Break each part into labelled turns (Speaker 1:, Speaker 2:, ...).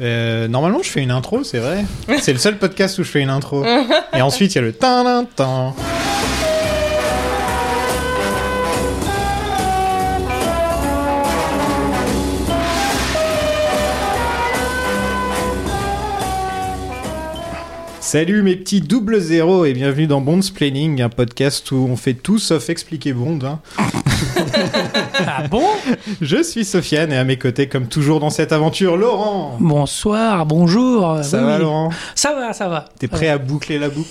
Speaker 1: Euh, normalement, je fais une intro, c'est vrai. C'est le seul podcast où je fais une intro. Et ensuite, il y a le tin tin. Salut mes petits double zéro et bienvenue dans Bond's Planning, un podcast où on fait tout sauf expliquer Bond. hein.
Speaker 2: Ah bon
Speaker 1: Je suis Sofiane et à mes côtés, comme toujours dans cette aventure, Laurent.
Speaker 2: Bonsoir, bonjour.
Speaker 1: Ça
Speaker 2: Bah Oui,
Speaker 1: va
Speaker 2: oui.
Speaker 1: Laurent
Speaker 2: Ça va, ça va. Euh,
Speaker 1: T'es prêt à boucler la boucle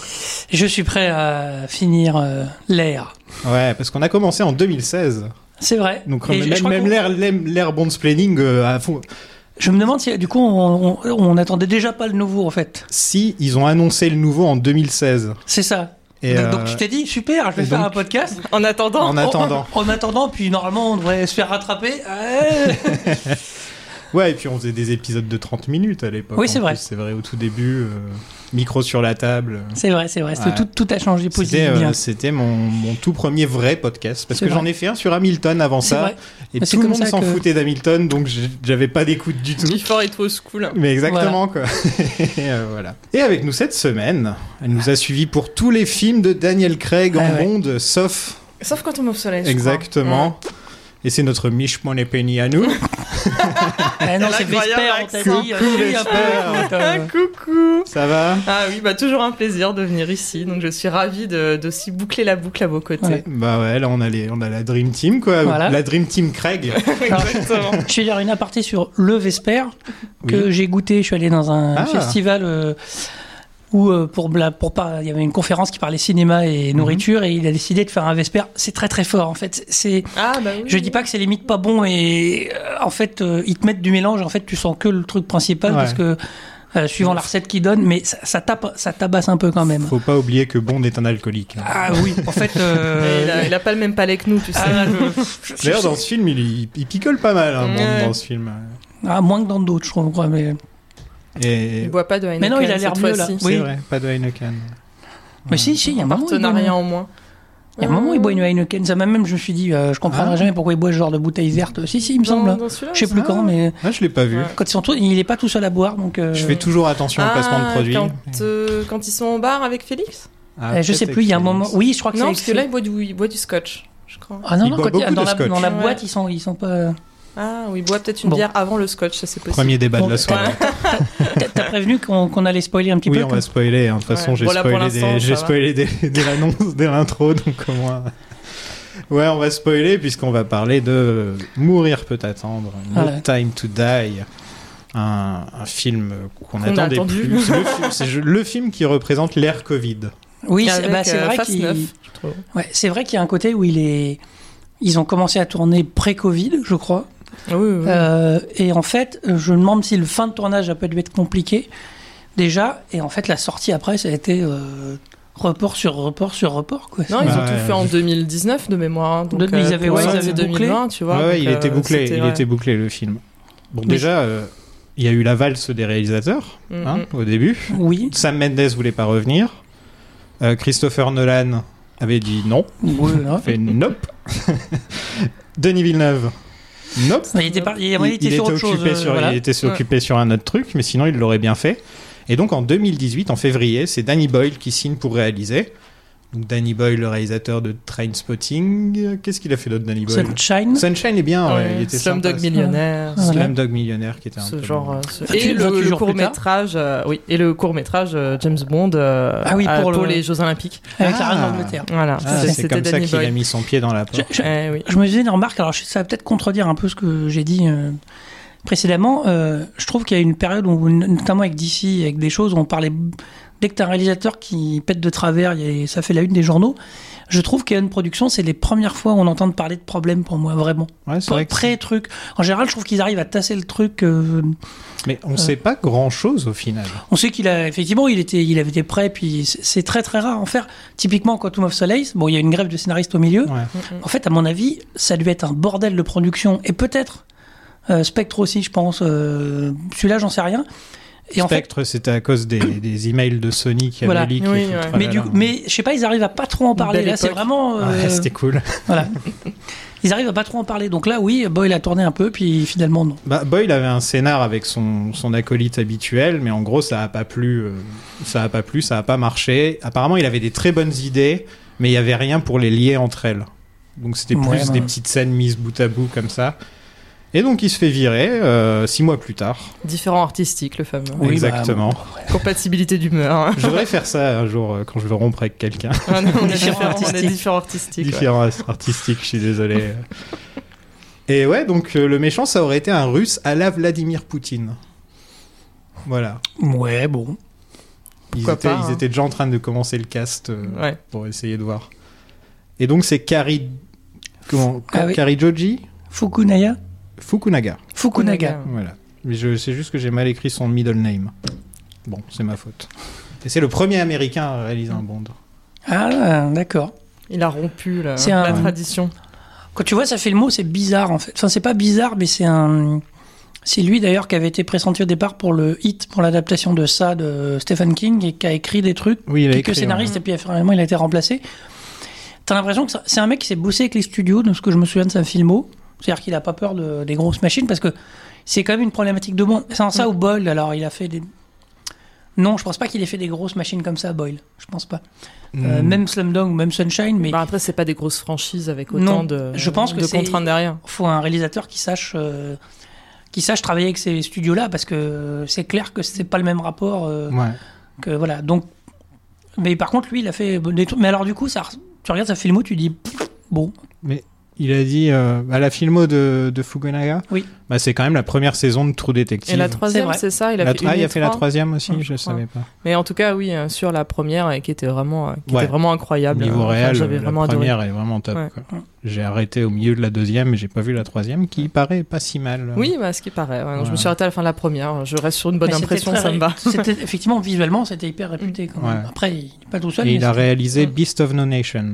Speaker 2: Je suis prêt à finir euh, l'air.
Speaker 1: Ouais, parce qu'on a commencé en 2016.
Speaker 2: C'est vrai.
Speaker 1: Donc
Speaker 2: Et je- je
Speaker 1: même,
Speaker 2: crois
Speaker 1: même
Speaker 2: qu'on-
Speaker 1: l'ère- l'aime- l'ère Bond's Planning euh, à fond.
Speaker 2: Je me demande si du coup on, on- on attendait déjà pas le nouveau en fait.
Speaker 1: Si ils ont annoncé le nouveau en 2016.
Speaker 2: C'est ça.
Speaker 1: Et,
Speaker 2: donc,
Speaker 1: euh,
Speaker 2: donc tu t'es dit super, je vais
Speaker 1: et
Speaker 2: faire
Speaker 1: donc-
Speaker 2: un podcast.
Speaker 3: En attendant,
Speaker 1: En attendant.
Speaker 2: En, en attendant, puis normalement on devrait se faire rattraper. Euh,
Speaker 1: Ouais, et puis on faisait des épisodes de 30 minutes à l'époque.
Speaker 2: Oui,
Speaker 1: en
Speaker 2: c'est vrai.
Speaker 1: plus, C'est vrai au tout début. euh, micro sur la table.
Speaker 2: c'est vrai, c'est vrai. c'est
Speaker 1: Ouais.
Speaker 2: Tout, tout a changé
Speaker 1: C'était
Speaker 2: positivement.
Speaker 1: euh, c'était mon, mon tout premier vrai podcast parce
Speaker 2: C'est
Speaker 1: que
Speaker 2: vrai.
Speaker 1: j'en ai fait un sur Hamilton avant
Speaker 2: c'est
Speaker 1: ça
Speaker 2: vrai.
Speaker 1: et
Speaker 2: Mais c'est
Speaker 1: tout le
Speaker 2: comme
Speaker 1: monde
Speaker 2: ça
Speaker 1: s'en
Speaker 2: que-
Speaker 1: foutait d'Hamilton donc j'ai- j'avais pas d'écoute du tout.
Speaker 3: Before It Was Cool.
Speaker 1: Mais exactement quoi. et, euh, voilà. et avec nous cette semaine, elle nous a suivis pour tous les films de Daniel Craig en
Speaker 2: Ah ouais.
Speaker 1: Bond, sauf
Speaker 3: Sauf quand on au soleil. je
Speaker 1: exactement. Et c'est notre Mich Moneypenny à nous.
Speaker 2: Ah non,
Speaker 3: Elle
Speaker 2: c'est
Speaker 3: incroyable,
Speaker 2: Vesper, on t'a dit. euh,
Speaker 3: accent.
Speaker 1: Coucou,
Speaker 2: oui, un
Speaker 1: Vesper.
Speaker 2: peu, écoute,
Speaker 3: crois. Ah,
Speaker 2: euh,
Speaker 3: coucou
Speaker 1: Ça va
Speaker 3: Ah oui, bah toujours un plaisir de venir ici, donc je suis ravie de, de si boucler la boucle à vos côtés.
Speaker 2: Ouais.
Speaker 1: Bah ouais, là on a, les, on a la Dream Team quoi.
Speaker 2: Voilà.
Speaker 1: La Dream Team Craig.
Speaker 3: Exactement.
Speaker 2: Je vais dire une aparté sur le Vesper que j'ai goûté. Je suis allé dans un
Speaker 1: Ah.
Speaker 2: festival euh, où euh, pour bla- pour pas, il y avait une conférence qui parlait cinéma
Speaker 1: Mhm.
Speaker 2: et nourriture et il a décidé de faire un Vesper. C'est très très fort en fait. C'est,
Speaker 3: Ah bah oui.
Speaker 2: je dis pas que c'est limite pas bon et euh, en fait euh, ils te mettent du mélange. En fait, tu sens que le truc principal
Speaker 1: Ouais.
Speaker 2: parce que euh, suivant la recette qu'ils donnent, mais ça, ça tape, ça tabasse un peu quand même.
Speaker 1: Faut pas oublier que Bond est un alcoolique. hein.
Speaker 2: Ah oui, en fait.
Speaker 3: Mais
Speaker 2: euh,
Speaker 3: il, a, il a pas le même palais que nous, tu sais.
Speaker 2: ah,
Speaker 1: D'ailleurs dans ce film il, il- il picole pas mal hein, Bond,
Speaker 3: Ouais.
Speaker 1: dans ce film.
Speaker 2: ah, moins que dans d'autres, je trouve. quoi, Mais,
Speaker 1: Et
Speaker 3: Il boit pas de Heineken.
Speaker 2: non, il a l'air
Speaker 3: cette
Speaker 2: mieux, là.
Speaker 3: fois-ci.
Speaker 1: c'est
Speaker 2: oui.
Speaker 1: vrai, pas de Heineken.
Speaker 2: mais si, si, il y a un moment. où il donne-
Speaker 3: Partenariat en moins.
Speaker 2: Il y a un moment où il
Speaker 3: Oh.
Speaker 2: boit une Heineken, ça m'a même, je me suis dit, euh, je comprendrai
Speaker 1: Ah.
Speaker 2: jamais pourquoi il boit ce genre de bouteille verte. Si, si, il me
Speaker 3: Dans-
Speaker 2: semble.
Speaker 3: dans celui-là,
Speaker 2: Je sais
Speaker 3: ça
Speaker 2: plus
Speaker 1: ça
Speaker 2: quand, mais
Speaker 1: Ah, je l'ai pas vu.
Speaker 3: Ouais.
Speaker 2: quand ils sont tous, il est pas tout seul à boire, donc. euh,
Speaker 1: Je fais toujours attention au
Speaker 3: Ah,
Speaker 1: placement de produit.
Speaker 3: Quand, euh, quand ils sont en bar avec Félix
Speaker 1: Ah,
Speaker 2: euh, je sais
Speaker 1: peut-être
Speaker 2: plus, il y a un
Speaker 1: avec
Speaker 2: moment.
Speaker 1: Félix.
Speaker 2: Oui, je crois que
Speaker 3: Non,
Speaker 2: c'est.
Speaker 3: parce que là, il boit du, il boit du scotch, je crois.
Speaker 2: Ah non,
Speaker 1: Il
Speaker 2: non,
Speaker 1: boit
Speaker 2: quand il y a-
Speaker 1: beaucoup
Speaker 2: dans,
Speaker 1: de
Speaker 2: la,
Speaker 1: scotch.
Speaker 2: dans la
Speaker 3: Ouais.
Speaker 2: boîte, ils sont, ils sont pas. euh,
Speaker 3: Ah, ou il boit peut-être une
Speaker 2: Bon.
Speaker 3: bière avant le scotch, ça c'est possible.
Speaker 1: Premier débat
Speaker 2: Bon,
Speaker 1: de la soirée.
Speaker 2: T'as t'as prévenu qu'on qu'on allait spoiler un petit
Speaker 1: oui,
Speaker 2: peu.
Speaker 1: on
Speaker 2: comme-
Speaker 1: va spoiler. hein. De toute façon,
Speaker 3: Ouais.
Speaker 1: j'ai
Speaker 3: Bon, là, pour
Speaker 1: spoilé,
Speaker 3: l'instant,
Speaker 1: des,
Speaker 3: ça
Speaker 1: j'ai
Speaker 3: va.
Speaker 1: spoilé des- dès l'annonce, dès l'intro, donc au moins. Ouais, on va spoiler puisqu'on va parler de euh, Mourir peut attendre, No
Speaker 2: Ouais.
Speaker 1: Time to Die, un, un film qu'on
Speaker 3: Qu'on a
Speaker 1: attendait
Speaker 3: attendu.
Speaker 1: plus. C'est le, fi- c'est je- le film qui représente l'ère Covid.
Speaker 2: Oui, c'est
Speaker 3: Avec,
Speaker 2: bah, c'est
Speaker 3: euh,
Speaker 2: vrai
Speaker 3: Fast
Speaker 2: qu'il.
Speaker 3: 9, je trouve.
Speaker 2: Ouais, c'est vrai qu'il y a un côté où il est. Ils ont commencé à tourner pré-Covid, je crois.
Speaker 3: Ah Oui, oui, oui.
Speaker 2: Euh, et en fait, euh, je me demande si le fin de tournage a pas dû être compliqué déjà. Et en fait, la sortie après, ça a été euh, report sur report sur report. Quoi.
Speaker 3: Non, ils
Speaker 1: Bah
Speaker 3: ont tout
Speaker 1: ouais,
Speaker 3: fait en
Speaker 1: je-
Speaker 3: 2019 de mémoire. hein, Donc,
Speaker 2: Deux- ils avaient-
Speaker 3: pour
Speaker 1: ouais,
Speaker 3: eux,
Speaker 1: ils
Speaker 3: c'est
Speaker 2: avaient bouclé.
Speaker 3: 2020, tu vois.
Speaker 1: ouais, ouais,
Speaker 3: donc,
Speaker 1: il
Speaker 3: euh,
Speaker 1: était bouclé,
Speaker 3: c'était,
Speaker 1: il
Speaker 3: ouais.
Speaker 1: était bouclé le film. Bon,
Speaker 2: Mais-
Speaker 1: déjà, euh, il y a eu la valse des réalisateurs
Speaker 3: Mhm.
Speaker 1: hein, au début.
Speaker 2: Oui,
Speaker 1: Sam Mendes voulait pas revenir. Euh, Christopher Nolan avait dit non,
Speaker 2: oui, non.
Speaker 1: fait nope. Denis Villeneuve, nope.
Speaker 2: Mais il était, par- il- il était sur autre chose.
Speaker 1: occupé,
Speaker 2: euh,
Speaker 1: sur,
Speaker 2: voilà.
Speaker 1: il était
Speaker 3: Ouais.
Speaker 1: occupé sur un autre truc, mais sinon il l'aurait bien fait. Et donc en 2018, en février, c'est Danny Boyle qui signe pour réaliser. Donc Danny Boyle, le réalisateur de Trainspotting. Qu'est-ce qu'il a fait d'autre, Danny Boyle
Speaker 2: Sunshine.
Speaker 1: Sunshine est bien, ouais,
Speaker 3: Ouais,
Speaker 1: il était
Speaker 3: Slumdog
Speaker 1: sympa, ça.
Speaker 3: Millionnaire.
Speaker 2: Ah, Voilà.
Speaker 1: Slumdog Millionnaire, qui était un
Speaker 3: Ce
Speaker 1: peu
Speaker 3: genre,
Speaker 1: bon.
Speaker 3: euh,
Speaker 2: Ça,
Speaker 3: ce-
Speaker 2: Ah, tu
Speaker 3: et
Speaker 2: le vois
Speaker 3: le,
Speaker 2: toujours plus
Speaker 3: court métrage, oui, et le court métrage James Bond euh,
Speaker 2: Ah oui,
Speaker 3: à-
Speaker 2: pour
Speaker 3: pour,
Speaker 2: le-
Speaker 3: les Jeux Olympiques.
Speaker 2: Avec la
Speaker 1: Ah.
Speaker 2: reine d'Angleterre.
Speaker 3: Voilà,
Speaker 1: Ah,
Speaker 3: c'est-
Speaker 1: c'est comme ça
Speaker 3: Danny
Speaker 1: qu'il a
Speaker 3: Boyle.
Speaker 1: mis son pied dans la
Speaker 2: Je,
Speaker 1: porte.
Speaker 2: je-
Speaker 3: Eh oui.
Speaker 2: je me faisais une remarque, alors je- ça va peut-être contredire un peu ce que j'ai dit euh, précédemment. Euh, je trouve qu'il y a une période où, notamment avec DC, avec des choses, où on parlait. Dès que tu as un réalisateur qui pète de travers, il y a- ça fait la une des journaux. Je trouve qu'Aon Production, c'est les premières fois où on entend parler de problèmes pour moi, vraiment.
Speaker 1: Ouais, c'est vrai que
Speaker 2: Pré-truc. En général, je trouve qu'ils arrivent à tasser le truc. euh,
Speaker 1: Mais on sait pas grand chose au final.
Speaker 2: On sait qu'il a effectivement, il était, il avait été prêt. Puis c'est c'est très très rare à en faire. Typiquement, Quantum of Solace, bon, il y a une grève de scénaristes au milieu.
Speaker 1: Ouais.
Speaker 2: En fait, à mon avis, ça devait être un bordel de production et peut-être euh, Spectre aussi, je pense. Euh, Celui-là, j'en sais rien. Et en fait,
Speaker 1: Spectre, c'était à cause des, des emails de Sony qui avaient
Speaker 2: Voilà.
Speaker 1: leak. et
Speaker 3: Oui,
Speaker 1: tout le
Speaker 3: ouais.
Speaker 1: tralala.
Speaker 2: mais, du, mais je sais pas, ils arrivent à pas trop en parler.
Speaker 3: belle
Speaker 2: Là, c'est
Speaker 3: époque. Ah,
Speaker 2: vraiment. euh,
Speaker 1: Ah, Ouais, c'était cool.
Speaker 2: voilà. Ils arrivent à pas trop en parler. Donc là, oui, Boyle a tourné un peu, puis finalement, non.
Speaker 1: Bah, Boyle avait un scénar avec son, son acolyte habituel, mais en gros, ça a pas plu. euh, ça a pas plu, ça a pas marché. Apparemment, il avait des très bonnes idées, mais il y avait rien pour les lier entre elles. Donc, c'était plus
Speaker 2: Ouais, bah.
Speaker 1: des petites scènes mises bout à bout comme ça. Et donc, il se fait virer euh, six mois plus tard.
Speaker 3: Différents artistiques, le fameux.
Speaker 2: Oui, bah,
Speaker 1: Exactement.
Speaker 3: Compatibilité d'humeur. hein.
Speaker 1: Je devrais faire ça un jour euh, quand je veux rompre avec quelqu'un.
Speaker 3: Ah non, on, est
Speaker 2: Différents
Speaker 3: différents, on est
Speaker 2: artistiques.
Speaker 3: différents artistiques. ouais.
Speaker 1: Différent artistique, je suis désolé. Et ouais, donc euh, le méchant, ça aurait été un russe à la Vladimir Poutine. Voilà.
Speaker 2: Ouais, bon.
Speaker 1: Ils,
Speaker 3: Pourquoi
Speaker 1: étaient,
Speaker 3: pas,
Speaker 1: ils
Speaker 3: hein.
Speaker 1: étaient déjà en train de commencer le cast euh,
Speaker 3: Ouais.
Speaker 1: pour essayer de voir. Et donc c'est Kari... Comment
Speaker 2: Ah oui. Ah.
Speaker 1: Kari Joji
Speaker 2: Fukunaya
Speaker 1: Fukunaga.
Speaker 2: Fukunaga.
Speaker 1: Voilà. Mais je- c'est juste que j'ai mal écrit son middle name. Bon, c'est ma faute. Et c'est le premier américain à réaliser un Bond.
Speaker 2: Ah, d'accord.
Speaker 3: Il a rompu la,
Speaker 2: C'est un-
Speaker 3: la tradition.
Speaker 2: Quand tu vois, ça fait le mot, c'est bizarre en fait. Enfin, c'est pas bizarre, mais c'est un. C'est lui d'ailleurs qui avait été pressenti au départ pour le hit, pour l'adaptation de ça de Stephen King et qui a écrit des trucs,
Speaker 1: Oui, il a
Speaker 2: quelques
Speaker 1: écrit, hein.
Speaker 2: scénaristes, et puis finalement il a été remplacé. T'as l'impression que ça- c'est un mec qui s'est bossé avec les studios, de ce que je me souviens de sa filmo. C'est-à-dire qu'il a pas peur de- des grosses machines parce que c'est quand même une problématique de monde. Sans
Speaker 1: Mm.
Speaker 2: ça, ou Boyle, alors il a fait des. Non, je pense pas qu'il ait fait des grosses machines comme ça, Boyle. Je pense pas.
Speaker 1: ouais.
Speaker 2: Euh,
Speaker 1: Mm.
Speaker 2: même Slumdog ou même Sunshine, mais.
Speaker 3: Bah après, c'est pas des grosses franchises avec autant
Speaker 2: Non,
Speaker 3: de,
Speaker 2: je pense que
Speaker 3: de
Speaker 2: c'est-
Speaker 3: contraintes derrière.
Speaker 2: faut un réalisateur qui sache euh, qui sache travailler avec ces studios là parce que euh, c'est clair que c'est pas le même rapport euh,
Speaker 1: Ouais.
Speaker 2: que voilà donc mais par contre lui il a fait des trucs mais alors du coup ça res- tu regardes sa filmo tu dis pff, bon
Speaker 1: Il a dit euh, à la filmo de, de Fukunaga.
Speaker 2: Oui.
Speaker 1: Bah, c'est quand même la première saison de True Detective.
Speaker 3: Et la troisième,
Speaker 2: vrai.
Speaker 3: c'est ça. Il a
Speaker 1: La-
Speaker 3: fait,
Speaker 1: ah,
Speaker 3: une
Speaker 1: il
Speaker 3: et
Speaker 1: a fait la
Speaker 3: trois.
Speaker 1: troisième aussi,
Speaker 3: Ah,
Speaker 1: je
Speaker 3: je
Speaker 1: ne
Speaker 3: crois.
Speaker 1: savais pas.
Speaker 3: Mais en tout cas, oui, euh, sur la première et qui était vraiment, euh, qui
Speaker 1: Ouais.
Speaker 3: était vraiment incroyable.
Speaker 1: Niveau
Speaker 3: Enfin,
Speaker 1: réel,
Speaker 3: j'avais
Speaker 1: la
Speaker 3: vraiment adoré.
Speaker 1: première est vraiment top.
Speaker 3: Ouais.
Speaker 1: quoi. J'ai arrêté au milieu de la deuxième, mais j'ai pas vu la troisième, qui paraît pas si mal.
Speaker 3: Oui, bah, ce qui paraît. ouais. Donc, Je
Speaker 1: euh, Ouais.
Speaker 3: me suis arrêtée à la fin de la première. Je reste sur une bonne
Speaker 2: mais c'était
Speaker 3: impression,
Speaker 2: très
Speaker 3: ça me va.
Speaker 2: ré- c'était effectivement visuellement c'était hyper réputé quand même
Speaker 1: Ouais.
Speaker 2: après il n'est pas tout seul
Speaker 1: Et
Speaker 2: mais
Speaker 1: il a
Speaker 2: c'est-
Speaker 1: réalisé Beast of No Nation,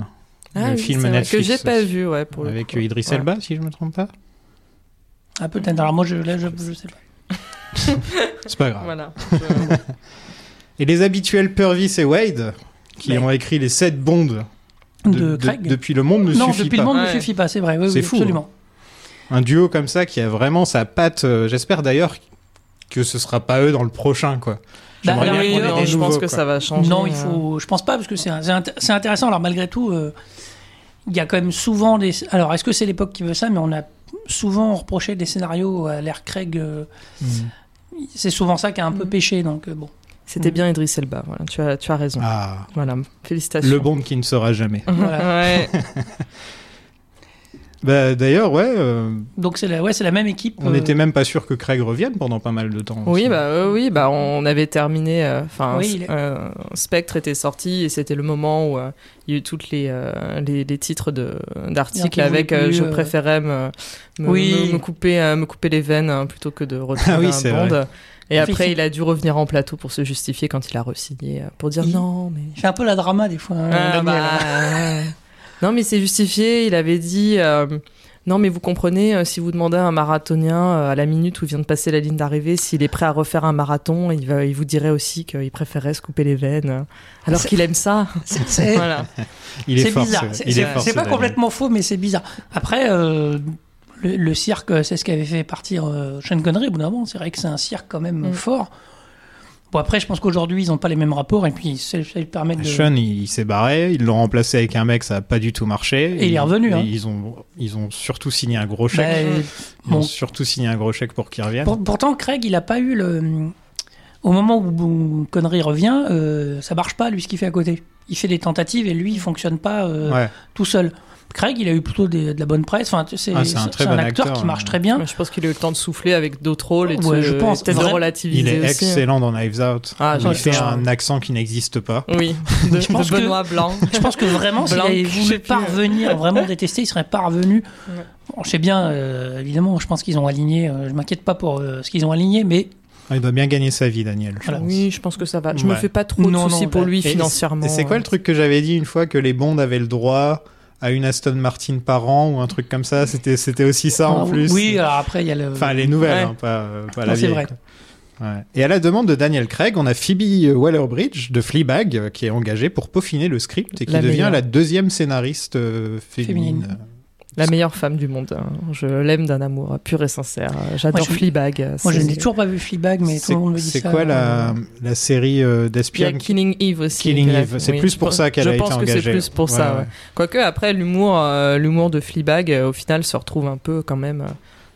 Speaker 3: Ah
Speaker 1: le
Speaker 3: oui,
Speaker 1: film
Speaker 3: c'est vrai,
Speaker 1: Netflix
Speaker 3: que j'ai pas
Speaker 1: aussi,
Speaker 3: vu, ouais, pour le
Speaker 1: avec
Speaker 3: coup.
Speaker 1: Idris
Speaker 3: Ouais.
Speaker 1: Elba, si je me trompe pas.
Speaker 2: ah peut-être alors moi je, là, je, je sais pas
Speaker 1: C'est pas grave.
Speaker 3: Voilà.
Speaker 1: Et les habituels Purvis et Wade, qui
Speaker 2: Mais-
Speaker 1: ont écrit les 7 bondes
Speaker 2: de,
Speaker 1: de- de-
Speaker 2: Craig
Speaker 1: depuis Le Monde ne
Speaker 2: non
Speaker 1: suffit
Speaker 2: depuis
Speaker 1: pas.
Speaker 2: le monde ne
Speaker 3: Ouais.
Speaker 2: suffit pas c'est vrai oui,
Speaker 1: C'est
Speaker 2: oui,
Speaker 1: fou,
Speaker 2: absolument
Speaker 1: Un duo comme ça qui a vraiment sa patte. euh, J'espère d'ailleurs que ce sera pas eux dans le prochain, quoi.
Speaker 2: Bah,
Speaker 1: J'aimerais
Speaker 2: à la
Speaker 1: bien qu'on ait
Speaker 2: rigueur,
Speaker 1: des
Speaker 3: je
Speaker 1: nouveaux,
Speaker 3: pense que
Speaker 1: quoi.
Speaker 3: ça va changer.
Speaker 2: Non, il
Speaker 3: euh.
Speaker 2: faut. Je pense pas parce que c'est un- c'est int- c'est intéressant. Alors malgré tout, euh, il y a quand même souvent des. Alors est-ce que c'est l'époque qui veut ça Mais on a souvent reproché des scénarios à l'ère Craig. euh, C'est souvent ça qui a un peu
Speaker 3: Mm.
Speaker 2: péché. Donc euh, bon.
Speaker 3: C'était bien Idris Elba, voilà, tu as, tu as raison.
Speaker 1: Ah,
Speaker 3: Voilà, félicitations.
Speaker 1: le Bond qui ne sera jamais.
Speaker 2: Voilà.
Speaker 3: Ouais.
Speaker 1: Bah, d'ailleurs, ouais, euh,
Speaker 2: Donc c'est la. Ouais, c'est la même équipe.
Speaker 1: on
Speaker 2: euh,
Speaker 1: n'était même pas sûr que Craig revienne pendant pas mal de temps.
Speaker 3: Oui,
Speaker 1: aussi.
Speaker 3: bah, euh, oui, bah, on avait terminé. euh, Enfin,
Speaker 2: Oui, il est-
Speaker 3: euh, Spectre était sorti et c'était le moment où euh, il y a eu toutes les euh, les, les titres de d'articles
Speaker 2: Il y en a qui
Speaker 3: avec
Speaker 2: voulaient
Speaker 3: euh,
Speaker 2: plus,
Speaker 3: je
Speaker 2: euh,
Speaker 3: préférais me, me-
Speaker 2: Oui.
Speaker 3: me, me couper euh, me couper les veines hein, plutôt que de retrouver
Speaker 1: Ah oui, c'est
Speaker 3: un Bond. Et après,
Speaker 2: Effectivement.
Speaker 3: il a dû revenir en plateau pour se justifier quand il a re-signé euh, pour dire
Speaker 2: Il-
Speaker 3: non, mais
Speaker 2: Il fait un peu la drama des fois. hein,
Speaker 3: Ah,
Speaker 2: Daniel.
Speaker 3: bah, non, mais c'est justifié. Il avait dit euh, non, mais vous comprenez, euh, si vous demandez à un marathonien euh, à la minute où vient de passer la ligne d'arrivée s'il est prêt à refaire un marathon, il, va, il vous dirait aussi qu'il préférait se couper les veines euh, alors
Speaker 2: C'est- Eh.
Speaker 3: qu'il aime ça.
Speaker 2: C'est- c'est-
Speaker 3: voilà.
Speaker 1: il est
Speaker 2: c'est
Speaker 1: fort,
Speaker 2: bizarre.
Speaker 1: ce-
Speaker 2: C'est-
Speaker 1: il est
Speaker 2: C'est
Speaker 1: fort,
Speaker 2: c'est
Speaker 1: ce
Speaker 2: pas
Speaker 1: Daniel.
Speaker 2: complètement faux, mais c'est bizarre. Après. euh, Le, le cirque, euh, c'est ce qui avait fait partir euh, Sean Connery. au bout d'un moment. c'est vrai que c'est un cirque quand même
Speaker 3: Mm.
Speaker 2: fort. Bon après, je pense qu'aujourd'hui ils n'ont pas les mêmes rapports et puis ça, ça lui permet de.
Speaker 1: Sean, il, il s'est barré, ils l'ont remplacé avec un mec, ça a pas du tout marché.
Speaker 2: Et il est revenu,
Speaker 1: Et
Speaker 2: hein.
Speaker 1: Ils ont, ils ont surtout signé un gros
Speaker 2: Bah,
Speaker 1: chèque.
Speaker 2: euh,
Speaker 1: ils ont
Speaker 2: bon.
Speaker 1: surtout signé un gros chèque pour qu'il revienne.
Speaker 2: Pour- pourtant, Craig, il a pas eu le. Au moment où, où Connery revient, euh, ça marche pas lui ce qu'il fait à côté. Il fait des tentatives et lui, il fonctionne pas euh,
Speaker 1: Ouais.
Speaker 2: tout seul. Craig, il a eu plutôt des- de la bonne presse. Enfin, tu sais, c'est
Speaker 1: Ah, c'est un très
Speaker 2: c'est
Speaker 1: bon
Speaker 2: acteur,
Speaker 1: acteur,
Speaker 2: qui
Speaker 1: hein.
Speaker 2: marche très bien.
Speaker 3: Je pense qu'il a eu le temps de souffler avec d'autres rôles et de
Speaker 2: Ouais,
Speaker 3: se-
Speaker 2: je pense.
Speaker 3: et peut-être de
Speaker 2: Vrai-
Speaker 1: Il
Speaker 3: relativiser
Speaker 2: hein.
Speaker 1: est
Speaker 3: aussi. hein.
Speaker 1: excellent dans Knives Out.
Speaker 3: Ah,
Speaker 1: il
Speaker 3: j'adore.
Speaker 1: fait un accent qui n'existe pas.
Speaker 3: Oui, de,
Speaker 2: Je pense
Speaker 3: de Benoît Blanc.
Speaker 2: Je pense que vraiment, s'il
Speaker 3: Blanc,
Speaker 2: avait
Speaker 3: je
Speaker 2: voulu
Speaker 3: sais plus.
Speaker 2: parvenir, vraiment détester, il serait parvenu.
Speaker 3: Ouais.
Speaker 2: Bon, je sais bien, euh, évidemment, je pense qu'ils ont aligné. euh, je m'inquiète pas pour euh, ce qu'ils ont aligné, mais
Speaker 1: Ah, Il doit bien gagner sa vie, Daniel. je
Speaker 2: Voilà.
Speaker 1: pense.
Speaker 3: Oui, je pense que ça va. Je me
Speaker 1: Ouais.
Speaker 3: fais pas trop
Speaker 2: Non,
Speaker 3: de soucis
Speaker 2: non,
Speaker 3: pour
Speaker 2: bah,
Speaker 3: lui
Speaker 1: Et-
Speaker 3: financièrement. hein.
Speaker 1: Et c'est quoi le truc que j'avais dit une fois que les Bonds avaient le droit à une Aston Martin par an ou un truc comme ça C'était c'était aussi ça en
Speaker 2: Ah,
Speaker 1: plus.
Speaker 2: oui. Alors après, il y a le.
Speaker 1: Enfin, les nouvelles,
Speaker 3: Ouais.
Speaker 1: hein, pas, euh, pas
Speaker 2: Non,
Speaker 1: la
Speaker 2: c'est
Speaker 1: vieille.
Speaker 2: vrai.
Speaker 1: quoi. Ouais. Et à la demande de Daniel Craig, on a Phoebe Waller-Bridge de Fleabag euh, qui est engagée pour peaufiner le script et qui
Speaker 3: La
Speaker 1: devient
Speaker 3: meilleure.
Speaker 1: la deuxième scénariste euh, féminine.
Speaker 2: Féminine.
Speaker 3: La meilleure femme du monde. hein. Je l'aime d'un amour pur et sincère. J'adore
Speaker 2: Moi, je-
Speaker 3: Fleabag.
Speaker 2: Moi, je
Speaker 3: C'est-
Speaker 2: n'ai toujours pas vu Fleabag, mais tout
Speaker 1: C'est
Speaker 2: le monde me dit
Speaker 1: c'est
Speaker 2: ça. euh,
Speaker 1: quoi la, la série euh,
Speaker 3: Il y a
Speaker 1: d'espionne
Speaker 3: Killing Eve aussi.
Speaker 1: Killing
Speaker 3: que la-
Speaker 1: Eve. C'est
Speaker 3: oui,
Speaker 1: plus
Speaker 3: je
Speaker 1: pour
Speaker 3: pense-
Speaker 1: ça qu'elle
Speaker 3: je
Speaker 1: a été
Speaker 3: pense que
Speaker 1: engagée.
Speaker 3: c'est plus pour ça. ouais. Quoique après l'humour, euh, l'humour de Fleabag euh, au final se retrouve un peu quand même euh,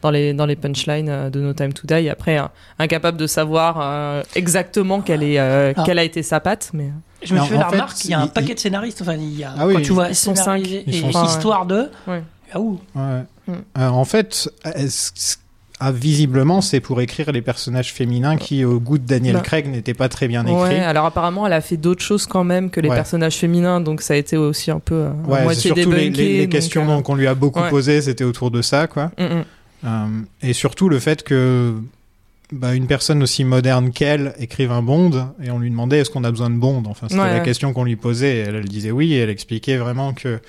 Speaker 3: dans les dans les punchlines euh, de No Time to Die. Après, hein, incapable de savoir euh, exactement quelle est euh,
Speaker 2: Ah.
Speaker 3: quelle a été sa patte, mais
Speaker 2: Je me
Speaker 1: Non,
Speaker 2: suis fait la
Speaker 1: en fait,
Speaker 2: remarque, il y a un
Speaker 1: il-
Speaker 2: paquet de scénaristes. Enfin, il y a,
Speaker 1: Ah oui,
Speaker 2: quand tu vois,
Speaker 3: ils sont
Speaker 2: scénarisé
Speaker 1: Ils
Speaker 2: Et
Speaker 1: sont
Speaker 3: cinq.
Speaker 2: histoire de.
Speaker 3: Ouais.
Speaker 2: Ah, ouh.
Speaker 1: Ouais.
Speaker 3: Mm.
Speaker 1: Euh, en fait, euh, c- c- ah, visiblement, c'est pour écrire les personnages féminins qui, au goût de Daniel
Speaker 3: Mm. Bah.
Speaker 1: Craig, n'étaient pas très bien écrits.
Speaker 3: ouais. Alors apparemment, elle a fait d'autres choses quand même que les
Speaker 1: Ouais.
Speaker 3: personnages féminins, donc ça a été aussi un peu euh, à
Speaker 1: Ouais, c'est
Speaker 3: moitié
Speaker 1: surtout les, les-
Speaker 3: débunké,
Speaker 1: les
Speaker 3: donc,
Speaker 1: questions
Speaker 3: euh,
Speaker 1: qu'on lui a beaucoup
Speaker 3: ouais.
Speaker 1: posées, c'était autour de ça, quoi.
Speaker 3: mm, mm.
Speaker 1: Euh, et surtout le fait que bah, une personne aussi moderne qu'elle écrive un Bond et on lui demandait est-ce qu'on a besoin de Bond. Enfin, c'était
Speaker 3: Ouais,
Speaker 1: la
Speaker 3: ouais.
Speaker 1: question qu'on lui posait. Et elle, elle disait oui et elle expliquait vraiment que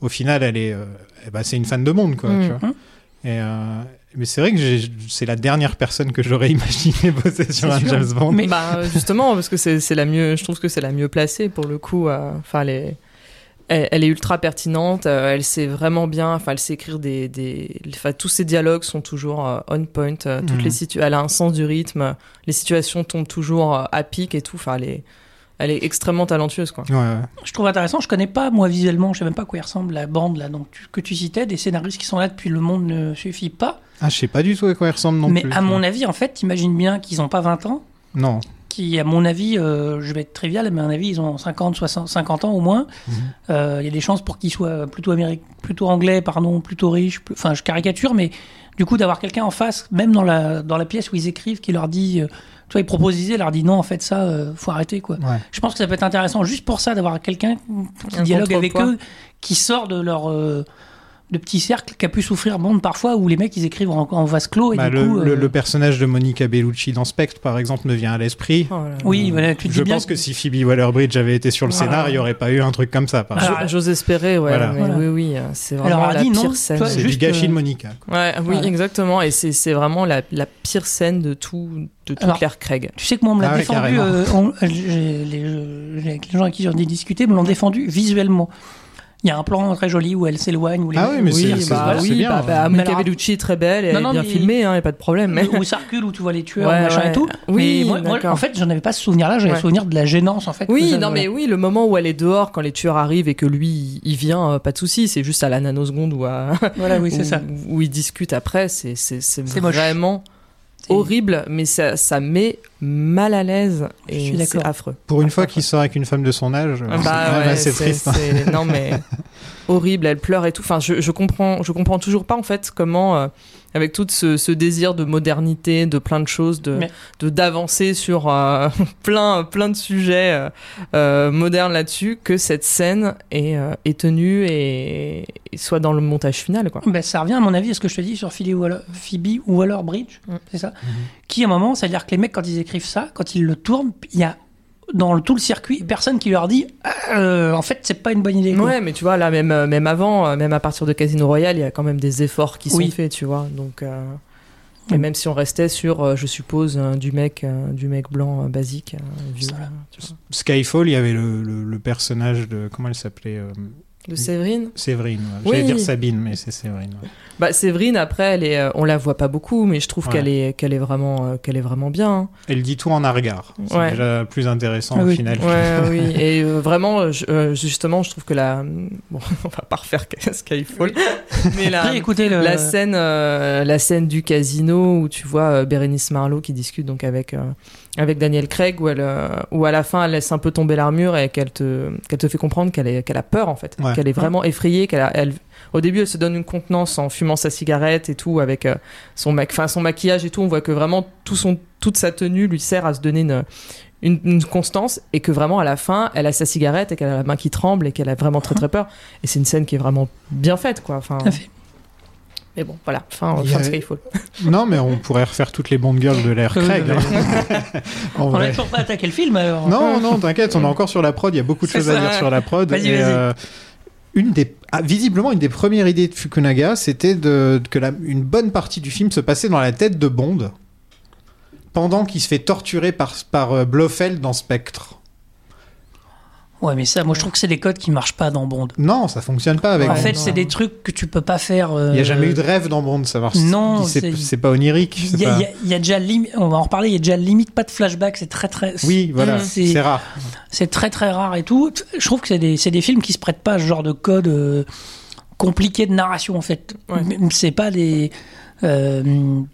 Speaker 1: au final, elle est, euh, eh ben, c'est une fan de Bond, quoi.
Speaker 2: Mm.
Speaker 3: Mhm.
Speaker 1: tu vois. Et, euh, mais c'est vrai que j'ai- c'est la dernière personne que j'aurais imaginé bosser sur un
Speaker 2: sûr.
Speaker 1: James Bond.
Speaker 2: Mais-
Speaker 3: Bah, euh, justement, parce que c'est c'est la mieux, je trouve que c'est la mieux placée pour le coup. euh, Enfin, elle est- elle, elle est ultra pertinente. euh, elle sait vraiment bien. Enfin, elle sait écrire des, des enfin, tous ses dialogues sont toujours euh, on point. euh, toutes
Speaker 1: Mhm.
Speaker 3: les situ- elle a un sens du rythme. euh, Les situations tombent toujours euh, à pic et tout. Enfin, elle est, elle est extrêmement talentueuse, quoi.
Speaker 1: Ouais, ouais.
Speaker 2: Je trouve intéressant, je connais pas moi visuellement, je sais même pas à quoi il ressemble la bande là, donc, tu- que tu citais, des scénaristes qui sont là depuis Le Monde ne suffit pas.
Speaker 1: Ah, je sais pas du tout à quoi il ressemble non
Speaker 2: mais
Speaker 1: plus.
Speaker 2: à mon avis, en fait, t'imagines bien qu'ils ont pas 20 ans,
Speaker 1: Non.
Speaker 2: qui, à mon avis, euh, je vais être trivial, mais à mon avis, ils ont 50, 60, 50 ans au moins.
Speaker 1: Mhm.
Speaker 2: Euh, Il y a des chances pour qu'ils soient plutôt, Améric- plutôt anglais, pardon, plutôt riches. plus- Enfin, je caricature, mais du coup, d'avoir quelqu'un en face, même dans la, dans la pièce où ils écrivent, qui leur dit, euh, tu vois, ils proposent ils leur dit non, en fait, ça, euh, faut arrêter, quoi.
Speaker 1: Ouais.
Speaker 2: Je pense que ça peut être intéressant juste pour ça d'avoir quelqu'un qui
Speaker 3: Un
Speaker 2: dialogue avec
Speaker 3: contrepoids.
Speaker 2: eux, qui sort de leur euh, de petit cercle qu'a pu souffrir Bond parfois où les mecs ils écrivent en, en vase clos et
Speaker 1: Bah,
Speaker 2: du
Speaker 1: le,
Speaker 2: coup.
Speaker 1: le-
Speaker 2: euh,
Speaker 1: le personnage de Monica Bellucci dans Spectre, par exemple, me vient à l'esprit.
Speaker 3: Oh là là.
Speaker 2: Oui, voilà, tu te dis
Speaker 1: je
Speaker 2: bien
Speaker 1: pense que si Phoebe Waller-Bridge avait été sur le
Speaker 3: Ah.
Speaker 1: scénar, il n'y aurait pas eu un truc comme ça. Par
Speaker 2: Ah,
Speaker 1: exemple.
Speaker 3: J'ose- J'ose espérer, ouais.
Speaker 1: Voilà.
Speaker 3: mais
Speaker 2: Voilà.
Speaker 3: Oui, oui, euh, c'est
Speaker 2: Alors,
Speaker 3: vraiment
Speaker 2: elle
Speaker 3: la
Speaker 2: dit non,
Speaker 3: pire scène.
Speaker 2: toi,
Speaker 1: c'est du
Speaker 2: juste,
Speaker 1: gâchis
Speaker 2: euh,
Speaker 1: de Monica. quoi.
Speaker 3: Ouais, oui,
Speaker 2: Voilà.
Speaker 3: exactement. Et c'est c'est vraiment la, la pire scène de tout, de tout
Speaker 2: Alors,
Speaker 3: Claire Craig.
Speaker 2: Tu sais que moi on me l'a
Speaker 1: Ah ouais,
Speaker 2: défendu,
Speaker 1: carrément.
Speaker 2: euh, on- j'ai- les, euh, j'ai- les gens avec qui j'en ai discuté me l'ont défendu visuellement. Il y a un plan très joli où elle s'éloigne, où les
Speaker 1: Ah oui, mais
Speaker 2: où
Speaker 1: c'est-
Speaker 2: ils-
Speaker 1: c'est-
Speaker 2: voilà.
Speaker 1: c'est bien.
Speaker 3: Bah, bah,
Speaker 2: Mais
Speaker 3: Monica
Speaker 2: alors-
Speaker 3: Bellucci est très belle, elle
Speaker 2: Non, non,
Speaker 3: est bien
Speaker 2: mais-
Speaker 3: filmée, hein, y a pas de problème. Mais...
Speaker 2: où ça recule, où tu vois les tueurs,
Speaker 3: Ouais,
Speaker 2: machin
Speaker 3: ouais.
Speaker 2: et tout.
Speaker 3: Oui,
Speaker 2: Mais moi- moi,
Speaker 3: d'accord.
Speaker 2: en fait, j'en avais pas ce souvenir-là, j'avais
Speaker 3: Ouais.
Speaker 2: le souvenir de la gênance, en fait. que
Speaker 3: Oui,
Speaker 2: ça-
Speaker 3: non, mais oui, le moment où elle est dehors quand les tueurs arrivent et que lui, il vient, euh, pas de souci, c'est juste à la nanoseconde ou à.
Speaker 2: Voilà, oui,
Speaker 3: où-
Speaker 2: c'est ça.
Speaker 3: Où ils discutent après, c'est c'est- c'est
Speaker 2: C'est moche.
Speaker 3: vraiment
Speaker 2: C'est-
Speaker 3: horrible, mais ça, ça met mal à l'aise
Speaker 2: Je suis
Speaker 3: et c'est
Speaker 2: d'accord.
Speaker 3: affreux.
Speaker 1: Pour une
Speaker 3: Ah,
Speaker 1: fois
Speaker 3: parfait.
Speaker 1: qu'il sort avec une femme de son âge, euh,
Speaker 3: Ah
Speaker 1: c'est
Speaker 3: bah
Speaker 1: quand même
Speaker 3: ouais,
Speaker 1: assez
Speaker 3: c'est-
Speaker 1: triste. hein.
Speaker 3: c'est- Non mais horrible, elle pleure et tout. Enfin, je, je comprends, je comprends toujours pas en fait comment, euh, avec tout ce, ce désir de modernité, de plein de choses, de
Speaker 2: Mais-
Speaker 3: de- d'avancer sur euh, plein plein de sujets euh, euh, modernes là-dessus, que cette scène est, euh, est tenue et, et soit dans le montage final quoi.
Speaker 2: Ben, ça revient à mon avis à ce que je te dis sur Philly Waller- Phoebe Waller Bridge,
Speaker 3: Mm.
Speaker 2: c'est ça Qui à un moment, c'est-à-dire que les mecs, quand ils écrivent ça, quand ils le tournent, il y a dans le- tout le circuit personne qui leur dit Ah, euh, en fait, c'est pas une bonne idée. quoi.
Speaker 3: Ouais, mais tu vois là même euh, même avant, euh, même à partir de Casino Royale, il y a quand même des efforts qui
Speaker 2: Oui.
Speaker 3: sont faits, tu vois. Donc euh,
Speaker 2: Mm.
Speaker 3: et même si on restait sur, euh, je suppose, euh, du mec, euh, du mec blanc euh, basique, euh, vieux,
Speaker 2: Ça, là.
Speaker 3: tu vois.
Speaker 1: Skyfall, il y avait le, le- le personnage de. Comment elle s'appelait euh,
Speaker 3: de Séverine.
Speaker 1: Séverine. ouais.
Speaker 3: Oui.
Speaker 1: J'allais dire Sabine, mais c'est Séverine. ouais.
Speaker 3: Bah Séverine, après, elle est, euh, on la voit pas beaucoup, mais je trouve
Speaker 1: Ouais.
Speaker 3: qu'elle est, qu'elle est vraiment, euh, qu'elle est vraiment bien.
Speaker 1: Elle dit tout en argard. C'est
Speaker 3: Ouais.
Speaker 1: déjà plus intéressant
Speaker 2: Ah
Speaker 1: au
Speaker 2: oui.
Speaker 1: final.
Speaker 3: Ouais, oui. Et euh, vraiment, euh, je- euh, justement, je trouve que la, bon, on va pas refaire Skyfall, mais la,
Speaker 2: Après, écoutez, le-
Speaker 3: la scène, euh, la scène du casino où tu vois euh, Bérénice Marlowe qui discute donc avec euh, avec Daniel Craig, où elle, euh, où à la fin elle laisse un peu tomber l'armure et qu'elle te, qu'elle te fait comprendre qu'elle est, qu'elle a peur en fait,
Speaker 1: Ouais.
Speaker 3: qu'elle est vraiment effrayée, qu'elle, a- elle, au début elle se donne une contenance en fumant sa cigarette et tout avec euh, son mac, enfin son maquillage et tout, on voit que vraiment tout son, toute sa tenue lui sert à se donner une une, une constance et que vraiment à la fin elle a sa cigarette et qu'elle a la main qui tremble et qu'elle a vraiment très très peur et c'est une scène qui est vraiment bien faite quoi enfin
Speaker 2: Tout à fait.
Speaker 3: mais bon voilà fin,
Speaker 1: Il y
Speaker 3: fin de
Speaker 1: avait-
Speaker 3: Skyfall
Speaker 1: Non, mais on pourrait refaire toutes les Bond girls de l'ère
Speaker 2: Euh,
Speaker 1: Craig.
Speaker 2: euh,
Speaker 1: hein. en
Speaker 2: on n'a
Speaker 1: vrai.
Speaker 2: toujours pas attaqué le film alors.
Speaker 1: Non, non, t'inquiète, on est encore sur la prod, il y a beaucoup de
Speaker 2: C'est
Speaker 1: choses à
Speaker 2: ça,
Speaker 1: dire
Speaker 2: ouais.
Speaker 1: sur la prod.
Speaker 2: Vas-y,
Speaker 1: et, euh,
Speaker 2: vas-y.
Speaker 1: une des, ah, visiblement, une des premières idées de Fukunaga, c'était de, que la- une bonne partie du film se passait dans la tête de Bond. pendant qu'il se fait torturer par, par euh, Blofeld dans Spectre.
Speaker 2: Ouais, mais ça, moi je trouve que c'est des codes qui marchent pas dans Bond.
Speaker 1: Non, ça fonctionne pas avec.
Speaker 2: en
Speaker 1: Bond.
Speaker 2: fait,
Speaker 3: non.
Speaker 2: c'est des trucs que tu peux pas faire. euh,
Speaker 1: il n'y a jamais eu de rêve dans Bond, savoir si-
Speaker 2: non,
Speaker 1: si c'est
Speaker 2: c'est-
Speaker 1: c'est pas onirique. c'est
Speaker 2: Il y, a-
Speaker 1: pas-
Speaker 2: il y a- il y a déjà limi- on va en reparler. Il y a déjà limite pas de flashback. C'est très très.
Speaker 1: Oui, voilà,
Speaker 2: Ah, c'est-
Speaker 1: c'est rare.
Speaker 2: C'est très très rare et tout. Je trouve que c'est des, c'est des films qui se prêtent pas à ce genre de code euh, compliqué de narration en fait.
Speaker 3: Ouais.
Speaker 2: Mais C'est pas des. euh,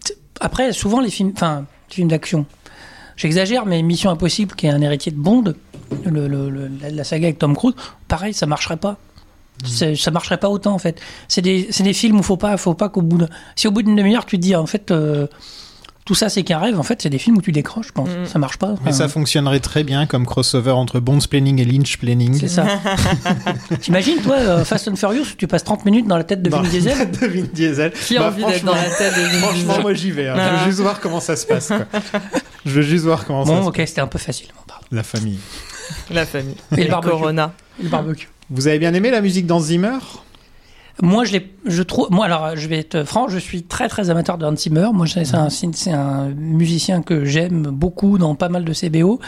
Speaker 2: t- après, souvent les films, enfin, les films d'action. J'exagère, mais Mission Impossible, qui est un héritier de Bond, le- le- le- la, la saga avec Tom Cruise, pareil, ça marcherait pas. C'est- Ça marcherait pas autant en fait. C'est des, c'est des films où faut pas, faut pas qu'au bout, d'un- si au bout d'une demi-heure tu te dis en fait euh, tout ça c'est qu'un rêve, en fait c'est des films où tu décroches, je pense.
Speaker 3: Mm.
Speaker 2: Ça marche pas.
Speaker 1: Mais
Speaker 2: Enfin,
Speaker 1: ça fonctionnerait très bien comme crossover entre Bond's Planning et Lynch Planning.
Speaker 2: C'est ça. T'imagines, toi, euh, Fast and Furious, où tu passes 30 minutes dans la tête de
Speaker 1: Dans-
Speaker 2: Vin Diesel
Speaker 1: Bah, de Vin Diesel.
Speaker 3: Qui a
Speaker 1: Bah,
Speaker 3: envie d'être dans la tête de Vin Diesel
Speaker 1: Franchement, moi j'y vais. hein. Je veux
Speaker 3: Ah.
Speaker 1: juste voir comment ça se passe. quoi. Je veux juste voir comment ça
Speaker 2: Bon,
Speaker 1: se
Speaker 2: ok, c'était un peu facile. bon, pardon.
Speaker 1: passe. La famille.
Speaker 3: La famille.
Speaker 2: Et
Speaker 3: Et,
Speaker 2: le
Speaker 3: le
Speaker 2: barbecue.
Speaker 3: Corona.
Speaker 2: Et le barbecue.
Speaker 1: Vous avez bien aimé la musique dans Zimmer
Speaker 2: Moi, je, l'ai- je trouve. Moi, alors, je vais être franc, je suis très très amateur de Hans Zimmer. Moi, c'est c'est un, c'est un musicien que j'aime beaucoup dans pas mal de ses BO.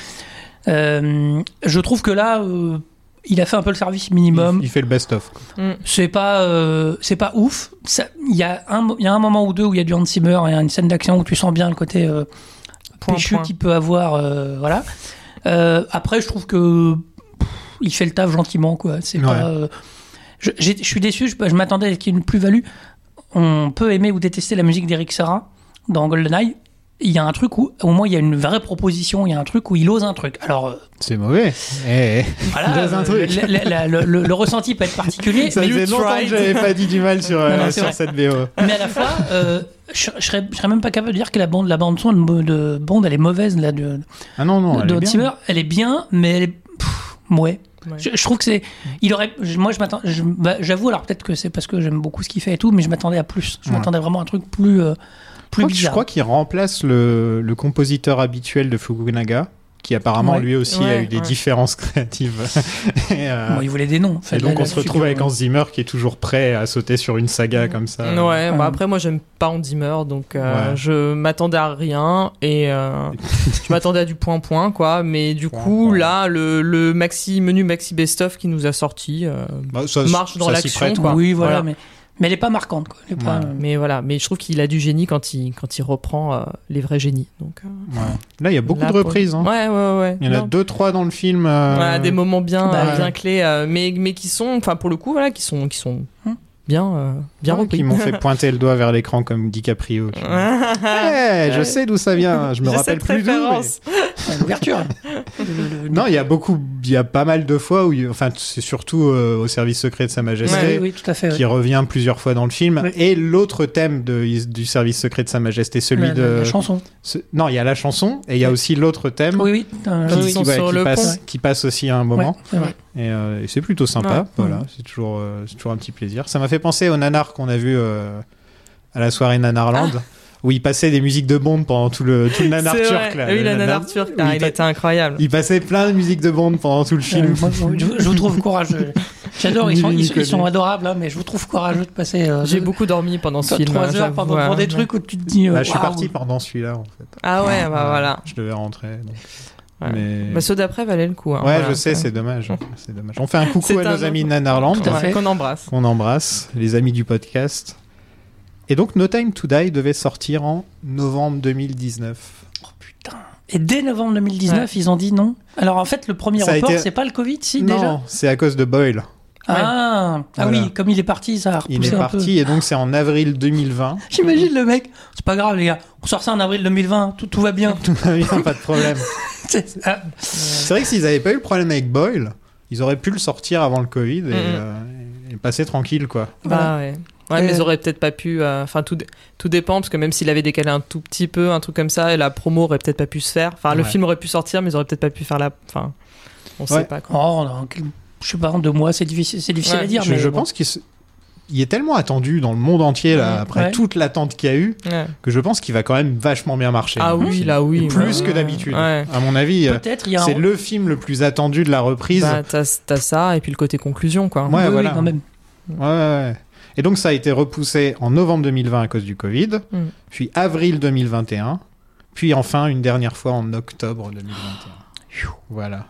Speaker 2: Euh, je trouve que là, euh, il a fait un peu le service minimum.
Speaker 1: Il, il fait le best-of.
Speaker 2: C'est pas, euh, c'est pas ouf. Ça- Il y, a un- il y a un moment ou deux où il y a du Hans Zimmer et une scène d'action où tu sens bien le côté euh,
Speaker 3: Point,
Speaker 2: péchu
Speaker 3: point.
Speaker 2: qu'il peut avoir. euh, voilà. Euh, après, je trouve que pff, il fait le taf gentiment. Quoi. C'est
Speaker 1: Ouais.
Speaker 2: pas, euh, je, j'ai- je suis déçu. Je, je m'attendais à ce qu'il y ait une plus-value. On peut aimer ou détester la musique d'Eric Serra dans GoldenEye. Il y a un truc où, au moins, il y a une vraie proposition. Il y a un truc où il ose un truc. Alors, euh,
Speaker 1: C'est mauvais. Eh, eh.
Speaker 2: voilà,
Speaker 1: ose un
Speaker 2: euh,
Speaker 1: truc.
Speaker 2: la- la- la- le, le- le ressenti peut être particulier.
Speaker 1: Ça
Speaker 2: mais-
Speaker 1: faisait longtemps que j'avais pas dit du mal sur, euh,
Speaker 2: Non, non, c'est
Speaker 1: sur
Speaker 2: vrai.
Speaker 1: cette BO.
Speaker 2: Mais à la fois, euh, je, je serais, je serais même pas capable de dire que la bande, la bande son de, Mo- de Bond, elle est mauvaise là de,
Speaker 1: Ah non, non. elle
Speaker 2: de
Speaker 1: est bien.
Speaker 2: Timmer. Elle est bien, mais elle est pff, ouais.
Speaker 3: Ouais.
Speaker 2: Je, je trouve que c'est, il aurait, je- moi je m'attends, je- bah, j'avoue alors peut-être que c'est parce que j'aime beaucoup ce qu'il fait et tout, mais je m'attendais à plus. Je
Speaker 1: Ouais.
Speaker 2: m'attendais vraiment à un truc plus, euh,
Speaker 1: Je
Speaker 2: plus
Speaker 1: crois que- je
Speaker 2: bizarre.
Speaker 1: crois qu'il remplace le, le compositeur habituel de Fukunaga, qui apparemment
Speaker 2: Ouais.
Speaker 1: lui aussi a
Speaker 3: Ouais,
Speaker 1: eu des
Speaker 3: ouais.
Speaker 1: différences créatives. et, euh,
Speaker 2: Bon, il voulait des noms. en fait,
Speaker 1: et
Speaker 2: là,
Speaker 1: donc on
Speaker 2: là,
Speaker 1: se
Speaker 2: là-dessus, euh,
Speaker 1: retrouve
Speaker 2: tu-
Speaker 1: avec Hans Zimmer qui est toujours prêt à sauter sur une saga comme ça.
Speaker 3: Ouais,
Speaker 2: Ouais.
Speaker 3: bah après moi j'aime pas Andy Zimmer donc euh,
Speaker 1: Ouais.
Speaker 3: je m'attendais à rien et euh, je m'attendais à du point point quoi mais du
Speaker 1: Point,
Speaker 3: coup
Speaker 1: point.
Speaker 3: là le, le maxi menu maxi best of qui nous a sorti euh,
Speaker 1: Bah, ça-
Speaker 3: Marche dans
Speaker 1: ça s'y
Speaker 3: l'action,
Speaker 1: prête,
Speaker 3: quoi.
Speaker 2: Oui, voilà,
Speaker 3: Voilà.
Speaker 2: mais mais elle est pas marquante. Quoi. Elle est pas- euh,
Speaker 1: Ouais.
Speaker 3: mais voilà mais je trouve qu'il a du génie quand il quand il reprend euh, les vrais génies donc euh,
Speaker 1: Ouais. Là, il y a beaucoup
Speaker 3: là,
Speaker 1: de
Speaker 3: pour-
Speaker 1: reprises. hein.
Speaker 3: ouais ouais ouais
Speaker 1: Il y en a
Speaker 3: Non.
Speaker 1: deux, trois dans le film. euh,
Speaker 3: Voilà, des moments bien
Speaker 2: Bah,
Speaker 3: euh,
Speaker 1: ouais.
Speaker 3: bien clés euh, mais mais qui sont enfin pour le coup voilà qui sont qui sont
Speaker 2: Hum.
Speaker 3: bien euh, bien
Speaker 1: ouais,
Speaker 3: repris
Speaker 1: Hein Ah qui m'ont fait pointer le doigt vers l'écran comme DiCaprio. tu vois. Ouais, je sais d'où ça vient. Je me
Speaker 3: J'ai
Speaker 1: rappelle
Speaker 3: cette
Speaker 1: plus d'où. mais-
Speaker 3: référence.
Speaker 2: Ouais, L'ouverture. Le- le-
Speaker 1: Non, il y a beaucoup, il y a pas mal de fois où, il- enfin, c'est surtout euh, au service secret de Sa Majesté.
Speaker 2: Ouais, oui, oui, tout à fait. ouais.
Speaker 1: qui revient plusieurs fois dans le film.
Speaker 2: Oui.
Speaker 1: Et l'autre thème de, du service secret de Sa Majesté, celui
Speaker 2: La-
Speaker 1: de.
Speaker 2: la- la chanson.
Speaker 1: ce- non, il y a la chanson et il y a aussi l'autre thème
Speaker 2: Oui, oui. euh,
Speaker 1: qui,
Speaker 3: Ils
Speaker 1: qui-
Speaker 3: sont
Speaker 1: ouais,
Speaker 3: sur
Speaker 1: qui
Speaker 3: le
Speaker 1: passe, qui passe aussi à un moment.
Speaker 2: ouais, c'est vrai.
Speaker 1: Et, euh, et c'est plutôt sympa.
Speaker 3: Ouais.
Speaker 1: Voilà, c'est toujours, euh, c'est toujours un petit plaisir. Ça m'a fait penser au nanar qu'on a vu euh, à la soirée Nanarland. Où il passait des musiques de Bond pendant tout le, tout le nanar
Speaker 3: Ah. C'est vrai. Ah
Speaker 1: turc. là.
Speaker 3: oui
Speaker 1: Le
Speaker 3: la nana
Speaker 1: nanar-
Speaker 3: Arthur
Speaker 1: Oui,
Speaker 3: il
Speaker 1: pas-
Speaker 3: était incroyable
Speaker 1: Il passait plein de musiques de Bond pendant tout le film.
Speaker 2: Euh, moi, je, je- je vous trouve courageux. J'adore, ils sont,
Speaker 1: Ni-
Speaker 2: ils,
Speaker 1: ni
Speaker 2: sont- ils sont
Speaker 1: connu.
Speaker 2: adorables, hein, mais je vous trouve courageux de passer euh,
Speaker 3: J'ai
Speaker 2: de-
Speaker 3: beaucoup dormi pendant ce
Speaker 2: de-
Speaker 3: film.
Speaker 2: trois
Speaker 3: hein,
Speaker 2: heures
Speaker 3: j'avoue,
Speaker 2: pendant, pour
Speaker 3: ouais.
Speaker 2: des trucs où tu te dis. euh,
Speaker 1: Bah, je suis
Speaker 2: waouh.
Speaker 1: parti pendant celui-là, en fait. Euh,
Speaker 3: Ah ouais, bah voilà.
Speaker 1: Je devais rentrer. donc.
Speaker 3: Ouais.
Speaker 1: Mais...
Speaker 3: Bah, ceux d'après valaient le coup. hein,
Speaker 1: Ouais,
Speaker 3: voilà.
Speaker 1: je sais, c'est dommage. C'est dommage. On fait un coucou
Speaker 3: C'est
Speaker 1: à
Speaker 3: un
Speaker 1: nos
Speaker 3: autre-
Speaker 1: amis de Nanarland,
Speaker 2: Tout à fait.
Speaker 3: Qu'on embrasse.
Speaker 1: qu'on embrasse, les amis du podcast. Et donc, No Time to Die devait sortir en novembre 2019.
Speaker 2: Oh, putain. Et dès novembre 2019, ils ont dit non. Alors en fait, le premier
Speaker 1: Ça a
Speaker 2: report,
Speaker 1: été-
Speaker 2: c'est pas le Covid, si déjà
Speaker 1: non, c'est à cause de Boyle.
Speaker 2: Ah, ah
Speaker 1: Voilà.
Speaker 2: oui, comme il est parti, ça a
Speaker 1: Il
Speaker 2: repoussé
Speaker 1: est
Speaker 2: un
Speaker 1: parti et donc c'est en avril 2020.
Speaker 2: peu. J'imagine le mec, c'est pas grave les gars, on sort ça en avril 2020, tout, tout va bien.
Speaker 1: Tout va bien, pas de problème.
Speaker 2: C'est- ah,
Speaker 1: C'est vrai que s'ils n'avaient pas eu le problème avec Boyle, ils auraient pu le sortir avant le Covid et,
Speaker 3: Mhm.
Speaker 1: euh, et passer tranquille, quoi.
Speaker 2: voilà.
Speaker 3: Bah ouais. Ouais, mais
Speaker 2: Euh,
Speaker 3: ils auraient peut-être pas pu. euh, Enfin, tout, dé- tout dépend, parce que même s'il avait décalé un tout petit peu, un truc comme ça, et la promo aurait peut-être pas pu se faire. Enfin, le
Speaker 1: Ouais.
Speaker 3: film aurait pu sortir, mais ils auraient peut-être pas pu faire la. Enfin, on
Speaker 1: Ouais.
Speaker 3: sait pas quoi.
Speaker 2: Oh, dans quel- je sais pas, en deux mois, c'est difficile, c'est difficile
Speaker 3: Ouais,
Speaker 2: à dire.
Speaker 1: Je,
Speaker 2: mais
Speaker 1: je
Speaker 2: bon.
Speaker 1: pense qu'il se- il est tellement attendu dans le monde entier, là,
Speaker 3: Mhm.
Speaker 1: après
Speaker 2: Ouais.
Speaker 1: toute l'attente qu'il y a eu,
Speaker 3: Ouais.
Speaker 1: que je pense qu'il va quand même vachement bien marcher.
Speaker 3: Ah oui, là oui.
Speaker 1: plus
Speaker 3: ouais.
Speaker 1: que d'habitude.
Speaker 3: Ouais.
Speaker 1: À mon avis, euh,
Speaker 2: Peut-être il y a
Speaker 1: c'est
Speaker 2: un.
Speaker 1: le film le plus attendu de la reprise.
Speaker 3: Bah, t'as t'as ça, et puis le côté conclusion, quoi.
Speaker 1: Ouais,
Speaker 2: Oui, oui,
Speaker 1: voilà.
Speaker 2: quand même.
Speaker 1: Ouais, ouais, ouais. Et donc ça a été repoussé en novembre 2020 à cause du Covid,
Speaker 3: Mm.
Speaker 1: puis avril 2021, Puis enfin, une dernière fois en octobre 2021. Voilà.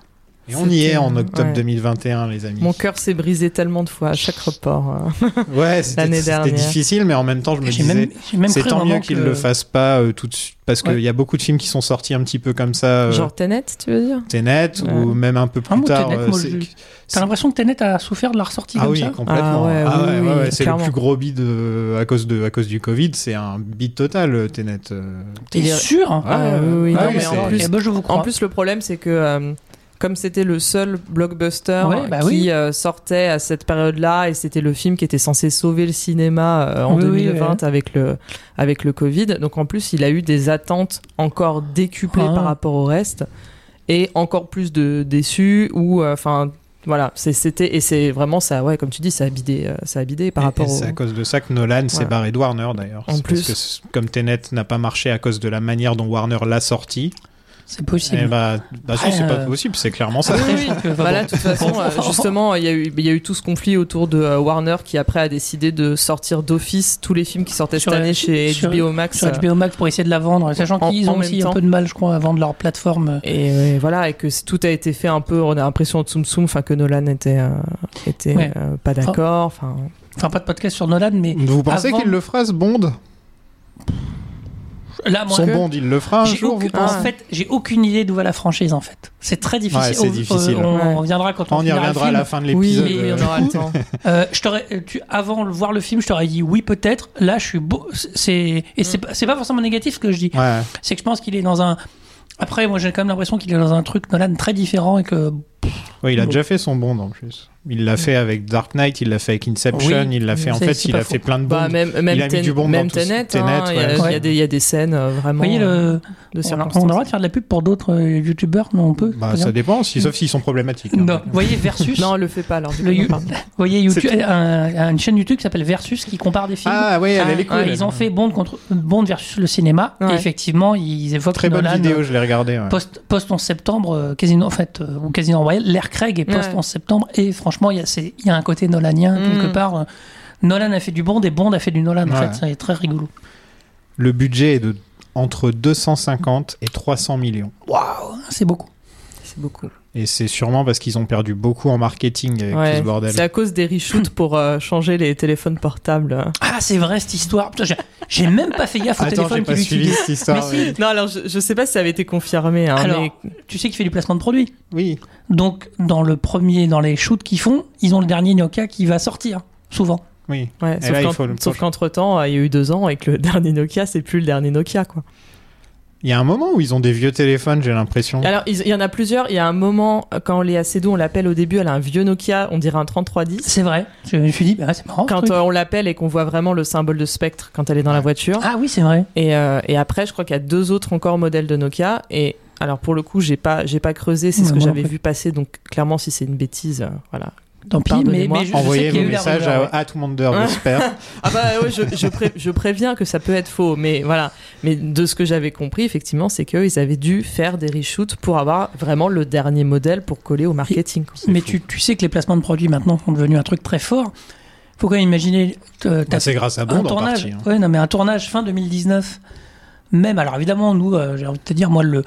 Speaker 1: Et on y
Speaker 3: C'était-
Speaker 1: est en octobre
Speaker 3: ouais.
Speaker 1: 2021, les amis.
Speaker 3: Mon cœur s'est brisé tellement de fois à chaque report. euh.
Speaker 1: Ouais, c'était
Speaker 3: l'année
Speaker 1: c'était
Speaker 3: dernière.
Speaker 1: difficile, mais en même temps, je me
Speaker 2: J'ai
Speaker 1: disais,
Speaker 2: même, j'ai même
Speaker 1: c'est
Speaker 2: cru à un
Speaker 1: tant mieux
Speaker 2: moment
Speaker 1: qu'ils
Speaker 2: que-
Speaker 1: le fassent pas euh, tout de suite, parce qu'il
Speaker 3: Ouais.
Speaker 1: y a beaucoup de films qui sont sortis un petit peu comme ça, euh,
Speaker 3: Genre Tenet, tu veux dire
Speaker 1: Tenet, ou
Speaker 3: Ouais.
Speaker 1: même un peu
Speaker 2: Ah,
Speaker 1: plus
Speaker 2: moi,
Speaker 1: tard.
Speaker 2: Tenet,
Speaker 1: euh,
Speaker 2: moi,
Speaker 1: c'est-
Speaker 2: je- T'as l'impression que Tenet a souffert de la ressortie
Speaker 1: Ah
Speaker 2: comme
Speaker 1: oui,
Speaker 2: ça
Speaker 1: complètement.
Speaker 3: Ah ouais, oui, oui, oui,
Speaker 1: c'est le
Speaker 3: clairement.
Speaker 1: plus gros bid euh, à cause de à cause du Covid, c'est un bid total euh, Tenet. euh.
Speaker 2: T'es
Speaker 3: Il est-
Speaker 2: sûr hein.
Speaker 3: Ah,
Speaker 1: Ouais,
Speaker 3: oui, oui,
Speaker 1: ouais,
Speaker 3: non, mais
Speaker 1: c'est-
Speaker 3: en plus-
Speaker 2: Eh ben, je vous crois.
Speaker 3: En plus, le problème, c'est que euh, comme c'était le seul blockbuster
Speaker 2: Ouais, bah
Speaker 3: qui
Speaker 2: oui.
Speaker 3: euh, sortait à cette période-là, et c'était le film qui était censé sauver le cinéma euh, en
Speaker 2: Oui, oui,
Speaker 3: 2020 avec le avec le Covid, donc en plus, il a eu des attentes encore décuplées
Speaker 2: Ah.
Speaker 3: par rapport au reste, et encore plus de déçus ou euh, enfin. voilà, c'est- c'était et c'est vraiment ça, ouais, comme tu dis, ça a bidé, euh, ça a bidé par
Speaker 1: Et-
Speaker 3: rapport
Speaker 1: et
Speaker 3: au.
Speaker 1: c'est à cause de ça que Nolan s'est
Speaker 3: Voilà.
Speaker 1: barré de Warner d'ailleurs.
Speaker 3: En
Speaker 1: C'est parce
Speaker 3: plus.
Speaker 1: que c- comme Tenet n'a pas marché à cause de la manière dont Warner l'a sorti,
Speaker 2: c'est
Speaker 1: eh
Speaker 2: possible.
Speaker 1: bah, bah si,
Speaker 2: Ouais,
Speaker 1: c'est pas
Speaker 2: euh,
Speaker 1: possible, c'est clairement ça.
Speaker 3: Ah oui,
Speaker 2: je
Speaker 3: oui.
Speaker 2: pense que- enfin,
Speaker 3: Bah là,
Speaker 2: bon.
Speaker 3: de toute façon, euh, justement, il y, a eu, il y a eu tout ce conflit autour de euh, Warner qui après a décidé de sortir d'office tous les films qui sortaient
Speaker 2: Sur-
Speaker 3: cette année chez
Speaker 2: sur-
Speaker 3: HBO Max.
Speaker 2: Sur HBO Max pour essayer de la vendre, sachant
Speaker 3: En-
Speaker 2: qu'ils
Speaker 3: en
Speaker 2: ont
Speaker 3: même
Speaker 2: aussi un
Speaker 3: temps.
Speaker 2: peu de mal, je crois, à vendre leur plateforme.
Speaker 3: Et euh, voilà, et que c- tout a été fait un peu, on a l'impression de Tsum Tsum, enfin que Nolan était, euh, était
Speaker 2: Ouais.
Speaker 3: euh, pas d'accord. Enfin,
Speaker 2: Enfin, pas de podcast sur Nolan, mais
Speaker 1: Vous pensez
Speaker 2: Avant-
Speaker 1: qu'il le fera ce Bond
Speaker 2: là, moi,
Speaker 1: Son
Speaker 2: que-
Speaker 1: Bond, il le fera un
Speaker 2: j'ai
Speaker 1: jour,
Speaker 2: aucune-
Speaker 1: vous pensez
Speaker 2: en fait, j'ai aucune idée d'où va la franchise, en fait. C'est très difficile.
Speaker 1: Ouais, c'est
Speaker 2: On- euh,
Speaker 1: difficile.
Speaker 2: On,
Speaker 3: Ouais.
Speaker 2: reviendra quand on,
Speaker 1: On y
Speaker 2: finira le
Speaker 1: reviendra à
Speaker 2: film.
Speaker 1: la fin de
Speaker 3: oui,
Speaker 1: l'épisode.
Speaker 3: oui,
Speaker 1: euh,
Speaker 3: on aura le temps.
Speaker 2: Euh, je t'aurais, euh, tu, avant de voir le film, je t'aurais dit oui peut-être. Là, je suis beau. C'est et
Speaker 3: Mm.
Speaker 2: c'est pas- c'est pas forcément négatif ce que je dis.
Speaker 1: Ouais.
Speaker 2: C'est que je pense qu'il est dans un. Après, moi, j'ai quand même l'impression qu'il est dans un truc Nolan très différent et que
Speaker 1: Oui, il a
Speaker 2: Bon.
Speaker 1: déjà fait son Bond en plus. Il l'a fait avec Dark Knight, il l'a fait avec Inception,
Speaker 3: Oui.
Speaker 1: il l'a fait en
Speaker 2: C'est-
Speaker 1: fait,
Speaker 2: c'est
Speaker 1: il
Speaker 2: pas
Speaker 1: a
Speaker 2: faux.
Speaker 1: fait plein de Bonds.
Speaker 3: Bah, même même,
Speaker 1: Il a mis
Speaker 3: Ten-
Speaker 1: du bon dans
Speaker 3: même
Speaker 1: tout ce-
Speaker 3: Tenet,
Speaker 1: Tenet,
Speaker 3: hein, il y a-
Speaker 1: ouais.
Speaker 3: il y, a des- il y a des scènes euh,
Speaker 2: vous
Speaker 3: vraiment
Speaker 2: voyez le.
Speaker 3: euh,
Speaker 2: On a, on a
Speaker 3: de
Speaker 2: le droit
Speaker 3: circonstances.
Speaker 2: de faire de la pub pour d'autres euh, youtubeurs, non on peut
Speaker 1: Bah,
Speaker 2: Très
Speaker 1: ça
Speaker 2: bien.
Speaker 1: dépend, si, sauf s'ils sont problématiques. hein.
Speaker 2: Non, vous voyez Versus,
Speaker 3: Non, le fait pas alors. du
Speaker 2: Le
Speaker 3: coup,
Speaker 2: you-
Speaker 3: non, pardon.
Speaker 2: vous voyez YouTube, euh,
Speaker 1: C'est
Speaker 2: un- une chaîne YouTube qui s'appelle Versus qui compare des films.
Speaker 1: Ah oui, elle,
Speaker 3: Ah,
Speaker 1: elle est cool.
Speaker 2: Ouais,
Speaker 1: elle.
Speaker 2: ils ont fait Bond contre Bond versus le cinéma.
Speaker 3: Ouais.
Speaker 2: Et effectivement, ils évoquent
Speaker 1: Très bonne
Speaker 2: Nolan, euh,
Speaker 1: vidéo, je l'ai regardée. ouais.
Speaker 2: post, post 11 septembre, euh, Casino en fait, euh, ou Casino Royale, l'ère Craig et post
Speaker 3: Ouais.
Speaker 2: 11 septembre. Et franchement, il y a, c'est- il y a un côté nolanien
Speaker 3: Mm.
Speaker 2: quelque part. euh, Nolan a fait du Bond et Bond a fait du Nolan. En
Speaker 1: Ouais.
Speaker 2: fait, c'est très rigolo.
Speaker 1: Le budget est de entre 250 et 300 millions.
Speaker 2: Waouh, Ah, c'est beaucoup.
Speaker 3: C'est beaucoup.
Speaker 1: Et c'est sûrement parce qu'ils ont perdu beaucoup en marketing avec
Speaker 3: Ouais.
Speaker 1: tout ce bordel.
Speaker 3: C'est à cause des reshoots pour euh, changer les téléphones portables.
Speaker 2: Ah, c'est vrai cette histoire. Putain, j'ai- J'ai même pas fait gaffe au
Speaker 1: Attends, j'ai
Speaker 2: téléphone
Speaker 1: pas
Speaker 2: qu'il
Speaker 1: suivi
Speaker 2: utilisait.
Speaker 1: cette histoire.
Speaker 2: Mais si.
Speaker 1: ouais.
Speaker 3: Non, alors je, je sais pas si ça avait été confirmé. Hein,
Speaker 2: Alors,
Speaker 3: mais-
Speaker 2: tu sais qu'il fait du placement de produits.
Speaker 1: Oui.
Speaker 2: Donc, dans le premier, dans les shoots qu'ils font, ils ont le dernier Nokia qui va sortir, souvent.
Speaker 1: oui.
Speaker 3: Ouais,
Speaker 1: Et
Speaker 3: sauf
Speaker 1: là, il
Speaker 3: qu'en-
Speaker 1: faut le
Speaker 3: sauf qu'entre-temps, euh, il y a eu deux ans et que le dernier Nokia, c'est plus le dernier Nokia. Quoi.
Speaker 1: Il y a un moment où ils ont des vieux téléphones, j'ai l'impression.
Speaker 2: Ah,
Speaker 3: Alors, ils- il y en a plusieurs. Il y a un moment, euh, quand Léa Seydoux, on l'appelle au début, elle a un vieux Nokia, on dirait un 3310.
Speaker 2: C'est vrai. Je me suis dit, bah, c'est marrant. ce
Speaker 3: Quand
Speaker 2: truc.
Speaker 3: euh, on l'appelle et qu'on voit vraiment le symbole de spectre quand elle est dans la voiture.
Speaker 2: Ah oui, c'est vrai.
Speaker 3: Et, euh, et après, je crois qu'il y a deux autres encore modèles de Nokia. Et alors, pour le coup, j'ai pas, j'ai pas creusé, c'est
Speaker 2: Ouais,
Speaker 3: ce que
Speaker 2: moi non
Speaker 3: j'avais
Speaker 2: plus.
Speaker 3: vu passer. Donc, clairement, si c'est une bêtise, euh, voilà.
Speaker 2: Tant pis, mais,
Speaker 3: Pardonnez-moi.
Speaker 2: mais je, je
Speaker 1: Envoyez
Speaker 2: sais qu'il y
Speaker 1: vos
Speaker 2: a eu la
Speaker 1: messages
Speaker 2: rumeur,
Speaker 1: à,
Speaker 2: ouais. Hein
Speaker 1: à tout le monde dehors,
Speaker 3: Ouais.
Speaker 1: j'espère.
Speaker 3: Ah bah ouais, je, je, pré- je préviens que ça peut être faux, mais voilà. Mais de ce que j'avais compris, effectivement, c'est qu'ils avaient dû faire des reshoots pour avoir vraiment le dernier modèle pour coller au marketing. quoi.
Speaker 2: Mais tu, tu sais que les placements de produits maintenant sont devenus un truc très fort. Faut quand même imaginer. euh, t'as
Speaker 1: Bah, c'est grâce à Bond
Speaker 2: un
Speaker 1: en
Speaker 2: tournage.
Speaker 1: partie. hein.
Speaker 2: Ouais, non, mais un tournage fin 2019. Même, alors évidemment, nous, euh, j'ai envie de te dire, moi, le,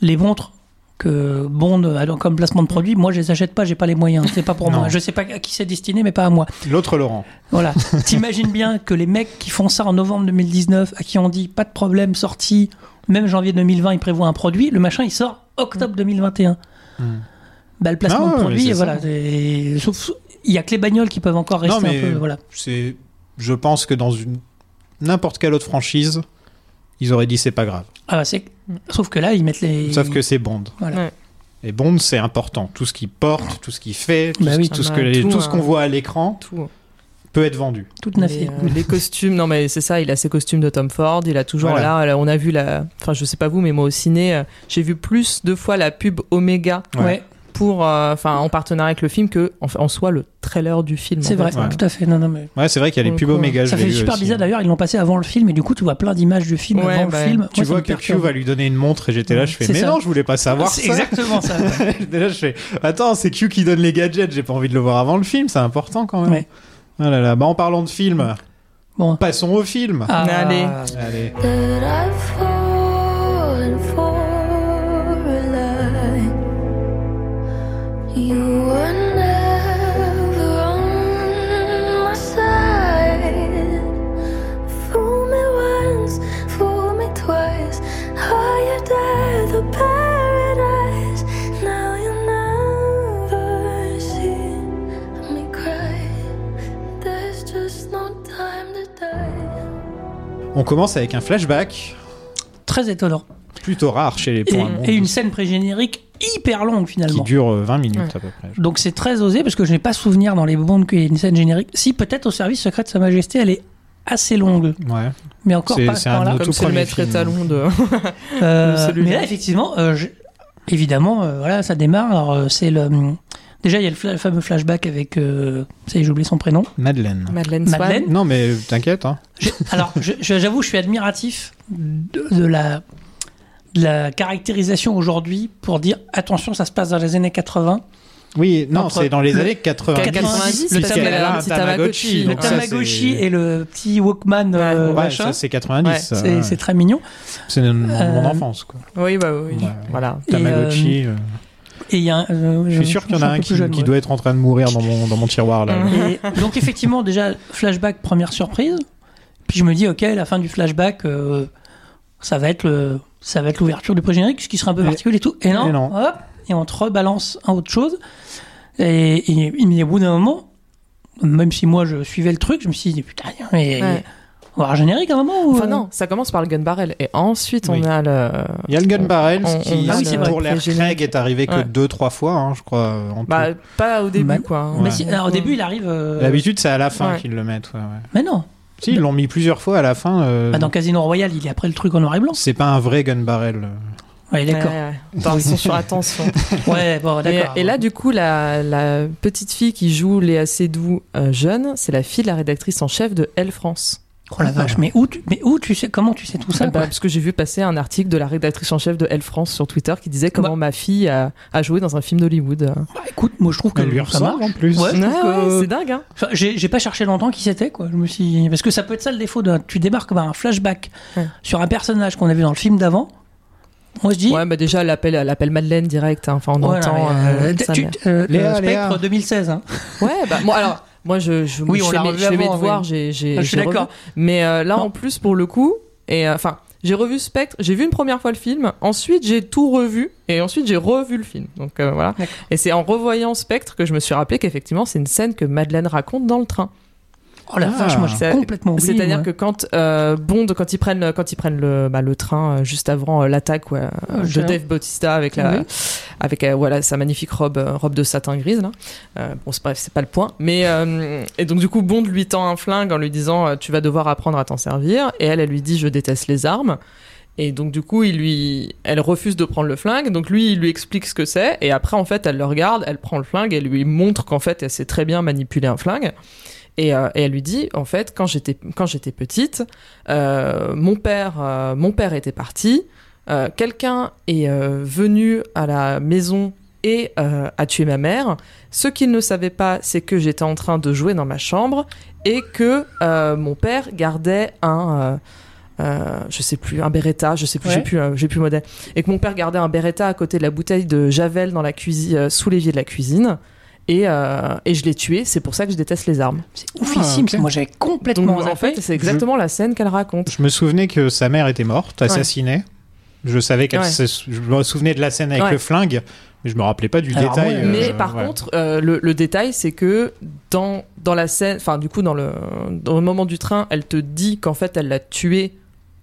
Speaker 2: les montres que Bond a dans- comme placement de produit, moi, je les achète pas, j'ai pas les moyens. C'est pas pour
Speaker 1: Non.
Speaker 2: moi. Je sais pas à qui c'est destiné, mais pas à moi.
Speaker 1: hein. L'autre Laurent.
Speaker 2: Voilà. T'imagines bien que les mecs qui font ça en novembre 2019, à qui on dit pas de problème, sortie, même janvier 2020, ils prévoient un produit, le machin il sort octobre 2021. Bah, le placement
Speaker 1: Mm. Ah ouais,
Speaker 2: de
Speaker 1: mais
Speaker 2: produit,
Speaker 1: c'est
Speaker 2: voilà. c'est- Sauf, il y a que les bagnoles qui peuvent encore rester
Speaker 1: Non, mais-
Speaker 2: un peu. Voilà.
Speaker 1: C'est, je pense que dans une n'importe quelle autre franchise, ils auraient dit c'est pas grave.
Speaker 2: Ah, bah, c'est... Sauf que là, ils mettent les.
Speaker 1: Sauf que c'est Bond.
Speaker 2: Voilà.
Speaker 3: Ouais.
Speaker 1: Et Bond, c'est important. Tout ce qu'il porte, tout ce qu'il fait, tout,
Speaker 2: Bah
Speaker 1: ce-
Speaker 2: oui.
Speaker 1: tout ce
Speaker 3: Ah
Speaker 1: que
Speaker 3: bah,
Speaker 1: les-
Speaker 3: tout,
Speaker 1: tout ce
Speaker 3: hein.
Speaker 1: qu'on voit à l'écran
Speaker 3: Tout.
Speaker 1: peut être vendu.
Speaker 2: Tout à
Speaker 3: Les,
Speaker 2: fait.
Speaker 3: euh, les costumes, non mais c'est ça, il a ses costumes de Tom Ford, il a toujours
Speaker 1: Voilà.
Speaker 3: là, là, on a vu la, enfin je sais pas vous, mais moi au ciné, euh, j'ai vu plus de fois la pub Omega
Speaker 2: Ouais,
Speaker 3: pour, euh, enfin en partenariat avec le film que en, en soi le trailer du film.
Speaker 2: c'est
Speaker 3: en
Speaker 2: vrai,
Speaker 3: fait.
Speaker 1: ouais.
Speaker 2: tout à fait. Non, non, mais...
Speaker 1: Ouais, c'est vrai qu'il y a les
Speaker 3: Pour
Speaker 1: pubs
Speaker 3: le coup,
Speaker 1: Omega. je
Speaker 2: Ça
Speaker 1: l'ai
Speaker 2: fait
Speaker 1: vu
Speaker 2: super
Speaker 1: aussi. hein.
Speaker 2: bizarre d'ailleurs, ils l'ont passé avant le film et du coup tu vois plein d'images du film
Speaker 3: Ouais,
Speaker 2: avant
Speaker 3: bah,
Speaker 2: le film. Moi,
Speaker 1: Tu
Speaker 2: ça
Speaker 1: vois
Speaker 2: me
Speaker 1: que Q
Speaker 2: perturbe.
Speaker 1: va lui donner une montre et j'étais là, je fais
Speaker 2: C'est
Speaker 1: mais
Speaker 2: ça.
Speaker 1: non, je voulais pas savoir
Speaker 2: C'est
Speaker 1: ça.
Speaker 2: exactement ça. ouais.
Speaker 1: Déjà, je fais attends, c'est Q qui donne les gadgets. J'ai pas envie de le voir avant le film, c'est important quand même.
Speaker 2: Ouais.
Speaker 1: Oh là là. Bah, en parlant de film,
Speaker 2: Bon.
Speaker 1: passons au film.
Speaker 2: Ah.
Speaker 3: Allez.
Speaker 1: Allez.
Speaker 4: That I fall
Speaker 1: On commence avec un flashback,
Speaker 2: Très étonnant.
Speaker 1: plutôt rare chez les
Speaker 2: Et,
Speaker 1: points.
Speaker 2: et une scène pré-générique hyper longue
Speaker 1: qui
Speaker 2: finalement.
Speaker 1: dure euh, 20 minutes à peu près.
Speaker 2: Donc c'est très osé parce que je n'ai pas souvenir dans les Bond qu'il y ait une scène générique. Si peut-être au service secret de Sa Majesté, elle est assez longue,
Speaker 1: Ouais.
Speaker 2: mais encore
Speaker 1: C'est-
Speaker 2: pas à ce
Speaker 1: c'est un
Speaker 2: point-là.
Speaker 1: Le autre- tout
Speaker 3: Comme c'est le
Speaker 1: premier
Speaker 3: maître
Speaker 1: film.
Speaker 3: étalon de.
Speaker 2: Euh,
Speaker 3: Le cellulaire.
Speaker 2: mais là, effectivement, euh, je- évidemment, euh, voilà, ça démarre. Alors, euh, c'est le déjà il y a le, fla- le fameux flashback avec, euh, ça y est, j'ai oublié son prénom.
Speaker 1: Madeleine.
Speaker 3: Madeleine
Speaker 2: Swann.
Speaker 3: Swan.
Speaker 2: Madeleine.
Speaker 1: Non mais t'inquiète. Hein.
Speaker 2: J'ai- Alors, je- je- j'avoue, je suis admiratif de, de la de la caractérisation aujourd'hui pour dire attention, ça se passe dans les années 80.
Speaker 1: Oui, non,
Speaker 2: Entre
Speaker 1: c'est dans les
Speaker 2: le-
Speaker 1: années 90.
Speaker 3: 90,
Speaker 1: puisqu'elle
Speaker 3: parce qu'elle a un petit Tamagotchi,
Speaker 2: Le
Speaker 1: donc ça,
Speaker 2: Tamagotchi
Speaker 1: c'est-
Speaker 2: et le petit Walkman, euh,
Speaker 3: Ouais,
Speaker 1: Ouais,
Speaker 2: machin.
Speaker 1: ça c'est 90.
Speaker 3: Ouais,
Speaker 1: ça,
Speaker 2: c'est
Speaker 1: ouais.
Speaker 2: c'est très mignon.
Speaker 1: C'est mon, mon
Speaker 2: Euh,
Speaker 1: enfance quoi.
Speaker 3: Oui, bah oui.
Speaker 1: Ouais.
Speaker 3: Voilà.
Speaker 2: Et,
Speaker 1: Tamagotchi. euh,
Speaker 2: Et il y a un, euh,
Speaker 1: Je suis sûr qu'il y en a
Speaker 2: peu
Speaker 1: un
Speaker 2: plus
Speaker 1: qui,
Speaker 2: jeune,
Speaker 1: qui
Speaker 2: ouais. Mm.
Speaker 1: doit être en train de mourir dans mon, dans mon tiroir là.
Speaker 3: Mmh.
Speaker 2: Et donc effectivement, déjà, flashback, première surprise. Puis je me dis, ok, la fin du flashback, euh, ça va être le, ça va être l'ouverture du pré-générique, ce qui sera un peu
Speaker 1: Et-
Speaker 2: particulier et tout. Et non,
Speaker 1: et non.
Speaker 2: hop, et on te rebalance un autre chose. Et, et- mais au bout d'un moment, même si moi je suivais le truc, je me suis dit, putain, mais
Speaker 3: Ouais.
Speaker 2: on va avoir un générique à un moment ou...
Speaker 3: Enfin, non, ça commence par le gun barrel et ensuite
Speaker 1: Oui.
Speaker 3: on a le.
Speaker 1: Il y a le
Speaker 2: Mm.
Speaker 1: Gun Barrels
Speaker 3: on-
Speaker 1: qui,
Speaker 3: on
Speaker 2: a
Speaker 1: qui,
Speaker 2: le-
Speaker 1: pour l'ère
Speaker 3: le générique.
Speaker 1: Craig, est arrivé que
Speaker 3: Ouais.
Speaker 1: deux, trois fois, hein, je crois. euh, en tout.
Speaker 3: Bah, pas au début,
Speaker 2: Bah,
Speaker 3: quoi. hein.
Speaker 2: Mais
Speaker 1: Ouais.
Speaker 2: si, alors, au début, il arrive. euh,
Speaker 1: D'habitude, c'est à la fin
Speaker 3: ouais.
Speaker 1: qu'ils le mettent. ouais, ouais.
Speaker 2: Mais non.
Speaker 1: Si, ils l'ont mis plusieurs fois à la fin. euh,
Speaker 2: Bah, dans Casino Royale, il est après le truc en noir et blanc.
Speaker 1: C'est pas un vrai Gun Barrel. euh.
Speaker 2: Ouais,
Speaker 3: Ouais,
Speaker 2: d'accord.
Speaker 3: ouais. Attention, sur attention.
Speaker 2: Ouais, bon,
Speaker 3: Mais-
Speaker 2: d'accord.
Speaker 3: et là, du coup, la, la petite fille qui joue Léa Seydoux euh, jeune, c'est la fille de la rédactrice en chef de Elle France.
Speaker 2: Oh la vache, mais où tu, mais où tu sais, comment tu sais tout ça
Speaker 3: Bah,
Speaker 2: quoi
Speaker 3: parce que j'ai vu passer un article de la rédactrice en chef de Elle France sur Twitter qui disait comment
Speaker 2: Bah.
Speaker 3: ma fille a, a joué dans un film d'Hollywood.
Speaker 2: Bah, écoute, moi je trouve que
Speaker 1: Elle lui
Speaker 2: ça
Speaker 1: ressemble
Speaker 2: marche.
Speaker 1: en plus.
Speaker 2: Ouais, je
Speaker 3: Ouais,
Speaker 2: trouve que-
Speaker 3: ouais, c'est dingue, hein.
Speaker 2: Enfin, j'ai j'ai pas cherché longtemps qui c'était quoi. Je me suis parce que ça peut être ça le défaut d'un tu débarques par un flashback
Speaker 3: Ouais.
Speaker 2: sur un personnage qu'on a vu dans le film d'avant. Moi je dis
Speaker 3: Ouais, bah déjà, elle appelle, elle appelle Madeleine direct. hein. Enfin, on
Speaker 2: voilà,
Speaker 3: entend.
Speaker 2: mais,
Speaker 3: euh,
Speaker 2: euh,
Speaker 3: sa
Speaker 2: tu-
Speaker 3: mère.
Speaker 2: euh,
Speaker 1: Léa,
Speaker 2: euh, Spectre
Speaker 1: Léa.
Speaker 2: 2016 hein.
Speaker 3: Ouais, bah, moi, alors, moi, je, je,
Speaker 2: Oui,
Speaker 3: je
Speaker 2: on
Speaker 3: fais
Speaker 2: l'a
Speaker 3: mes,
Speaker 2: revu
Speaker 3: je fais mes
Speaker 2: avant,
Speaker 3: devoirs,
Speaker 2: oui.
Speaker 3: j'ai, j'ai,
Speaker 2: Ah, je suis
Speaker 3: j'ai revu.
Speaker 2: d'accord.
Speaker 3: Mais euh, là,
Speaker 2: Non.
Speaker 3: en plus, pour le coup, et euh, enfin, j'ai revu Spectre, j'ai vu une première fois le film, ensuite j'ai tout revu, et ensuite j'ai revu le film. Donc euh, voilà.
Speaker 2: D'accord.
Speaker 3: Et c'est en revoyant Spectre que je me suis rappelé qu'effectivement, c'est une scène que Madeleine raconte dans le train.
Speaker 2: Oh la
Speaker 1: Ah.
Speaker 2: vache, moi j'ai
Speaker 3: C'est-
Speaker 2: complètement oublié.
Speaker 3: C'est-à-dire
Speaker 2: moi.
Speaker 3: que quand euh, Bond, quand ils prennent, quand ils prennent le, bah, le train euh, juste avant euh, l'attaque ouais, euh,
Speaker 2: Oh, je-
Speaker 3: de Dave Bautista avec la,
Speaker 2: Oui.
Speaker 3: avec euh, voilà sa magnifique robe, euh, robe de satin grise là. Euh, bon, c'est pas, c'est pas le point. Mais euh, et donc du coup, Bond lui tend un flingue en lui disant, euh, tu vas devoir apprendre à t'en servir. Et elle, elle lui dit, je déteste les armes. Et donc du coup, il lui, elle refuse de prendre le flingue. Donc lui, il lui explique ce que c'est. Et après, en fait, elle le regarde, elle prend le flingue, elle lui montre qu'en fait, elle sait très bien manipuler un flingue. Et, euh, et elle lui dit, en fait, quand j'étais quand j'étais petite, euh, mon père euh, mon père était parti. Euh, Quelqu'un est euh, venu à la maison et euh, a tué ma mère. Ce qu'il ne savait pas, c'est que j'étais en train de jouer dans ma chambre et que euh, mon père gardait un euh, euh, je sais plus un Beretta, je sais plus, j'ai
Speaker 2: Ouais.
Speaker 3: plus, euh, j'ai plus le modèle, et que mon père gardait un Beretta à côté de la bouteille de javel dans la cuisine, euh, sous l'évier de la cuisine, et, euh, et je l'ai tué. C'est pour ça que je déteste les armes.
Speaker 2: c'est oufissime,
Speaker 1: Ah, ok.
Speaker 2: moi j'avais complètement
Speaker 3: Donc en
Speaker 2: zappé.
Speaker 3: fait, c'est exactement la scène qu'elle raconte.
Speaker 1: Je me souvenais que sa mère était morte, assassinée. Je savais qu'elle.
Speaker 3: Ouais.
Speaker 1: se- Je me souvenais de la scène avec
Speaker 3: Ouais.
Speaker 1: le flingue, mais je me rappelais pas du
Speaker 2: Alors,
Speaker 1: détail.
Speaker 2: moi,
Speaker 1: euh,
Speaker 3: Mais par
Speaker 1: ouais.
Speaker 3: contre, euh, le, le détail, c'est que dans, dans la scène, enfin, du coup, dans le, dans le moment du train, elle te dit qu'en fait, elle l'a tué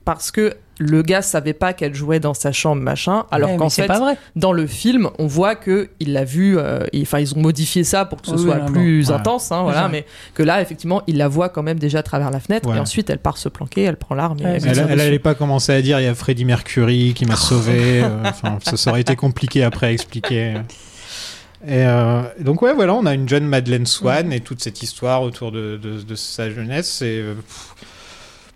Speaker 3: parce que le gars savait pas qu'elle jouait dans sa chambre, machin, alors
Speaker 2: Ouais, Eh, mais
Speaker 3: qu'en
Speaker 2: c'est
Speaker 3: fait,
Speaker 2: pas vrai.
Speaker 3: dans le film, on voit que il l'a vu, euh, il- enfin, ils ont modifié ça pour que ce
Speaker 2: Oui,
Speaker 3: soit
Speaker 2: non, non.
Speaker 3: plus
Speaker 1: Ouais.
Speaker 3: intense, hein, voilà,
Speaker 2: ça.
Speaker 3: mais que là, effectivement, il la voit quand même déjà à travers la fenêtre,
Speaker 1: Ouais.
Speaker 3: et ensuite, elle part se planquer, elle prend l'arme. et
Speaker 2: Ouais,
Speaker 3: elle
Speaker 1: Elle,
Speaker 3: tire
Speaker 1: elle
Speaker 3: dessus.
Speaker 1: allait pas commencer à dire il y a Freddie Mercury qui m'a sauvé. euh, Enfin, ça, ça aurait été compliqué après à expliquer. Et euh, donc ouais, voilà, on a une jeune Madeleine Swan et toute cette histoire autour de, de- de sa jeunesse. Et euh, pff,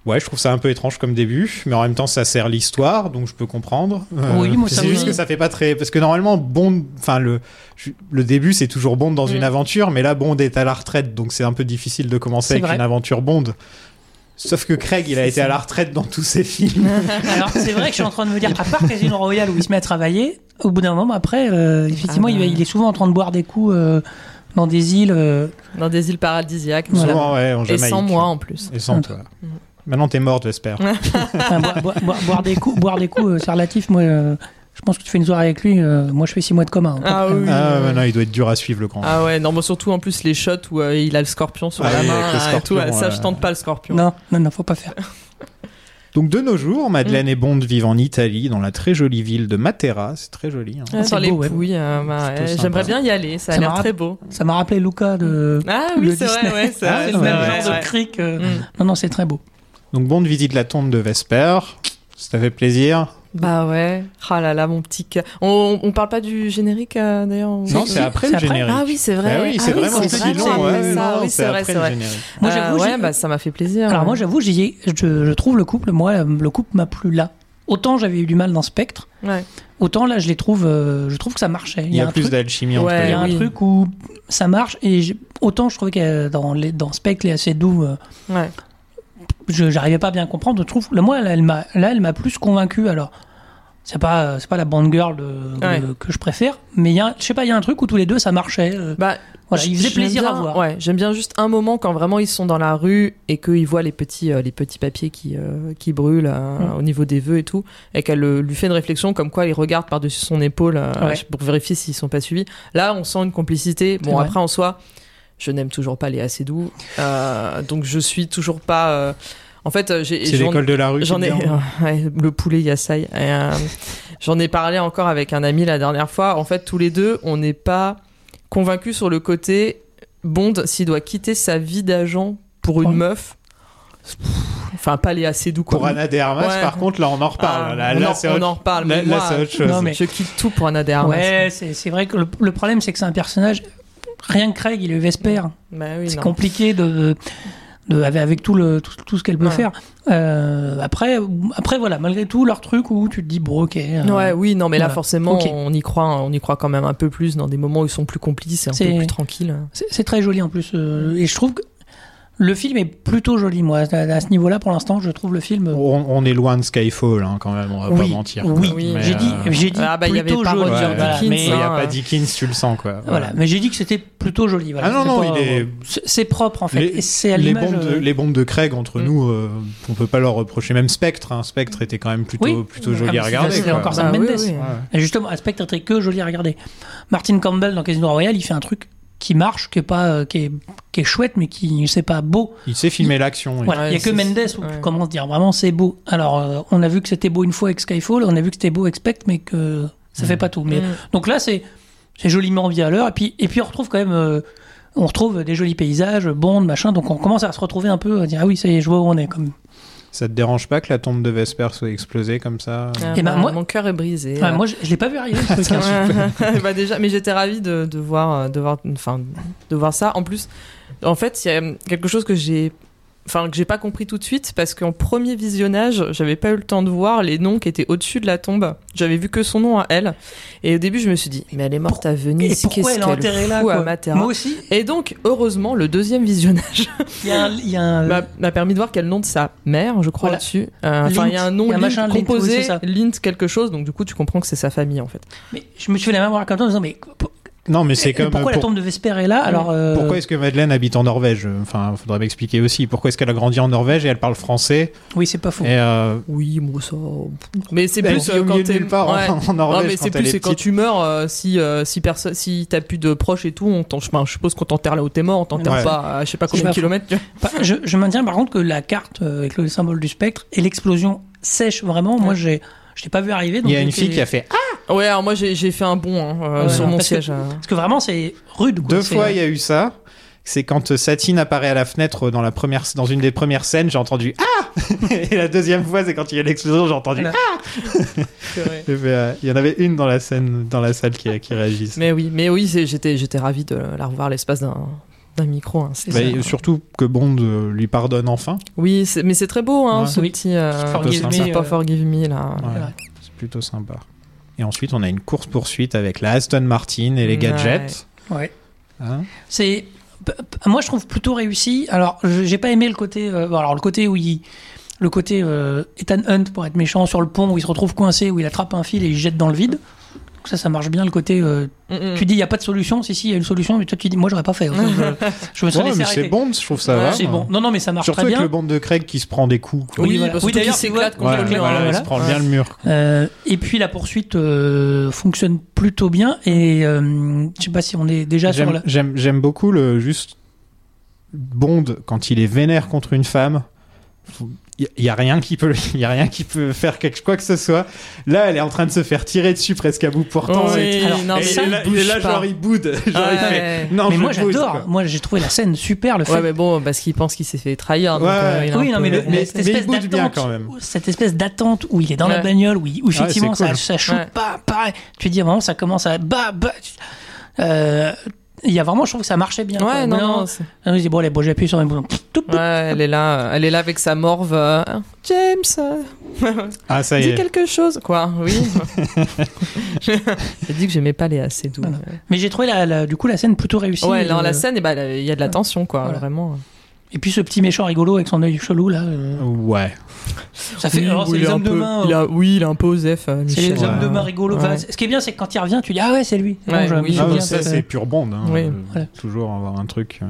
Speaker 1: ouais, je trouve ça un peu étrange comme début, mais en même temps, ça sert l'histoire, donc je peux comprendre. Euh,
Speaker 2: Oui, moi, ça
Speaker 1: c'est
Speaker 2: me-
Speaker 1: juste que ça fait pas très parce que normalement Bond, enfin le je- le début c'est toujours Bond dans
Speaker 3: Mm.
Speaker 1: une aventure, mais là Bond est à la retraite, donc c'est un peu difficile de
Speaker 2: C'est
Speaker 1: commencer avec
Speaker 2: vrai.
Speaker 1: une aventure Bond. Sauf que Craig, il a été à la retraite dans tous ses films.
Speaker 2: Alors c'est vrai que je suis en train de me dire, à part Casino Royale où il se met à travailler, au bout d'un moment après, euh, effectivement,
Speaker 3: Ah
Speaker 2: il, va-
Speaker 3: bah.
Speaker 2: il est souvent en train de boire des coups euh, dans des îles. euh,
Speaker 3: dans des îles paradisiaques,
Speaker 2: Voilà.
Speaker 3: voilà.
Speaker 1: Souvent, ouais, en
Speaker 3: et
Speaker 1: Jamaïque.
Speaker 3: sans moi Mm. en plus.
Speaker 1: Et sans toi. Maintenant, t'es morte, j'espère.
Speaker 2: Enfin, boire, boire- boire- boire des coups, boire des coups, euh, c'est relatif. Moi, euh, je pense que tu fais une soirée avec lui. euh, moi, je fais six mois de commun. hein.
Speaker 3: Ah oui.
Speaker 1: Ah, maintenant, il doit être dur à suivre, le grand.
Speaker 3: Ah ouais, non, mais surtout en plus les shots où euh, il a le scorpion sur
Speaker 1: Ah
Speaker 3: la
Speaker 1: oui,
Speaker 3: main
Speaker 1: avec le
Speaker 3: hein, et tout,
Speaker 1: scorpion,
Speaker 3: ça
Speaker 1: euh.
Speaker 3: je tente pas le scorpion.
Speaker 2: Non, non, non, faut pas faire.
Speaker 1: Donc de nos jours, Madeleine
Speaker 3: Mm.
Speaker 1: et Bond vivent en Italie, dans la très jolie ville de Matera. C'est très joli. hein.
Speaker 3: Ah,
Speaker 2: c'est
Speaker 3: dans les
Speaker 2: beau, ouais.
Speaker 3: Pouilles, euh, bah,
Speaker 1: plutôt
Speaker 3: euh,
Speaker 1: sympa.
Speaker 3: j'aimerais bien y aller, ça a
Speaker 2: Ça
Speaker 3: l'air
Speaker 2: m'a
Speaker 3: très beau.
Speaker 2: Ça m'a rappelé Luca de.
Speaker 3: Ah oui,
Speaker 2: le
Speaker 3: c'est vrai,
Speaker 2: Disney.
Speaker 3: ouais, c'est
Speaker 1: Ah,
Speaker 3: vrai,
Speaker 1: c'est
Speaker 2: C'est le
Speaker 1: vrai,
Speaker 2: même
Speaker 1: ouais,
Speaker 2: genre de cric. euh,
Speaker 3: Mm.
Speaker 2: Non, non, c'est très beau.
Speaker 1: Donc Bond visite la tombe de Vesper. Ça fait plaisir.
Speaker 3: Bah ouais. Ah là là, mon petit cœur. On, on parle pas du générique euh, d'ailleurs on-
Speaker 1: Non, c'est après
Speaker 2: c'est
Speaker 1: le
Speaker 2: après
Speaker 1: générique.
Speaker 3: Ah oui, c'est vrai.
Speaker 1: Ah oui, c'est
Speaker 3: Ah oui,
Speaker 1: vraiment
Speaker 3: c'est
Speaker 1: si
Speaker 3: vrai,
Speaker 1: long.
Speaker 3: j'avais
Speaker 1: ouais,
Speaker 3: ça.
Speaker 1: non, c'est
Speaker 3: Oui, c'est vrai,
Speaker 1: après
Speaker 3: c'est
Speaker 1: le
Speaker 3: vrai.
Speaker 1: générique.
Speaker 2: Moi,
Speaker 3: Euh,
Speaker 2: j'avoue,
Speaker 3: ouais,
Speaker 2: j'ai-
Speaker 3: bah, ça m'a fait plaisir.
Speaker 2: Alors
Speaker 3: ouais.
Speaker 2: moi j'avoue, j'y ai- je, je trouve le couple, moi euh, le couple m'a plu là. Autant j'avais eu du mal dans Spectre,
Speaker 3: Ouais.
Speaker 2: autant là je les trouve, euh, je trouve que ça marchait.
Speaker 1: Il y a,
Speaker 2: un
Speaker 1: plus
Speaker 2: truc,
Speaker 1: d'alchimie entre
Speaker 3: Ouais,
Speaker 2: il y a
Speaker 1: eux.
Speaker 2: un
Speaker 3: Eh oui.
Speaker 2: truc où ça marche et j'ai- autant je trouvais que euh, dans, les, dans Spectre les assez doux, euh,
Speaker 3: Ouais.
Speaker 2: je j'arrivais pas à bien comprendre. Je trouve là, moi là elle m'a là elle m'a plus convaincu. Alors c'est pas euh, c'est pas la band girl euh,
Speaker 3: Ouais.
Speaker 2: euh, que je préfère, mais il y a un- je sais pas il y a un truc où tous les deux ça marchait. euh,
Speaker 3: Bah,
Speaker 2: voilà, il faisait
Speaker 3: j'aime
Speaker 2: plaisir
Speaker 3: bien-
Speaker 2: à voir.
Speaker 3: Ouais, j'aime bien juste un moment quand vraiment ils sont dans la rue et qu'ils voient les petits, euh, les petits papiers qui, euh, qui brûlent euh,
Speaker 2: Mm.
Speaker 3: au niveau des vœux et tout, et qu'elle euh, lui fait une réflexion comme quoi il regarde par-dessus son épaule euh,
Speaker 2: Ouais.
Speaker 3: pour vérifier s'ils sont pas suivis. Là, on sent une complicité.
Speaker 2: C'est
Speaker 3: Bon,
Speaker 2: vrai.
Speaker 3: après en soi, je n'aime toujours pas les assez doux, euh, donc je suis toujours pas. euh, En fait, euh, j'ai.
Speaker 1: C'est
Speaker 3: j'en-
Speaker 1: l'école de la rue.
Speaker 3: J'en ai
Speaker 1: évidemment.
Speaker 3: ouais, le poulet Yassai. Et, euh, J'en ai parlé encore avec un ami la dernière fois. En fait, tous les deux, on n'est pas convaincus sur le côté Bond s'il doit quitter sa vie d'agent pour une
Speaker 2: Ouais.
Speaker 3: meuf. Pff, Enfin, pas les assez doux quoi.
Speaker 1: Pour Anna de Hermas,
Speaker 3: Ouais.
Speaker 1: par contre, là, on en reparle.
Speaker 3: Ah,
Speaker 1: là,
Speaker 3: on,
Speaker 1: là,
Speaker 3: en,
Speaker 1: c'est
Speaker 3: on
Speaker 1: autre-
Speaker 3: en reparle.
Speaker 1: là,
Speaker 3: mais
Speaker 1: là,
Speaker 3: moi,
Speaker 1: c'est autre chose.
Speaker 2: Non, mais-
Speaker 3: je quitte tout pour Anna de Armas.
Speaker 2: Ouais, c'est c'est vrai que le, le problème c'est que c'est un personnage. Rien que Craig, il est Vesper.
Speaker 3: Bah oui,
Speaker 2: C'est hein.
Speaker 3: non.
Speaker 2: compliqué de, de avec, avec tout le tout, tout ce qu'elle peut
Speaker 3: Ouais.
Speaker 2: faire. Euh, après après voilà malgré tout leur truc où tu te dis bon ok. euh,
Speaker 3: Ouais, oui, non, mais là,
Speaker 2: Voilà.
Speaker 3: forcément,
Speaker 2: Ok.
Speaker 3: on y croit, hein, on y croit quand même un peu plus dans des moments où ils sont plus complices et un
Speaker 2: C'est-
Speaker 3: peu plus tranquilles.
Speaker 2: C'est c'est très joli en plus euh, et je trouve que le film est plutôt joli moi à, à ce niveau là pour l'instant je trouve le film. euh,
Speaker 1: On, on est loin de Skyfall, hein, quand même, on va
Speaker 2: oui,
Speaker 1: pas mentir.
Speaker 2: oui,
Speaker 3: Oui,
Speaker 1: Mais,
Speaker 2: j'ai dit
Speaker 1: euh,
Speaker 2: j'ai dit
Speaker 3: Ah, bah, il y avait
Speaker 2: plutôt
Speaker 3: pas
Speaker 2: joli.
Speaker 1: ouais,
Speaker 3: Roger
Speaker 2: voilà,
Speaker 3: Dickens,
Speaker 1: mais il
Speaker 2: mais,
Speaker 1: n'y a
Speaker 3: hein,
Speaker 1: pas
Speaker 3: euh.
Speaker 1: Dickens, tu le sens, quoi.
Speaker 2: voilà, mais j'ai dit que c'était plutôt joli. Voilà,
Speaker 1: Ah non,
Speaker 2: C'était
Speaker 1: non, il est-
Speaker 2: c'est- c'est propre en fait.
Speaker 1: Les,
Speaker 2: et c'est à
Speaker 1: les
Speaker 2: l'image,
Speaker 1: bombes de,
Speaker 2: euh,
Speaker 1: les bombes de Craig entre
Speaker 3: Mm.
Speaker 1: nous, euh, on peut pas leur reprocher. Même Spectre, hein, Spectre était quand même plutôt,
Speaker 2: Oui.
Speaker 1: plutôt
Speaker 2: Ah,
Speaker 1: joli
Speaker 2: mais
Speaker 1: à regarder.
Speaker 2: c'est
Speaker 1: quoi.
Speaker 2: encore ça. Sam
Speaker 3: Bah oui,
Speaker 2: Mendes.
Speaker 3: oui.
Speaker 1: Ouais.
Speaker 2: Et justement, aspect très très que joli à regarder. Martin Campbell dans Casino Royale, il fait un truc qui marche, qui est pas, euh, qui est, qui est chouette, mais qui c'est pas beau.
Speaker 1: Il sait filmer l'action. et-
Speaker 2: Voilà,
Speaker 3: Ouais,
Speaker 2: il y a que
Speaker 3: c'est-
Speaker 2: Mendes où
Speaker 3: ouais.
Speaker 2: tu commences à dire vraiment c'est beau. Alors, euh, on a vu que c'était beau une fois avec Skyfall, on a vu que c'était beau avec Spectre, mais que ça fait pas tout. Mais eh
Speaker 3: Mm.
Speaker 2: donc là, c'est c'est joliment bien à l'heure. Et puis et puis on retrouve quand même. euh, on retrouve des jolis paysages, Bond, machin, donc on commence à se retrouver un peu, à dire ah oui, ça y est, je vois où on est. Comme...
Speaker 1: Ça te dérange pas que la tombe de Vesper soit explosée comme ça
Speaker 3: Ah,
Speaker 2: Et ben,
Speaker 3: bah,
Speaker 2: moi-
Speaker 3: Mon cœur est brisé.
Speaker 2: Ouais, moi, je, je l'ai pas vu arriver. ce truc, hein.
Speaker 3: Ouais. bah déjà, mais j'étais ravie de, de voir, euh, de voir, enfin, de voir ça. En plus, en fait, il y a euh, quelque chose que j'ai, enfin, que j'ai pas compris tout de suite parce qu'en premier visionnage, j'avais pas eu le temps de voir les noms qui étaient au-dessus de la tombe. J'avais vu que son nom à elle. Et au début, je me suis dit, mais elle est morte à
Speaker 2: Et
Speaker 3: Venise.
Speaker 2: pourquoi
Speaker 3: Qu'est-ce
Speaker 2: elle est enterrée
Speaker 3: qu'elle
Speaker 2: là
Speaker 3: fout à hein
Speaker 2: quoi
Speaker 3: Matera
Speaker 2: Moi aussi,
Speaker 3: Et donc, heureusement, le deuxième visionnage
Speaker 2: il y a un- il y a un-
Speaker 3: m'a m'a permis de voir quel nom de sa mère, je crois,
Speaker 2: Euh, Voilà.
Speaker 3: au-dessus. Euh, Enfin, il y a un nom
Speaker 2: Lint, il y a un
Speaker 3: Lint
Speaker 2: machin Lint, oui,
Speaker 3: composé,
Speaker 2: c'est ça.
Speaker 3: Lint quelque chose. Donc, du coup, tu comprends que c'est sa famille, en fait.
Speaker 2: Mais je me suis fait la même remarque en toi en disant mais pour-
Speaker 1: Non, mais c'est
Speaker 2: et
Speaker 1: comme.
Speaker 2: pourquoi la
Speaker 1: pour-
Speaker 2: tombe de Vesper est là alors euh,
Speaker 1: Pourquoi est-ce que Madeleine habite en Norvège Enfin, faudrait m'expliquer aussi. Pourquoi est-ce qu'elle a grandi en Norvège et elle parle français
Speaker 2: Oui c'est pas faux.
Speaker 1: Et euh,
Speaker 3: Oui, moi ça. Mais c'est
Speaker 1: elle
Speaker 3: plus
Speaker 1: vit
Speaker 3: euh,
Speaker 1: au
Speaker 3: quand
Speaker 1: milieu de
Speaker 3: t'es
Speaker 1: nulle part en-
Speaker 3: Ouais.
Speaker 2: hein.
Speaker 1: en
Speaker 3: Non,
Speaker 1: Norvège
Speaker 3: mais c'est
Speaker 1: quand elle
Speaker 3: plus
Speaker 1: est
Speaker 3: c'est quand
Speaker 1: petite.
Speaker 3: tu meurs euh, si euh, si personne si t'as plus de proches et tout on t'en enfin, je suppose qu'on t'enterre là où t'es mort on t'enterre
Speaker 1: Ouais.
Speaker 3: pas à je sais pas
Speaker 2: C'est
Speaker 3: combien
Speaker 2: pas
Speaker 3: de
Speaker 2: faux.
Speaker 3: kilomètres tu vois.
Speaker 2: Enfin, je, je maintiens par contre que la carte euh, avec le symbole du spectre et l'explosion sèche vraiment. Moi j'ai je l'ai pas vu arriver. Donc
Speaker 1: Il y a une
Speaker 2: j'étais-
Speaker 1: fille qui a fait Ah
Speaker 3: ouais alors moi j'ai j'ai fait un bond hein, euh,
Speaker 2: Ouais,
Speaker 3: sur
Speaker 2: non,
Speaker 3: mon
Speaker 2: parce
Speaker 3: siège
Speaker 2: que-
Speaker 3: euh.
Speaker 2: Parce que vraiment c'est rude. Quoi.
Speaker 1: Deux fois, il y a eu ça. C'est quand euh, Satine apparaît à la fenêtre euh, dans, la première, dans une des premières scènes, j'ai entendu Ah Et la deuxième fois, c'est quand il y a l'explosion, j'ai entendu
Speaker 2: Voilà.
Speaker 1: Ah Et puis, euh, Il y en avait une dans la scène, dans la salle qui, qui réagissait.
Speaker 3: mais oui mais oui c'est- j'étais j'étais ravi de la revoir l'espace d'un d'un micro hein, c'est
Speaker 1: Bah,
Speaker 3: ça.
Speaker 1: et surtout que Bond euh, lui pardonne enfin.
Speaker 3: oui c'est- mais c'est très beau hein
Speaker 1: Ouais.
Speaker 3: ce
Speaker 2: Oui.
Speaker 3: petit euh,
Speaker 1: Forgive
Speaker 3: petit
Speaker 2: me,
Speaker 3: pas
Speaker 2: euh,
Speaker 3: forgive me là
Speaker 1: Ouais,
Speaker 2: Voilà.
Speaker 1: C'est plutôt sympa. Et ensuite, on a une course-poursuite avec la Aston Martin et les gadgets.
Speaker 2: Ouais.
Speaker 1: Hein
Speaker 2: C'est p- p- moi je trouve plutôt réussi. Alors je- j'ai pas aimé le côté euh, bon, alors le côté où il le côté euh, Ethan Hunt pour être méchant sur le pont où il se retrouve coincé où il attrape un fil et il jette dans le vide. Donc ça ça marche bien le côté euh,
Speaker 3: Mm, mm.
Speaker 2: Tu dis, il n'y a pas de solution. Si, si, il y a une solution, mais toi, tu dis, moi, j'aurais pas fait. Je,
Speaker 1: euh,
Speaker 2: je me serais
Speaker 1: Ouais,
Speaker 2: laissé
Speaker 1: mais
Speaker 2: arrêter.
Speaker 1: c'est Bond, je trouve ça
Speaker 3: Ouais,
Speaker 1: va.
Speaker 2: C'est bon. Non, non, mais ça marche
Speaker 1: Surtout
Speaker 2: très
Speaker 1: avec
Speaker 2: bien.
Speaker 1: le Bond de Craig qui se prend des coups. quoi.
Speaker 2: Oui,
Speaker 3: oui
Speaker 2: voilà.
Speaker 3: parce
Speaker 2: Oui,
Speaker 3: que
Speaker 2: d'ailleurs,
Speaker 3: qui s'éclate
Speaker 1: Ouais,
Speaker 3: contre le mur,
Speaker 1: voilà,
Speaker 3: hein,
Speaker 1: il
Speaker 2: voilà.
Speaker 1: se prend bien le mur.
Speaker 2: Euh, et puis, la poursuite euh, fonctionne plutôt bien. Et euh, je sais pas si on est déjà sur
Speaker 1: J'aime-
Speaker 2: la.
Speaker 1: J'aime j'aime beaucoup le juste Bond quand il est vénère contre une femme. il y a rien qui peut il y a rien qui peut faire quelque quoi que ce soit là elle est en train de se faire tirer dessus presque à bout portant
Speaker 3: Oh, Oui,
Speaker 1: et,
Speaker 2: Alors,
Speaker 1: et
Speaker 3: non, ça,
Speaker 1: il est là,
Speaker 3: bouge
Speaker 1: il est là,
Speaker 3: pas.
Speaker 1: genre il boude Genre, il
Speaker 3: Ah,
Speaker 1: fait,
Speaker 3: ouais.
Speaker 1: non
Speaker 2: mais
Speaker 1: je
Speaker 2: moi
Speaker 1: boude, quoi.
Speaker 2: j'adore. Moi j'ai trouvé la scène super. Le fait
Speaker 3: Ouais, mais bon, parce qu'il pense qu'il s'est fait trahir. donc,
Speaker 1: Ouais.
Speaker 3: euh, il est un
Speaker 2: Oui, non,
Speaker 3: peu-
Speaker 2: mais, le-
Speaker 1: mais-
Speaker 2: cette
Speaker 1: mais il
Speaker 2: espèce
Speaker 1: bouge bien
Speaker 2: d'attente,
Speaker 1: quand même.
Speaker 2: cette espèce d'attente où il est dans la
Speaker 3: Ouais.
Speaker 2: bagnole, où, il- où effectivement
Speaker 1: c'est cool.
Speaker 2: ça, ça shoot,
Speaker 3: Ouais.
Speaker 2: bah, bah, tu dis vraiment ça commence à bah, bah, tu- euh, il y a vraiment, je trouve que ça marchait bien. quoi.
Speaker 3: Ouais, non, non.
Speaker 2: Non,
Speaker 3: c'est-
Speaker 2: non, je dis, bon, allez, bon, j'appuie sur les boutons. Tout, tout.
Speaker 3: Ouais, elle est là, euh, elle est là avec sa morve. euh, James, euh,
Speaker 1: ah ça y
Speaker 3: dis
Speaker 1: est
Speaker 3: quelque chose. Quoi Oui. J'ai dit que j'aimais pas les assez doux.
Speaker 2: Voilà. Mais j'ai trouvé la, la- du coup la scène plutôt réussie.
Speaker 3: Ouais, dans
Speaker 2: Euh,
Speaker 3: la scène, eh ben, il y a de
Speaker 1: Ah.
Speaker 3: la tension, quoi,
Speaker 2: Voilà.
Speaker 3: vraiment.
Speaker 2: Et puis ce petit méchant rigolo avec son œil chelou là, euh,
Speaker 1: ouais
Speaker 2: ça fait. alors, Ah, c'est les hommes de main.
Speaker 3: il
Speaker 2: euh,
Speaker 3: a, oui, il a un peu Osef.
Speaker 2: C'est les
Speaker 1: Michel,
Speaker 2: hommes de
Speaker 1: ouais.
Speaker 2: main rigolos. Enfin,
Speaker 3: Ouais.
Speaker 2: ce qui est bien, c'est que quand il revient, tu dis ah ouais, c'est lui. C'est
Speaker 3: Ouais,
Speaker 2: bon, je-
Speaker 3: oui,
Speaker 2: je
Speaker 1: Ah,
Speaker 3: oui,
Speaker 2: viens.
Speaker 1: ça,
Speaker 3: ça,
Speaker 1: c'est
Speaker 3: c'est-
Speaker 1: pure bande hein.
Speaker 3: Oui.
Speaker 1: Euh,
Speaker 2: Voilà.
Speaker 1: toujours avoir un truc euh.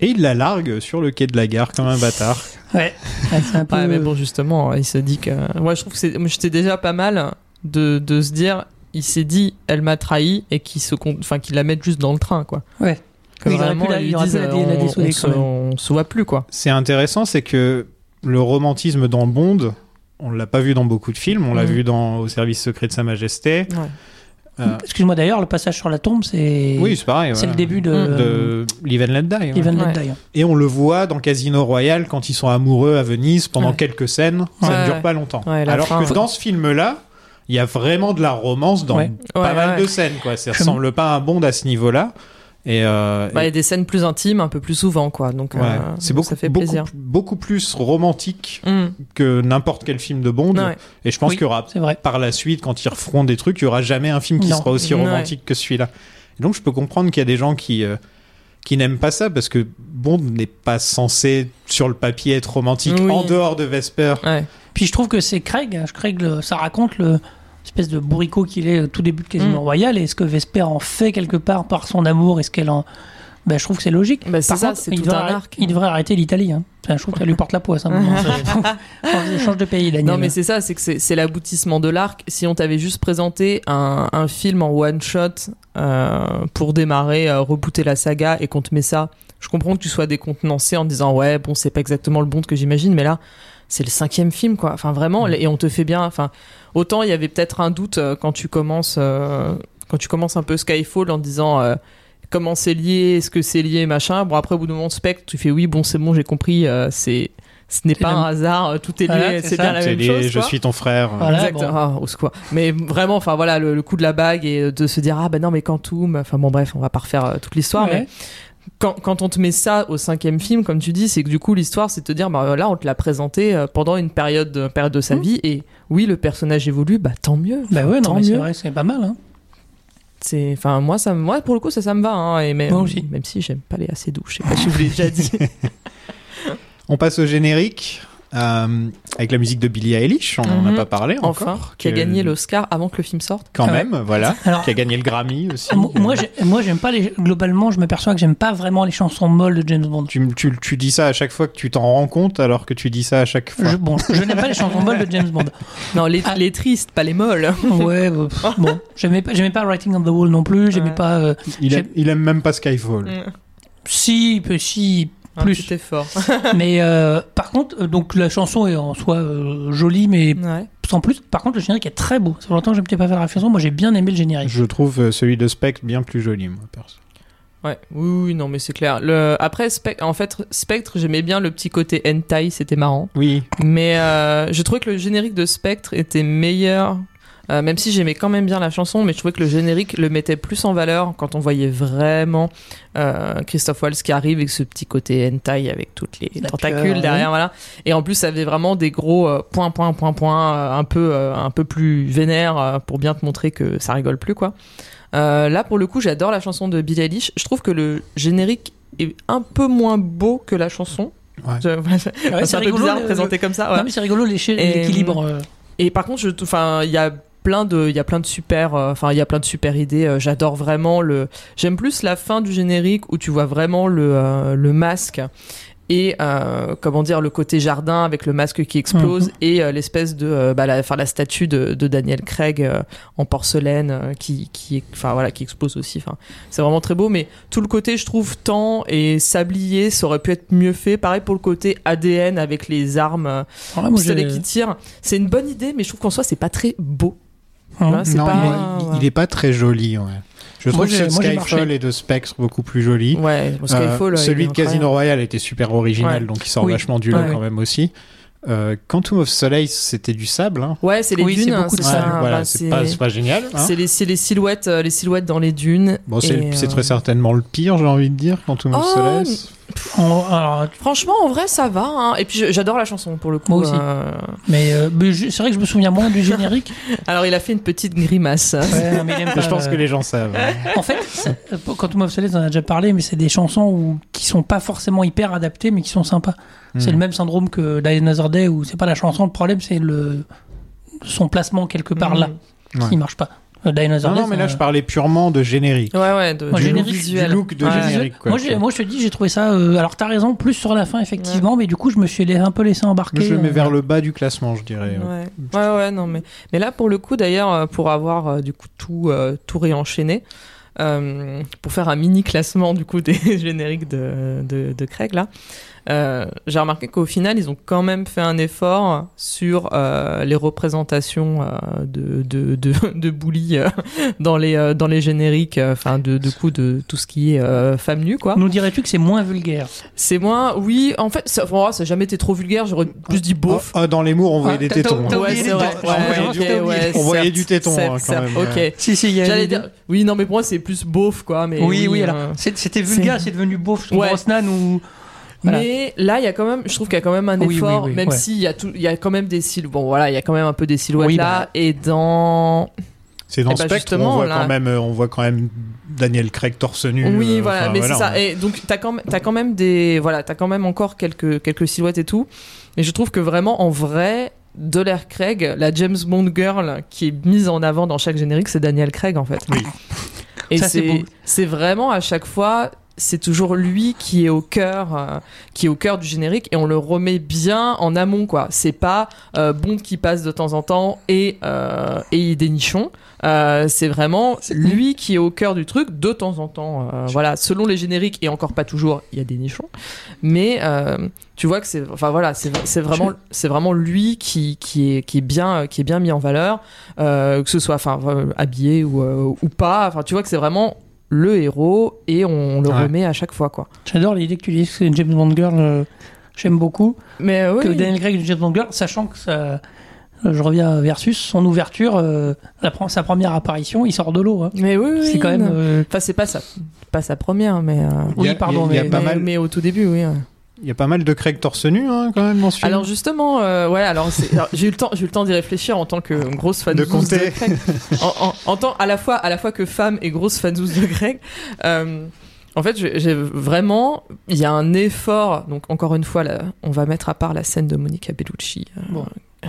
Speaker 1: et il la largue sur le quai de la gare comme un bâtard
Speaker 2: Ouais, Ouais, c'est un peu.
Speaker 3: Ouais, mais bon, justement, il se dit que. Moi, je trouve que c'est- moi, j'étais déjà pas mal de, de se dire, il s'est dit, elle m'a trahi et qu'il se con- enfin, qu'il la mette juste dans le train, quoi.
Speaker 2: Ouais.
Speaker 3: Que
Speaker 2: Il aurait
Speaker 3: vraiment,
Speaker 2: pu la-
Speaker 3: ils lui
Speaker 2: il aurait pu
Speaker 3: disent,
Speaker 2: la- la
Speaker 3: on,
Speaker 2: dessouder,
Speaker 3: on
Speaker 2: quand
Speaker 3: se,
Speaker 2: même.
Speaker 3: on se voit plus, quoi.
Speaker 1: c'est intéressant c'est que le romantisme dans Bond on l'a pas vu dans beaucoup de films on l'a
Speaker 2: Mm.
Speaker 3: Mhm.
Speaker 1: vu dans au service secret de sa majesté
Speaker 3: Ouais.
Speaker 1: Euh,
Speaker 2: Excuse-moi d'ailleurs, le passage sur la tombe, c'est.
Speaker 1: oui c'est pareil
Speaker 2: C'est
Speaker 1: ouais.
Speaker 2: le début de.
Speaker 1: de Live and Let Die, ouais.
Speaker 2: Live and Let
Speaker 3: Mm. Ouais.
Speaker 2: Die, hein.
Speaker 1: Et on le voit dans Casino Royale quand ils sont amoureux à Venise pendant
Speaker 2: Ouais.
Speaker 1: quelques scènes, ça
Speaker 3: Ouais,
Speaker 1: ne dure
Speaker 3: ouais.
Speaker 1: pas longtemps.
Speaker 3: Ouais, la
Speaker 1: Alors
Speaker 3: fin,
Speaker 1: que
Speaker 3: ouais.
Speaker 1: dans ce film-là, il y a vraiment de la romance dans
Speaker 2: Ouais.
Speaker 1: pas
Speaker 3: Ouais,
Speaker 1: mal
Speaker 3: ouais,
Speaker 1: de
Speaker 3: ouais.
Speaker 1: scènes. Quoi. Ça
Speaker 2: Je-
Speaker 1: ressemble pas à Bond à ce niveau-là. Et, euh,
Speaker 3: Bah, il y
Speaker 1: et-
Speaker 3: a des scènes plus intimes, un peu plus souvent, quoi. Donc,
Speaker 1: ouais.
Speaker 3: euh,
Speaker 1: c'est beaucoup,
Speaker 3: ça fait
Speaker 1: beaucoup,
Speaker 3: plaisir.
Speaker 1: beaucoup plus romantique
Speaker 3: Mm.
Speaker 1: que n'importe quel film de Bond.
Speaker 3: Ouais.
Speaker 1: Et je pense
Speaker 2: Oui.
Speaker 1: qu'il y aura
Speaker 2: C'est vrai.
Speaker 1: par la suite, quand ils referont des trucs, il y aura jamais un film qui
Speaker 2: Non.
Speaker 1: sera aussi
Speaker 3: Ouais.
Speaker 1: romantique que celui-là. Et donc je peux comprendre qu'il y a des gens qui euh, qui n'aiment pas ça parce que Bond n'est pas censé sur le papier être romantique
Speaker 3: Oui.
Speaker 1: en dehors de Vesper.
Speaker 3: Ouais.
Speaker 2: Puis je trouve que c'est Craig, hein, Craig le- ça raconte le espèce de bourricot qu'il est au tout début de Casino
Speaker 3: Mm.
Speaker 2: Royale et ce que Vesper en fait quelque part par son amour et ce qu'elle en. Ben, je trouve que c'est logique.
Speaker 3: Bah, c'est
Speaker 2: Par
Speaker 3: ça,
Speaker 2: contre,
Speaker 3: c'est
Speaker 2: il,
Speaker 3: tout
Speaker 2: devrait
Speaker 3: un
Speaker 2: arrêter-
Speaker 3: arc.
Speaker 2: il devrait arrêter l'Italie. hein. Enfin, je trouve que ça lui porte la poisse. Hein, à un moment. Change- Change de pays, Daniel.
Speaker 3: Non, mais c'est ça, c'est que c'est c'est l'aboutissement de l'arc. Si on t'avait juste présenté un, un film en one shot euh, pour démarrer, euh, rebooter la saga et qu'on te met ça, je comprends que tu sois décontenancé en disant ouais, bon, c'est pas exactement le Bond que j'imagine, mais là, c'est le cinquième film, quoi. Enfin, vraiment,
Speaker 2: Mm.
Speaker 3: et on te fait bien. Enfin, autant il y avait peut-être un doute euh, quand tu commences, euh, quand tu commences un peu Skyfall en disant. euh, Comment c'est lié, est-ce que c'est lié, machin. Bon, après, au bout d'un moment, Spectre, tu fais oui, bon, c'est bon, j'ai compris, euh, c'est, ce n'est
Speaker 2: C'est
Speaker 3: pas
Speaker 2: la-
Speaker 3: un hasard, euh, tout est lié,
Speaker 2: Voilà, c'est
Speaker 3: c'est
Speaker 2: ça.
Speaker 3: bien la
Speaker 1: C'est
Speaker 3: même
Speaker 1: les-
Speaker 3: chose.
Speaker 1: je
Speaker 3: quoi.
Speaker 1: suis ton frère.
Speaker 2: Voilà.
Speaker 3: Exact.
Speaker 2: bon.
Speaker 3: Ah, au secours. Mais vraiment, enfin voilà, le, le coup de la bague et de se dire ah ben non mais Quantum. Enfin bon bref, on va pas refaire euh, toute l'histoire.
Speaker 2: Ouais.
Speaker 3: Mais quand, quand on te met ça au cinquième film, comme tu dis, c'est que du coup l'histoire, c'est de te dire bah là on te l'a présenté euh, pendant une période, une période de
Speaker 2: Mmh.
Speaker 3: sa vie et oui le personnage évolue, bah tant mieux.
Speaker 2: Bah ouais, non,
Speaker 3: Tant
Speaker 2: mais c'est
Speaker 3: mieux.
Speaker 2: vrai, c'est pas mal. Hein.
Speaker 3: C'est enfin moi ça, me- moi pour le coup ça ça me va. hein, et même,
Speaker 2: Moi aussi.
Speaker 3: même si j'aime pas les assez doux, je sais pas si je vous l'ai déjà dit.
Speaker 1: On passe au générique euh, avec la musique de Billie Eilish. On n'en a
Speaker 3: Mhm.
Speaker 1: pas parlé
Speaker 3: Enfin,
Speaker 1: encore.
Speaker 3: qui a
Speaker 1: que-
Speaker 3: gagné l'Oscar avant que le film sorte.
Speaker 1: Quand
Speaker 2: Ah ouais.
Speaker 1: même, voilà.
Speaker 2: Alors-
Speaker 1: Qui a gagné le Grammy
Speaker 3: Ah,
Speaker 1: aussi. Euh,
Speaker 2: Moi, moi, j'ai- moi, j'aime pas les. Globalement, je m'aperçois que j'aime pas vraiment les chansons molles de James Bond.
Speaker 1: tu, me- tu- tu dis ça à chaque fois que tu t'en rends compte, alors que tu dis ça à chaque fois.
Speaker 2: Je, bon, je n'aime pas les chansons molles de James Bond.
Speaker 3: Non les,
Speaker 2: Ah.
Speaker 3: les tristes, pas les molles.
Speaker 2: Ouais, bah, pff, bon, j'aimais pas, j'aimais pas Writing on the Wall non plus. J'aimais
Speaker 3: Ouais.
Speaker 2: pas. euh,
Speaker 1: Il, aime,
Speaker 2: j'ai-
Speaker 1: il aime même pas Skyfall.
Speaker 3: Hein,
Speaker 2: si, peu- si,
Speaker 3: Un
Speaker 2: Mmh. plus.
Speaker 3: petit effort.
Speaker 2: mais euh, par contre, euh, donc la chanson est en soi euh, jolie, mais
Speaker 3: Ouais.
Speaker 2: sans plus. Par contre, le générique est très beau. Ça fait longtemps que je ne pas faire la chanson. Moi, j'ai bien aimé le
Speaker 3: Mm.
Speaker 2: générique.
Speaker 1: Je trouve euh, celui de Spectre bien plus joli, moi, perso.
Speaker 3: Ouais, oui, oui, non, mais c'est clair. Le... Après, Spec- en fait, Spectre, j'aimais bien le petit côté hentai, c'était marrant.
Speaker 1: Oui,
Speaker 3: Mais euh, je trouvais que le générique de Spectre était meilleur, euh, même si j'aimais quand même bien la chanson, mais je trouvais que le générique le mettait plus en valeur quand on voyait vraiment euh, Christophe Waltz qui arrive avec ce petit côté hentai avec toutes les
Speaker 2: La
Speaker 3: tentacules
Speaker 2: peur, hein.
Speaker 3: derrière, voilà. Et en plus, ça avait vraiment des gros euh, points, points, points, points, euh, un peu, euh, un peu plus vénère euh, pour bien te montrer que ça rigole plus, quoi. Euh, là, pour le coup, j'adore la chanson de Billie Eilish. Je trouve que le générique est un peu moins beau que la chanson.
Speaker 1: Ouais.
Speaker 3: Je-
Speaker 2: Ouais,
Speaker 3: c'est un peu bizarre
Speaker 2: le-
Speaker 3: présenté comme ça. ouais.
Speaker 2: Non, mais c'est rigolo les-
Speaker 3: Et-
Speaker 2: l'équilibre. euh.
Speaker 3: Et par contre, je, enfin, il y a plein de, il y a plein de super, euh, enfin, il y a plein de super idées. Euh, J'adore vraiment le. J'aime plus la fin du générique où tu vois vraiment le, euh, le masque. et euh, comment dire le côté jardin avec le masque qui explose
Speaker 2: Mhm.
Speaker 3: et euh, l'espèce de euh, bah, la, enfin, la statue de, de Daniel Craig euh, en porcelaine euh, qui qui enfin voilà qui explose aussi enfin c'est vraiment très beau mais tout le côté je trouve temps et sablier ça aurait pu être mieux fait pareil pour le côté ADN avec les armes euh,
Speaker 2: Alors là, moi,
Speaker 3: pistolets
Speaker 2: j'ai-
Speaker 3: qui tirent c'est une bonne idée mais je trouve qu'en soi c'est pas très beau
Speaker 2: Hein.
Speaker 3: Voilà, c'est
Speaker 1: non,
Speaker 3: pas-
Speaker 1: il- il, il est pas très joli. ouais. Je
Speaker 2: Moi,
Speaker 1: trouve
Speaker 2: j'ai-
Speaker 1: que
Speaker 2: moi, j'ai
Speaker 1: Skyfall
Speaker 2: marché.
Speaker 1: et de Spectre beaucoup plus joli.
Speaker 3: ouais bon, Skyfall,
Speaker 1: Euh,
Speaker 3: euh, il
Speaker 1: celui
Speaker 3: est
Speaker 1: de Casino Royale était super original,
Speaker 3: Ouais.
Speaker 1: donc il sort
Speaker 2: Oui.
Speaker 1: vachement du lot
Speaker 3: Ouais.
Speaker 1: quand même aussi. Euh, Quantum of Soleil, c'était du sable. hein.
Speaker 3: Ouais, c'est les
Speaker 2: Oui, c'est
Speaker 3: dunes. hein,
Speaker 2: beaucoup de
Speaker 3: c'est
Speaker 2: sable.
Speaker 3: ça,
Speaker 1: voilà,
Speaker 3: bah,
Speaker 1: c'est pas, c'est pas génial. hein.
Speaker 3: c'est les, c'est les silhouettes, euh, les silhouettes dans les dunes.
Speaker 1: Bon, c'est
Speaker 3: Et,
Speaker 1: c'est
Speaker 3: euh,
Speaker 1: très certainement le pire, j'ai envie de dire, Quantum of
Speaker 3: Oh,
Speaker 1: Soleil.
Speaker 3: mais-
Speaker 2: En- alors,
Speaker 3: Franchement, en vrai, ça va. hein. Et puis, je- j'adore la chanson pour le coup.
Speaker 2: Moi aussi.
Speaker 3: euh.
Speaker 2: mais euh, mais je- c'est vrai que je me souviens moins du générique.
Speaker 3: Alors, il a fait une petite grimace.
Speaker 2: Ouais, mais il aime pas,
Speaker 1: Je pense
Speaker 2: euh,
Speaker 1: que les gens savent. hein.
Speaker 2: En fait, ça- euh, quand on Obsolete, on en a déjà parlé, mais c'est des chansons où, qui sont pas forcément hyper adaptées, mais qui sont sympas. C'est
Speaker 1: Hmm.
Speaker 2: le même syndrome que Die Another Day, où c'est pas la chanson, le problème c'est le son placement quelque part là,
Speaker 1: Ouais.
Speaker 2: qui marche pas. Euh, Die
Speaker 1: Hmm.
Speaker 2: Another
Speaker 1: Non,
Speaker 2: Day,
Speaker 1: non, mais
Speaker 2: ça-
Speaker 1: là, je parlais purement de générique.
Speaker 3: Ouais, ouais, de,
Speaker 2: Moi,
Speaker 3: du
Speaker 2: générique,
Speaker 3: visuel.
Speaker 1: du look de
Speaker 3: Ouais.
Speaker 1: générique. quoi,
Speaker 2: moi,
Speaker 1: tu
Speaker 2: j'ai-
Speaker 1: vois.
Speaker 2: moi, je te dis, j'ai trouvé ça. euh, alors, t'as raison, plus sur la fin, effectivement, mais du coup, je me suis la- un peu laissé embarquer.
Speaker 1: Je le mets
Speaker 2: euh,
Speaker 1: vers le bas du classement, je dirais.
Speaker 3: Ouais. ouais, ouais, non, mais, mais là, pour le coup, d'ailleurs, euh, pour avoir euh, du coup tout, euh, tout réenchaîné, euh, pour faire un mini classement du coup des génériques de, de, de Craig, là, euh, j'ai remarqué qu'au final, ils ont quand même fait un effort sur euh, les représentations euh, de, de, de, de bully euh, dans, les, euh, dans les génériques, euh, enfin, de, de coup, de tout ce qui est euh, femme nue, quoi.
Speaker 2: Nous dirais-tu que c'est moins vulgaire
Speaker 3: C'est moins, oui, en fait, ça, bon, ça a jamais été trop vulgaire, j'aurais plus dit beauf.
Speaker 1: Ah, ah, dans les mots, on voyait
Speaker 2: Ah,
Speaker 1: des
Speaker 2: t'as- t'as-
Speaker 1: tétons.
Speaker 2: t'as
Speaker 1: hein.
Speaker 2: oublié
Speaker 3: Ouais,
Speaker 2: les
Speaker 3: c'est
Speaker 2: dents.
Speaker 3: vrai.
Speaker 1: J'en
Speaker 3: Ouais,
Speaker 1: voyais
Speaker 3: ok, ouais,
Speaker 1: On voyait
Speaker 3: certes,
Speaker 1: du téton, hein,
Speaker 3: certes,
Speaker 1: quand
Speaker 3: certes,
Speaker 1: même,
Speaker 3: Ok.
Speaker 1: ouais.
Speaker 2: Si, si, il y a.
Speaker 3: J'allais dire, oui, non, mais pour moi, c'est plus beauf, quoi. Mais
Speaker 2: Oui, oui,
Speaker 3: euh,
Speaker 2: alors. c'est- C'était
Speaker 3: c'est-
Speaker 2: vulgaire, c'est devenu beauf sur
Speaker 3: Ouais.
Speaker 2: Brosnan ou. voilà.
Speaker 3: Mais là, il y a quand même, je trouve qu'il y a quand même un
Speaker 2: Oui, oui,
Speaker 3: effort,
Speaker 2: oui,
Speaker 3: même
Speaker 2: ouais.
Speaker 3: s'il y a tout, il y a quand même des silhouettes. Bon, voilà, il y a quand même un peu des silhouettes
Speaker 2: Oui,
Speaker 3: là.
Speaker 2: bah.
Speaker 3: Et dans,
Speaker 1: C'est dans
Speaker 3: Eh ben,
Speaker 1: Spectre, on
Speaker 3: justement,
Speaker 1: voit,
Speaker 3: là-
Speaker 1: quand même, euh, on voit quand même Daniel Craig torse nu.
Speaker 3: oui,
Speaker 1: euh,
Speaker 3: voilà,
Speaker 1: enfin,
Speaker 3: mais
Speaker 1: voilà,
Speaker 3: c'est ça. Et donc, t'as quand même, t'as quand même des, voilà, t'as quand même encore quelques, quelques silhouettes et tout. Mais je trouve que vraiment, en vrai, de l'air Craig, la James Bond girl qui est mise en avant dans chaque générique, c'est Daniel Craig, en fait.
Speaker 1: Oui.
Speaker 3: Et
Speaker 2: Ça, c'est
Speaker 3: c'est,
Speaker 2: beau.
Speaker 3: c'est vraiment à chaque fois, c'est toujours lui qui est au cœur, euh, qui est au cœur du générique et on le remet bien en amont, quoi. C'est pas euh, Bond qui passe de temps en temps et euh, et des nichons. Euh, c'est vraiment lui qui est au cœur du truc de temps en temps. euh, voilà, selon les génériques et encore pas toujours, il y a des nichons. Mais euh, tu vois que c'est, enfin voilà, c'est c'est vraiment, c'est vraiment lui qui qui est qui est bien, euh, qui est bien mis en valeur, euh, que ce soit enfin euh, habillé ou euh, ou pas. Enfin, tu vois que c'est vraiment le héros et on le
Speaker 1: Ouais.
Speaker 3: remet à chaque fois quoi.
Speaker 2: J'adore l'idée que tu dises que c'est une James Bond girl. euh, J'aime beaucoup.
Speaker 3: Mais euh, oui,
Speaker 2: Que Daniel Craig est une James Bond girl, sachant que ça. euh, Je reviens à Versus, son ouverture, euh, la pre- sa première apparition, il sort de l'eau. hein.
Speaker 3: mais oui, oui,
Speaker 2: C'est quand même.
Speaker 3: non.
Speaker 2: euh,
Speaker 3: Enfin, c'est pas ça, pas sa première, mais.
Speaker 1: Il
Speaker 3: euh,
Speaker 1: y a-
Speaker 2: Oui, pardon,
Speaker 1: il y a
Speaker 2: mais-
Speaker 1: pas
Speaker 3: mais-
Speaker 1: mal-
Speaker 3: mais au tout début, oui. ouais.
Speaker 1: Il y a pas mal de Craig torse nu, hein, quand même, dans ce film.
Speaker 3: Alors justement, euh, ouais, alors, c'est- alors, j'ai eu le temps, j'ai eu le temps d'y réfléchir en tant que grosse fan
Speaker 1: De compter.
Speaker 3: en, en- en tant à la fois à la fois que femme et grosse fanouze de Greg. euh, en fait, j'ai j'ai vraiment, il y a un effort. Donc encore une fois, là, on va mettre à part la scène de Monica Bellucci. euh,
Speaker 2: Bon.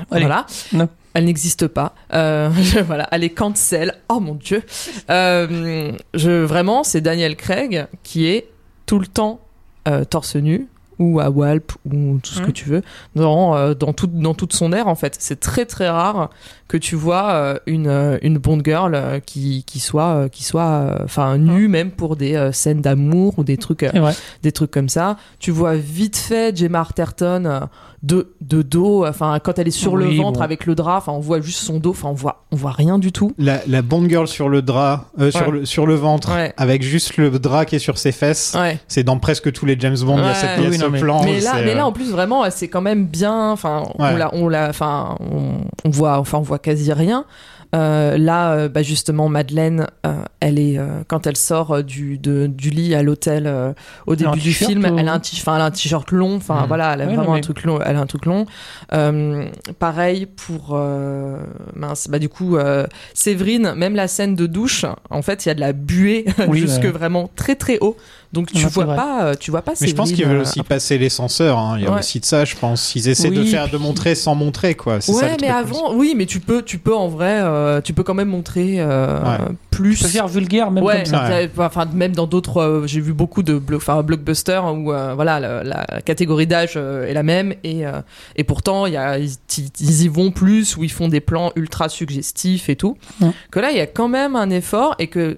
Speaker 2: Allez.
Speaker 3: Voilà.
Speaker 2: Non.
Speaker 3: Elle n'existe pas. Euh, je- voilà, elle est cancel. Oh mon dieu. Euh, je vraiment, c'est Daniel Craig qui est tout le temps euh, torse nu ou à Walp ou tout ce que
Speaker 2: Mhm.
Speaker 3: tu veux dans euh, dans toute dans toute son air en fait. C'est très très rare que tu vois euh, une euh, une Bond girl euh, qui qui soit euh, qui soit euh, enfin
Speaker 2: Mmh.
Speaker 3: nue même pour des euh, scènes d'amour ou des trucs euh,
Speaker 2: C'est vrai.
Speaker 3: des trucs comme ça. Tu vois vite fait Gemma Arterton euh, de, de dos, enfin quand elle est sur
Speaker 2: Oui,
Speaker 3: le ventre
Speaker 2: bon.
Speaker 3: avec le drap, enfin on voit juste son dos, enfin on voit on voit rien du tout.
Speaker 1: La, la Bond Girl sur le drap, euh, sur,
Speaker 3: Ouais.
Speaker 1: le, sur le ventre,
Speaker 3: Ouais.
Speaker 1: avec juste le drap qui est sur ses fesses,
Speaker 3: Ouais.
Speaker 1: c'est dans presque tous les James Bond, il y a
Speaker 3: Ouais. Ah
Speaker 1: cette- il y a
Speaker 2: Oui,
Speaker 1: ce
Speaker 2: non, mais-
Speaker 1: plan.
Speaker 3: mais là
Speaker 1: c'est,
Speaker 3: mais
Speaker 1: euh,
Speaker 3: là en plus vraiment c'est quand même bien, enfin on
Speaker 1: Ouais.
Speaker 3: la on la enfin on, on voit enfin on voit quasi rien. Euh, là, euh, bah justement, Madeleine, euh, elle est euh, quand elle sort euh, du, de- du lit à l'hôtel euh, au
Speaker 2: Elle a un
Speaker 3: début du
Speaker 2: t-shirt,
Speaker 3: film,
Speaker 2: euh,
Speaker 3: elle a un t- enfin, elle a un t-shirt long, enfin
Speaker 1: Mm.
Speaker 3: voilà, elle a
Speaker 2: Ouais, non,
Speaker 3: vraiment
Speaker 2: mais-
Speaker 3: un truc long, elle a un truc long. Euh, pareil pour euh, mince, bah du coup euh, Séverine, même la scène de douche, en fait, il y a de la buée
Speaker 2: Oui,
Speaker 3: jusque
Speaker 2: ouais.
Speaker 3: vraiment très très haut, donc tu
Speaker 2: Non, c'est
Speaker 3: vois
Speaker 2: vrai.
Speaker 3: pas, euh, tu vois pas.
Speaker 1: Mais je pense
Speaker 3: Séverine,
Speaker 1: qu'ils veulent
Speaker 3: euh,
Speaker 1: aussi passer les censeurs. hein. Il y a
Speaker 3: Ouais.
Speaker 1: aussi de ça, je pense. Ils essaient de
Speaker 3: Oui,
Speaker 1: faire de
Speaker 3: puis-
Speaker 1: montrer sans montrer, quoi. C'est ça,
Speaker 3: Ouais,
Speaker 1: le
Speaker 3: mais
Speaker 1: truc.
Speaker 3: avant, oui, mais tu peux, tu peux en vrai, euh, tu peux quand même montrer, euh,
Speaker 1: Ouais.
Speaker 3: plus.
Speaker 2: Tu peux faire vulgaire même
Speaker 3: ouais,
Speaker 2: comme ça.
Speaker 1: Ouais.
Speaker 3: ça- enfin même dans d'autres, euh, j'ai vu beaucoup de blo- enfin, blockbusters où euh, voilà la, la catégorie d'âge euh, est la même et euh, et pourtant il y a- ils, t- ils y vont plus où ils font des plans ultra suggestifs et tout.
Speaker 2: Ouais.
Speaker 3: Que là il y a quand même un effort et que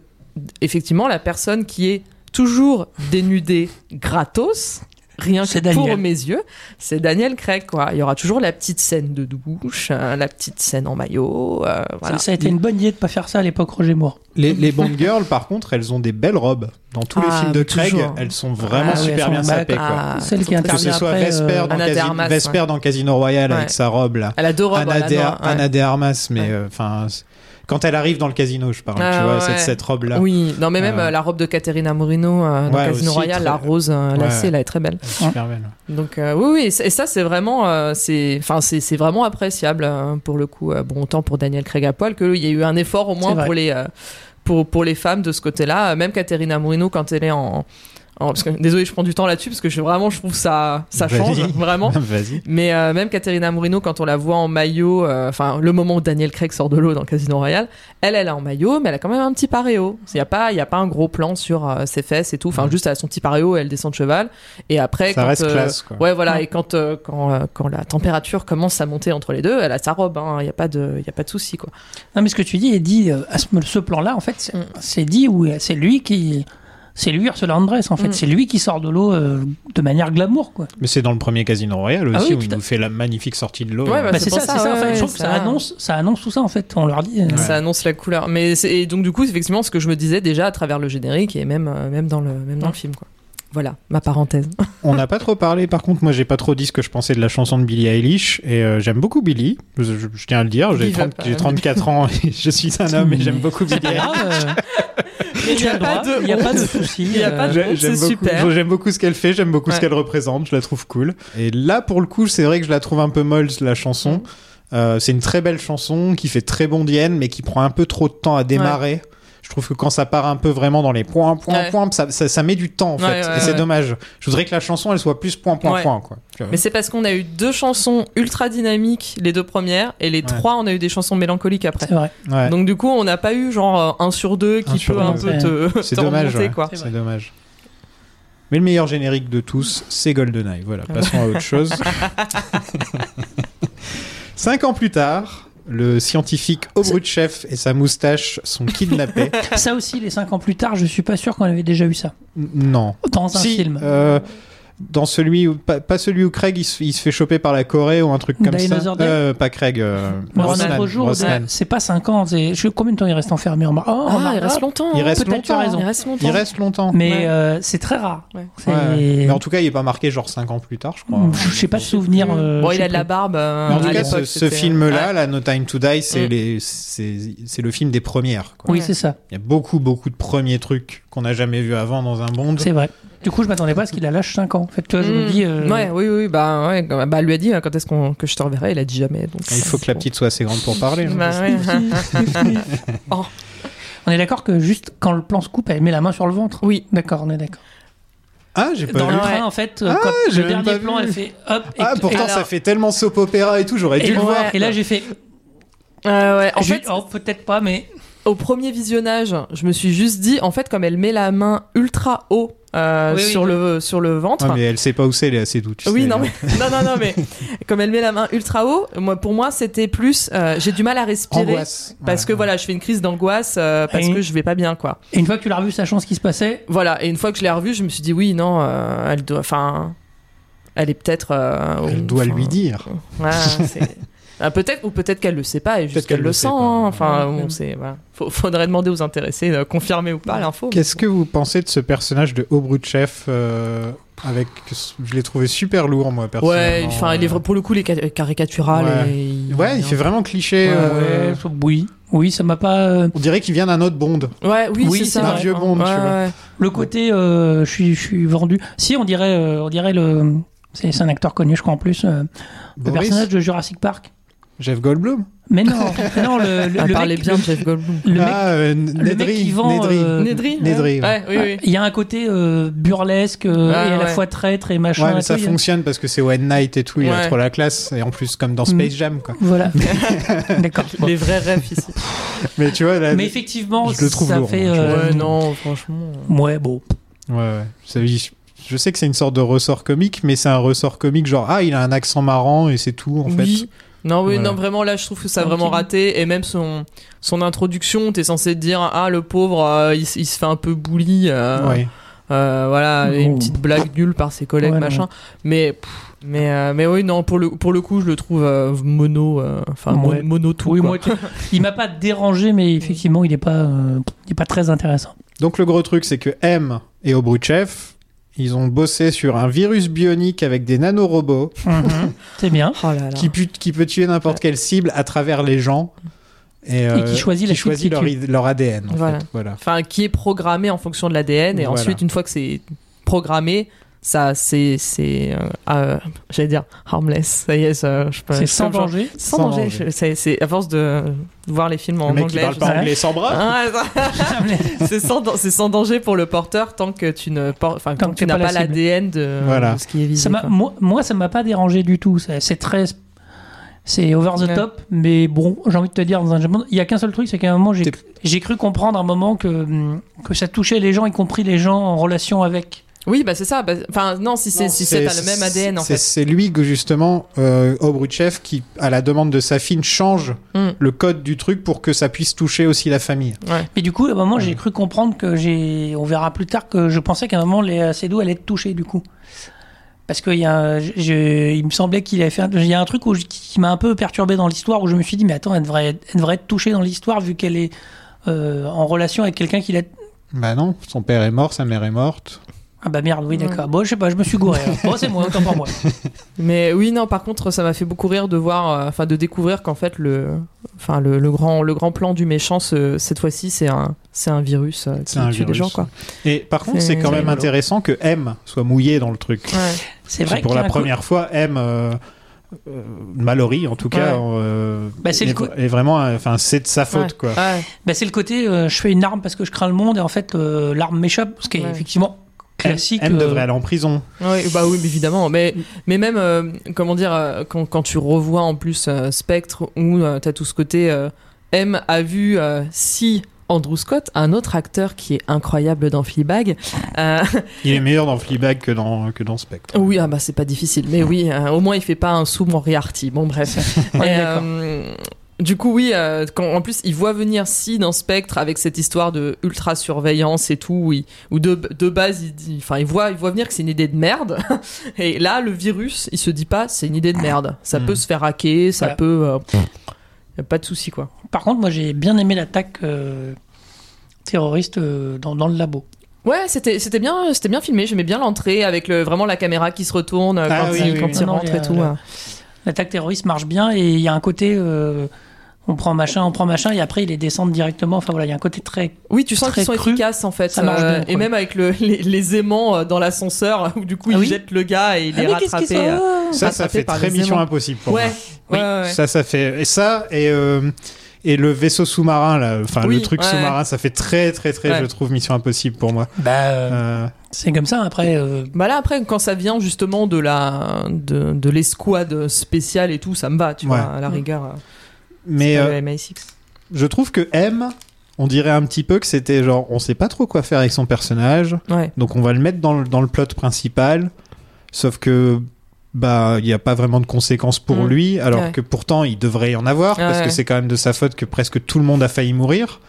Speaker 3: effectivement la personne qui est toujours dénudée gratos. Rien que
Speaker 2: C'est
Speaker 3: pour
Speaker 2: Daniel.
Speaker 3: mes yeux, c'est Daniel Craig quoi. Il y aura toujours la petite scène de douche, euh, la petite scène en maillot. euh, voilà.
Speaker 2: Ça, ça a été une bonne idée de pas faire ça à l'époque Roger Moore.
Speaker 1: Les, les Bond Girls, par contre, elles ont des belles robes. Dans tous les
Speaker 3: Ah,
Speaker 1: films de
Speaker 3: mais
Speaker 1: Craig,
Speaker 3: toujours.
Speaker 1: elles sont vraiment
Speaker 2: Ah oui,
Speaker 1: super
Speaker 2: elles
Speaker 1: bien
Speaker 2: sont bac.
Speaker 1: sapées. quoi.
Speaker 3: Ah,
Speaker 2: Celle qui
Speaker 3: tout à fait.
Speaker 1: Que ce
Speaker 2: intervient
Speaker 1: soit
Speaker 2: après,
Speaker 1: Vesper,
Speaker 2: euh,
Speaker 1: dans,
Speaker 3: Anna de
Speaker 1: Casi-
Speaker 3: Armas,
Speaker 1: Vesper dans Casino Royale
Speaker 3: Ouais.
Speaker 1: avec sa robe là.
Speaker 3: Elle a deux robes.
Speaker 1: Anna,
Speaker 3: elle a
Speaker 1: de,
Speaker 3: deux-
Speaker 1: Anna
Speaker 3: ouais.
Speaker 1: de Armas, mais euh,
Speaker 3: Ouais.
Speaker 1: enfin, quand elle arrive dans le casino, je parle,
Speaker 3: Ah,
Speaker 1: tu vois,
Speaker 3: ouais.
Speaker 1: cette, cette robe là.
Speaker 3: Oui, non mais même
Speaker 1: Euh,
Speaker 3: euh, la robe de Caterina Morino euh, dans
Speaker 1: Ouais,
Speaker 3: Casino
Speaker 1: aussi,
Speaker 3: Royale,
Speaker 1: très-
Speaker 3: la rose euh,
Speaker 1: Ouais.
Speaker 3: lacée, là, est très belle.
Speaker 1: Super belle.
Speaker 3: Donc euh, oui, oui, et c- et ça c'est vraiment, euh, c'est, enfin c'est, c'est vraiment appréciable euh, pour le coup. euh, bon, autant pour Daniel Craig à poil que lui, il y a eu un effort au moins
Speaker 2: vrai.
Speaker 3: pour les, euh, pour pour les femmes de ce côté-là. Euh, Même Caterina Morino quand elle est en, en- parce que, désolé, je prends du temps là-dessus parce que je, vraiment je trouve ça, ça
Speaker 1: Vas-y.
Speaker 3: change vraiment.
Speaker 1: Vas-y.
Speaker 3: Mais euh, même Caterina Morino, quand on la voit en maillot, euh, enfin le moment où Daniel Craig sort de l'eau dans le Casino Royal, elle, elle est en maillot, mais elle a quand même un petit paréo. Il n'y a pas, il y a pas un gros plan sur euh, ses fesses et tout. Enfin,
Speaker 1: Mhm.
Speaker 3: juste elle a son petit paréo, elle descend de cheval. Et après,
Speaker 1: Ça
Speaker 3: quand,
Speaker 1: reste
Speaker 3: euh,
Speaker 1: classe quoi.
Speaker 3: Ouais, voilà.
Speaker 2: Ouais.
Speaker 3: Et quand euh, quand euh, quand la température commence à monter entre les deux, elle a sa robe. hein. Il n'y a pas de, il y a pas de souci quoi.
Speaker 2: Non, mais ce que tu dis est dit euh, à ce, ce plan-là, en fait, c'est-
Speaker 3: Mm.
Speaker 2: c'est dit où euh, c'est lui qui. C'est lui Ursula Andress, en fait.
Speaker 3: Mm. Bah,
Speaker 2: C'est lui qui sort de l'eau euh, de manière glamour, quoi.
Speaker 1: Mais c'est dans le premier Casino Royale aussi
Speaker 2: Ah oui,
Speaker 1: où
Speaker 2: tout
Speaker 1: il
Speaker 2: à-
Speaker 1: nous fait la magnifique sortie de l'eau.
Speaker 3: Ouais,
Speaker 1: là.
Speaker 3: bah,
Speaker 2: Bah, c'est
Speaker 3: pour
Speaker 2: ça,
Speaker 3: ça,
Speaker 2: c'est ça, en
Speaker 3: ouais,
Speaker 2: fait.
Speaker 3: ouais,
Speaker 2: Je trouve que ça
Speaker 3: ça-
Speaker 2: annonce, ça annonce tout ça, en fait. On leur dit. euh,
Speaker 1: Ouais.
Speaker 3: Ça annonce la couleur. Mais c'est- et donc du coup, effectivement, ce que je me disais déjà à travers le générique et même euh, même dans le même dans le film quoi. Voilà ma parenthèse.
Speaker 1: On n'a pas trop parlé, par contre, moi j'ai pas trop dit ce que je pensais de la chanson de Billie Eilish, et euh, j'aime beaucoup Billie, je, je- je tiens à le dire, j'ai
Speaker 3: Vive
Speaker 1: 30
Speaker 3: pas,
Speaker 1: j'ai
Speaker 3: mais-
Speaker 1: 34 ans et je suis un homme et j'aime beaucoup
Speaker 2: C'est
Speaker 1: Billie
Speaker 2: pas
Speaker 1: Eilish.
Speaker 2: grave. euh,
Speaker 3: Mais
Speaker 2: tu as le droit. Il n'y a pas de souci.
Speaker 3: Il y a
Speaker 2: euh,
Speaker 3: pas de-
Speaker 1: J'ai- J'aime
Speaker 3: C'est
Speaker 1: beaucoup,
Speaker 3: super.
Speaker 1: j'aime beaucoup ce qu'elle fait, j'aime beaucoup
Speaker 3: Ouais.
Speaker 1: ce qu'elle représente, je la trouve cool. Et là, pour le coup, c'est vrai que je la trouve un peu molle, la
Speaker 3: Mm.
Speaker 1: chanson. Euh, c'est une très belle chanson qui fait très bondienne, mais qui prend un peu trop de temps à démarrer. Je trouve que quand ça part un peu vraiment dans les points, points,
Speaker 3: Ouais.
Speaker 1: points, ça, ça, ça met du temps en fait.
Speaker 3: Ouais, ouais,
Speaker 1: et c'est
Speaker 3: ouais.
Speaker 1: dommage. Je voudrais que la chanson elle soit plus point, point,
Speaker 3: Ouais.
Speaker 1: point. Quoi.
Speaker 3: Mais c'est parce qu'on a eu deux chansons ultra dynamiques, les deux premières, et les
Speaker 1: Ouais.
Speaker 3: trois, on a eu des chansons mélancoliques après.
Speaker 2: C'est vrai.
Speaker 1: Ouais.
Speaker 3: Donc du coup, on n'a pas eu genre euh, un sur
Speaker 1: Un
Speaker 3: deux qui
Speaker 1: sur
Speaker 3: peut un
Speaker 1: deux,
Speaker 3: peu
Speaker 2: ouais.
Speaker 3: te,
Speaker 1: C'est
Speaker 3: te
Speaker 1: dommage,
Speaker 3: remonter,
Speaker 1: ouais.
Speaker 3: quoi.
Speaker 1: C'est dommage. Mais le meilleur générique de tous, c'est GoldenEye. Voilà, passons à autre chose. Cinq ans plus tard, le scientifique Obruchev et sa moustache sont kidnappés.
Speaker 2: Ça aussi, les 5 ans plus tard, je suis pas sûr qu'on avait déjà eu ça.
Speaker 1: N- non.
Speaker 2: Dans un
Speaker 1: Si,
Speaker 2: film.
Speaker 1: euh, dans celui où, pas, pas celui où Craig il se, il se fait choper par la Corée ou un truc comme ça.
Speaker 2: Dinosaur Day
Speaker 1: Euh, pas Craig. euh,
Speaker 2: Mais on
Speaker 1: Brosnan,
Speaker 2: a beau jour,
Speaker 1: Brosnan.
Speaker 2: c'est pas 5 ans. c'est- Je sais combien de temps il reste enfermé en bas. Oh,
Speaker 3: Ah,
Speaker 2: on a-
Speaker 3: il reste longtemps.
Speaker 1: Il
Speaker 3: hein.
Speaker 1: reste
Speaker 2: peut-être tu as
Speaker 1: longtemps.
Speaker 2: raison.
Speaker 3: Il reste longtemps.
Speaker 1: Il reste longtemps.
Speaker 2: Mais
Speaker 3: Ouais.
Speaker 2: euh, c'est très rare.
Speaker 3: Ouais.
Speaker 2: C'est-
Speaker 1: Ouais. Mais en tout cas, il est pas marqué genre cinq ans plus tard, je crois.
Speaker 2: Je sais pas de souvenir. euh,
Speaker 3: Bon,
Speaker 2: je
Speaker 3: il
Speaker 2: sais
Speaker 3: a de la
Speaker 2: plus.
Speaker 3: barbe. euh,
Speaker 1: Mais en tout
Speaker 3: à
Speaker 1: cas, ce,
Speaker 3: l'époque,
Speaker 1: ce
Speaker 3: c'était-
Speaker 1: film-là,
Speaker 3: Ouais.
Speaker 1: la No Time to Die, c'est
Speaker 3: Mm.
Speaker 1: les- c'est- c'est le film des premières. quoi.
Speaker 2: Oui, c'est ça.
Speaker 1: Il y a beaucoup, beaucoup de premiers trucs qu'on n'a jamais vus avant dans un Bond.
Speaker 2: C'est vrai. Du coup, je m'attendais pas à ce qu'il a lâche 5 ans. En fait, tu vois, je me
Speaker 3: Mm.
Speaker 2: dis. euh,
Speaker 3: Ouais, oui, oui, bah, ouais, bah, bah, elle lui a dit hein, quand est-ce qu'on que je te reverrai, il a dit jamais. Donc,
Speaker 1: Il faut que la petite soit assez grande pour parler. hein.
Speaker 3: Bah, ouais.
Speaker 2: On est d'accord que juste quand le plan se coupe, elle met la main sur le ventre.
Speaker 3: Oui.
Speaker 2: D'accord, on est d'accord.
Speaker 1: Ah, j'ai pas
Speaker 2: Dans
Speaker 1: vu.
Speaker 2: le
Speaker 3: Ouais.
Speaker 2: train, en fait, euh,
Speaker 1: Ah,
Speaker 2: quand
Speaker 1: j'ai
Speaker 2: le
Speaker 1: même
Speaker 2: dernier
Speaker 1: pas
Speaker 2: plan,
Speaker 1: vu.
Speaker 2: elle fait hop. et-
Speaker 1: Ah, pourtant,
Speaker 2: et-
Speaker 1: ça fait tellement soap opéra et tout, j'aurais
Speaker 2: Et,
Speaker 1: dû le
Speaker 2: ouais.
Speaker 1: voir.
Speaker 2: Et là, j'ai fait.
Speaker 3: Euh, ouais, en
Speaker 2: j'ai-
Speaker 3: fait,
Speaker 2: oh, peut-être pas, mais
Speaker 3: au premier visionnage, je me suis juste dit, en fait, comme elle met la main ultra haut euh,
Speaker 2: Oui, oui,
Speaker 3: sur, le, sur le ventre.
Speaker 1: Ah, mais elle sait pas où c'est, elle est assez doute.
Speaker 3: Oui, non, mais, non, non, non, mais comme elle met la main ultra haut, moi, pour moi, c'était plus. euh, j'ai du mal à respirer.
Speaker 1: Angoisse.
Speaker 3: Parce que voilà, je fais une crise d'angoisse euh, parce
Speaker 2: Et-
Speaker 3: que je vais pas bien, quoi.
Speaker 2: et une fois que tu l'as revu, sachant ce qui se passait,
Speaker 3: Voilà, et une fois que je l'ai revue, je me suis dit, oui, non, euh, elle doit. Enfin. Elle est peut-être. euh, au-
Speaker 1: Elle doit
Speaker 3: enfin,
Speaker 1: lui dire.
Speaker 3: ouais, c'est- Ah, peut-être ou peut-être qu'elle le sait pas et juste
Speaker 1: Peut-être
Speaker 3: qu'elle
Speaker 1: qu'elle
Speaker 3: le
Speaker 1: le
Speaker 3: sent.
Speaker 1: sait pas.
Speaker 3: hein. Enfin,
Speaker 2: Ouais.
Speaker 3: on sait. Voilà. Faut- faudrait demander aux intéressés de confirmer ou pas l'info. mais-
Speaker 1: Qu'est-ce que vous pensez de ce personnage de Obruchev euh, avec... Je l'ai trouvé super lourd, moi, personnellement.
Speaker 3: Ouais, enfin, il est vra- pour le coup, les caricatural.
Speaker 1: Ouais.
Speaker 3: et il-
Speaker 1: Ouais, il fait vraiment cliché.
Speaker 3: Ouais,
Speaker 1: euh,
Speaker 2: ouais, oui, oui, ça m'a pas. euh,
Speaker 1: On dirait qu'il vient d'un autre Bond.
Speaker 3: Ouais, oui,
Speaker 2: Oui,
Speaker 3: c'est
Speaker 2: c'est
Speaker 3: ça.
Speaker 2: un
Speaker 3: ouais.
Speaker 1: vieux monde, tu
Speaker 3: Ouais,
Speaker 1: vois.
Speaker 3: ouais.
Speaker 2: Le côté, euh, je suis, je suis vendu. Si, on dirait, euh, on dirait le. C'est c'est un acteur connu, je crois en plus. euh, le
Speaker 1: Boris
Speaker 2: personnage de Jurassic Park.
Speaker 1: Jeff Goldblum
Speaker 2: Mais non, non, le, le,
Speaker 3: Ah,
Speaker 2: le
Speaker 3: parlez
Speaker 2: mec,
Speaker 3: bien
Speaker 2: le-
Speaker 3: de Jeff Goldblum.
Speaker 2: le mec-
Speaker 1: Ah, euh, N-
Speaker 2: le mec
Speaker 1: Nedry,
Speaker 2: qui vend,
Speaker 1: Nedry.
Speaker 2: euh,
Speaker 3: Nedry
Speaker 1: Nedry,
Speaker 3: ouais. Ouais, oui, oui.
Speaker 2: Il y a un côté euh, burlesque euh,
Speaker 3: Ah,
Speaker 2: et à la
Speaker 3: ouais.
Speaker 2: fois traître et machin.
Speaker 1: Ouais,
Speaker 2: et
Speaker 1: mais ça
Speaker 2: tout, il y a-
Speaker 1: fonctionne parce que c'est One Night et tout, il a
Speaker 3: Ouais.
Speaker 1: trop la classe. Et en plus, comme dans
Speaker 2: Mm.
Speaker 1: Space Jam, quoi.
Speaker 2: Voilà. D'accord.
Speaker 3: Les vrais rêves ici.
Speaker 1: Mais tu vois, là.
Speaker 2: Mais effectivement,
Speaker 1: Je le trouve
Speaker 2: ça
Speaker 1: lourd,
Speaker 2: fait.
Speaker 1: moi, je
Speaker 2: euh,
Speaker 3: hein, Ouais, non, franchement.
Speaker 2: Ouais, bon.
Speaker 1: Ouais, ouais. Ça, je- je sais que c'est une sorte de ressort comique, mais c'est un ressort comique genre, ah, il a un accent marrant et c'est tout, en
Speaker 3: oui. Non, oui,
Speaker 1: Voilà.
Speaker 3: non, vraiment, là, je trouve que ça a
Speaker 2: Un
Speaker 3: vraiment
Speaker 2: petit-
Speaker 3: raté. Et même son, son introduction, t'es censé te dire, ah, le pauvre, euh, il, se- il se fait un peu bully.
Speaker 1: fait.
Speaker 3: euh,
Speaker 1: Ouais.
Speaker 3: euh, voilà, et
Speaker 2: Oh.
Speaker 3: une petite blague nulle par ses collègues,
Speaker 2: Ouais,
Speaker 3: machin.
Speaker 2: non.
Speaker 3: Mais, pff, mais, euh, mais oui, non, pour le, pour le coup, je le trouve euh, mono, euh, enfin, mon-
Speaker 2: Ouais.
Speaker 3: mono tout.
Speaker 2: Oui,
Speaker 3: quoi.
Speaker 2: moi, il m'a pas dérangé, mais effectivement, il est pas, euh, il est pas très intéressant.
Speaker 1: Donc, le gros truc, c'est que M et Obruchev, ils ont bossé sur un virus bionique avec des nanorobots
Speaker 2: C'est bien.
Speaker 3: Oh là là.
Speaker 1: qui, pu- qui peut tuer n'importe quelle cible à travers les gens. Et, euh,
Speaker 2: qui choisit la cible qui
Speaker 1: leur,
Speaker 2: tue.
Speaker 1: id- leur ADN, en
Speaker 3: Voilà.
Speaker 1: fait. Voilà.
Speaker 3: Enfin, qui est programmé en fonction de l'ADN. Et
Speaker 1: Voilà.
Speaker 3: ensuite, une fois que c'est programmé, ça, c'est. c'est euh, euh, J'allais dire harmless. Ça y est, ça, je peux.
Speaker 2: C'est
Speaker 3: je
Speaker 2: sans
Speaker 3: peux me changer.
Speaker 2: danger.
Speaker 3: Sans,
Speaker 1: Sans
Speaker 3: danger.
Speaker 1: danger.
Speaker 3: je- C'est, c'est- à force de voir les films en
Speaker 1: le mec qui
Speaker 3: anglais.
Speaker 1: parle
Speaker 3: je-
Speaker 1: pas
Speaker 2: sais.
Speaker 1: anglais sans bras.
Speaker 3: Ah, ça- c'est, sans, dan- c'est sans danger pour le porteur tant que tu ne por- enfin,
Speaker 2: Tant
Speaker 3: quand
Speaker 2: que t'es
Speaker 3: tu n'as
Speaker 2: pas la
Speaker 3: pas
Speaker 2: cible.
Speaker 3: l'ADN de,
Speaker 1: Voilà.
Speaker 3: de ce qui est visé.
Speaker 2: Ça m'a-
Speaker 3: quoi.
Speaker 2: moi, moi, ça m'a pas dérangé du tout. Ça- C'est très. C'est over the
Speaker 3: Ouais.
Speaker 2: top, mais bon, j'ai envie de te dire, dans un Japon, il y a qu'un seul truc, c'est qu'à un moment, j'ai
Speaker 1: T'es-
Speaker 2: cru- j'ai cru comprendre à un moment que, hum, que ça touchait les gens, y compris les gens en relation avec.
Speaker 3: Oui, bah c'est ça. bah, Enfin, non, si c'est,
Speaker 1: Non,
Speaker 3: si c'est, t'as le même ADN en
Speaker 1: c'est-
Speaker 3: fait.
Speaker 1: C'est lui que justement, euh, Obruchev, qui, à la demande de sa fille, change
Speaker 2: Hmm.
Speaker 3: Mm.
Speaker 1: le code du truc pour que ça puisse toucher aussi la famille.
Speaker 2: Mais du coup, à un moment, j'ai
Speaker 1: Ouais.
Speaker 2: cru comprendre que j'ai. On verra plus tard que je pensais qu'à un moment, les Cédou allaient être touchés, du coup. Parce qu'il y a. un- je- je- il me semblait qu'il avait fait. un- Il y a un truc où je- qui m'a un peu perturbé dans l'histoire où je me suis dit, mais attends, elle devrait, être- elle devrait être touchée dans l'histoire vu qu'elle est euh, en relation avec quelqu'un qui l'a.
Speaker 1: Bah non, son père est mort, sa mère est morte.
Speaker 2: Ah bah merde, oui, d'accord. Bon, je sais pas, je me suis gouré. alors. Bon, c'est moi, autant pour moi.
Speaker 3: Mais oui, non. Par contre, ça m'a fait beaucoup rire de voir, euh, enfin, de découvrir qu'en fait le, enfin, le, le grand, le grand plan du méchant ce- cette fois-ci, c'est un, c'est un virus euh, qui
Speaker 1: C'est un
Speaker 3: tue les
Speaker 1: virus.
Speaker 3: gens, quoi.
Speaker 1: Et par contre, c'est
Speaker 3: C'est-
Speaker 1: quand
Speaker 3: c'est
Speaker 1: même
Speaker 3: rigolo.
Speaker 1: intéressant que M soit mouillé dans le truc.
Speaker 3: Ouais.
Speaker 2: C'est vrai
Speaker 1: pour
Speaker 2: qu'il y a
Speaker 1: la
Speaker 2: un co-
Speaker 1: première fois, M. euh, euh, Mallory, en tout cas,
Speaker 3: Ouais.
Speaker 1: euh,
Speaker 2: Bah, c'est le
Speaker 1: est,
Speaker 2: co-
Speaker 1: est vraiment, euh, enfin, c'est de sa faute, quoi.
Speaker 3: Ouais.
Speaker 2: Bah, c'est le côté euh, je fais une arme parce que je crains le monde et en fait euh, l'arme m'échappe, ce qui est
Speaker 3: Ouais.
Speaker 2: effectivement
Speaker 1: M-
Speaker 2: classique.
Speaker 1: M,
Speaker 2: euh,
Speaker 1: devrait aller en prison.
Speaker 3: Ouais, bah oui, mais évidemment. Mais, mais même, euh, comment dire, euh, quand, quand tu revois en plus euh, Spectre, où euh, t'as tout ce côté, euh, M a vu euh, si Andrew Scott, un autre acteur qui est incroyable dans Fleabag. euh,
Speaker 1: Il est meilleur dans Fleabag que dans, que dans Spectre.
Speaker 3: oui, ah bah c'est pas difficile. Mais oui, euh, au moins il fait pas un sous Moriarty. Bon bref.
Speaker 2: on est
Speaker 3: Et,
Speaker 2: d'accord.
Speaker 3: euh, du coup, oui, euh, quand, en plus, il voit venir si dans Spectre avec cette histoire de ultra surveillance et tout, où, il- où de, de base, il, dit- enfin, il, voit, il voit venir que c'est une idée de merde. Et là, le virus, il se dit pas, c'est une idée de merde. Ça
Speaker 1: Mm.
Speaker 3: peut se faire hacker, ça
Speaker 2: Voilà.
Speaker 3: peut. euh, pff, y a pas de souci, quoi.
Speaker 2: Par contre, moi j'ai bien aimé l'attaque euh, terroriste euh, dans, dans le labo.
Speaker 3: Ouais, c'était c'était bien, c'était bien filmé. J'aimais bien l'entrée avec le, vraiment la caméra qui se retourne euh, quand,
Speaker 1: Ah oui,
Speaker 3: il,
Speaker 1: oui,
Speaker 3: quand
Speaker 1: oui.
Speaker 3: il
Speaker 2: Non, euh, non,
Speaker 3: rentre
Speaker 2: il y a
Speaker 3: et tout. hein.
Speaker 2: le-
Speaker 3: ouais.
Speaker 2: L'attaque terroriste marche bien et il y a un côté euh, on prend machin, on prend machin et après ils les descendent directement. Enfin voilà, il y a un côté très.
Speaker 3: Oui, tu sens
Speaker 2: Très
Speaker 3: qu'ils sont
Speaker 2: cru.
Speaker 3: efficaces en fait. euh,
Speaker 2: Ça marche bien,
Speaker 3: et
Speaker 2: quoi.
Speaker 3: même avec le, les, les aimants euh, dans l'ascenseur, où du coup
Speaker 2: Ah
Speaker 3: ils
Speaker 2: oui.
Speaker 3: jettent le gars et il
Speaker 2: Ah,
Speaker 3: est
Speaker 2: mais qu'est-ce
Speaker 3: rattrapé.
Speaker 2: qu'ils sont-
Speaker 3: euh,
Speaker 1: Ça, ça
Speaker 3: rattrapé
Speaker 1: fait
Speaker 3: par
Speaker 1: très
Speaker 3: les
Speaker 1: Mission
Speaker 3: aimants.
Speaker 1: Impossible pour
Speaker 3: Ouais,
Speaker 1: moi.
Speaker 3: ouais, ouais.
Speaker 1: Ça, ça fait. Et ça, et, euh, et le vaisseau sous-marin, là, enfin,
Speaker 3: Oui,
Speaker 1: le truc
Speaker 3: ouais.
Speaker 1: sous-marin, ça fait très, très, très,
Speaker 3: Ouais.
Speaker 1: je trouve, Mission Impossible pour moi.
Speaker 2: Bah, euh,
Speaker 1: Euh,
Speaker 2: c'est comme ça après. euh,
Speaker 3: Bah là après quand ça vient justement de la de, de l'escouade spéciale et tout ça me va tu
Speaker 1: Ouais.
Speaker 3: vois
Speaker 2: Mm.
Speaker 3: à la rigueur euh,
Speaker 1: mais
Speaker 3: c'est pas
Speaker 1: euh,
Speaker 3: le MI6
Speaker 1: je trouve que M, on dirait un petit peu que c'était genre, on sait pas trop quoi faire avec son personnage,
Speaker 3: ouais
Speaker 1: donc on va le mettre dans le, dans le plot principal, sauf que. Bah, il n'y a pas vraiment de conséquences pour
Speaker 3: Mm.
Speaker 1: lui, alors
Speaker 3: Ouais.
Speaker 1: que pourtant il devrait y en avoir, parce que
Speaker 3: Ouais.
Speaker 1: c'est quand même de sa faute que presque tout le monde a failli mourir.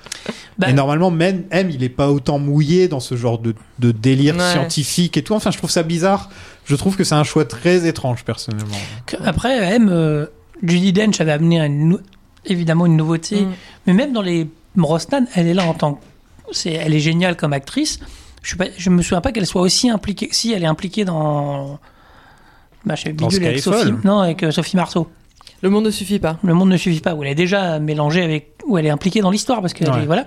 Speaker 2: bah,
Speaker 1: et normalement, même M, il est pas autant mouillé dans ce genre de, de délire
Speaker 3: Ouais.
Speaker 1: scientifique et tout. Enfin, je trouve ça bizarre. Je trouve que c'est un choix très étrange, personnellement.
Speaker 2: que- après M, euh, Judy Dench avait amené une nou- évidemment une nouveauté.
Speaker 3: Mm.
Speaker 2: Mais même dans les Brosnan, elle est là en tant que. c'est- Elle est géniale comme actrice. Je suis pas, je me souviens pas qu'elle soit aussi impliquée. Si, elle est impliquée dans. Bah, je sais,
Speaker 1: Dans
Speaker 2: bidule avec
Speaker 1: Skyfall.
Speaker 2: Sophie, non, avec euh, Sophie Marceau.
Speaker 3: le monde ne suffit pas
Speaker 2: Le monde ne suffit pas, où elle est déjà mélangée avec. où elle est impliquée dans l'histoire. Parce que.
Speaker 1: Ouais.
Speaker 2: Voilà.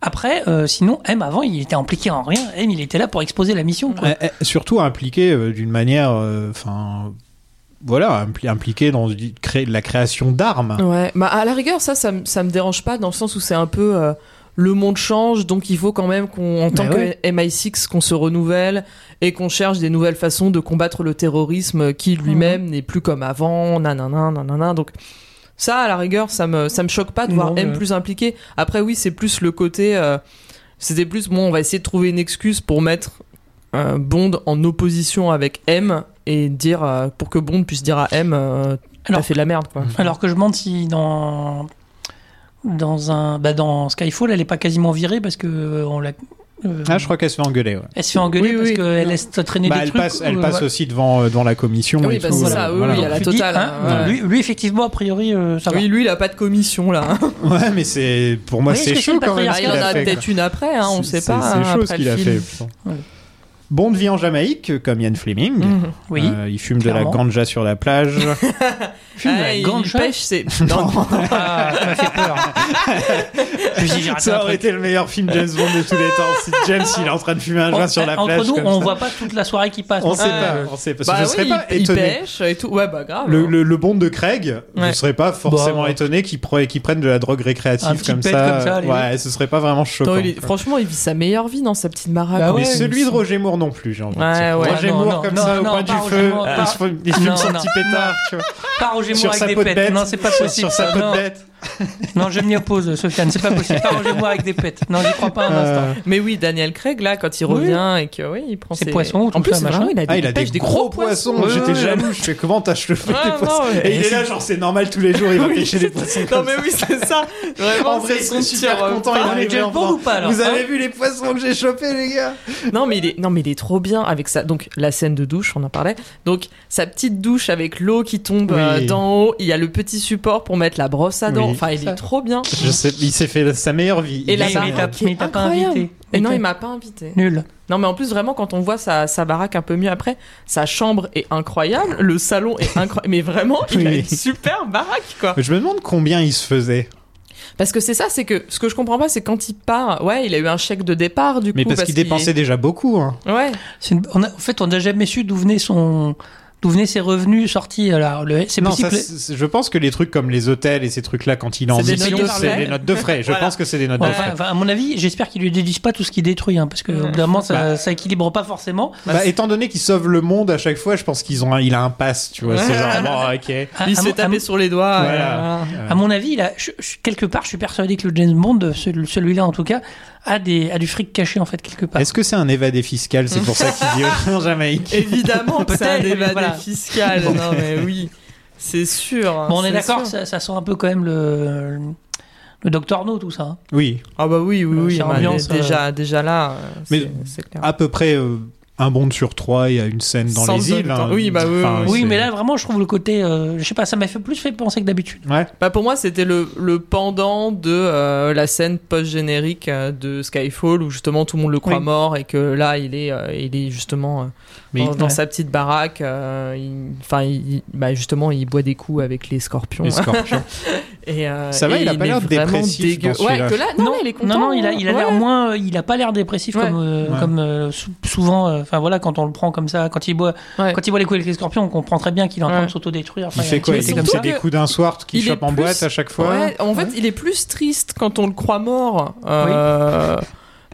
Speaker 2: Après, euh, sinon, M, avant, il était impliqué en rien. M,
Speaker 1: euh,
Speaker 2: il était là pour exposer la mission. quoi.
Speaker 1: Eh, eh, surtout impliqué euh, d'une manière, euh, enfin, voilà, impli- impliqué dans du- créer de la création d'armes.
Speaker 3: Ouais, bah à la rigueur, ça, ça, me- ça me dérange pas dans le sens où c'est un peu euh, le monde change, donc il faut quand même qu'on, en tant
Speaker 2: Bah ouais.
Speaker 3: que MI6, qu'on se renouvelle et qu'on cherche des nouvelles façons de combattre le terrorisme qui
Speaker 2: Mhm.
Speaker 3: lui-même n'est plus comme avant, nanana, nanana. Donc ça, à la rigueur, ça me, ça me choque pas de voir
Speaker 2: Non,
Speaker 3: M
Speaker 2: ouais.
Speaker 3: plus impliqué. Après, oui, c'est plus le côté. euh, c'était plus, bon, on va essayer de trouver une excuse pour mettre euh, Bond en opposition avec M et dire euh, pour que Bond puisse dire à M euh, t'as
Speaker 2: Alors-
Speaker 3: fait de la merde quoi.
Speaker 2: Alors que je me demande si dans dans un bah dans Skyfall, elle est pas quasiment virée parce que euh, on l'a. euh,
Speaker 1: Ah, je crois qu'elle se fait engueuler. ouais.
Speaker 2: Elle se fait engueuler
Speaker 3: Oui,
Speaker 2: parce
Speaker 3: oui.
Speaker 2: qu'elle laisse traîner
Speaker 1: Bah,
Speaker 2: des
Speaker 1: elle
Speaker 2: trucs.
Speaker 1: passe, elle
Speaker 2: euh,
Speaker 1: passe
Speaker 2: voilà.
Speaker 1: aussi devant, euh, devant la commission.
Speaker 3: Oui,
Speaker 1: et
Speaker 3: bah,
Speaker 1: tout,
Speaker 3: c'est
Speaker 1: voilà.
Speaker 3: ça, oui,
Speaker 1: Voilà.
Speaker 3: oui, elle a- la
Speaker 2: Tu dis,
Speaker 3: totale,
Speaker 2: hein,
Speaker 3: ouais.
Speaker 2: non, lui, lui, effectivement, a priori, euh, ça va.
Speaker 3: Oui, lui, il a pas de commission là. hein.
Speaker 1: Ouais, mais c'est pour moi
Speaker 2: Oui,
Speaker 1: c'est
Speaker 2: est-ce que c'est
Speaker 1: chaud
Speaker 2: le
Speaker 1: quand même.
Speaker 2: patriarcat
Speaker 1: ce
Speaker 3: il
Speaker 1: qu'il
Speaker 3: en
Speaker 1: a
Speaker 3: a
Speaker 1: fait, quoi.
Speaker 3: peut-être une après, hein, on
Speaker 1: C'est-
Speaker 3: sait pas.
Speaker 1: C'est
Speaker 3: hein,
Speaker 1: chaud ce
Speaker 3: après
Speaker 1: qu'il
Speaker 3: le
Speaker 1: a fait.
Speaker 3: film.
Speaker 1: putain.
Speaker 2: Voilà.
Speaker 1: Bond vit en Jamaïque comme Ian Fleming.
Speaker 3: Mhm.
Speaker 2: Mm. Oui.
Speaker 1: Euh, il fume de
Speaker 2: clairement.
Speaker 1: la ganja sur la plage.
Speaker 2: Fume
Speaker 3: Ah,
Speaker 2: la
Speaker 3: il
Speaker 2: ganja.
Speaker 3: pêche, c'est. Non,
Speaker 2: Ah, ça m'a fait peur. je me suis dit, j'ai raté un
Speaker 1: Ça aurait
Speaker 2: truc.
Speaker 1: été le meilleur film James Bond de tous les temps. Si James il est en train de fumer un joint sur la
Speaker 2: Entre
Speaker 1: plage.
Speaker 2: nous,
Speaker 1: comme
Speaker 2: on
Speaker 1: ça.
Speaker 2: voit pas toute la soirée qui passe. Hein.
Speaker 1: On sait
Speaker 3: Ah,
Speaker 1: pas.
Speaker 3: ouais.
Speaker 1: On sait pas.
Speaker 3: bah
Speaker 1: je
Speaker 3: oui,
Speaker 1: serais pas
Speaker 3: il, il
Speaker 1: étonné.
Speaker 3: pêche et tout. Ouais, bah grave.
Speaker 1: Le, le, le Bond de Craig, je
Speaker 3: Ouais.
Speaker 1: serais pas forcément
Speaker 2: Bah,
Speaker 1: étonné qu'il pre- qu'il prenne de la drogue récréative
Speaker 2: un petit
Speaker 1: comme,
Speaker 2: pet
Speaker 1: ça.
Speaker 2: comme ça, allez,
Speaker 1: Ouais, ce serait pas vraiment
Speaker 3: Attends,
Speaker 1: choquant.
Speaker 3: il est- Franchement, il vit sa meilleure vie dans sa petite baraque.
Speaker 2: Bah
Speaker 3: quoi.
Speaker 1: Mais
Speaker 2: ouais,
Speaker 1: celui de Roger Moore non plus, j'ai envie de
Speaker 3: Ouais,
Speaker 1: dire.
Speaker 3: ouais.
Speaker 1: Roger
Speaker 2: Ah, non,
Speaker 1: Mours
Speaker 2: non,
Speaker 1: comme
Speaker 2: non,
Speaker 1: ça au
Speaker 2: non,
Speaker 1: coin
Speaker 2: pas
Speaker 1: du
Speaker 2: Roger
Speaker 1: feu,
Speaker 2: Moore,
Speaker 1: euh,
Speaker 2: pas-
Speaker 1: il se fait- il fume
Speaker 2: Non,
Speaker 1: son
Speaker 2: non.
Speaker 1: petit pétard, tu vois,
Speaker 2: Pas Roger
Speaker 1: sur
Speaker 2: Moore
Speaker 1: sa
Speaker 2: avec
Speaker 1: peau
Speaker 2: des
Speaker 1: de
Speaker 2: pets.
Speaker 1: bête.
Speaker 2: Non, c'est pas possible.
Speaker 1: sur sa
Speaker 2: ça,
Speaker 1: peau de
Speaker 2: non.
Speaker 1: bête.
Speaker 2: Non, je m'y oppose, Sofiane. C'est pas possible. Pas Roger Moore avec des pets. Non, j'y crois pas un instant.
Speaker 1: Euh,
Speaker 3: Mais oui, Daniel Craig, là, quand il
Speaker 2: Oui.
Speaker 3: revient et que, oui, il prend
Speaker 2: Ses
Speaker 3: ses
Speaker 2: poissons, tout
Speaker 3: En plus,
Speaker 2: ça, machin.
Speaker 3: vraiment, il a des,
Speaker 1: Ah, il a des,
Speaker 3: pêches,
Speaker 1: gros poissons,
Speaker 3: Ouais,
Speaker 1: j'étais
Speaker 3: ouais,
Speaker 1: jaloux, je fais comment t'as cheveux
Speaker 3: Ah,
Speaker 1: des
Speaker 3: non,
Speaker 1: poissons
Speaker 3: ouais.
Speaker 1: Et il est là, genre c'est normal tous les jours, il va pêcher des poissons.
Speaker 3: Non,
Speaker 1: comme
Speaker 3: mais
Speaker 1: ça.
Speaker 3: oui, c'est ça. Vraiment,
Speaker 1: En vrai,
Speaker 3: c'est
Speaker 1: ils sont super
Speaker 3: tir, euh,
Speaker 1: contents, il
Speaker 2: Ah, mais
Speaker 1: arrive
Speaker 2: James
Speaker 1: en
Speaker 2: Bond
Speaker 1: disant,
Speaker 2: ou pas alors
Speaker 1: Vous
Speaker 3: Ah,
Speaker 2: hein
Speaker 1: avez vu les poissons que j'ai chopés, les gars
Speaker 3: Non mais il est non mais il est trop bien avec ça. Donc la scène de douche, on en parlait. Donc sa petite douche avec l'eau qui tombe
Speaker 1: Oui.
Speaker 3: euh, d'en haut, il y a le petit support pour mettre la brosse à dents.
Speaker 1: Oui.
Speaker 3: Enfin, il
Speaker 2: Ça.
Speaker 3: est trop bien.
Speaker 1: Je sais, il s'est fait sa meilleure vie.
Speaker 3: Et
Speaker 1: Il
Speaker 3: la
Speaker 1: est-
Speaker 2: Mais il t'a-
Speaker 3: baraque
Speaker 2: mais
Speaker 3: est
Speaker 2: il t'a pas
Speaker 3: incroyable.
Speaker 2: invité.
Speaker 3: Et non,
Speaker 2: Ok.
Speaker 3: il m'a pas invité.
Speaker 2: Nul.
Speaker 3: Non mais en plus vraiment quand on voit sa, sa baraque un peu mieux après, sa chambre est incroyable, le salon est incroyable. mais vraiment, il a
Speaker 1: Oui.
Speaker 3: une super baraque quoi.
Speaker 1: Je me demande combien il se faisait.
Speaker 3: Parce que c'est ça, c'est que ce que je comprends pas, c'est quand il part, ouais, il a eu un chèque de départ du
Speaker 1: Mais
Speaker 3: coup.
Speaker 1: parce qu'il dépensait déjà beaucoup. hein.
Speaker 3: Ouais.
Speaker 2: C'est une- on a- en fait, on n'a jamais su d'où venaient son, d'où venaient ses revenus sortis. Alors, le, c'est
Speaker 1: Non,
Speaker 2: possible.
Speaker 1: ça, c'est- je pense que les trucs comme les hôtels et ces trucs-là, quand il est en
Speaker 3: C'est des
Speaker 1: mission,
Speaker 3: notes de
Speaker 1: c'est
Speaker 3: frais.
Speaker 1: des notes de frais. Je
Speaker 3: Voilà.
Speaker 1: pense que c'est
Speaker 3: Ah,
Speaker 1: des notes
Speaker 3: bah,
Speaker 2: Ouais,
Speaker 1: de
Speaker 2: enfin,
Speaker 1: frais.
Speaker 2: enfin, à mon avis, j'espère qu'ils lui déduisent pas tout ce qu'il détruit, hein, parce que
Speaker 3: Ouais.
Speaker 2: au bout d'un moment, ça,
Speaker 1: Bah.
Speaker 2: ça équilibre pas forcément.
Speaker 1: Bah, étant donné qu'il sauve le monde à chaque fois, je pense qu'ils ont, un- il a un pass, tu vois. C'est genre, bon, ok. Euh,
Speaker 2: À,
Speaker 3: il
Speaker 2: à mon-
Speaker 3: s'est
Speaker 2: à mon-
Speaker 3: tapé sur les doigts.
Speaker 1: Voilà.
Speaker 3: euh,
Speaker 2: à mon avis, là, je- je- quelque part, je suis persuadé que le James Bond, celui- celui-là en tout cas, a des, a du fric caché en fait quelque part.
Speaker 1: Est-ce que c'est un évadé fiscal C'est pour ça qu'il vit en Jamaïque.
Speaker 3: Évidemment, que c'est un
Speaker 2: Peut-être,
Speaker 3: évadé
Speaker 2: voilà.
Speaker 3: fiscal. Non, mais oui, c'est sûr. hein,
Speaker 2: Bon, on est
Speaker 3: c'est
Speaker 2: d'accord,
Speaker 3: sûr.
Speaker 2: ça, ça sent un peu quand même le, le Docteur No tout ça. hein.
Speaker 1: Oui,
Speaker 3: Ah bah oui, oui,
Speaker 2: Euh,
Speaker 3: oui.
Speaker 2: c'est
Speaker 3: bah,
Speaker 2: ambiance,
Speaker 3: dé- déjà, déjà là, euh,
Speaker 1: Mais-
Speaker 3: c'est c'est clair.
Speaker 1: à peu près euh, un bond sur trois. Il y a une scène dans
Speaker 3: Sans
Speaker 1: les
Speaker 3: le
Speaker 1: îles.
Speaker 3: temps.
Speaker 1: hein.
Speaker 3: Oui, bah oui, oui.
Speaker 2: Oui,
Speaker 1: c'est-
Speaker 2: mais là vraiment, je trouve le côté, euh, je sais pas, ça m'a fait plus fait penser que d'habitude.
Speaker 1: Ouais.
Speaker 3: Bah, pour moi, c'était le, le pendant de euh, la scène post-générique euh, de Skyfall où justement tout le monde le croit
Speaker 2: Oui.
Speaker 3: mort et que là, il est, euh, il est justement euh,
Speaker 1: Mais-
Speaker 3: dans, dans
Speaker 2: Ouais.
Speaker 3: sa petite baraque. euh, il- Enfin, il- bah, justement, il boit des coups avec les scorpions.
Speaker 1: Les scorpions.
Speaker 3: Et, euh,
Speaker 1: Ça va,
Speaker 3: et
Speaker 1: il a pas
Speaker 3: est
Speaker 1: l'air
Speaker 3: vraiment
Speaker 1: dépressif dans
Speaker 3: dégueu. Ouais,
Speaker 1: celui-là.
Speaker 3: que là, non, là, il est
Speaker 2: Non,
Speaker 3: content.
Speaker 2: non, il a, il a l'air
Speaker 3: Ouais.
Speaker 2: moins, euh, il a pas l'air dépressif
Speaker 3: Ouais.
Speaker 2: comme, euh,
Speaker 1: Ouais.
Speaker 2: comme euh, sou- souvent. euh, Enfin voilà, quand on le prend comme ça, quand il boit,
Speaker 3: Ouais.
Speaker 2: quand il voit les coups avec les scorpions, on comprend très bien qu'il est en train
Speaker 3: Ouais.
Speaker 2: de s'autodétruire.
Speaker 1: Il
Speaker 2: Enfin,
Speaker 1: fait
Speaker 2: un
Speaker 1: quoi
Speaker 2: petit
Speaker 1: Il
Speaker 2: côté
Speaker 3: c'est
Speaker 1: fait
Speaker 2: comme ça.
Speaker 3: surtout
Speaker 1: des
Speaker 3: que
Speaker 1: coups d'un soir qu'il
Speaker 3: il est
Speaker 1: chope en
Speaker 3: plus-
Speaker 1: boîte à chaque fois.
Speaker 3: Ouais, en fait, il est plus triste quand on le croit mort. euh,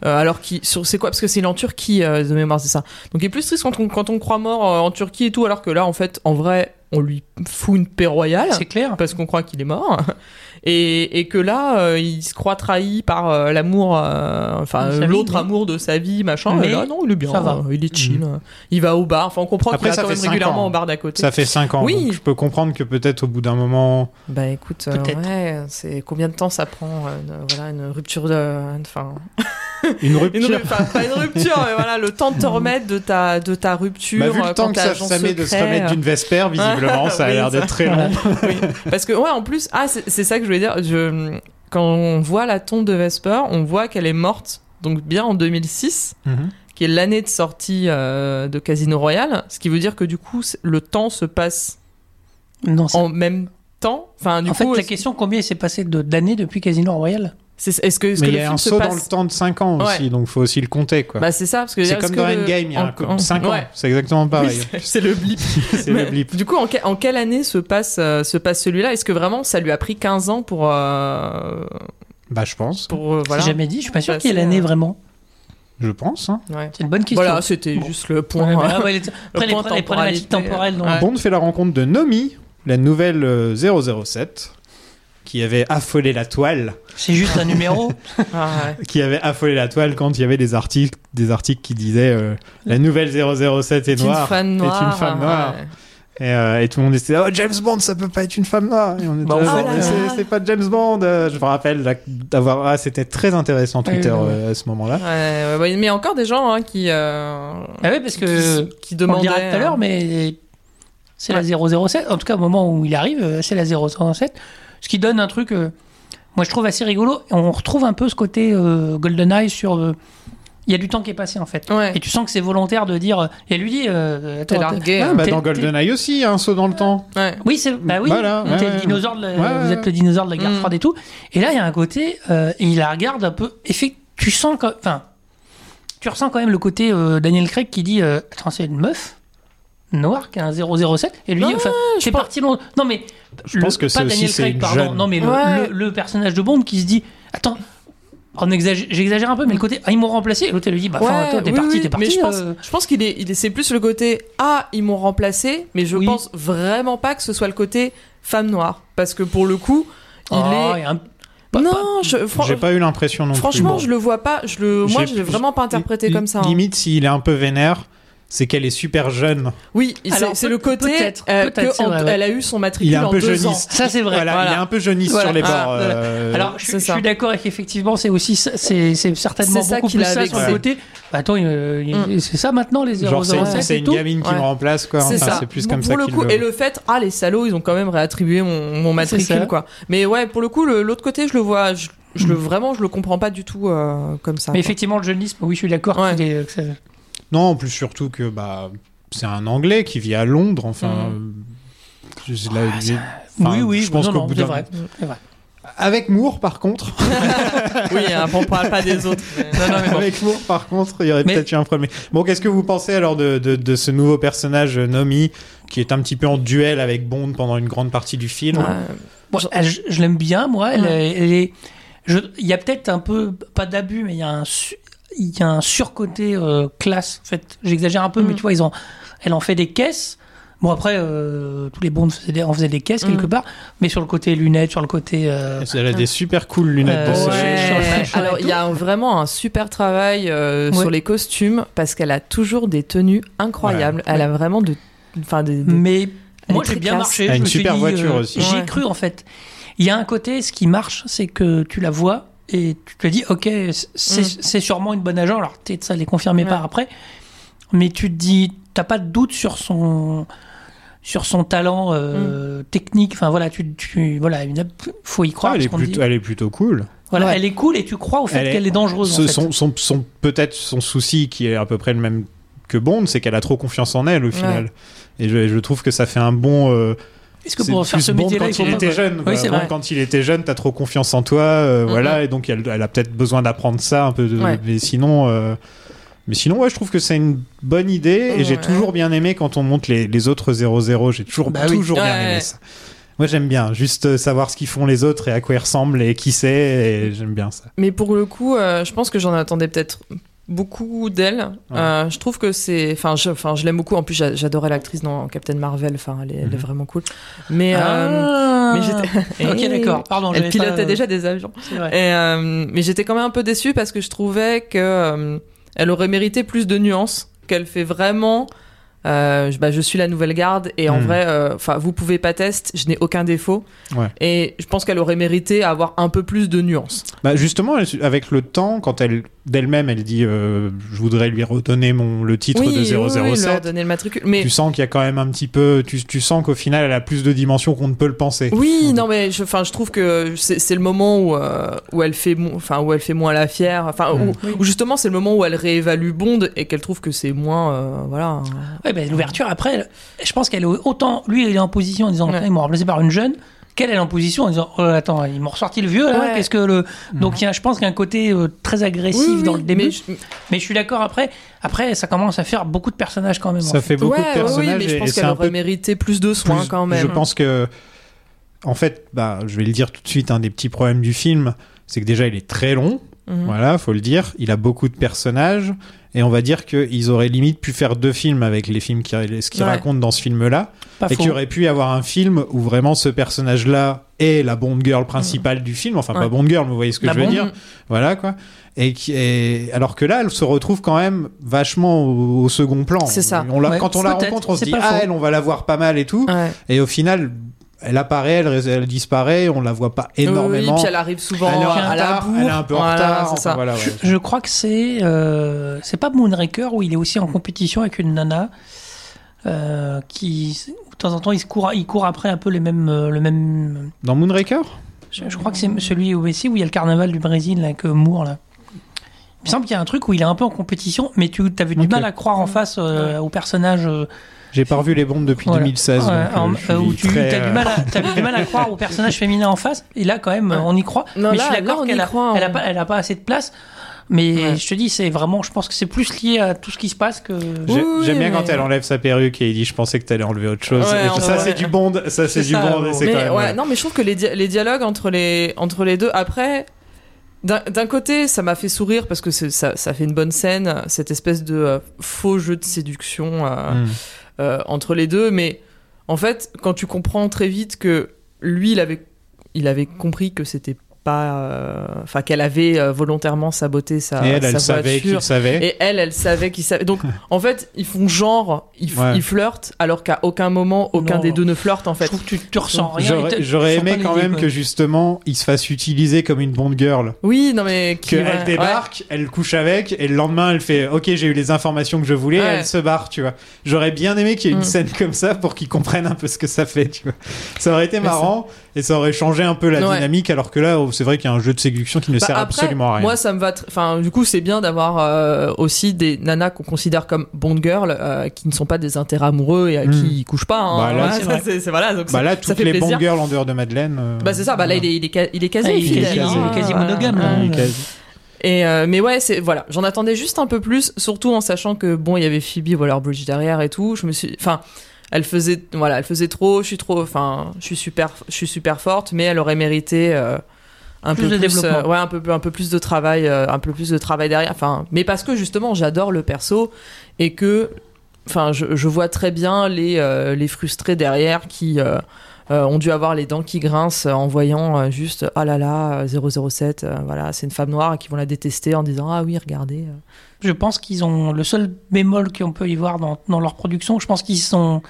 Speaker 3: euh, alors qu'il sur c'est quoi parce que c'est en Turquie euh, de mémoire c'est ça. Donc il est plus triste quand on quand on le croit mort euh, en Turquie et tout alors que là en fait en vrai on lui fout une paix royale
Speaker 2: C'est clair.
Speaker 3: parce qu'on croit qu'il est mort et, et que là euh, il se croit trahi par euh, l'amour euh, enfin
Speaker 2: De sa vie,
Speaker 3: l'autre
Speaker 2: mais-
Speaker 3: amour de sa vie machin
Speaker 2: Mais
Speaker 3: et là non il est bien
Speaker 2: ça va.
Speaker 3: euh, il est chill euh, il va au bar enfin on comprend
Speaker 1: Après,
Speaker 3: qu'il va
Speaker 1: ça
Speaker 3: quand
Speaker 1: fait
Speaker 3: même
Speaker 1: cinq
Speaker 3: régulièrement
Speaker 1: ans.
Speaker 3: au bar d'à côté
Speaker 1: Ça fait 5 ans.
Speaker 3: Oui.
Speaker 1: donc je peux comprendre que peut-être au bout d'un moment.
Speaker 3: Bah écoute, euh,
Speaker 2: Peut-être.
Speaker 3: ouais, c'est combien de temps ça prend euh, de- voilà, une rupture de. Enfin,
Speaker 1: Une
Speaker 3: une
Speaker 1: rupture.
Speaker 3: ru- enfin, pas une rupture, mais voilà, le temps de te remettre de ta, de ta rupture.
Speaker 1: Bah, vu
Speaker 3: euh,
Speaker 1: le temps
Speaker 3: quand
Speaker 1: que
Speaker 3: t'es
Speaker 1: ça,
Speaker 3: agent
Speaker 1: ça met de se
Speaker 3: secret,
Speaker 1: remettre
Speaker 3: euh,
Speaker 1: d'une vespère, visiblement, ça a
Speaker 3: Oui,
Speaker 1: l'air
Speaker 3: ça-
Speaker 1: d'être très long.
Speaker 3: Parce que, ouais, en plus, ah, c'est c'est ça que je voulais dire. Je, quand on voit la tombe de Vesper, on voit qu'elle est morte, donc bien en 2006,
Speaker 1: Mhm.
Speaker 3: qui est l'année de sortie euh, de Casino Royale, ce qui veut dire que du coup, c'est- le temps se passe
Speaker 2: Non, c'est-
Speaker 3: en même temps. Enfin, du
Speaker 2: en fait,
Speaker 3: coup,
Speaker 2: la question combien il s'est passé de- d'années depuis Casino Royale
Speaker 3: C'est- Est-ce que, est-ce
Speaker 1: Mais
Speaker 3: que
Speaker 1: il y
Speaker 3: le
Speaker 1: a
Speaker 3: film
Speaker 1: un
Speaker 3: se
Speaker 1: saut
Speaker 3: passe
Speaker 1: dans le temps de 5 ans aussi,
Speaker 3: Ouais.
Speaker 1: donc faut aussi le compter quoi.
Speaker 3: Bah c'est ça, parce que
Speaker 1: c'est
Speaker 3: est-ce
Speaker 1: comme
Speaker 3: que
Speaker 1: dans
Speaker 3: le-
Speaker 1: Endgame, il y a
Speaker 3: en- en-
Speaker 1: 5 ans,
Speaker 3: ouais.
Speaker 1: c'est exactement pareil.
Speaker 3: Oui, c'est- c'est le blip.
Speaker 1: c'est le
Speaker 3: Mais
Speaker 1: blip.
Speaker 3: Du coup, en, que- en quelle année se passe, euh, se passe celui-là Est-ce que vraiment ça lui a pris 15 ans pour. euh,
Speaker 1: Bah je pense,
Speaker 3: pour euh, voilà.
Speaker 2: C'est jamais dit. Je suis pas sûr
Speaker 3: Bah,
Speaker 2: qu'il y ait
Speaker 3: c'est,
Speaker 2: l'année
Speaker 3: euh,
Speaker 2: vraiment.
Speaker 1: je pense. hein.
Speaker 3: Ouais.
Speaker 2: C'est une bonne question.
Speaker 3: Voilà, c'était
Speaker 2: Bon.
Speaker 3: juste le
Speaker 2: Ouais,
Speaker 3: point.
Speaker 2: mais là, ouais, les- après, les,
Speaker 3: point
Speaker 2: pro- les problématiques
Speaker 3: temporalité.
Speaker 2: temporelles. donc-
Speaker 3: Ouais.
Speaker 1: Bond fait la rencontre de Nomi, la nouvelle euh, 007 qui avait affolé la toile,
Speaker 2: C'est juste un numéro.
Speaker 3: Ah, ouais.
Speaker 1: qui avait affolé la toile quand il y avait des articles, des articles qui disaient euh, la nouvelle 007 est
Speaker 3: C'est une
Speaker 1: noire,
Speaker 3: fan noire.
Speaker 1: est une femme
Speaker 3: ah,
Speaker 1: noire.
Speaker 3: ouais.
Speaker 1: Et, euh, et tout le monde était là, oh, James Bond, ça peut pas être une femme noire. Et on était
Speaker 3: Bah,
Speaker 1: là,
Speaker 3: on
Speaker 1: genre,
Speaker 3: s'en
Speaker 1: mais
Speaker 3: fout.
Speaker 1: c'est- c'est pas James Bond. Euh, je me rappelle là, d'avoir. Ah, c'était très intéressant Twitter
Speaker 2: Ouais, ouais, ouais.
Speaker 1: euh, à ce moment-là.
Speaker 3: Ouais, ouais, ouais, mais encore des gens hein, qui, euh,
Speaker 2: ah ouais, parce que.
Speaker 3: qui, qui
Speaker 2: On le
Speaker 3: demandaient. euh,
Speaker 2: dira tout à l'heure, mais c'est la 007. En tout cas, au moment où il arrive, euh, c'est la 007. Ce qui donne un truc, euh, moi je trouve assez rigolo. Et on retrouve un peu ce côté euh, GoldenEye sur. euh, Il y a du temps qui est passé en fait.
Speaker 3: euh, Ouais.
Speaker 2: Et tu sens que c'est volontaire de dire. euh, Et lui dit. euh,
Speaker 3: T'es Ah.
Speaker 2: attends,
Speaker 3: largué,
Speaker 2: t'es-
Speaker 3: hein.
Speaker 1: Ah, bah,
Speaker 2: t'es-
Speaker 1: dans
Speaker 2: t'es-
Speaker 1: GoldenEye aussi, il y a un saut dans le temps.
Speaker 3: Ouais.
Speaker 2: Oui, c'est bah oui.
Speaker 1: Voilà, ouais,
Speaker 2: t'es le
Speaker 1: ouais.
Speaker 2: dinosaure de la-
Speaker 1: Ouais,
Speaker 2: vous
Speaker 1: ouais.
Speaker 2: êtes le dinosaure de la guerre
Speaker 3: Mm.
Speaker 2: froide et tout. Et là, il y a un côté, euh, il la regarde un peu. Effect, tu sens quand, enfin, tu ressens quand même le côté euh, Daniel Craig qui dit, euh, attends, c'est une meuf noire qui a un 007 et lui,
Speaker 3: Non,
Speaker 2: enfin, c'est parti long. Non mais
Speaker 1: Je pense que
Speaker 2: pas
Speaker 1: c'est aussi
Speaker 2: Daniel
Speaker 1: c'est
Speaker 2: Craig,
Speaker 1: une
Speaker 2: pardon.
Speaker 1: jeune.
Speaker 2: Non mais le,
Speaker 3: Ouais.
Speaker 2: le- le personnage de Bond qui se dit, attends. on exagère- J'exagère un peu, mais le côté, ah, ils m'ont remplacé. Et L'autre, elle lui dit, bah, enfin,
Speaker 3: Ouais,
Speaker 2: toi, t'es
Speaker 3: oui,
Speaker 2: parti,
Speaker 3: oui,
Speaker 2: t'es parti.
Speaker 3: Mais je pense,
Speaker 1: hein.
Speaker 2: euh.
Speaker 3: je pense qu'il est, il est- c'est plus le côté ah ils m'ont remplacé, mais je
Speaker 2: Oui.
Speaker 3: pense vraiment pas que ce soit le côté femme noire, parce que pour le coup, il
Speaker 1: Oh,
Speaker 2: Ah,
Speaker 3: est.
Speaker 2: et un- pas-
Speaker 3: non,
Speaker 2: pas-
Speaker 3: je, fran-
Speaker 1: J'ai pas eu l'impression non
Speaker 3: franchement,
Speaker 1: plus.
Speaker 3: je le vois pas. Je le, moi,
Speaker 1: J'ai-
Speaker 3: je l'ai vraiment pas interprété
Speaker 1: Li-
Speaker 3: comme ça. hein.
Speaker 1: Limite, s'il est un peu vénère, c'est qu'elle est super jeune.
Speaker 3: Oui, c'est-
Speaker 2: Alors,
Speaker 3: c'est
Speaker 2: peut-
Speaker 3: le côté
Speaker 2: peut-être,
Speaker 3: euh,
Speaker 2: peut-être,
Speaker 3: que
Speaker 2: c'est vrai,
Speaker 3: en-
Speaker 2: ouais.
Speaker 3: elle a eu son
Speaker 1: Il
Speaker 3: matricule
Speaker 1: est un
Speaker 3: en
Speaker 1: peu
Speaker 3: deux
Speaker 1: jeunisse.
Speaker 2: Ça, c'est vrai.
Speaker 1: Voilà,
Speaker 3: voilà.
Speaker 1: il est un peu jeunisse
Speaker 2: Voilà.
Speaker 1: sur les bords.
Speaker 3: Ah, voilà.
Speaker 1: euh,
Speaker 2: Alors, je,
Speaker 3: c'est
Speaker 2: je
Speaker 3: ça.
Speaker 2: suis d'accord avec effectivement, c'est aussi ça- c'est c'est certainement
Speaker 3: C'est ça
Speaker 2: beaucoup
Speaker 3: qu'il Mm.
Speaker 2: plus
Speaker 3: a
Speaker 2: ça
Speaker 3: avec
Speaker 2: sur le
Speaker 1: ses-
Speaker 2: côté. Bah, attends, euh, il- c'est ça maintenant les
Speaker 1: genre,
Speaker 2: 007
Speaker 1: c'est c'est
Speaker 2: et
Speaker 1: une
Speaker 2: tout.
Speaker 1: gamine qui
Speaker 3: Ouais.
Speaker 1: me remplace, quoi.
Speaker 3: C'est
Speaker 1: Enfin,
Speaker 3: ça.
Speaker 1: c'est plus
Speaker 3: Bon,
Speaker 1: comme
Speaker 3: pour
Speaker 1: ça
Speaker 3: le
Speaker 1: qu'il
Speaker 3: coup,
Speaker 1: le-
Speaker 3: et le fait, ah les salauds, ils ont quand même réattribué mon, mon
Speaker 2: C'est ça. Mm.
Speaker 3: matricule quoi. Mais ouais, pour le coup, le- l'autre côté, je le vois, je, je le vraiment, je le comprends pas du tout euh, comme ça.
Speaker 2: Mais
Speaker 3: quoi.
Speaker 2: effectivement, le jeunisme, oui, je suis d'accord.
Speaker 3: Ouais.
Speaker 2: qu'il est- que ça-
Speaker 1: Non, en plus surtout que bah c'est un Anglais qui vit à Londres, enfin.
Speaker 3: Mm.
Speaker 1: euh, je- là, il est- enfin,
Speaker 2: oui, oui,
Speaker 1: je pense
Speaker 2: non,
Speaker 1: qu'au
Speaker 2: non,
Speaker 1: bout
Speaker 2: c'est
Speaker 1: d'un-
Speaker 2: vrai. c'est vrai.
Speaker 1: Avec Moore, par contre.
Speaker 3: Oui, hein, bon, on parle pas des autres. Euh, mais-
Speaker 1: Avec Moore, par contre, il y aurait
Speaker 2: Mais-
Speaker 1: peut-être eu un premier. Bon, qu'est-ce que vous pensez alors de, de, de ce nouveau personnage euh, Nomi, qui est un petit peu en duel avec Bond pendant une grande partie du film
Speaker 3: Ouais.
Speaker 2: Bon, elle- je je l'aime bien, moi. Elle, est- elle est- je- Il y a peut-être un peu, pas d'abus, mais il y a un, su- il y a un surcoté euh, classe. En fait, j'exagère un peu, mais
Speaker 3: Mm.
Speaker 2: tu vois, ils ont, elle en fait des caisses. Bon, après, euh, tous les bonds faisaient des- en faisaient des caisses
Speaker 3: Mm.
Speaker 2: quelque part, mais sur le côté lunettes, sur le côté. euh,
Speaker 1: Elle a des super cool lunettes
Speaker 2: Euh,
Speaker 1: de soleil.
Speaker 2: ouais. sur le machin
Speaker 3: Alors,
Speaker 2: et
Speaker 3: il y a un- vraiment un super travail euh,
Speaker 2: Ouais.
Speaker 3: sur les costumes parce qu'elle a toujours des tenues incroyables. Elle a vraiment de, enfin des, des-
Speaker 2: Mais
Speaker 3: Elle
Speaker 2: moi
Speaker 3: est
Speaker 2: j'ai
Speaker 3: très
Speaker 2: bien
Speaker 3: classe.
Speaker 2: marché.
Speaker 1: Elle a
Speaker 2: je
Speaker 1: une
Speaker 2: me suis
Speaker 1: super
Speaker 2: dit,
Speaker 1: voiture
Speaker 2: euh,
Speaker 1: aussi.
Speaker 2: J'y ai
Speaker 3: Ouais.
Speaker 2: cru en fait. Il y a un côté, ce qui marche, c'est que tu la vois et tu te dis, ok, c'est
Speaker 3: Mm.
Speaker 2: c'est sûrement une bonne agent. Alors peut-être ça l'est confirmé
Speaker 3: Ouais.
Speaker 2: par après, mais tu te dis, t'as pas de doute sur son sur son talent euh,
Speaker 3: Mm.
Speaker 2: technique. Enfin voilà, tu, tu voilà, évidemment, faut y croire.
Speaker 1: Ah, elle,
Speaker 2: parce
Speaker 1: est
Speaker 2: qu'on te
Speaker 1: plutôt,
Speaker 2: dit.
Speaker 1: elle est plutôt cool.
Speaker 2: Voilà,
Speaker 3: Ouais.
Speaker 2: elle est cool et tu crois au fait
Speaker 1: Elle est-
Speaker 2: qu'elle est, dangereuse. en
Speaker 1: Ce,
Speaker 2: fait.
Speaker 1: son, son, son- peut-être son souci qui est à peu près le même que Bond, c'est qu'elle a trop confiance en elle au final. Et je, je trouve que ça fait un bon. euh,
Speaker 2: Est-ce que
Speaker 1: C'est
Speaker 2: pour
Speaker 1: plus
Speaker 2: faire ce
Speaker 1: Bond
Speaker 2: métier-là, il
Speaker 1: quand il
Speaker 2: faut pas-
Speaker 1: était jeune. quoi.
Speaker 2: Oui, c'est
Speaker 1: Bond,
Speaker 2: vrai.
Speaker 1: Quand il était jeune, t'as trop confiance en toi, euh, voilà, et donc elle, elle a peut-être besoin d'apprendre ça un peu. de-
Speaker 3: Ouais.
Speaker 1: Mais sinon, euh, mais sinon, ouais, je trouve que c'est une bonne idée, et j'ai
Speaker 3: Ouais.
Speaker 1: toujours bien aimé quand on monte les, les autres 0-0, J'ai toujours
Speaker 2: Bah oui.
Speaker 1: toujours bien
Speaker 3: Ouais,
Speaker 1: aimé
Speaker 3: ouais.
Speaker 1: ça. Moi, j'aime bien juste euh, savoir ce qu'ils font les autres et à quoi ils ressemblent et qui c'est. et J'aime bien ça.
Speaker 3: Mais pour le coup, euh, je pense que j'en attendais peut-être beaucoup d'elle.
Speaker 1: Ouais.
Speaker 3: Euh, je trouve que c'est, enfin, je, enfin, je l'aime beaucoup. En plus, j'a- j'adorais l'actrice dans Captain Marvel. Enfin, elle est, elle est
Speaker 1: Mhm.
Speaker 3: vraiment cool. Mais, euh,
Speaker 2: Ah.
Speaker 3: mais j'étais.
Speaker 2: Ok, d'accord. Pardon,
Speaker 3: Elle
Speaker 2: j'avais pas-
Speaker 3: pilotait déjà des avions.
Speaker 2: C'est vrai.
Speaker 3: Et, euh, mais j'étais quand même un peu déçue parce que je trouvais que euh, elle aurait mérité plus de nuances, qu'elle fait vraiment. euh, je, bah, je suis la nouvelle garde et en
Speaker 1: Mm.
Speaker 3: vrai, euh, enfin, vous pouvez pas test, je n'ai aucun défaut.
Speaker 1: Ouais.
Speaker 3: Et je pense qu'elle aurait mérité avoir un peu plus de nuances.
Speaker 1: Bah justement, elle- avec le temps, quand elle d'elle-même, elle dit, euh, je voudrais lui redonner mon le titre de
Speaker 3: oui, leur
Speaker 1: 007.
Speaker 3: donner le matricule. Mais
Speaker 1: tu sens qu'il y a quand même un petit peu, tu, tu sens qu'au final, elle a plus de dimensions qu'on ne peut le penser.
Speaker 3: oui, non, mais je, enfin, je trouve que c'est c'est le moment où euh, où elle fait, mo- enfin, où elle fait moins la fière. Enfin,
Speaker 1: Mm.
Speaker 3: où, où justement, c'est le moment où elle réévalue Bond et qu'elle trouve que c'est moins, euh, voilà.
Speaker 2: Ouais, ben, l'ouverture, après, elle- je pense qu'elle est autant. Lui, il est en position en disant
Speaker 3: Ouais.
Speaker 2: Ils m'ont remplacé par une jeune. qu'elle elle est en position en disant oh, attends ils m'ont ressorti le vieux là
Speaker 3: Ouais.
Speaker 2: qu'est-ce que le donc il y a, je pense qu'il y a un côté euh, très agressif
Speaker 3: Oui, oui,
Speaker 2: dans le début
Speaker 3: mais
Speaker 2: mais, je
Speaker 3: je-
Speaker 2: suis d'accord après après ça commence à faire beaucoup de personnages quand même hein. en
Speaker 1: Ça fait
Speaker 2: fait.
Speaker 1: beaucoup
Speaker 3: Ouais,
Speaker 1: de
Speaker 3: ouais, oui,
Speaker 1: personnages
Speaker 3: mais je
Speaker 1: et- et
Speaker 3: pense
Speaker 1: c'est
Speaker 3: qu'elle
Speaker 1: un peu
Speaker 3: aurait mérité plus de soins
Speaker 1: plus-
Speaker 3: quand même.
Speaker 1: Je pense que, en fait, bah, je vais le dire tout de suite, un des petits problèmes du film, c'est que déjà il est très long.
Speaker 3: Mhm.
Speaker 1: Voilà, faut le dire. Il a beaucoup de personnages et on va dire qu'ils auraient limite pu faire deux films avec les films qui, ce qu'ils
Speaker 3: Ouais.
Speaker 1: racontent dans ce film-là,
Speaker 2: pas
Speaker 1: et
Speaker 2: faux.
Speaker 1: qu'il aurait pu avoir un film où vraiment ce personnage-là est la Bond girl principale du film. Enfin,
Speaker 3: Mm. Ouais.
Speaker 1: pas Bond girl, mais vous voyez ce que
Speaker 2: La
Speaker 1: je veux
Speaker 2: Bond.
Speaker 3: Mm.
Speaker 1: dire. Voilà quoi. Et, qui- et- alors que là, elle se retrouve quand même vachement au, au second plan.
Speaker 3: C'est ça.
Speaker 1: On la-
Speaker 2: Ouais,
Speaker 1: quand on la
Speaker 2: peut-être.
Speaker 1: rencontre, on se
Speaker 2: C'est
Speaker 1: dit
Speaker 2: pas
Speaker 1: ah
Speaker 2: faux. Ah.
Speaker 1: elle, on va la voir pas mal et tout.
Speaker 3: Ouais.
Speaker 1: Et au final, elle apparaît, elle, rés- elle disparaît, on la voit pas
Speaker 3: Oui,
Speaker 1: énormément.
Speaker 3: puis elle arrive souvent
Speaker 1: Elle est en
Speaker 3: à la
Speaker 1: retard,
Speaker 3: bourre.
Speaker 1: elle est un peu en
Speaker 3: Voilà,
Speaker 1: retard.
Speaker 3: c'est
Speaker 1: enfin,
Speaker 3: ça.
Speaker 1: voilà, ouais.
Speaker 2: Je, je crois que c'est euh, c'est pas Moonraker où il est aussi en compétition avec une nana euh, qui de temps en temps il se court il court après un peu les mêmes euh, le même
Speaker 1: Dans Moonraker
Speaker 2: je, je crois que c'est celui au Messi où il y a le carnaval du Brésil avec euh, Moore là. Il me semble qu'il y a un truc où il est un peu en compétition, mais tu avais du
Speaker 1: Ok.
Speaker 2: mal à croire en face euh, au personnage. euh,
Speaker 1: J'ai pas revu les bombes depuis
Speaker 2: voilà.
Speaker 1: 2016.
Speaker 2: Ouais,
Speaker 1: donc, euh,
Speaker 2: en-
Speaker 1: je suis
Speaker 2: euh, où tu
Speaker 1: très,
Speaker 2: as,
Speaker 1: euh,
Speaker 2: du mal à, t'avais du mal à croire au personnage féminin en face, et là quand même euh,
Speaker 3: Ouais.
Speaker 2: on y croit.
Speaker 3: Non,
Speaker 2: mais
Speaker 3: là-
Speaker 2: je suis
Speaker 3: là, on
Speaker 2: d'accord
Speaker 3: y
Speaker 2: qu'elle a,
Speaker 3: croit,
Speaker 2: elle a
Speaker 3: ouais.
Speaker 2: pas, elle a pas assez de place. Mais
Speaker 3: Ouais.
Speaker 2: je te dis, c'est vraiment, je pense que c'est plus lié à tout ce qui se passe que.
Speaker 1: j'ai- J'aime
Speaker 3: Oui,
Speaker 1: bien
Speaker 3: mais-
Speaker 1: quand elle enlève sa perruque et il dit Je pensais que t'allais enlever autre chose.
Speaker 3: Ouais,
Speaker 1: Et
Speaker 3: on-
Speaker 1: ça, c'est
Speaker 3: ouais.
Speaker 1: du Bond. Ça, c'est
Speaker 2: C'est
Speaker 1: du
Speaker 2: ça,
Speaker 1: Bond. et
Speaker 2: bon.
Speaker 1: c'est
Speaker 3: Mais
Speaker 1: quand même, euh,
Speaker 3: ouais,
Speaker 1: ouais.
Speaker 3: non, mais je trouve que les, dia- les dialogues entre les, entre les deux, après, d'un- d'un côté, ça m'a fait sourire parce que c'est- ça, ça fait une bonne scène, cette espèce de euh, faux jeu de séduction euh,
Speaker 1: Mm.
Speaker 3: euh, entre les deux, mais en fait, quand tu comprends très vite que lui, il avait, il avait compris que c'était pas. euh, Enfin, qu'elle avait euh, volontairement saboté sa,
Speaker 1: Et elle, elle
Speaker 3: sa
Speaker 1: savait
Speaker 3: voiture.
Speaker 1: qu'il savait.
Speaker 3: Et elle, elle savait qu'il savait. Donc, en fait, ils font genre, ils, f-
Speaker 1: Ouais.
Speaker 3: ils flirtent, alors qu'à aucun moment, aucun
Speaker 2: Non.
Speaker 3: des deux ne flirte, en
Speaker 2: Je
Speaker 3: fait.
Speaker 2: trouve que tu, tu ressens rien. et
Speaker 1: J'aurais
Speaker 2: t'as-
Speaker 1: j'aurais
Speaker 2: tu sens
Speaker 1: aimé
Speaker 2: pas
Speaker 1: quand
Speaker 2: l'idée,
Speaker 1: même
Speaker 2: quoi.
Speaker 1: que justement il se fasse utiliser comme une Bond girl.
Speaker 3: Oui, non, mais. qui-
Speaker 1: Qu'elle
Speaker 3: ouais.
Speaker 1: débarque, elle couche avec, et le lendemain, elle fait Ok, j'ai eu les informations que je voulais, et
Speaker 3: Ouais.
Speaker 1: elle se barre, tu vois. J'aurais bien aimé qu'il y ait une
Speaker 3: Mm.
Speaker 1: scène comme ça pour qu'ils comprennent un peu ce que ça fait, tu vois. Ça aurait été
Speaker 3: Mais
Speaker 1: marrant, et ça aurait changé un peu la
Speaker 3: Ouais.
Speaker 1: dynamique, alors que là, oh, c'est vrai qu'il y a un jeu de séduction qui ne
Speaker 3: Bah,
Speaker 1: sert
Speaker 3: après,
Speaker 1: absolument à rien.
Speaker 3: Moi, ça me va. tr- Enfin, du coup, c'est bien d'avoir euh, aussi des nanas qu'on considère comme Bond Girl, euh, qui ne sont pas des intérêts amoureux et à
Speaker 1: Mm.
Speaker 3: qui ils couchent pas. hein.
Speaker 1: Bah, là,
Speaker 3: Voilà,
Speaker 1: c'est
Speaker 3: ça,
Speaker 1: vrai.
Speaker 3: c'est- c'est- voilà, donc
Speaker 1: bah
Speaker 3: ça-
Speaker 1: là,
Speaker 3: ça
Speaker 1: toutes
Speaker 3: fait
Speaker 1: les
Speaker 3: plaisir.
Speaker 1: Bond girls en dehors de Madeleine. euh,
Speaker 3: Bah, c'est ça. Bah là, il est, il est, ca- il est casé.
Speaker 2: Ah, il est
Speaker 3: fidèle,
Speaker 2: quasi-
Speaker 3: hein.
Speaker 2: il est quasi monogame,
Speaker 3: Ouais.
Speaker 2: là.
Speaker 1: il est
Speaker 2: euh,
Speaker 1: quasi-
Speaker 3: Et euh, mais ouais, c'est voilà, j'en attendais juste un peu plus, surtout en sachant que bon, il y avait Phoebe Waller-Bridge derrière et tout. Je me suis, enfin, elle faisait, voilà, elle faisait trop. Je suis trop, enfin, je suis super, je suis super forte, mais elle aurait mérité euh, un
Speaker 2: Plus
Speaker 3: peu
Speaker 2: de
Speaker 3: plus,
Speaker 2: développement.
Speaker 3: euh, ouais, un peu, un peu plus de travail, euh, un peu plus de travail derrière. Enfin, mais parce que justement, j'adore le perso et que, enfin, je, je vois très bien les euh, les frustrés derrière qui euh, euh, ont dû avoir les dents qui grincent en voyant euh, juste ah là là euh, 007 euh, voilà c'est une femme noire et qui vont la détester en disant ah oui regardez euh.
Speaker 2: Je pense qu'ils ont le seul bémol qu'on peut y voir dans, dans leur production. Je pense qu'ils sont,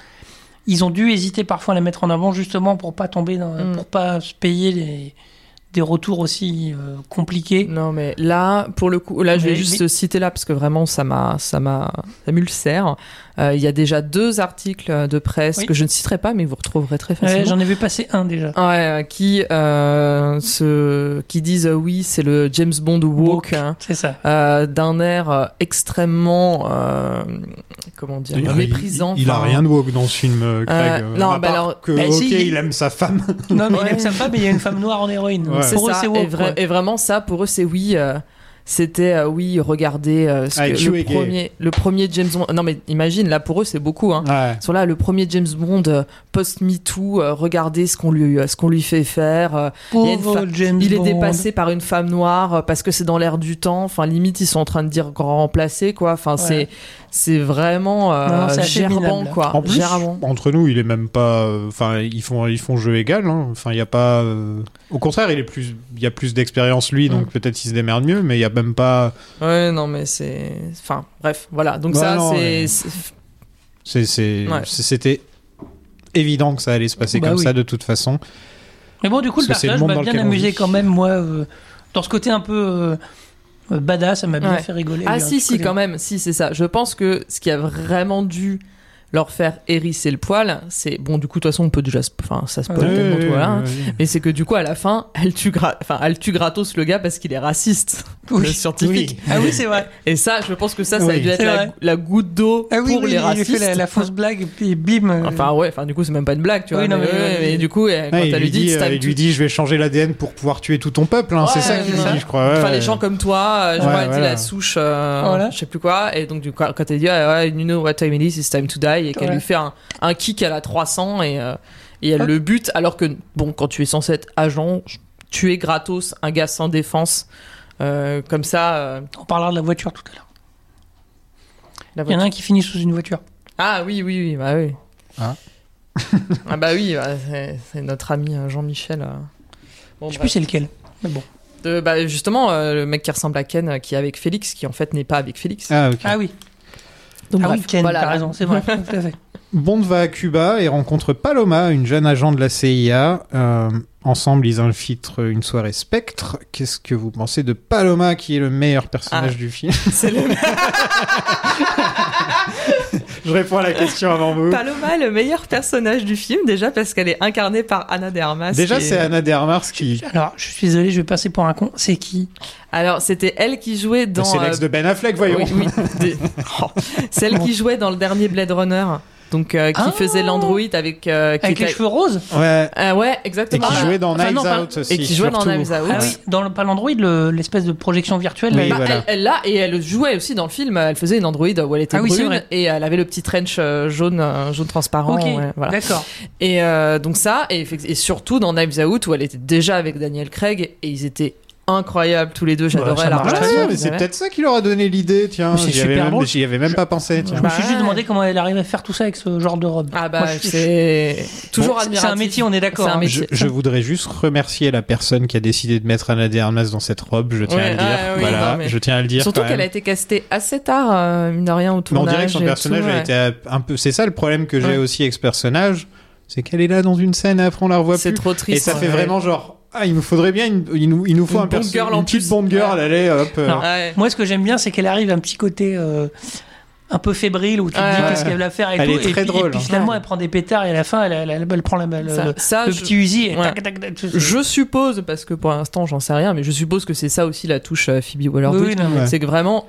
Speaker 2: ils ont dû hésiter parfois à la mettre en avant justement pour pas tomber, dans,
Speaker 3: Mm.
Speaker 2: pour pas se payer les- des retours aussi euh, compliqués.
Speaker 3: non mais là pour le coup là je vais
Speaker 2: Mais-
Speaker 3: juste
Speaker 2: mais-
Speaker 3: citer là parce que vraiment ça m'a ça m'a ça m'ulcère Euh, il y a déjà deux articles de presse
Speaker 2: Oui.
Speaker 3: que je ne citerai pas mais vous retrouverez très
Speaker 2: Ouais,
Speaker 3: facilement
Speaker 2: J'en ai vu passer un déjà.
Speaker 3: Ouais, euh, qui euh, se qui disent euh, oui c'est le James Bond walk hein,
Speaker 2: C'est ça.
Speaker 3: euh, d'un air euh, extrêmement euh, comment dire
Speaker 1: Ah, il-
Speaker 3: méprisant
Speaker 1: Il, il a
Speaker 3: enfin,
Speaker 1: rien de woke dans ce film, euh, Craig. euh,
Speaker 3: non,
Speaker 1: à
Speaker 3: bah
Speaker 1: part
Speaker 3: alors-
Speaker 1: que,
Speaker 2: Bah,
Speaker 1: ok,
Speaker 2: si, il-
Speaker 1: il aime sa femme.
Speaker 2: Non, mais
Speaker 3: Ouais.
Speaker 2: il aime sa femme, mais il y a une femme noire en héroïne.
Speaker 1: Ouais.
Speaker 2: Pour eux,
Speaker 3: ça,
Speaker 2: c'est
Speaker 3: et,
Speaker 2: woke.
Speaker 3: vra-
Speaker 2: quoi.
Speaker 3: et vraiment, ça, pour eux, c'est oui. euh, c'était euh, oui, regardez euh, ce
Speaker 1: Ah,
Speaker 3: que-
Speaker 1: et Q
Speaker 3: le
Speaker 1: est gay.
Speaker 3: premier, le premier James Bond. Non mais imagine, là pour eux c'est beaucoup. Hein.
Speaker 1: Ouais.
Speaker 3: Ils sont là, le premier James Bond euh, post MeToo, regardez ce qu'on lui, euh, ce qu'on lui fait faire. euh, il y a une
Speaker 2: Pauvre
Speaker 3: fa-
Speaker 2: James
Speaker 3: il
Speaker 2: Bond.
Speaker 3: est dépassé par une femme noire euh, parce que c'est dans l'air du temps. Enfin limite ils sont en train de dire grand placé quoi. Enfin c'est
Speaker 2: Ouais.
Speaker 3: c'est vraiment euh,
Speaker 2: Non, c'est assez
Speaker 3: gerbant,
Speaker 2: minable.
Speaker 3: quoi.
Speaker 1: En plus,
Speaker 3: Gerbant.
Speaker 1: entre nous, il est même pas. euh, Enfin, ils font ils font jeu égal. hein. Enfin, il y a pas. euh, Au contraire, il est plus. Il y a plus d'expérience lui,
Speaker 3: Mm.
Speaker 1: donc peut-être il se démerde mieux, mais il y a même pas.
Speaker 3: Ouais non mais c'est. Enfin bref voilà donc
Speaker 1: Bah
Speaker 3: ça
Speaker 1: non,
Speaker 3: c'est-
Speaker 1: mais-
Speaker 3: c'est
Speaker 1: C'est c'est
Speaker 3: Ouais.
Speaker 1: c'est- c'était évident que ça allait se passer
Speaker 2: Bah
Speaker 1: comme
Speaker 2: oui.
Speaker 1: ça de toute façon.
Speaker 2: Mais bon, du coup, le
Speaker 1: Parce que c'est le
Speaker 2: personnage
Speaker 1: monde dans
Speaker 2: m'a bien
Speaker 1: lequel on
Speaker 2: amusé
Speaker 1: vit.
Speaker 2: quand même, moi. euh, dans ce côté un peu euh, euh, badass, ça m'a bien
Speaker 3: Ouais.
Speaker 2: fait rigoler.
Speaker 3: Ah
Speaker 2: lui,
Speaker 3: si,
Speaker 2: hein,
Speaker 3: si,
Speaker 2: je
Speaker 3: quand même, si, c'est ça. Je pense que ce qui a vraiment dû leur faire hérisser le poil, c'est... Bon, du coup, de toute façon, on peut déjà... sp- Enfin, ça spoil
Speaker 2: Ouais,
Speaker 3: tellement,
Speaker 1: Ouais,
Speaker 3: tout, voilà. hein.
Speaker 1: ouais, ouais.
Speaker 3: Mais c'est que du coup, à la fin, elle tue, gra- enfin, elle tue gratos le gars parce qu'il est raciste.
Speaker 2: Oui.
Speaker 3: euh, scientifique.
Speaker 2: Ah oui, c'est vrai.
Speaker 3: Et ça, je pense que ça, ça
Speaker 1: Oui.
Speaker 3: a dû être
Speaker 2: C'est
Speaker 3: la,
Speaker 2: vrai.
Speaker 3: la goutte d'eau
Speaker 2: Ah oui,
Speaker 3: pour
Speaker 2: oui,
Speaker 3: les
Speaker 2: il a
Speaker 3: racistes.
Speaker 2: fait la, la fausse blague, puis bim. euh,
Speaker 3: Enfin ouais, enfin du coup c'est même pas une blague, tu vois.
Speaker 2: Oui, non,
Speaker 3: mais,
Speaker 2: mais-
Speaker 3: ouais, mais du coup, euh, quand
Speaker 1: Ouais, il,
Speaker 3: elle
Speaker 1: lui
Speaker 3: lui dit,
Speaker 1: dit,
Speaker 3: Stan,
Speaker 1: euh, il
Speaker 3: tu-
Speaker 1: lui dit, je vais changer l'ADN pour pouvoir tuer tout ton peuple. hein.
Speaker 3: Ouais,
Speaker 1: c'est ça
Speaker 3: c'est
Speaker 1: qu'il
Speaker 3: ça.
Speaker 1: dit, je crois.
Speaker 3: Enfin,
Speaker 1: ouais.
Speaker 3: les gens comme toi, euh, je
Speaker 1: Ouais,
Speaker 3: crois, elle dit
Speaker 1: voilà.
Speaker 3: la souche, euh,
Speaker 2: Voilà.
Speaker 3: je sais plus quoi. Et donc, du coup, quand elle dit, ah, ouais, you know what time it is, it's time to die, et qu'elle
Speaker 2: Ouais.
Speaker 3: lui fait un, un kick à la 300 et, euh, et elle
Speaker 2: Ah.
Speaker 3: le bute, alors que, bon, quand tu es censé être agent, tuer gratos un gars sans défense, euh, comme ça. euh,
Speaker 2: On parlera de la voiture tout à l'heure.
Speaker 3: la
Speaker 2: Il y en a un qui finit sous une voiture.
Speaker 3: Ah oui, oui, oui, bah oui.
Speaker 1: Ah.
Speaker 3: ah bah oui, bah, c'est c'est notre ami euh, Jean-Michel. euh. Bon,
Speaker 2: Je sais
Speaker 3: bref.
Speaker 2: plus c'est lequel. Mais bon.
Speaker 3: Euh, bah, justement, euh, le mec qui ressemble à Ken, euh, qui est avec Félix, qui en fait n'est pas avec Félix.
Speaker 1: Ah, ok.
Speaker 2: Ah oui,
Speaker 3: Donc,
Speaker 2: ah
Speaker 3: bref,
Speaker 2: oui Ken,
Speaker 3: voilà.
Speaker 2: t'as raison, c'est vrai. tout à fait.
Speaker 1: Bond va à Cuba et rencontre Paloma, une jeune agent de la CIA. Euh, ensemble, ils infiltrent une soirée Spectre. Qu'est-ce que vous pensez de Paloma, qui est le meilleur
Speaker 3: Ah.
Speaker 1: personnage du film
Speaker 3: C'est le
Speaker 1: Je réponds à la question avant vous.
Speaker 3: Paloma, le meilleur personnage du film, déjà parce qu'elle est incarnée par Anna de Armas.
Speaker 1: Déjà,
Speaker 3: qui est-
Speaker 1: c'est Anna de Armas qui.
Speaker 2: Alors, je suis désolé, je vais passer pour un con. C'est qui
Speaker 3: Alors, c'était elle qui jouait dans.
Speaker 1: C'est l'ex
Speaker 3: euh,
Speaker 1: de Ben Affleck, voyons.
Speaker 3: oui, oui, des- Oh. Celle qui jouait dans le dernier Blade Runner, donc euh, qui
Speaker 2: Ah.
Speaker 3: faisait l'androïde avec. euh, qui
Speaker 2: Avec les
Speaker 3: était-
Speaker 2: cheveux roses
Speaker 1: Ouais.
Speaker 3: Ah ouais,
Speaker 1: Et
Speaker 3: exactement.
Speaker 1: qui
Speaker 3: Ah.
Speaker 1: jouait dans
Speaker 2: Enfin,
Speaker 1: Knives
Speaker 2: non, pas-
Speaker 1: Out aussi.
Speaker 3: Et qui jouait dans
Speaker 1: surtout.
Speaker 3: Knives Out.
Speaker 2: Ah oui, dans le, pas l'Android, le- l'espèce de projection virtuelle.
Speaker 1: Oui,
Speaker 2: là.
Speaker 3: Bah,
Speaker 1: voilà.
Speaker 3: elle, elle l'a et elle jouait aussi dans le film. Elle faisait une androïde où elle était
Speaker 2: Ah oui, c'est
Speaker 3: brune
Speaker 2: vrai.
Speaker 3: et elle avait le petit trench euh, jaune, euh, jaune transparent.
Speaker 2: ok,
Speaker 3: ouais, voilà.
Speaker 2: d'accord.
Speaker 3: Et euh, donc ça, et, effect- et surtout dans Knives Out où elle était déjà avec Daniel Craig et ils étaient incroyables tous les deux.
Speaker 2: ça
Speaker 3: J'adorais la
Speaker 2: marche
Speaker 1: Ouais,
Speaker 2: très
Speaker 3: relation.
Speaker 1: mais
Speaker 3: qu'ils
Speaker 1: c'est
Speaker 3: avaient.
Speaker 1: peut-être ça qui leur a donné l'idée, tiens.
Speaker 2: Mais c'est
Speaker 1: J'y avais,
Speaker 2: super
Speaker 1: même-
Speaker 2: drôle.
Speaker 1: j'y avais même pas pensé, tiens.
Speaker 2: Je me suis
Speaker 3: Bah,
Speaker 2: juste demandé
Speaker 3: ouais.
Speaker 2: comment elle arrivait à faire tout ça avec ce genre de robe.
Speaker 3: Ah bah
Speaker 2: Moi, je- je-
Speaker 3: c'est toujours
Speaker 2: c'est-
Speaker 3: admiratif.
Speaker 2: C'est un métier, on est d'accord.
Speaker 3: C'est un
Speaker 2: hein.
Speaker 1: Je,
Speaker 3: métier.
Speaker 1: je voudrais juste remercier la personne qui a décidé de mettre Anna de Armas dans cette robe, je tiens
Speaker 3: Ouais,
Speaker 1: à le dire.
Speaker 3: ah, oui,
Speaker 1: voilà,
Speaker 3: non, mais-
Speaker 1: je tiens à le dire.
Speaker 3: Surtout
Speaker 1: quand
Speaker 3: qu'elle a
Speaker 1: même.
Speaker 3: été castée assez tard, euh, mine de rien, au
Speaker 1: Mais on
Speaker 3: tournage.
Speaker 1: dirait que son
Speaker 3: et
Speaker 1: personnage
Speaker 3: tout,
Speaker 1: a
Speaker 3: ouais.
Speaker 1: été un- un peu. C'est ça le problème que j'ai
Speaker 3: Ouais.
Speaker 1: aussi avec ce personnage, c'est qu'elle est là dans une scène, après on la revoit
Speaker 3: C'est
Speaker 1: plus.
Speaker 3: trop
Speaker 1: Et
Speaker 3: triste.
Speaker 1: ça fait
Speaker 3: ouais.
Speaker 1: vraiment genre. Ah, il nous faudrait bien, une- il nous, il nous faut
Speaker 3: Une
Speaker 1: un
Speaker 3: Bond
Speaker 1: perso-
Speaker 3: girl en
Speaker 1: une petite
Speaker 3: plus.
Speaker 1: bombe girl,
Speaker 3: Ouais.
Speaker 1: allez, hop. euh,
Speaker 2: Non.
Speaker 3: Ouais.
Speaker 2: Moi, ce que j'aime bien, c'est qu'elle arrive à un petit côté euh, un peu fébrile où tu te
Speaker 3: Ouais,
Speaker 2: dis
Speaker 3: ouais.
Speaker 2: qu'est-ce qu'elle va faire et
Speaker 1: Elle
Speaker 2: tout.
Speaker 1: est
Speaker 2: et,
Speaker 1: très
Speaker 2: puis- et
Speaker 1: drôle,
Speaker 2: puis
Speaker 1: hein.
Speaker 2: finalement, elle prend des pétards et à la fin, elle, elle- elle- elle prend la, le,
Speaker 3: Ça,
Speaker 2: le-
Speaker 3: ça,
Speaker 2: le
Speaker 3: Ah, je-
Speaker 2: petit Uzi et
Speaker 3: Ouais.
Speaker 2: tac, tac, tac, tout-
Speaker 3: Je suppose, parce que pour l'instant j'en sais rien, mais je suppose que c'est ça aussi la touche euh, Phoebe
Speaker 2: Oui,
Speaker 3: Waller-Bridge.
Speaker 2: oui, non, mais-
Speaker 1: Ouais.
Speaker 3: C'est que vraiment,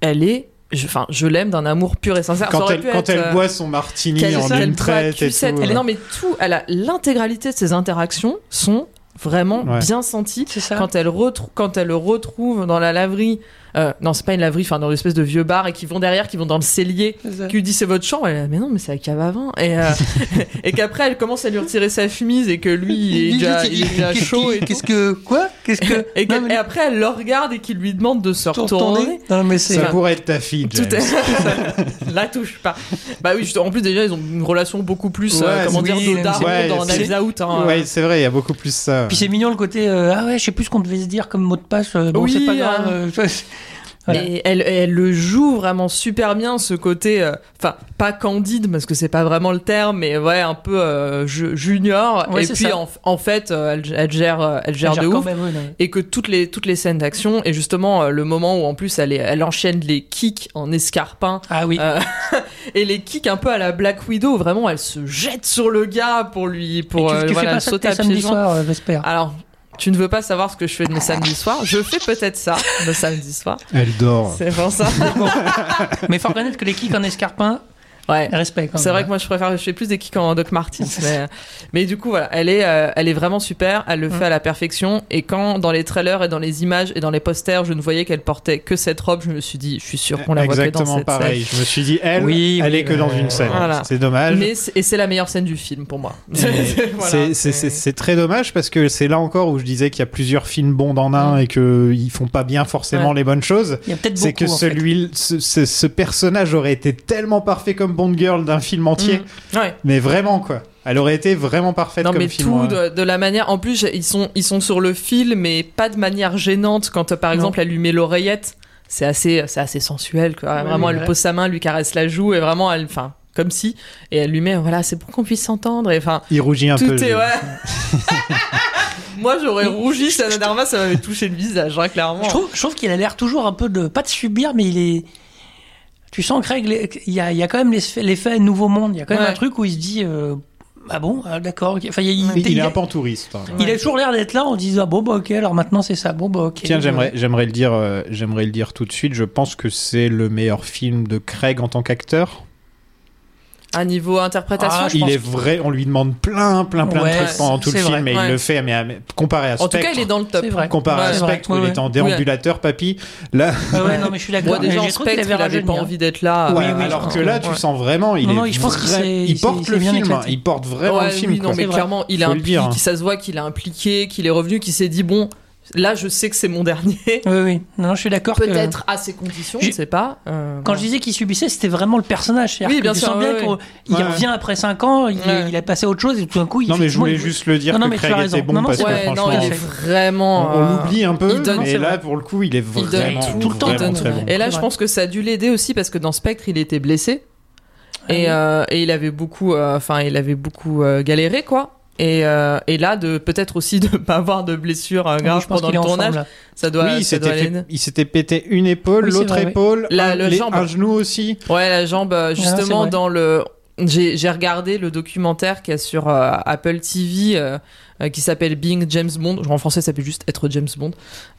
Speaker 3: elle est, je- enfin, je, l'aime d'un amour pur et sincère. Ça
Speaker 1: Quand,
Speaker 3: aurait
Speaker 1: elle,
Speaker 3: pu
Speaker 1: quand
Speaker 3: être,
Speaker 1: elle
Speaker 3: euh,
Speaker 1: boit son martini
Speaker 3: qu'elle-
Speaker 1: en
Speaker 3: qu'elle
Speaker 1: une
Speaker 3: boit à
Speaker 1: traite et tout.
Speaker 3: cul-sec. Elle-
Speaker 1: ouais.
Speaker 3: non mais tout, elle a l'intégralité de ses interactions sont vraiment
Speaker 1: Ouais.
Speaker 3: bien senties.
Speaker 2: C'est ça.
Speaker 3: Quand elle, retrou- quand elle le retrouve dans la laverie, euh, non c'est pas une laverie, enfin dans l'espèce de vieux bar et qui vont derrière, qui vont dans le cellier,
Speaker 2: C'est ça.
Speaker 3: qui lui dit c'est votre chambre, elle est là, mais non mais c'est la cave à vin et, euh, et qu'après elle commence à lui retirer sa chemise et que lui il est déjà, il est déjà
Speaker 2: Qu'est-ce
Speaker 3: chaud et
Speaker 2: que-
Speaker 3: tout.
Speaker 2: Qu'est-ce que. Quoi Qu'est-ce que.
Speaker 3: Et,
Speaker 2: Non,
Speaker 3: qu'elle-
Speaker 2: mais-
Speaker 3: et après, elle le regarde et qu'il lui demande de se retourner.
Speaker 2: Non, mais c'est.
Speaker 1: Ça pourrait être ta fille,
Speaker 3: Tout
Speaker 1: James.
Speaker 3: est... la touche pas. Bah oui, je- en plus déjà ils ont une relation beaucoup plus euh,
Speaker 1: Ouais,
Speaker 3: comment
Speaker 2: oui,
Speaker 3: dire
Speaker 2: le-
Speaker 3: de daron
Speaker 1: Ouais,
Speaker 3: dans
Speaker 1: c'est-
Speaker 3: Knives Out. hein.
Speaker 1: Ouais, c'est vrai, il y a beaucoup plus ça.
Speaker 2: Puis c'est mignon le côté. euh, ah ouais, je sais plus ce qu'on devait se dire comme mot de passe. euh, bon,
Speaker 3: Oui,
Speaker 2: c'est pas grave.
Speaker 3: hein.
Speaker 2: euh, tu vois, c'est- Voilà.
Speaker 3: Et elle, elle le joue vraiment super bien ce côté, euh, enfin pas candide parce que c'est pas vraiment le terme, mais ouais un peu euh, ju- junior.
Speaker 2: Ouais,
Speaker 3: et
Speaker 2: c'est
Speaker 3: puis
Speaker 2: ça.
Speaker 3: en, en fait, euh, elle, elle gère, euh, elle gère
Speaker 2: Gère
Speaker 3: de
Speaker 2: quand
Speaker 3: ouf.
Speaker 2: même, ouais, non, mais-
Speaker 3: et que toutes les toutes les scènes d'action et justement euh, le moment où en plus elle, est- elle enchaîne les kicks en escarpin
Speaker 2: Ah oui.
Speaker 3: Euh, et les kicks un peu à la Black Widow, vraiment, elle se jette sur le gars pour lui,
Speaker 2: Et
Speaker 3: pour
Speaker 2: tu,
Speaker 3: euh,
Speaker 2: tu
Speaker 3: voilà,
Speaker 2: fais pas ça tous
Speaker 3: sauter
Speaker 2: les
Speaker 3: à pieds
Speaker 2: samedis
Speaker 3: joints.
Speaker 2: soir, euh, j'espère.
Speaker 3: Alors, tu ne veux pas savoir ce que je fais de mes samedis soirs Je fais peut-être ça le samedi soir.
Speaker 1: Elle dort.
Speaker 3: C'est pour ça.
Speaker 2: Mais faut reconnaître que les kicks en escarpin,
Speaker 3: Ouais.
Speaker 2: respect Ah, quand même.
Speaker 3: C'est vrai que moi je préfère, je fais plus des kicks en Doc Martens, mais, mais du coup voilà, elle est, euh, elle est vraiment super, elle le
Speaker 2: Mm.
Speaker 3: fait à la perfection. Et quand dans les trailers et dans les images et dans les posters, je ne voyais qu'elle portait que cette robe, je me suis dit, je suis sûr qu'on la voit que dans
Speaker 1: Exactement
Speaker 3: cette
Speaker 1: pareil. Je me suis dit, elle,
Speaker 2: Oui,
Speaker 1: elle
Speaker 2: oui,
Speaker 1: est que dans une scène.
Speaker 3: voilà.
Speaker 1: C'est dommage.
Speaker 3: scène. Mais c'est- et c'est la meilleure scène du film pour moi.
Speaker 1: C'est-
Speaker 3: Voilà,
Speaker 1: c'est- c'est c'est- c'est très dommage parce que c'est là encore où je disais qu'il y a plusieurs films Bond en un et qu'ils font pas bien forcément
Speaker 3: Ouais.
Speaker 1: les bonnes choses.
Speaker 2: hein. Il y a peut-être beaucoup.
Speaker 1: C'est que
Speaker 2: en fait.
Speaker 1: celui, ce, ce- ce personnage aurait été tellement parfait comme Bond Girl d'un film entier,
Speaker 3: Mm. Ouais.
Speaker 1: mais vraiment quoi. Elle aurait été vraiment parfaite
Speaker 3: Non
Speaker 1: comme
Speaker 3: mais
Speaker 1: film.
Speaker 3: tout
Speaker 1: hein.
Speaker 3: de, de la manière. En plus, ils sont ils sont sur le fil, mais pas de manière gênante. Quand euh, par
Speaker 2: Non.
Speaker 3: exemple elle lui met l'oreillette, c'est assez c'est assez sensuel. Quoi.
Speaker 2: Ouais,
Speaker 3: vraiment,
Speaker 2: ouais,
Speaker 3: elle
Speaker 2: ouais.
Speaker 3: pose sa main, lui caresse la joue et vraiment elle, enfin comme si et elle lui met voilà c'est pour qu'on puisse s'entendre et enfin
Speaker 1: Il rougit un
Speaker 3: tout
Speaker 1: peu.
Speaker 3: est
Speaker 1: je-
Speaker 3: ouais. Moi j'aurais rougi, ça Darma, ça m'avait touché le visage hein, clairement.
Speaker 2: Je trouve, je trouve qu'il a l'air toujours un peu de. Pas de subir, mais il est. Tu sens que Craig, il y a, il y a quand même l'effet l'effet nouveau monde. Il y a quand même
Speaker 3: Ouais.
Speaker 2: un truc où il se dit. euh, Ah bon, ah, d'accord. ok. Enfin, il, il-
Speaker 1: Il,
Speaker 2: il
Speaker 1: est
Speaker 2: a,
Speaker 1: un pantouriste. hein.
Speaker 2: il a toujours l'air d'être là en disant ah, bon bah ok alors maintenant c'est ça bon bah ok.
Speaker 1: Tiens, j'aimerais, j'aimerais le dire, euh, j'aimerais le dire tout de suite. Je pense que c'est le meilleur film de Craig en tant qu'acteur.
Speaker 3: À niveau interprétation,
Speaker 2: Ah,
Speaker 3: je
Speaker 1: Il
Speaker 3: pense
Speaker 1: est vrai, on lui demande plein, plein, plein
Speaker 2: Ouais,
Speaker 1: de trucs pendant tout le
Speaker 3: c'est
Speaker 1: film,
Speaker 3: vrai,
Speaker 1: mais
Speaker 3: ouais.
Speaker 1: il le fait. Mais, mais comparé à
Speaker 3: En tout
Speaker 1: Spectre,
Speaker 3: cas, il est dans le top.
Speaker 2: C'est vrai.
Speaker 1: comparé
Speaker 3: Ouais,
Speaker 1: à
Speaker 3: c'est
Speaker 1: Spectre,
Speaker 2: vrai,
Speaker 1: où
Speaker 2: ouais,
Speaker 1: il était en
Speaker 2: ouais.
Speaker 1: déambulateur, papy. Là,
Speaker 2: Ah ouais non mais je suis d'accord.
Speaker 3: Moi, déjà, en
Speaker 2: J'ai trouvé qu'il
Speaker 3: spectre, il
Speaker 2: avait
Speaker 3: avait
Speaker 2: rajeuni,
Speaker 3: pas
Speaker 2: hein.
Speaker 3: envie d'être là. euh,
Speaker 1: ouais,
Speaker 2: oui, oui,
Speaker 1: alors
Speaker 2: je
Speaker 1: que là, tu
Speaker 3: Ouais.
Speaker 1: sens vraiment, il
Speaker 2: Non,
Speaker 1: est.
Speaker 2: non, je pense qu'il
Speaker 1: vrai-
Speaker 2: s'est- il
Speaker 1: il porte
Speaker 2: s'est
Speaker 1: le
Speaker 2: bien
Speaker 1: film. hein.
Speaker 2: éclaté.
Speaker 1: Il porte vraiment
Speaker 3: Ouais,
Speaker 1: le film.
Speaker 3: oui, non,
Speaker 1: quoi.
Speaker 3: mais
Speaker 2: C'est vrai.
Speaker 3: clairement, il a
Speaker 1: Faut
Speaker 3: un
Speaker 1: le dire, hein.
Speaker 3: ça se voit qu'il a impliqué, qu'il est revenu, qu'il s'est dit bon, là, je sais que c'est mon dernier.
Speaker 2: Oui oui non, non, je suis d'accord. que-
Speaker 3: Peut-être à ces conditions, je
Speaker 2: J'ai-
Speaker 3: sais pas. euh,
Speaker 2: Quand
Speaker 3: voilà.
Speaker 2: je disais qu'il subissait, c'était vraiment le personnage. C'est-à-dire
Speaker 3: Oui,
Speaker 2: que
Speaker 3: bien
Speaker 2: tu
Speaker 3: sûr,
Speaker 2: sens
Speaker 3: ouais,
Speaker 2: qu'on-
Speaker 3: ouais.
Speaker 2: il
Speaker 1: Ouais.
Speaker 2: revient après 5 ans, il, est-
Speaker 3: Ouais.
Speaker 2: il a passé à autre chose et tout d'un coup il.
Speaker 1: Non, mais je voulais
Speaker 2: effectivement,
Speaker 1: juste le dire
Speaker 2: Non, non,
Speaker 1: que
Speaker 2: mais tu
Speaker 1: Craig
Speaker 2: as
Speaker 1: était
Speaker 2: raison.
Speaker 1: bon
Speaker 2: Non, non,
Speaker 1: parce
Speaker 2: c'est
Speaker 1: que
Speaker 3: Ouais, non,
Speaker 1: franchement,
Speaker 3: il est
Speaker 2: c'est-
Speaker 3: vraiment.
Speaker 1: on
Speaker 3: euh,
Speaker 1: l'oublie un peu,
Speaker 3: il donne,
Speaker 1: mais
Speaker 2: c'est
Speaker 1: là,
Speaker 2: vrai.
Speaker 1: pour le coup, il est
Speaker 3: Il donne
Speaker 1: vraiment
Speaker 3: tout, le temps.
Speaker 1: vraiment
Speaker 3: il
Speaker 1: très
Speaker 3: donne.
Speaker 1: bon.
Speaker 3: Et là, je
Speaker 2: Ouais.
Speaker 3: pense que ça a dû l'aider aussi parce que dans Spectre, il était blessé et,
Speaker 2: Ah oui.
Speaker 3: euh, et il avait beaucoup, euh, enfin, il avait beaucoup euh, galéré quoi. Et, euh, et là, de peut-être aussi de pas avoir de blessure euh,
Speaker 2: Oui,
Speaker 3: grave
Speaker 2: je pense
Speaker 3: pendant
Speaker 2: qu'il
Speaker 3: le
Speaker 2: est en forme,
Speaker 3: tournage,
Speaker 2: là.
Speaker 3: ça doit,
Speaker 1: oui, il
Speaker 3: ça doit
Speaker 1: s'était fait-
Speaker 3: l'aider.
Speaker 1: il s'était pété une épaule,
Speaker 2: Oui, c'est
Speaker 1: l'autre
Speaker 2: vrai, oui.
Speaker 1: épaule,
Speaker 3: La-
Speaker 1: un,
Speaker 3: le
Speaker 1: les-
Speaker 3: jambe.
Speaker 1: un genou aussi.
Speaker 3: Ouais, la jambe,
Speaker 2: non, Ah,
Speaker 3: euh,
Speaker 2: c'est
Speaker 3: justement,
Speaker 2: vrai.
Speaker 3: dans le. J'ai j'ai regardé le documentaire qu'il y a sur euh, Apple TV euh, euh, qui s'appelle Being James Bond. En français, ça peut juste être James Bond.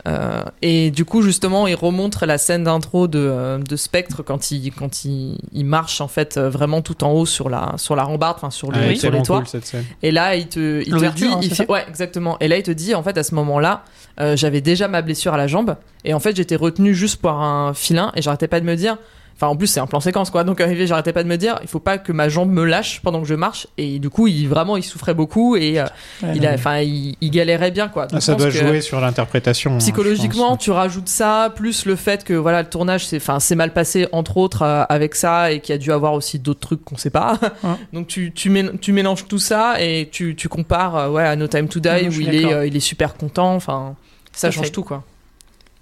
Speaker 3: Euh, et du coup, justement, il remontre la scène d'intro de, euh, de Spectre quand il, quand il, il marche, en fait, euh, vraiment tout en haut sur la, sur la rambarde, enfin, sur, le,
Speaker 1: Ah, elle est
Speaker 3: sur les
Speaker 1: tellement
Speaker 3: toits.
Speaker 1: cool, cette scène.
Speaker 3: Et là, il te, il te dit,
Speaker 2: L'ouverture, hein,
Speaker 3: il
Speaker 2: c'est
Speaker 3: fait- ouais, exactement. Et là, il te dit, en fait, à ce moment-là, euh, j'avais déjà ma blessure à la jambe, et en fait, j'étais retenu juste par un filin, et j'arrêtais pas de me dire. Enfin, en plus, c'est un plan séquence, quoi. Donc, arrivé, j'arrêtais pas de me dire, il faut pas que ma jambe me lâche pendant que je marche. Et du coup, il vraiment, il souffrait beaucoup et euh,
Speaker 2: Ouais,
Speaker 3: il, a, enfin, il, il galérait bien, quoi. Donc,
Speaker 1: Ah, ça
Speaker 3: je pense
Speaker 1: doit
Speaker 3: que-
Speaker 1: jouer sur l'interprétation. hein, je
Speaker 3: psychologiquement
Speaker 1: pense.
Speaker 3: tu rajoutes ça plus le fait que voilà le tournage c'est enfin c'est mal passé entre autres euh, avec ça et qu'il y a dû avoir aussi d'autres trucs qu'on sait pas
Speaker 2: Ouais.
Speaker 3: donc tu tu, mén- tu mélanges tout ça et tu, tu compares euh, ouais à No Time to Die
Speaker 2: Ouais, non,
Speaker 3: où
Speaker 2: je suis
Speaker 3: il est
Speaker 2: d'accord.
Speaker 3: euh, il est super content enfin ça
Speaker 2: Tout à
Speaker 3: change
Speaker 2: fait.
Speaker 3: tout quoi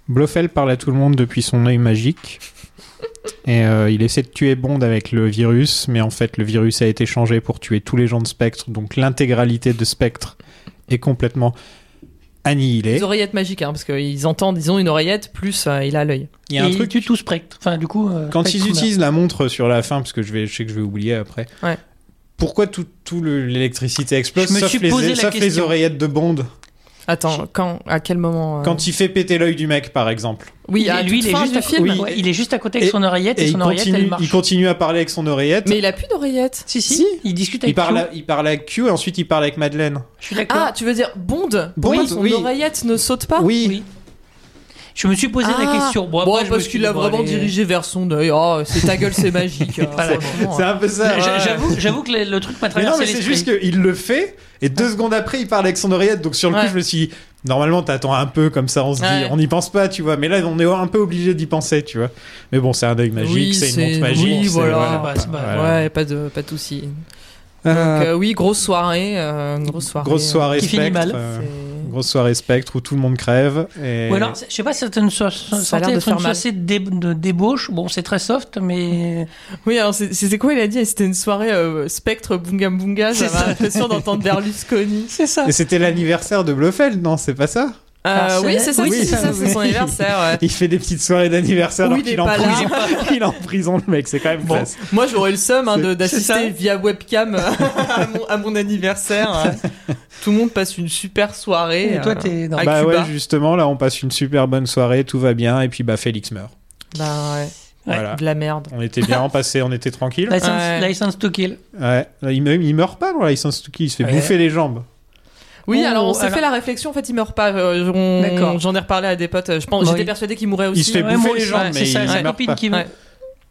Speaker 1: Blofeld parle à tout le monde depuis son œil magique. Et euh, il essaie de tuer Bond avec le virus, mais en fait, le virus a été changé pour tuer tous les gens de Spectre. Donc, l'intégralité de Spectre est complètement annihilée.
Speaker 3: les oreillettes magiques hein, parce qu'ils entendent ils ont une oreillette plus euh, il a l'œil
Speaker 1: Il y a
Speaker 2: Et
Speaker 1: un
Speaker 2: il
Speaker 1: truc
Speaker 2: tue tout Spectre. Enfin, du coup. euh,
Speaker 1: Quand
Speaker 2: Spectre
Speaker 1: ils
Speaker 2: meurt.
Speaker 1: utilisent la montre sur la fin, parce que je, vais, je sais que je vais oublier après.
Speaker 3: Ouais.
Speaker 1: Pourquoi tout, tout le- l'électricité explose,
Speaker 2: Je me
Speaker 1: sauf,
Speaker 2: suis
Speaker 1: les,
Speaker 2: posé la
Speaker 1: sauf les
Speaker 2: question.
Speaker 1: oreillettes de Bond
Speaker 3: attends quand à quel moment euh,
Speaker 1: Quand il fait péter l'œil du mec, par exemple.
Speaker 3: oui
Speaker 2: Il
Speaker 3: à
Speaker 2: est- ah, lui,
Speaker 3: toute
Speaker 2: il est
Speaker 3: fin
Speaker 2: juste
Speaker 3: du
Speaker 2: à
Speaker 3: film
Speaker 1: Oui.
Speaker 2: Ouais, il est juste à côté avec
Speaker 1: Et-
Speaker 2: son oreillette et,
Speaker 1: Et il
Speaker 2: son oreillette elle
Speaker 1: continue,
Speaker 2: marche.
Speaker 1: il continue à parler avec son oreillette.
Speaker 3: mais il a plus d'oreillette
Speaker 2: Si, si,
Speaker 1: Si.
Speaker 2: il discute
Speaker 1: Il
Speaker 2: avec
Speaker 1: parle,
Speaker 2: Q.
Speaker 1: à, il parle avec Q et ensuite il parle avec Madeleine.
Speaker 2: Je suis d'accord.
Speaker 3: ah tu veux dire Bond
Speaker 1: Bond,
Speaker 3: oui, son
Speaker 1: oui.
Speaker 3: oreillette ne saute pas
Speaker 1: oui.
Speaker 2: Oui. Je me suis posé la
Speaker 3: Ah.
Speaker 2: question. Bon,
Speaker 3: Bon,
Speaker 2: après, je me
Speaker 3: parce
Speaker 2: suis
Speaker 3: qu'il
Speaker 2: dit,
Speaker 3: a
Speaker 2: bon,
Speaker 3: vraiment
Speaker 2: allez.
Speaker 3: dirigé vers son deuil. Oh, c'est ta gueule, c'est magique. Euh,
Speaker 2: Voilà.
Speaker 3: franchement,
Speaker 1: C'est un peu ça.
Speaker 2: J'a-
Speaker 1: ouais.
Speaker 2: J'avoue, j'avoue que le, le truc m'a
Speaker 1: Mais
Speaker 2: traversé
Speaker 1: non, mais c'est
Speaker 2: l'esprit.
Speaker 1: juste qu'il le fait et deux secondes après il parle avec son oreillette. Donc sur le
Speaker 3: Ouais.
Speaker 1: coup, je me suis dit, normalement t'attends un peu comme ça, on se dit,
Speaker 3: Ouais.
Speaker 1: on n'y pense pas, tu vois. Mais là, on est un peu obligé d'y penser, tu vois. Mais bon, c'est un œil magique,
Speaker 3: euh, Oui,
Speaker 1: c'est
Speaker 3: c'est-
Speaker 1: une montre magique.
Speaker 3: oui,
Speaker 1: c'est-
Speaker 3: voilà.
Speaker 2: Bah, c'est pas-
Speaker 3: euh, Ouais, pas de, pas de soucis.
Speaker 1: Euh,
Speaker 3: Donc, euh, oui, grosse soirée. euh, grosse soirée.
Speaker 1: grosse soirée
Speaker 2: qui finit
Speaker 1: spectre.
Speaker 2: mal.
Speaker 1: euh,
Speaker 3: C'est-
Speaker 1: grosse soirée spectre où tout le monde crève. Et...
Speaker 2: Ou alors, c'est- je sais pas si ça une so
Speaker 3: a
Speaker 2: sortait
Speaker 3: l'air de
Speaker 2: être
Speaker 3: faire
Speaker 2: une
Speaker 3: mal.
Speaker 2: soirée de, dé- de débauche. Bon, c'est très soft, mais
Speaker 3: Oui, alors c'est- c'était quoi il a dit C'était une soirée euh, spectre bunga bunga.
Speaker 2: C'est
Speaker 3: J'avais
Speaker 2: ça.
Speaker 3: l'impression d'entendre Berlusconi.
Speaker 2: c'est ça.
Speaker 1: Et c'était l'anniversaire de Blofeld, non C'est pas ça
Speaker 3: Euh,
Speaker 2: Ah,
Speaker 3: oui,
Speaker 2: c'est-
Speaker 3: c'est ça,
Speaker 2: oui,
Speaker 3: oui, c'est
Speaker 2: c'est
Speaker 3: ça,
Speaker 2: ça,
Speaker 3: c'est son
Speaker 1: oui.
Speaker 3: anniversaire. ouais.
Speaker 1: Il fait des petites soirées d'anniversaire alors
Speaker 3: Oui, il est
Speaker 1: qu'il est en
Speaker 3: pas là.
Speaker 1: prison. Il est en prison, le mec, c'est quand même
Speaker 3: Bon,
Speaker 1: classe.
Speaker 3: moi j'aurais le seum hein, de-
Speaker 1: C'est-
Speaker 2: c'est
Speaker 3: d'assister
Speaker 2: ça.
Speaker 3: via webcam euh, à mon, à mon anniversaire. euh. Tout le monde passe une super soirée.
Speaker 2: Et ah, toi,
Speaker 3: euh,
Speaker 2: t'es dans-
Speaker 3: à
Speaker 1: Bah
Speaker 3: Cuba.
Speaker 1: ouais, justement, là, on passe une super bonne soirée, tout va bien, et puis bah Félix meurt.
Speaker 3: Bah ouais.
Speaker 2: Ouais.
Speaker 1: Voilà.
Speaker 3: De la merde.
Speaker 1: On était bien passé, on était tranquille.
Speaker 2: License,
Speaker 3: Ouais.
Speaker 2: license to kill.
Speaker 1: Ouais. Il, me- il meurt pas dans License to Kill, il se fait
Speaker 2: Ouais.
Speaker 1: bouffer les jambes.
Speaker 3: Oui,
Speaker 2: Oh,
Speaker 3: alors on s'est
Speaker 2: alors-
Speaker 3: fait la réflexion, en fait, il meurt pas. euh, on-
Speaker 2: D'accord. Bah
Speaker 3: J'en ai reparlé à des potes. euh, Je pense,
Speaker 2: Bon,
Speaker 3: j'étais
Speaker 2: il-
Speaker 3: persuadé qu'il mourrait aussi. hein.
Speaker 1: Il se fait
Speaker 3: Ouais.
Speaker 1: bouffer
Speaker 2: moi
Speaker 1: les
Speaker 2: aussi,
Speaker 1: jambes,
Speaker 2: ouais,
Speaker 1: mais
Speaker 2: c'est sa,
Speaker 1: il
Speaker 2: sa
Speaker 1: meurt
Speaker 2: copine
Speaker 1: pas.
Speaker 2: qui meurt.
Speaker 3: Ouais.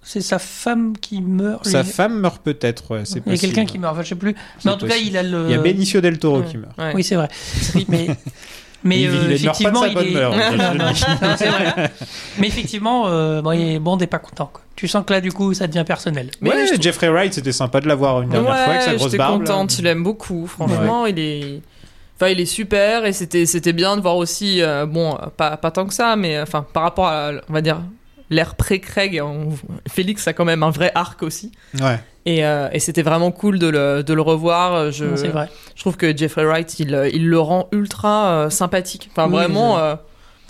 Speaker 2: C'est sa femme qui meurt.
Speaker 1: Sa
Speaker 2: lui.
Speaker 1: femme meurt peut-être, ouais, c'est
Speaker 2: Il y a
Speaker 1: possible.
Speaker 2: quelqu'un qui meurt. euh, Enfin, je sais plus. Mais en tout cas,
Speaker 1: possible.
Speaker 2: il a le.
Speaker 1: Il y a Benicio del Toro
Speaker 3: Ouais.
Speaker 1: qui meurt.
Speaker 3: Ouais.
Speaker 2: Oui, c'est vrai. Oui, mais mais
Speaker 1: il,
Speaker 2: euh,
Speaker 1: il meurt
Speaker 2: effectivement,
Speaker 1: pas de sa
Speaker 2: il
Speaker 1: bonne
Speaker 2: est.
Speaker 1: mort.
Speaker 2: Non, c'est vrai. Mais effectivement, euh, bon, il est bon, t'es pas content. Quoi. Tu sens que là, du coup, ça devient personnel.
Speaker 3: Mais
Speaker 1: ouais,
Speaker 3: je trouve-
Speaker 1: Jeffrey Wright, c'était sympa de l'avoir une dernière fois avec sa
Speaker 3: Ouais,
Speaker 1: grosse
Speaker 3: j'étais
Speaker 1: barbe. là.
Speaker 3: contente, il aime beaucoup. Franchement, il est. Enfin, il est super et c'était c'était bien de voir aussi euh, bon euh, pas pas tant que ça mais euh, enfin par rapport à on va dire l'ère pré Craig Félix a quand même un vrai arc aussi
Speaker 1: Ouais.
Speaker 3: et, euh, et c'était vraiment cool de le, de le revoir euh, je
Speaker 2: Non, C'est vrai.
Speaker 3: je trouve que Jeffrey Wright il euh, il le rend ultra euh, sympathique enfin
Speaker 2: Oui,
Speaker 3: vraiment euh,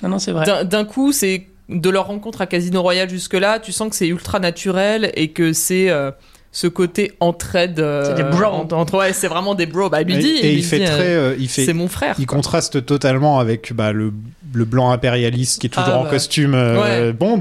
Speaker 2: Non, non, c'est vrai.
Speaker 3: D'un- D'un coup, c'est de leur rencontre à Casino Royale jusque-là, tu sens que c'est ultra naturel et que c'est euh, ce côté entraide. euh,
Speaker 2: C'est des bros.
Speaker 3: entre- entre- ouais, c'est vraiment des bros. Bah, lui
Speaker 1: Et-
Speaker 3: dit,
Speaker 1: et
Speaker 3: lui
Speaker 1: il fait
Speaker 3: dit, euh,
Speaker 1: très, euh, il fait,
Speaker 3: c'est mon frère.
Speaker 1: il contraste totalement avec bah, le, le blanc impérialiste qui est toujours
Speaker 3: Ah,
Speaker 1: en
Speaker 3: bah.
Speaker 1: costume euh, Bond.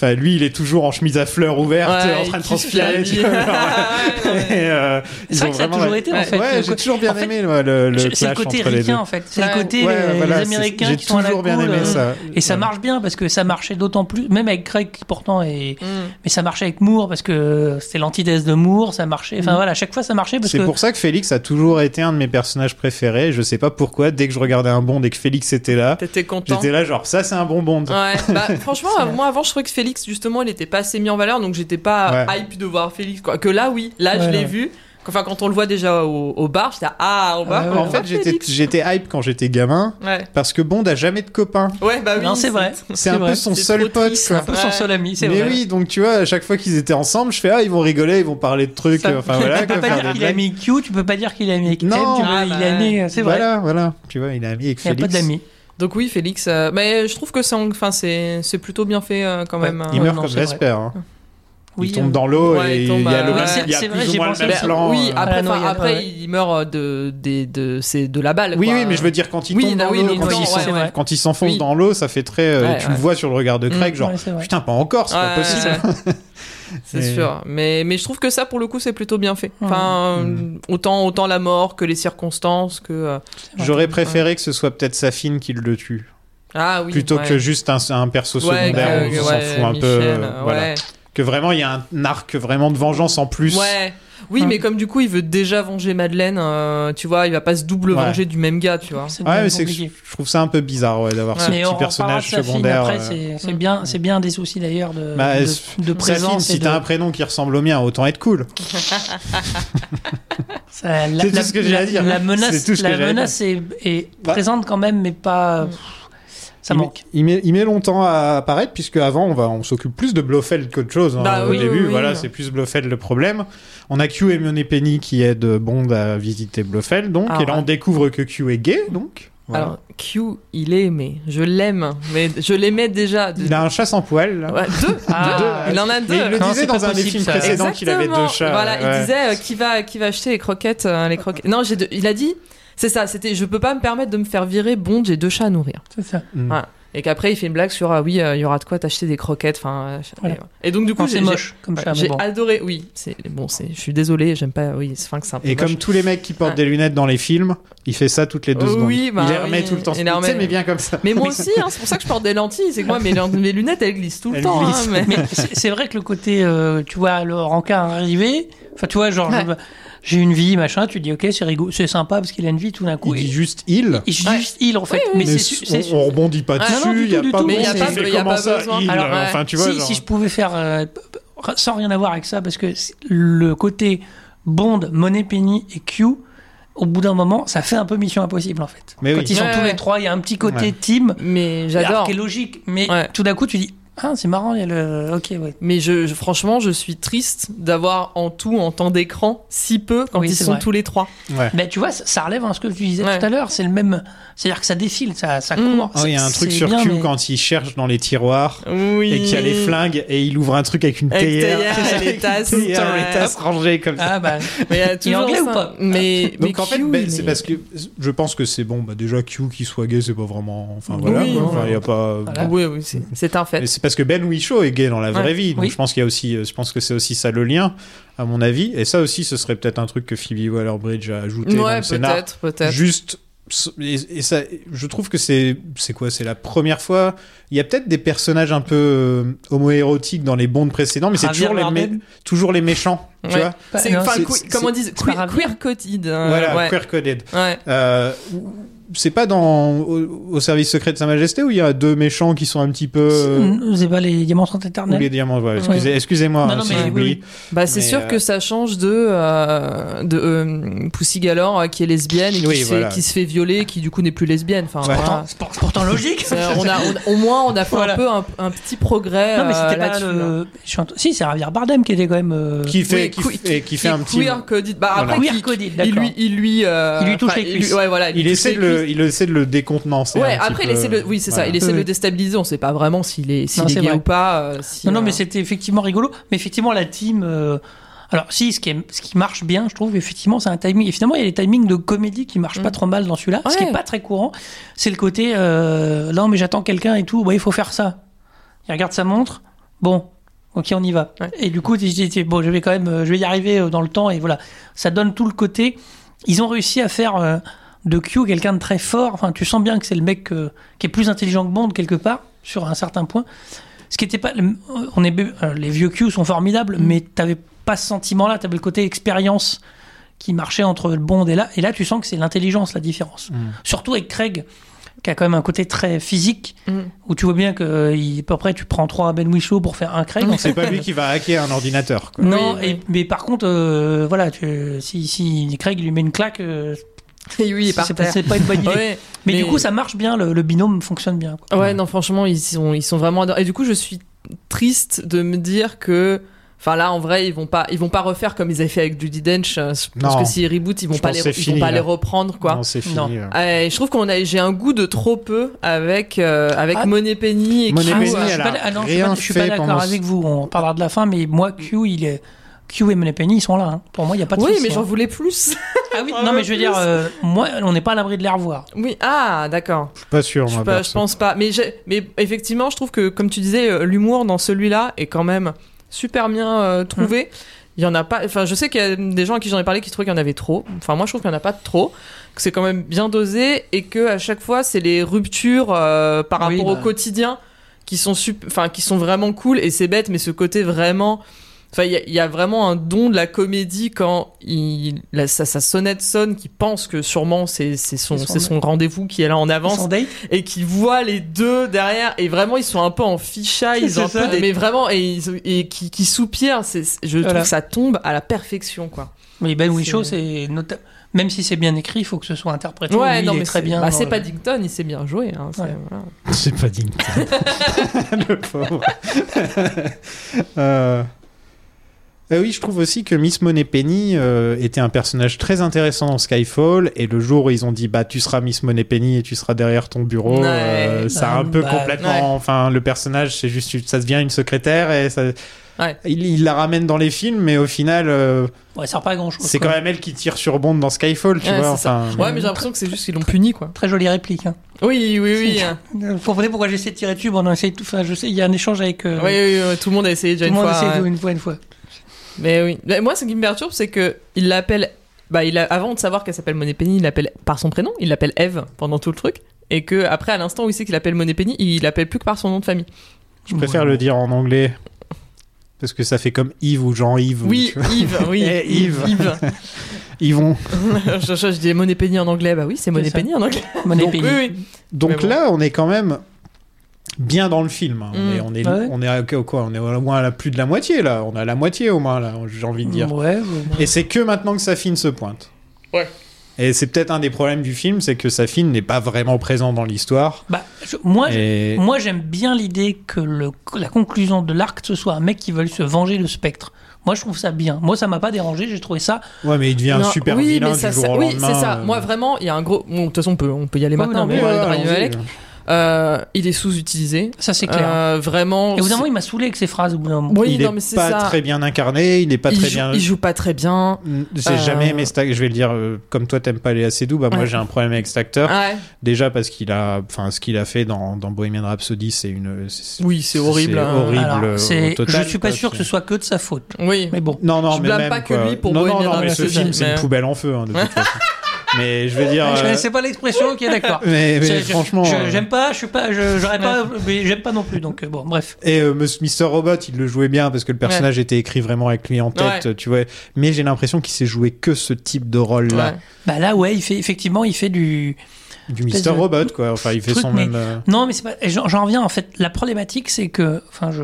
Speaker 1: Enfin, lui, il est toujours en chemise à fleurs ouverte,
Speaker 3: Ouais,
Speaker 1: en train de
Speaker 3: il kiffe la
Speaker 1: transpirer.
Speaker 3: vie.
Speaker 1: tu vois, genre.
Speaker 3: Ouais, ouais, ouais.
Speaker 1: Et, euh, ils
Speaker 2: C'est vrai
Speaker 1: ont
Speaker 2: que ça a
Speaker 1: vraiment
Speaker 2: toujours
Speaker 1: la-
Speaker 2: été en
Speaker 3: Ouais.
Speaker 2: fait.
Speaker 1: Ouais, j'ai toujours bien
Speaker 2: en fait,
Speaker 1: aimé ouais, le, le
Speaker 2: je- c'est
Speaker 1: clash
Speaker 2: le côté
Speaker 1: entre les deux.
Speaker 2: ricain en fait. C'est
Speaker 3: Ouais.
Speaker 2: le côté
Speaker 1: Ouais,
Speaker 2: les,
Speaker 1: voilà,
Speaker 2: les
Speaker 1: c'est-
Speaker 2: Américains
Speaker 1: j'ai
Speaker 2: qui sont à la
Speaker 1: toujours bien
Speaker 2: cool,
Speaker 1: aimé
Speaker 2: euh,
Speaker 1: ça.
Speaker 2: Et ça
Speaker 1: Ouais.
Speaker 2: marche bien parce que ça marchait d'autant plus, même avec Craig qui pourtant est.
Speaker 3: Mm.
Speaker 2: Mais ça marchait avec Moore parce que c'était l'antithèse de Moore, ça marchait. Enfin voilà, à chaque fois ça marchait parce
Speaker 1: Mm. C'est
Speaker 2: que.
Speaker 1: pour ça que Félix a toujours été un de mes personnages préférés. Je sais pas pourquoi, dès que je regardais un Bond et que Félix était là,
Speaker 3: T'étais content.
Speaker 1: j'étais là genre ça c'est un bon Bond.
Speaker 2: Ah,
Speaker 3: Ouais, bah, franchement, euh, moi avant, je trouvais que Félix, justement, il était pas assez mis en valeur, donc j'étais pas
Speaker 1: Ouais.
Speaker 3: hype de voir Félix, quoi. Que là, oui, là, je
Speaker 2: Ouais,
Speaker 3: l'ai
Speaker 2: ouais.
Speaker 3: vu. Enfin, quand on le voit déjà au, au bar, j'étais là, ah, au bar,
Speaker 2: ouais,
Speaker 3: on
Speaker 1: En
Speaker 3: voit
Speaker 1: fait, j'étais
Speaker 3: Félix.
Speaker 1: j'étais hype quand j'étais gamin
Speaker 3: Ouais.
Speaker 1: parce que Bond a jamais de copain.
Speaker 3: ouais, bah oui.
Speaker 2: Non, c'est vrai.
Speaker 1: C'est un
Speaker 2: vrai.
Speaker 1: peu son
Speaker 3: C'est
Speaker 1: seul
Speaker 3: trop
Speaker 1: pote.
Speaker 3: triste,
Speaker 1: quoi.
Speaker 2: C'est un peu son
Speaker 3: Ouais.
Speaker 2: seul ami, c'est
Speaker 1: Mais
Speaker 2: vrai.
Speaker 1: oui, donc tu vois, à chaque fois qu'ils étaient ensemble, je fais ah ils vont rigoler, ils vont parler de trucs,
Speaker 3: Ça-
Speaker 1: enfin voilà.
Speaker 2: tu peux
Speaker 1: quoi,
Speaker 2: pas
Speaker 1: faire
Speaker 2: dire
Speaker 1: des
Speaker 2: qu'il a
Speaker 1: blagues.
Speaker 2: mis Q, tu peux pas dire qu'il a mis avec M,
Speaker 1: Non.
Speaker 2: tu peux-
Speaker 3: Ah,
Speaker 2: il
Speaker 3: bah,
Speaker 2: a mis. C'est vrai.
Speaker 1: voilà, voilà. Tu vois, il a ami avec
Speaker 2: Il n'y a
Speaker 1: Félix.
Speaker 2: pas d'amis.
Speaker 3: Donc oui, Félix. euh, mais je trouve que c'est en- enfin c'est c'est plutôt bien fait euh, quand même.
Speaker 1: Il
Speaker 3: euh.
Speaker 2: Ouais,
Speaker 1: meurt
Speaker 2: non,
Speaker 1: comme
Speaker 2: c'est vrai.
Speaker 1: Vesper. hein.
Speaker 2: Oui,
Speaker 1: il tombe
Speaker 2: euh,
Speaker 1: dans l'eau
Speaker 3: ouais,
Speaker 1: et
Speaker 3: il
Speaker 1: il
Speaker 3: tombe
Speaker 1: y a
Speaker 3: à-
Speaker 1: le
Speaker 3: ouais,
Speaker 1: même,
Speaker 3: c'est-
Speaker 1: il y a
Speaker 2: c'est
Speaker 1: plus
Speaker 2: vrai,
Speaker 1: ou
Speaker 2: j'ai
Speaker 1: moins le
Speaker 2: pensé
Speaker 1: même
Speaker 2: à ça.
Speaker 1: plan.
Speaker 3: Ben, oui,
Speaker 1: euh.
Speaker 3: après,
Speaker 2: Ah, non,
Speaker 3: enfin,
Speaker 2: il y a-
Speaker 3: après
Speaker 2: ouais.
Speaker 3: il meurt de des de c'est de la balle.
Speaker 1: Oui,
Speaker 3: quoi.
Speaker 1: oui, mais je veux dire quand il
Speaker 3: Oui,
Speaker 1: tombe
Speaker 3: bah
Speaker 1: dans
Speaker 3: oui,
Speaker 1: l'eau,
Speaker 3: le
Speaker 1: quand,
Speaker 3: plan,
Speaker 1: il s'en-
Speaker 3: ouais, ouais.
Speaker 1: quand il s'enfonce
Speaker 3: Oui.
Speaker 1: dans l'eau, ça fait très. euh,
Speaker 3: Ouais,
Speaker 1: tu
Speaker 3: ouais.
Speaker 1: le vois sur le regard de Craig,
Speaker 3: Mm,
Speaker 1: genre
Speaker 2: ouais, c'est vrai.
Speaker 1: putain pas encore, c'est pas
Speaker 3: Ouais,
Speaker 1: possible.
Speaker 3: ouais, ouais. C'est
Speaker 1: Et-
Speaker 3: sûr, mais, mais je trouve que ça pour le coup c'est plutôt bien fait.
Speaker 2: Mm.
Speaker 3: Enfin, euh,
Speaker 1: Mm.
Speaker 3: autant autant la mort que les circonstances que euh,
Speaker 1: J'aurais préféré que ce soit peut-être Safine qui le tue,
Speaker 3: ah oui
Speaker 1: plutôt
Speaker 3: ouais.
Speaker 1: que juste un, un perso
Speaker 3: Ouais,
Speaker 1: secondaire.
Speaker 3: que-
Speaker 1: on s'en
Speaker 3: ouais,
Speaker 1: fout un peu.
Speaker 3: Michel,
Speaker 1: euh,
Speaker 3: ouais.
Speaker 1: voilà. Que vraiment il y a un arc vraiment de vengeance en plus.
Speaker 3: Ouais. Oui,
Speaker 2: Hein.
Speaker 3: mais comme du coup il veut déjà venger Madeleine, euh, tu vois, il va pas se double
Speaker 1: Ouais.
Speaker 3: venger du même gars, tu vois.
Speaker 1: Ouais,
Speaker 2: devient
Speaker 1: mais c'est que je
Speaker 2: compliqué.
Speaker 1: je trouve ça un peu bizarre ouais, d'avoir
Speaker 3: Ouais.
Speaker 1: ce
Speaker 2: Mais on
Speaker 1: petit
Speaker 2: reparlera de
Speaker 1: personnage
Speaker 2: Safine
Speaker 1: secondaire.
Speaker 2: après,
Speaker 1: euh,
Speaker 2: c'est- c'est bien, c'est bien des soucis d'ailleurs de,
Speaker 1: Bah,
Speaker 2: de,
Speaker 1: Saf-
Speaker 2: de
Speaker 1: Safine,
Speaker 2: présence. et
Speaker 1: si
Speaker 2: de-
Speaker 1: t'as un prénom qui ressemble au mien, autant être cool.
Speaker 2: ça- la-
Speaker 1: C'est tout
Speaker 2: la-
Speaker 1: ce que j'ai à
Speaker 2: la-
Speaker 1: dire.
Speaker 2: La menace,
Speaker 1: C'est tout ce que
Speaker 2: la
Speaker 1: j'ai à
Speaker 2: menace est, est
Speaker 1: Bah.
Speaker 2: présente quand même, mais pas.
Speaker 3: Mm.
Speaker 2: Ça
Speaker 1: il met-
Speaker 2: manque.
Speaker 1: il, met, il met longtemps à apparaître, puisque avant, on, va- on s'occupe plus de Blofeld qu'autre chose. hein,
Speaker 3: Bah
Speaker 1: au
Speaker 3: oui,
Speaker 1: début,
Speaker 3: oui,
Speaker 1: voilà,
Speaker 3: oui.
Speaker 1: c'est plus Blofeld le problème. On a Q et Monet Penny qui aident Bond à visiter Blofeld, donc,
Speaker 3: Ah,
Speaker 1: et là,
Speaker 3: ouais.
Speaker 1: on découvre que Q est gay, donc. Voilà.
Speaker 3: Alors, Q, il est aimé. Je l'aime, mais je l'aimais déjà. De-
Speaker 1: il a un chat sans poil, là.
Speaker 3: Ouais, deux,
Speaker 2: Ah.
Speaker 3: deux. Il en a
Speaker 1: Mais
Speaker 3: deux.
Speaker 1: il le
Speaker 2: Non,
Speaker 1: disait
Speaker 2: c'est
Speaker 1: dans
Speaker 2: pas
Speaker 1: un des
Speaker 2: possible,
Speaker 1: films
Speaker 2: ça.
Speaker 1: précédents qu'il avait deux chats.
Speaker 3: Voilà,
Speaker 1: ouais.
Speaker 3: il disait euh, qui va qui va acheter les croquettes, euh, les croquettes. Non, j'ai deux- il a dit c'est ça, c'était je peux pas me permettre de me faire virer, bon, j'ai deux chats à nourrir.
Speaker 2: C'est ça.
Speaker 1: Mm.
Speaker 3: Ouais. Et qu'après il fait une blague sur ah oui, euh, il y aura de quoi t'acheter des croquettes, enfin euh, je-
Speaker 2: Voilà.
Speaker 3: et, ouais. Et donc du coup,
Speaker 2: Enfin, c'est
Speaker 3: j'ai
Speaker 2: moche comme
Speaker 3: j'ai-
Speaker 2: chat, mais
Speaker 3: j'ai
Speaker 2: bon.
Speaker 3: adoré, oui. C'est bon, c'est je suis désolé, j'aime pas oui, enfin que c'est un peu
Speaker 1: Et comme
Speaker 3: moche.
Speaker 1: tous les mecs qui portent
Speaker 3: Ouais.
Speaker 1: des lunettes dans les films, il fait ça toutes les deux
Speaker 3: Oh
Speaker 1: secondes.
Speaker 3: oui, bah
Speaker 1: il les remet
Speaker 3: oui,
Speaker 1: tout le temps.
Speaker 3: il les
Speaker 1: Tu sais,
Speaker 3: remet.
Speaker 1: mais bien comme ça.
Speaker 3: Mais moi aussi, hein, c'est pour ça que je porte des lentilles, c'est que moi mes, lent- mes lunettes elles glissent tout le
Speaker 1: Elles
Speaker 3: temps. hein,
Speaker 1: glissent.
Speaker 3: mais-
Speaker 2: Mais c'est c'est vrai que le côté, euh, tu vois, le rencard arrivé, enfin, tu vois, genre,
Speaker 3: Ouais.
Speaker 2: je- j'ai une vie, machin, tu dis, ok, c'est rigolo, c'est sympa parce qu'il a une vie tout d'un coup.
Speaker 1: Il
Speaker 2: Et-
Speaker 1: dit juste il.
Speaker 2: et juste il, en fait. Mais,
Speaker 1: Mais
Speaker 2: c'est su-
Speaker 1: on,
Speaker 2: c'est su-
Speaker 1: on rebondit pas
Speaker 3: Ah,
Speaker 1: dessus,
Speaker 2: non, du
Speaker 1: il y a
Speaker 2: tout, du
Speaker 1: pas
Speaker 2: tout, mais
Speaker 1: bon,
Speaker 2: il y a
Speaker 1: c'est
Speaker 2: pas-
Speaker 1: fait
Speaker 3: il y a
Speaker 1: comment
Speaker 3: pas
Speaker 1: ça,
Speaker 3: besoin.
Speaker 1: il,
Speaker 2: Alors,
Speaker 1: euh,
Speaker 3: ouais.
Speaker 1: enfin tu vois
Speaker 2: si,
Speaker 1: genre-
Speaker 2: si je pouvais faire euh, sans rien avoir avec ça, parce que c'est- le côté Bond, Money Penny et Q, au bout d'un moment, ça fait un peu Mission Impossible en fait.
Speaker 1: Mais
Speaker 2: Quand
Speaker 1: oui.
Speaker 2: ils sont
Speaker 3: Ouais,
Speaker 2: tous
Speaker 3: ouais.
Speaker 2: les trois, il y a un petit côté
Speaker 1: Ouais.
Speaker 2: team
Speaker 3: mais
Speaker 2: alors
Speaker 3: j'adore.
Speaker 2: qui est logique, mais
Speaker 3: Ouais.
Speaker 2: tout d'un coup, tu dis ah c'est marrant, il y a le ok ouais.
Speaker 3: Mais je, je- franchement, je suis triste d'avoir en tout, en temps d'écran, si peu quand
Speaker 2: Oui,
Speaker 3: ils
Speaker 2: c'est
Speaker 3: sont
Speaker 2: vrai.
Speaker 3: tous les trois.
Speaker 1: Ouais.
Speaker 2: Ben tu vois, ça, ça relève à ce que tu disais
Speaker 3: Ouais.
Speaker 2: tout à l'heure, c'est le même, c'est-à-dire que ça défile, ça ça
Speaker 3: Mm.
Speaker 2: court.
Speaker 1: Ah, il y a un
Speaker 2: C'est-
Speaker 1: truc
Speaker 2: c'est
Speaker 1: sur
Speaker 2: bien,
Speaker 1: Q
Speaker 2: mais-
Speaker 1: quand il cherche dans les tiroirs
Speaker 3: Oui.
Speaker 1: et qu'il y a les flingues et il ouvre un truc avec une
Speaker 3: Avec
Speaker 1: théière,
Speaker 3: théière, et les tasses.
Speaker 1: Une théière, les
Speaker 3: Ouais.
Speaker 1: tasses rangées comme ça.
Speaker 2: Ah bah
Speaker 3: Mais il y a toujours
Speaker 2: anglais
Speaker 3: ça.
Speaker 2: ou pas
Speaker 3: Mais
Speaker 1: Donc
Speaker 3: mais
Speaker 1: en fait,
Speaker 3: Q,
Speaker 1: ben,
Speaker 3: il
Speaker 1: c'est
Speaker 3: est-
Speaker 1: parce que je pense que c'est bon. Bah déjà Q qui soit gay, c'est pas vraiment. Enfin
Speaker 3: Oui,
Speaker 1: voilà. quoi.
Speaker 3: voilà.
Speaker 1: Enfin, il y a pas.
Speaker 2: Voilà.
Speaker 3: Oui, oui, c'est- c'est un fait.
Speaker 1: Mais c'est parce que Ben Whishaw est gay dans la vraie
Speaker 3: Ouais,
Speaker 1: vie. Donc
Speaker 2: oui.
Speaker 1: je pense qu'il y a aussi, euh, je pense que c'est aussi ça le lien, à mon avis. Et ça aussi, ce serait peut-être un truc que Phoebe Waller-Bridge a ajouté dans
Speaker 3: Ouais,
Speaker 1: le scénar.
Speaker 3: peut-être, peut-être.
Speaker 1: Juste. Et, et ça, je trouve que c'est, c'est quoi C'est la première fois. Il y a peut-être des personnages un peu euh, homoérotiques dans les bondes précédents, mais c'est
Speaker 2: Javier
Speaker 1: toujours les, mé-
Speaker 2: Bardem.
Speaker 1: toujours les méchants. Tu
Speaker 3: Ouais.
Speaker 1: vois
Speaker 2: Bah,
Speaker 3: C'est
Speaker 2: non,
Speaker 3: enfin,
Speaker 1: c'est-
Speaker 3: que-
Speaker 1: c'est-
Speaker 3: comment on dit
Speaker 2: pas
Speaker 3: queer,
Speaker 2: grave.
Speaker 3: queer coded, euh,
Speaker 1: Voilà,
Speaker 3: ouais.
Speaker 1: queer-coded.
Speaker 3: Ouais.
Speaker 1: Euh, c'est pas dans au, au service secret de Sa Majesté où il y a deux méchants qui sont un petit peu. euh,
Speaker 2: c'est pas les diamants sont
Speaker 1: ou
Speaker 2: éternels.
Speaker 1: les diamants, voilà, excusez,
Speaker 2: Ouais.
Speaker 1: excusez-moi
Speaker 2: Non,
Speaker 1: hein,
Speaker 2: non,
Speaker 1: si
Speaker 2: mais
Speaker 1: j'oublie.
Speaker 2: oui,
Speaker 3: Bah, c'est
Speaker 1: Mais,
Speaker 3: sûr
Speaker 1: euh,
Speaker 3: que ça change de, euh, de euh, Pussy Galore euh, qui est lesbienne et qui,
Speaker 1: Oui,
Speaker 3: se fait,
Speaker 1: voilà.
Speaker 3: qui se fait violer, qui du coup n'est plus lesbienne. Enfin,
Speaker 1: Ouais.
Speaker 3: voilà.
Speaker 2: Pourtant- C'est pour- c'est pourtant logique.
Speaker 3: Ah. C'est- on a, on- au moins, on a fait
Speaker 2: Voilà.
Speaker 3: un peu un, un petit progrès.
Speaker 2: Non, mais
Speaker 3: euh,
Speaker 2: c'était pas
Speaker 3: là-dessus, hein.
Speaker 2: le. je suis en- Si, c'est Javier Bardem qui était quand même. euh, Ah
Speaker 1: qui fait,
Speaker 3: Oui,
Speaker 1: qui,
Speaker 3: cou-
Speaker 1: f- et qui fait
Speaker 3: est
Speaker 1: un petit.
Speaker 3: queer coded. Bah,
Speaker 1: Voilà.
Speaker 3: après,
Speaker 2: Queer
Speaker 3: qui-
Speaker 2: coded,
Speaker 3: il lui,
Speaker 2: d'accord.
Speaker 3: il lui, euh,
Speaker 2: Il lui touche
Speaker 3: enfin,
Speaker 2: les
Speaker 3: il
Speaker 2: cuisses.
Speaker 3: ouais, voilà,
Speaker 1: Il
Speaker 3: touche
Speaker 1: essaie
Speaker 3: les
Speaker 1: de le,
Speaker 3: cuisses.
Speaker 1: il essaie de le décontenancer.
Speaker 3: Ouais,
Speaker 1: un petit
Speaker 3: après, il
Speaker 1: peu.
Speaker 3: essaie de le, oui, c'est ça,
Speaker 1: Voilà.
Speaker 3: il essaie de
Speaker 2: Oui.
Speaker 3: le déstabiliser. On sait pas vraiment s'il est, s'il
Speaker 2: Non,
Speaker 3: est
Speaker 2: c'est
Speaker 3: gay
Speaker 2: vrai.
Speaker 3: ou pas. euh, si,
Speaker 2: Non, non,
Speaker 3: euh,
Speaker 2: mais c'était effectivement rigolo. Mais effectivement, la team. euh, Alors, si, ce qui, est- ce qui marche bien, je trouve, effectivement, c'est un timing. Et finalement, il y a des timings de comédie qui marchent pas
Speaker 3: Mm.
Speaker 2: trop mal dans celui-là. Ce qui
Speaker 3: Ouais.
Speaker 2: est pas très courant, c'est le côté euh, non, mais j'attends quelqu'un et tout, bah, il faut faire ça. Il regarde sa montre, bon, ok, on y va.
Speaker 3: Ouais.
Speaker 2: Et du coup, tu dis, tu- bon, je vais quand même, euh, je vais y arriver euh, dans le temps, et voilà. Ça donne tout le côté. Ils ont réussi à faire euh, de Q quelqu'un de très fort. Enfin, tu sens bien que c'est le mec euh, qui est plus intelligent que Bond, quelque part, sur un certain point. Ce qui était pas. le- On est, bé- euh, les vieux Q sont formidables,
Speaker 3: Mm.
Speaker 2: mais t'avais pas ce sentiment-là. T'avais le côté expérience qui marchait entre le Bond et là. Et là, tu sens que c'est l'intelligence la différence.
Speaker 1: Mm.
Speaker 2: Surtout avec Craig, qui a quand même un côté très physique,
Speaker 3: Mm.
Speaker 2: où tu vois bien que euh, il- à peu près tu prends trois Ben Whishaw pour faire un Craig.
Speaker 1: Donc c'est pas lui qui va hacker un ordinateur. Quoi.
Speaker 2: Non,
Speaker 3: Oui,
Speaker 2: et-
Speaker 3: oui.
Speaker 2: mais par contre, euh, voilà, tu- si, si Craig lui met une claque, euh,
Speaker 3: Et oui, il est par
Speaker 2: c'est pas,
Speaker 3: terre.
Speaker 2: c'est pas une bonne idée.
Speaker 3: Ouais,
Speaker 2: mais, du
Speaker 3: mais-
Speaker 2: coup, ça marche bien, le, le binôme fonctionne bien. quoi.
Speaker 3: Ouais, non, franchement, ils sont, ils sont vraiment adorables. Et du coup, je suis triste de me dire que. Enfin là, en vrai, ils vont pas, ils vont pas refaire comme ils avaient fait avec Judy Dench. Je pense
Speaker 1: Non.
Speaker 3: que s'ils rebootent, ils vont
Speaker 1: Je
Speaker 3: pas
Speaker 1: pense
Speaker 3: les,
Speaker 1: que c'est
Speaker 3: ils
Speaker 1: fini,
Speaker 3: vont pas
Speaker 1: là.
Speaker 3: les reprendre quoi.
Speaker 1: Non, c'est fini.
Speaker 2: Non.
Speaker 1: là.
Speaker 3: Euh, et je trouve qu'on a, j'ai un goût de trop peu avec euh, avec
Speaker 2: Ah.
Speaker 3: Monet Penny et
Speaker 1: Money
Speaker 3: Q,
Speaker 2: Ah,
Speaker 1: Penny,
Speaker 2: ouais,
Speaker 3: euh,
Speaker 2: je suis
Speaker 1: elle
Speaker 2: pas
Speaker 1: a
Speaker 2: d- ah non, je suis
Speaker 1: rien
Speaker 2: pas- je suis pas
Speaker 1: fait
Speaker 2: d'accord
Speaker 1: pendant ce-
Speaker 2: avec vous. On parlera de la fin, mais moi, Q, il est. Q et Moneypenny, ils sont là. hein. Pour moi, il n'y a pas de
Speaker 3: Oui,
Speaker 2: souci,
Speaker 3: mais
Speaker 2: hein.
Speaker 3: j'en voulais plus.
Speaker 2: Ah oui,
Speaker 3: j'en
Speaker 2: non,
Speaker 3: veux
Speaker 2: mais je veux dire,
Speaker 3: plus.
Speaker 2: euh, moi, on n'est pas à l'abri de les revoir.
Speaker 3: oui, ah, d'accord.
Speaker 1: Je suis pas sûr,
Speaker 3: Je,
Speaker 1: moi.
Speaker 3: suis pas- je
Speaker 1: perso.
Speaker 3: pense pas. Mais, j'ai- mais effectivement, je trouve que, comme tu disais, euh, l'humour dans celui-là est quand même super bien euh, trouvé. Il y en a pas. Enfin, je sais qu'il y a des gens à qui j'en ai parlé qui trouvaient qu'il y en avait trop. Enfin, moi, je trouve qu'il y en a pas trop. Que c'est quand même bien dosé et que à chaque fois, c'est les ruptures euh, par
Speaker 2: Oui,
Speaker 3: rapport au
Speaker 2: bah.
Speaker 3: quotidien qui sont sup- enfin qui sont vraiment cool. Et c'est bête, mais ce côté vraiment. Enfin, il y, a- il y a vraiment un don de la comédie quand il, la- sa, sa sonnette sonne, qui pense que sûrement c'est c'est son,
Speaker 2: C'est son-
Speaker 3: c'est son rendez-vous qui est là en avance
Speaker 2: Son date
Speaker 3: et qui voient les deux derrière et vraiment ils sont un peu en ficha ils
Speaker 2: C'est
Speaker 3: ont un
Speaker 2: ça.
Speaker 3: peu des- mais vraiment et, ils- et qui, qui soupirent c'est c'est- je trouve
Speaker 2: Voilà.
Speaker 3: que ça tombe à la perfection quoi
Speaker 2: Mais Ben
Speaker 3: C'est-
Speaker 2: Whishaw, c'est nota- même si c'est bien écrit, il faut que ce soit interprété. Lui, il est très
Speaker 3: c'est-
Speaker 2: bien.
Speaker 3: bah,
Speaker 2: dans
Speaker 3: c'est
Speaker 2: le-
Speaker 3: Paddington il s'est bien joué hein, c'est-
Speaker 2: Ouais.
Speaker 3: voilà.
Speaker 1: C'est pas digne. le pauvre. Euh, euh, oui, je trouve aussi que Miss Money Penny euh, était un personnage très intéressant dans Skyfall. Et le jour où ils ont dit, bah, tu seras Miss Money Penny et tu seras derrière ton bureau,
Speaker 3: Ouais.
Speaker 1: euh, ça a un
Speaker 2: Bah,
Speaker 1: peu
Speaker 2: bah,
Speaker 1: complètement.
Speaker 3: ouais.
Speaker 1: Enfin, le personnage, c'est juste, ça devient une secrétaire et ça.
Speaker 3: Ouais.
Speaker 1: Il, il la ramène dans les films, mais au final, euh,
Speaker 2: Ouais, ça sert pas à grand chose.
Speaker 1: c'est quand même elle qui tire sur Bond dans Skyfall, tu
Speaker 3: Ouais,
Speaker 1: vois.
Speaker 3: c'est ça.
Speaker 1: Enfin,
Speaker 3: ouais mais j'ai l'impression que c'est juste qu'ils l'ont puni quoi
Speaker 2: Très jolie réplique. Hein.
Speaker 3: oui oui oui hein.
Speaker 2: Vous comprenez pourquoi j'essaie de tirer dessus bon, on a essayé de tout. Enfin, je sais, il y a un échange avec. euh,
Speaker 3: oui, oui, oui, tout le monde a essayé
Speaker 2: Tout
Speaker 3: déjà
Speaker 2: le
Speaker 3: une
Speaker 2: monde
Speaker 3: fois
Speaker 2: essaie de-
Speaker 3: ouais.
Speaker 2: une fois, une fois.
Speaker 3: mais oui Mais moi ce qui me perturbe c'est que il l'appelle bah il a- avant de savoir qu'elle s'appelle Monet Penny il l'appelle par son prénom il l'appelle Eve pendant tout le truc et que après à l'instant où il sait qu'il appelle Monet Penny il l'appelle plus que par son nom de famille
Speaker 1: je préfère le dire en anglais. Parce que ça fait comme Yves ou Jean-Yves. ou
Speaker 3: Oui,
Speaker 1: tu vois.
Speaker 3: Yves, oui.
Speaker 1: Eh, Yves.
Speaker 3: Yves.
Speaker 1: Yvon.
Speaker 3: je, je, je dis Monet Penny en anglais. Bah oui, c'est Monet
Speaker 2: C'est ça.
Speaker 3: Penny en anglais.
Speaker 2: Money
Speaker 1: Donc,
Speaker 2: Penny.
Speaker 3: Oui, oui. Mais
Speaker 1: Donc
Speaker 3: bon.
Speaker 1: là, on est quand même bien dans le film. hein.
Speaker 3: Mm.
Speaker 1: On est, on est,
Speaker 2: Ah ouais
Speaker 1: on est à quoi On est au moins à la- plus de la moitié là. On a la moitié au moins là. J'ai envie de dire.
Speaker 2: Ouais, ouais.
Speaker 1: Et c'est que maintenant que Safine se pointe.
Speaker 3: Ouais.
Speaker 1: Et c'est peut-être un des problèmes du film, c'est que Safine n'est pas vraiment présent dans l'histoire.
Speaker 2: Bah, je- moi, je-
Speaker 1: Et
Speaker 2: moi, j'aime bien l'idée que le, la conclusion de l'arc ce soit un mec qui veuille se venger de Spectre. Moi, je trouve ça bien. Moi, ça m'a pas dérangé. J'ai trouvé ça.
Speaker 1: ouais, mais il devient un
Speaker 3: Mm. Non,
Speaker 1: super
Speaker 3: oui,
Speaker 1: vilain
Speaker 3: mais
Speaker 1: du
Speaker 3: ça-
Speaker 1: jour
Speaker 3: ça-
Speaker 1: au
Speaker 3: Oui,
Speaker 1: lendemain.
Speaker 3: c'est ça.
Speaker 1: euh.
Speaker 3: Moi, vraiment, il y a un gros. Bon, de toute façon, on peut, on peut y aller
Speaker 2: Oui, non,
Speaker 3: maintenant.
Speaker 2: mais
Speaker 1: Ouais,
Speaker 3: on va
Speaker 1: ouais,
Speaker 3: y arriver
Speaker 1: allons-y.
Speaker 3: avec. Euh, il est sous-utilisé.
Speaker 2: Ça, c'est clair.
Speaker 3: Euh, vraiment.
Speaker 2: Et au bout d'un
Speaker 3: c'est-
Speaker 2: moment, il m'a saoulé avec ses phrases. Au bout d'un moment.
Speaker 3: Oui,
Speaker 1: il
Speaker 3: non,
Speaker 1: est
Speaker 3: mais c'est
Speaker 1: pas
Speaker 3: ça.
Speaker 1: très bien incarné. Il n'est pas
Speaker 3: il,
Speaker 1: très
Speaker 3: joue,
Speaker 1: bien.
Speaker 3: il joue pas très bien.
Speaker 1: J'ai
Speaker 3: Euh,
Speaker 1: jamais aimé cet acteur. Je vais le dire euh, comme toi, t'aimes pas les assez doux. Bah, moi,
Speaker 3: Ouais.
Speaker 1: j'ai un problème avec cet acteur.
Speaker 3: Ouais.
Speaker 1: Déjà parce qu'il a, enfin, ce qu'il a fait dans, dans Bohemian Rhapsody, c'est une. c'est-
Speaker 3: Oui, c'est horrible. hein.
Speaker 1: horrible.
Speaker 2: Alors,
Speaker 1: euh,
Speaker 2: c'est-
Speaker 1: au total,
Speaker 2: je suis pas
Speaker 1: quoi,
Speaker 2: sûr que
Speaker 1: c'est-
Speaker 2: ce soit que de sa faute.
Speaker 3: Oui.
Speaker 2: Mais bon.
Speaker 1: Non, non,
Speaker 3: Je
Speaker 1: mais
Speaker 3: blâme
Speaker 1: même,
Speaker 3: pas que
Speaker 1: quoi.
Speaker 3: lui pour
Speaker 1: non, non,
Speaker 3: Bohemian
Speaker 1: non, mais ce
Speaker 3: Rhapsody,
Speaker 1: film, c'est
Speaker 3: mais-
Speaker 1: une poubelle en feu, hein, de toute façon. mais je veux dire.
Speaker 2: Je
Speaker 1: euh,
Speaker 2: connaissais pas l'expression, ok, d'accord.
Speaker 1: mais, mais
Speaker 2: Je- je-
Speaker 1: franchement.
Speaker 2: je-
Speaker 1: euh,
Speaker 2: j'aime pas, je suis pas, je- j'aurais pas, mais j'aime pas non plus. Donc euh, bon, bref.
Speaker 1: Et euh, Mr. Robot, il le jouait bien parce que le personnage était écrit vraiment avec lui en tête, tu vois. Mais j'ai l'impression qu'il s'est joué que ce type de rôle-là,
Speaker 3: Ouais.
Speaker 2: Bah là, ouais, il fait effectivement, il fait du.
Speaker 1: du
Speaker 2: Espèce
Speaker 1: Mr.
Speaker 2: de
Speaker 1: Robot, quoi. Enfin, il fait
Speaker 2: truc,
Speaker 1: son
Speaker 2: mais-
Speaker 1: même. euh,
Speaker 2: Non, mais c'est pas. et J'en j'en reviens en fait. La problématique, c'est que, enfin, je,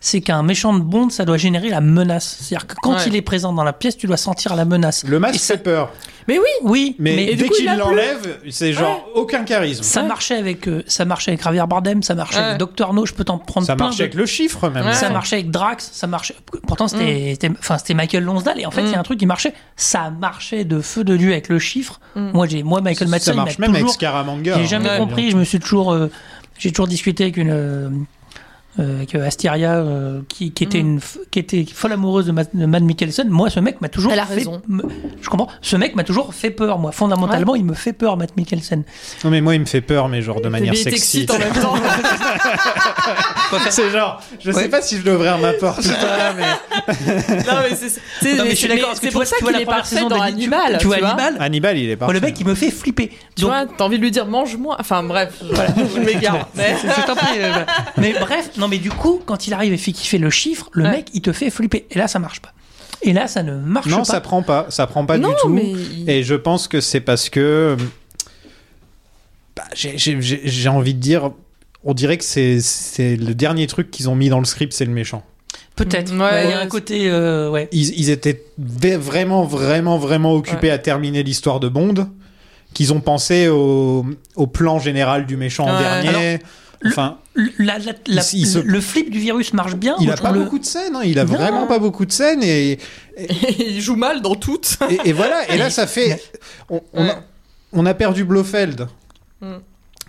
Speaker 2: c'est qu'un méchant de Bond, ça doit générer la menace. C'est-à-dire que quand
Speaker 3: Ouais.
Speaker 2: il est présent dans la pièce, tu dois sentir la menace.
Speaker 1: Le masque
Speaker 2: Et ça-
Speaker 1: fait peur,
Speaker 2: Mais oui. Oui.
Speaker 1: mais,
Speaker 2: mais-
Speaker 1: dès
Speaker 3: coup,
Speaker 1: qu'il
Speaker 3: il a plus.
Speaker 1: l'enlève, c'est genre aucun charisme.
Speaker 2: ça marchait avec, euh, ça marchait avec Javier Bardem, ça marchait
Speaker 3: Ouais.
Speaker 2: avec Docteur No. Je peux t'en prendre
Speaker 1: Ça
Speaker 2: plein.
Speaker 1: marche
Speaker 2: de-
Speaker 1: avec le chiffre même.
Speaker 3: Ah Ouais. Mm.
Speaker 2: Ça marchait avec Drax, ça marchait. Pourtant, c'était c'était- enfin, c'était Michael Lonsdale. Et en fait, il y a un truc qui marchait. Ça marchait de feu de Dieu avec le chiffre.
Speaker 3: Mm.
Speaker 2: Moi, j'ai moi Michael
Speaker 1: ça
Speaker 2: Madsen, il
Speaker 1: marche
Speaker 2: m'a
Speaker 1: même avec
Speaker 2: toujours.
Speaker 1: Scaramanga.
Speaker 2: J'ai jamais
Speaker 1: hein,
Speaker 2: compris. Je me suis toujours, euh, j'ai toujours discuté avec une euh, euh, avec euh, Asteria, euh, qui, qui
Speaker 3: Mm.
Speaker 2: était une, f- qui était folle amoureuse de, Ma- de Matt Mikkelsen. Moi, ce mec m'a toujours.
Speaker 4: Elle a
Speaker 2: fait-
Speaker 4: raison.
Speaker 2: me- je comprends. Ce mec m'a toujours fait peur, moi. Fondamentalement, il me fait peur, Matt Mikkelsen.
Speaker 1: Non, mais moi, il me fait peur, mais genre de manière
Speaker 3: Mais il
Speaker 1: sexy.
Speaker 3: t'excite en même temps.
Speaker 1: C'est genre, je
Speaker 2: Ouais.
Speaker 1: sais pas si je devrais ouvrir ma porte ou pas, mais.
Speaker 3: non, mais c'est- c'est- c'est-
Speaker 2: Non, mais je
Speaker 3: je suis
Speaker 2: suis-
Speaker 3: d'accord.
Speaker 2: mais
Speaker 3: C'est
Speaker 2: tu
Speaker 3: pour
Speaker 2: vois-
Speaker 3: ça
Speaker 2: tu vois
Speaker 3: qu'il
Speaker 2: la
Speaker 3: est
Speaker 2: première
Speaker 3: parfait
Speaker 2: saison
Speaker 3: dans
Speaker 2: d'Animal,
Speaker 3: Animal.
Speaker 2: Tu vois,
Speaker 3: vois.
Speaker 2: Hannibal
Speaker 1: Hannibal, il est
Speaker 2: Moi,
Speaker 1: parfait.
Speaker 2: Le mec, il me fait flipper.
Speaker 3: Tu
Speaker 2: Donc,
Speaker 3: vois, t'as envie de lui dire mange-moi. Enfin bref, je m'égare. mais-
Speaker 2: Je t'en prie, euh, voilà. Mais bref, non, mais du coup, quand il arrive et fait- qu'il fait le chiffre, le
Speaker 3: Ouais.
Speaker 2: mec, il te fait flipper. Et là, ça marche pas. Et là, ça ne marche
Speaker 1: Non,
Speaker 2: pas.
Speaker 1: ça prend pas, ça prend pas
Speaker 3: non,
Speaker 1: du tout.
Speaker 3: mais il-
Speaker 1: Et je pense que c'est parce que bah, j'ai- j'ai j'ai- j'ai envie de dire, on dirait que c'est c'est le dernier truc qu'ils ont mis dans le script, c'est le méchant.
Speaker 2: Peut-être.
Speaker 3: Ouais,
Speaker 2: Ouais, Il y a
Speaker 3: ouais,
Speaker 2: un côté. euh, ouais.
Speaker 1: Ils, ils étaient v- vraiment, vraiment, vraiment occupés à terminer l'histoire de Bond, qu'ils ont pensé au, au plan général du méchant en
Speaker 3: Ouais.
Speaker 1: dernier.
Speaker 2: le-
Speaker 1: enfin,
Speaker 2: Le- la- la- la-
Speaker 1: Il- il se-
Speaker 2: Le flip du virus marche bien.
Speaker 1: il
Speaker 2: moi,
Speaker 1: a
Speaker 2: je
Speaker 1: pas
Speaker 2: trouve le-
Speaker 1: beaucoup de scènes, hein, il a
Speaker 2: Non.
Speaker 1: vraiment pas beaucoup de scènes et,
Speaker 3: il joue mal dans toutes.
Speaker 1: et, et voilà, et là ça fait. On, on a,
Speaker 3: Ouais.
Speaker 1: on a perdu Blofeld,
Speaker 3: Mm.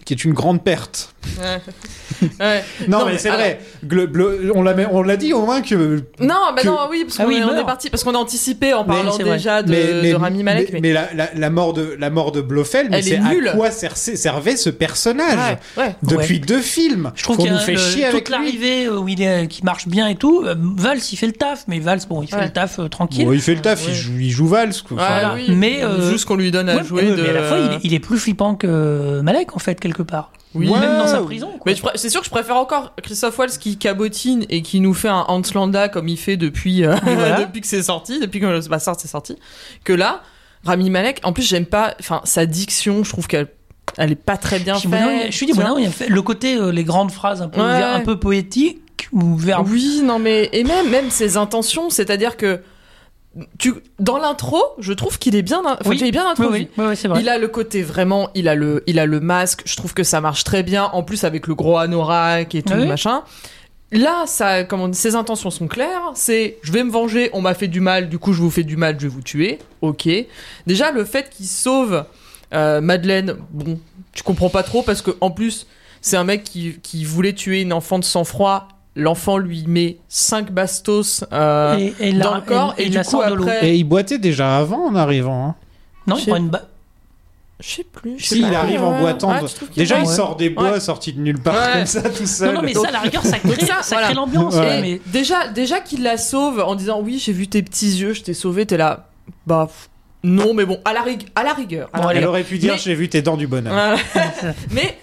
Speaker 1: qui est une grande perte.
Speaker 3: Ouais. Ouais.
Speaker 1: Non,
Speaker 3: Non,
Speaker 1: mais,
Speaker 3: mais
Speaker 1: c'est
Speaker 3: alors-
Speaker 1: vrai, Gle- Blo- on l'a on l'a dit au moins que.
Speaker 3: Non, bah
Speaker 1: Que-
Speaker 3: non, oui, parce
Speaker 2: Ah
Speaker 3: qu'on
Speaker 2: oui,
Speaker 3: est-
Speaker 2: il
Speaker 3: on est
Speaker 2: meurt.
Speaker 3: parti, parce qu'on a anticipé en
Speaker 2: Mais
Speaker 3: parlant
Speaker 2: c'est vrai.
Speaker 3: déjà de,
Speaker 1: mais, mais-
Speaker 3: de Rami Malek.
Speaker 1: mais-
Speaker 3: Mais,
Speaker 1: mais la, la- la mort de, la mort de Blofeld, mais
Speaker 3: Elle
Speaker 1: c'est
Speaker 3: est
Speaker 1: à
Speaker 3: nulle.
Speaker 1: quoi ser- servait ce personnage
Speaker 3: ouais, ouais.
Speaker 1: depuis deux films
Speaker 2: Je trouve
Speaker 1: qu'on
Speaker 2: qu'il y a
Speaker 1: nous fait
Speaker 2: le-
Speaker 1: chier
Speaker 2: toute
Speaker 1: avec lui.
Speaker 2: l'arrivée euh, où il est, qui marche bien et tout. euh, Valls, il fait le taf, mais Valls, bon, il fait
Speaker 3: Ouais.
Speaker 2: le taf euh, tranquille.
Speaker 1: Bon, il fait le taf,
Speaker 3: Ouais.
Speaker 1: il, joue, il joue Valls. quoi. Enfin,
Speaker 2: Voilà.
Speaker 3: Ah oui,
Speaker 2: Mais, euh,
Speaker 3: juste qu'on lui donne à
Speaker 2: Ouais,
Speaker 3: jouer.
Speaker 2: mais,
Speaker 3: de...
Speaker 2: mais à la fois, il est, il est plus flippant que Malek, en fait, quelque part.
Speaker 3: Oui.
Speaker 2: Même dans sa
Speaker 1: Ouais.
Speaker 2: prison. quoi.
Speaker 3: Mais je pr- c'est sûr que je préfère encore Christophe Waltz qui cabotine et qui nous fait un Hans Landa comme il fait depuis, euh,
Speaker 2: Mais voilà.
Speaker 3: depuis que c'est sorti, depuis que bah, ça, c'est sorti, que là, Rami Malek, en plus j'aime pas, enfin sa diction, je trouve qu'elle elle est pas très bien
Speaker 2: Puis Bono, il-
Speaker 3: faite.
Speaker 2: je suis dit,
Speaker 3: tu vois.
Speaker 2: Bono, il a fait- le côté, euh, les grandes phrases un peu,
Speaker 3: Ouais.
Speaker 2: vers- un peu poétiques, ou vers.
Speaker 3: Oui, non mais et même même ses intentions, c'est-à-dire que tu dans l'intro, je trouve qu'il est bien, in- enfin,
Speaker 2: Oui.
Speaker 3: qu'il est bien
Speaker 2: Oui,
Speaker 3: introduit.
Speaker 2: oui, oui, oui, c'est vrai.
Speaker 3: Il a le côté vraiment, il a le, il a le masque. Je trouve que ça marche très bien. En plus avec le gros anorak et tout
Speaker 2: Oui.
Speaker 3: le machin. Là, ça, comment, on dit, ses intentions sont claires. C'est, je vais me venger. On m'a fait du mal. Du coup, je vous fais du mal. Je vais vous tuer. Ok. Déjà, le fait qu'il sauve euh, Madeleine, bon, tu comprends pas trop parce que en plus, c'est un mec qui, qui voulait tuer une enfant de sang-froid. L'enfant lui met 5 bastos euh,
Speaker 2: Et- et la-
Speaker 3: dans le corps
Speaker 2: et-
Speaker 3: et,
Speaker 2: et
Speaker 3: du
Speaker 2: la
Speaker 3: coup
Speaker 2: sort de l'eau.
Speaker 3: après,
Speaker 1: Et il boitait déjà avant en arrivant. hein.
Speaker 2: Non, il
Speaker 3: Chez-
Speaker 2: prend une ba-
Speaker 3: je sais plus. je sais
Speaker 1: Si,
Speaker 3: pas.
Speaker 1: il arrive en
Speaker 3: Ouais,
Speaker 1: boitant.
Speaker 3: ouais,
Speaker 1: de-
Speaker 3: tu trouves qu'il
Speaker 1: Déjà,
Speaker 3: boit,
Speaker 1: il
Speaker 3: ouais.
Speaker 1: sort des bois
Speaker 3: Ouais.
Speaker 1: sortis de nulle part
Speaker 3: Ouais.
Speaker 1: comme ça tout
Speaker 2: Non,
Speaker 1: seul.
Speaker 2: non, mais
Speaker 3: Donc-
Speaker 2: ça, à la rigueur, ça crée,
Speaker 3: ça,
Speaker 2: ça,
Speaker 3: voilà.
Speaker 2: crée l'ambiance.
Speaker 1: Ouais.
Speaker 2: quoi,
Speaker 3: Et
Speaker 2: mais-
Speaker 3: Eh, déjà, déjà qu'il la sauve en disant oui, j'ai vu tes petits yeux, je t'ai sauvé, t'es là. Bah pff, non, mais bon, à la, rigue- à la rigueur. à la
Speaker 2: Bon, allez.
Speaker 1: Elle
Speaker 3: rigueur.
Speaker 1: aurait pu dire
Speaker 3: Mais-
Speaker 1: j'ai vu tes dents du bonheur.
Speaker 3: Voilà. mais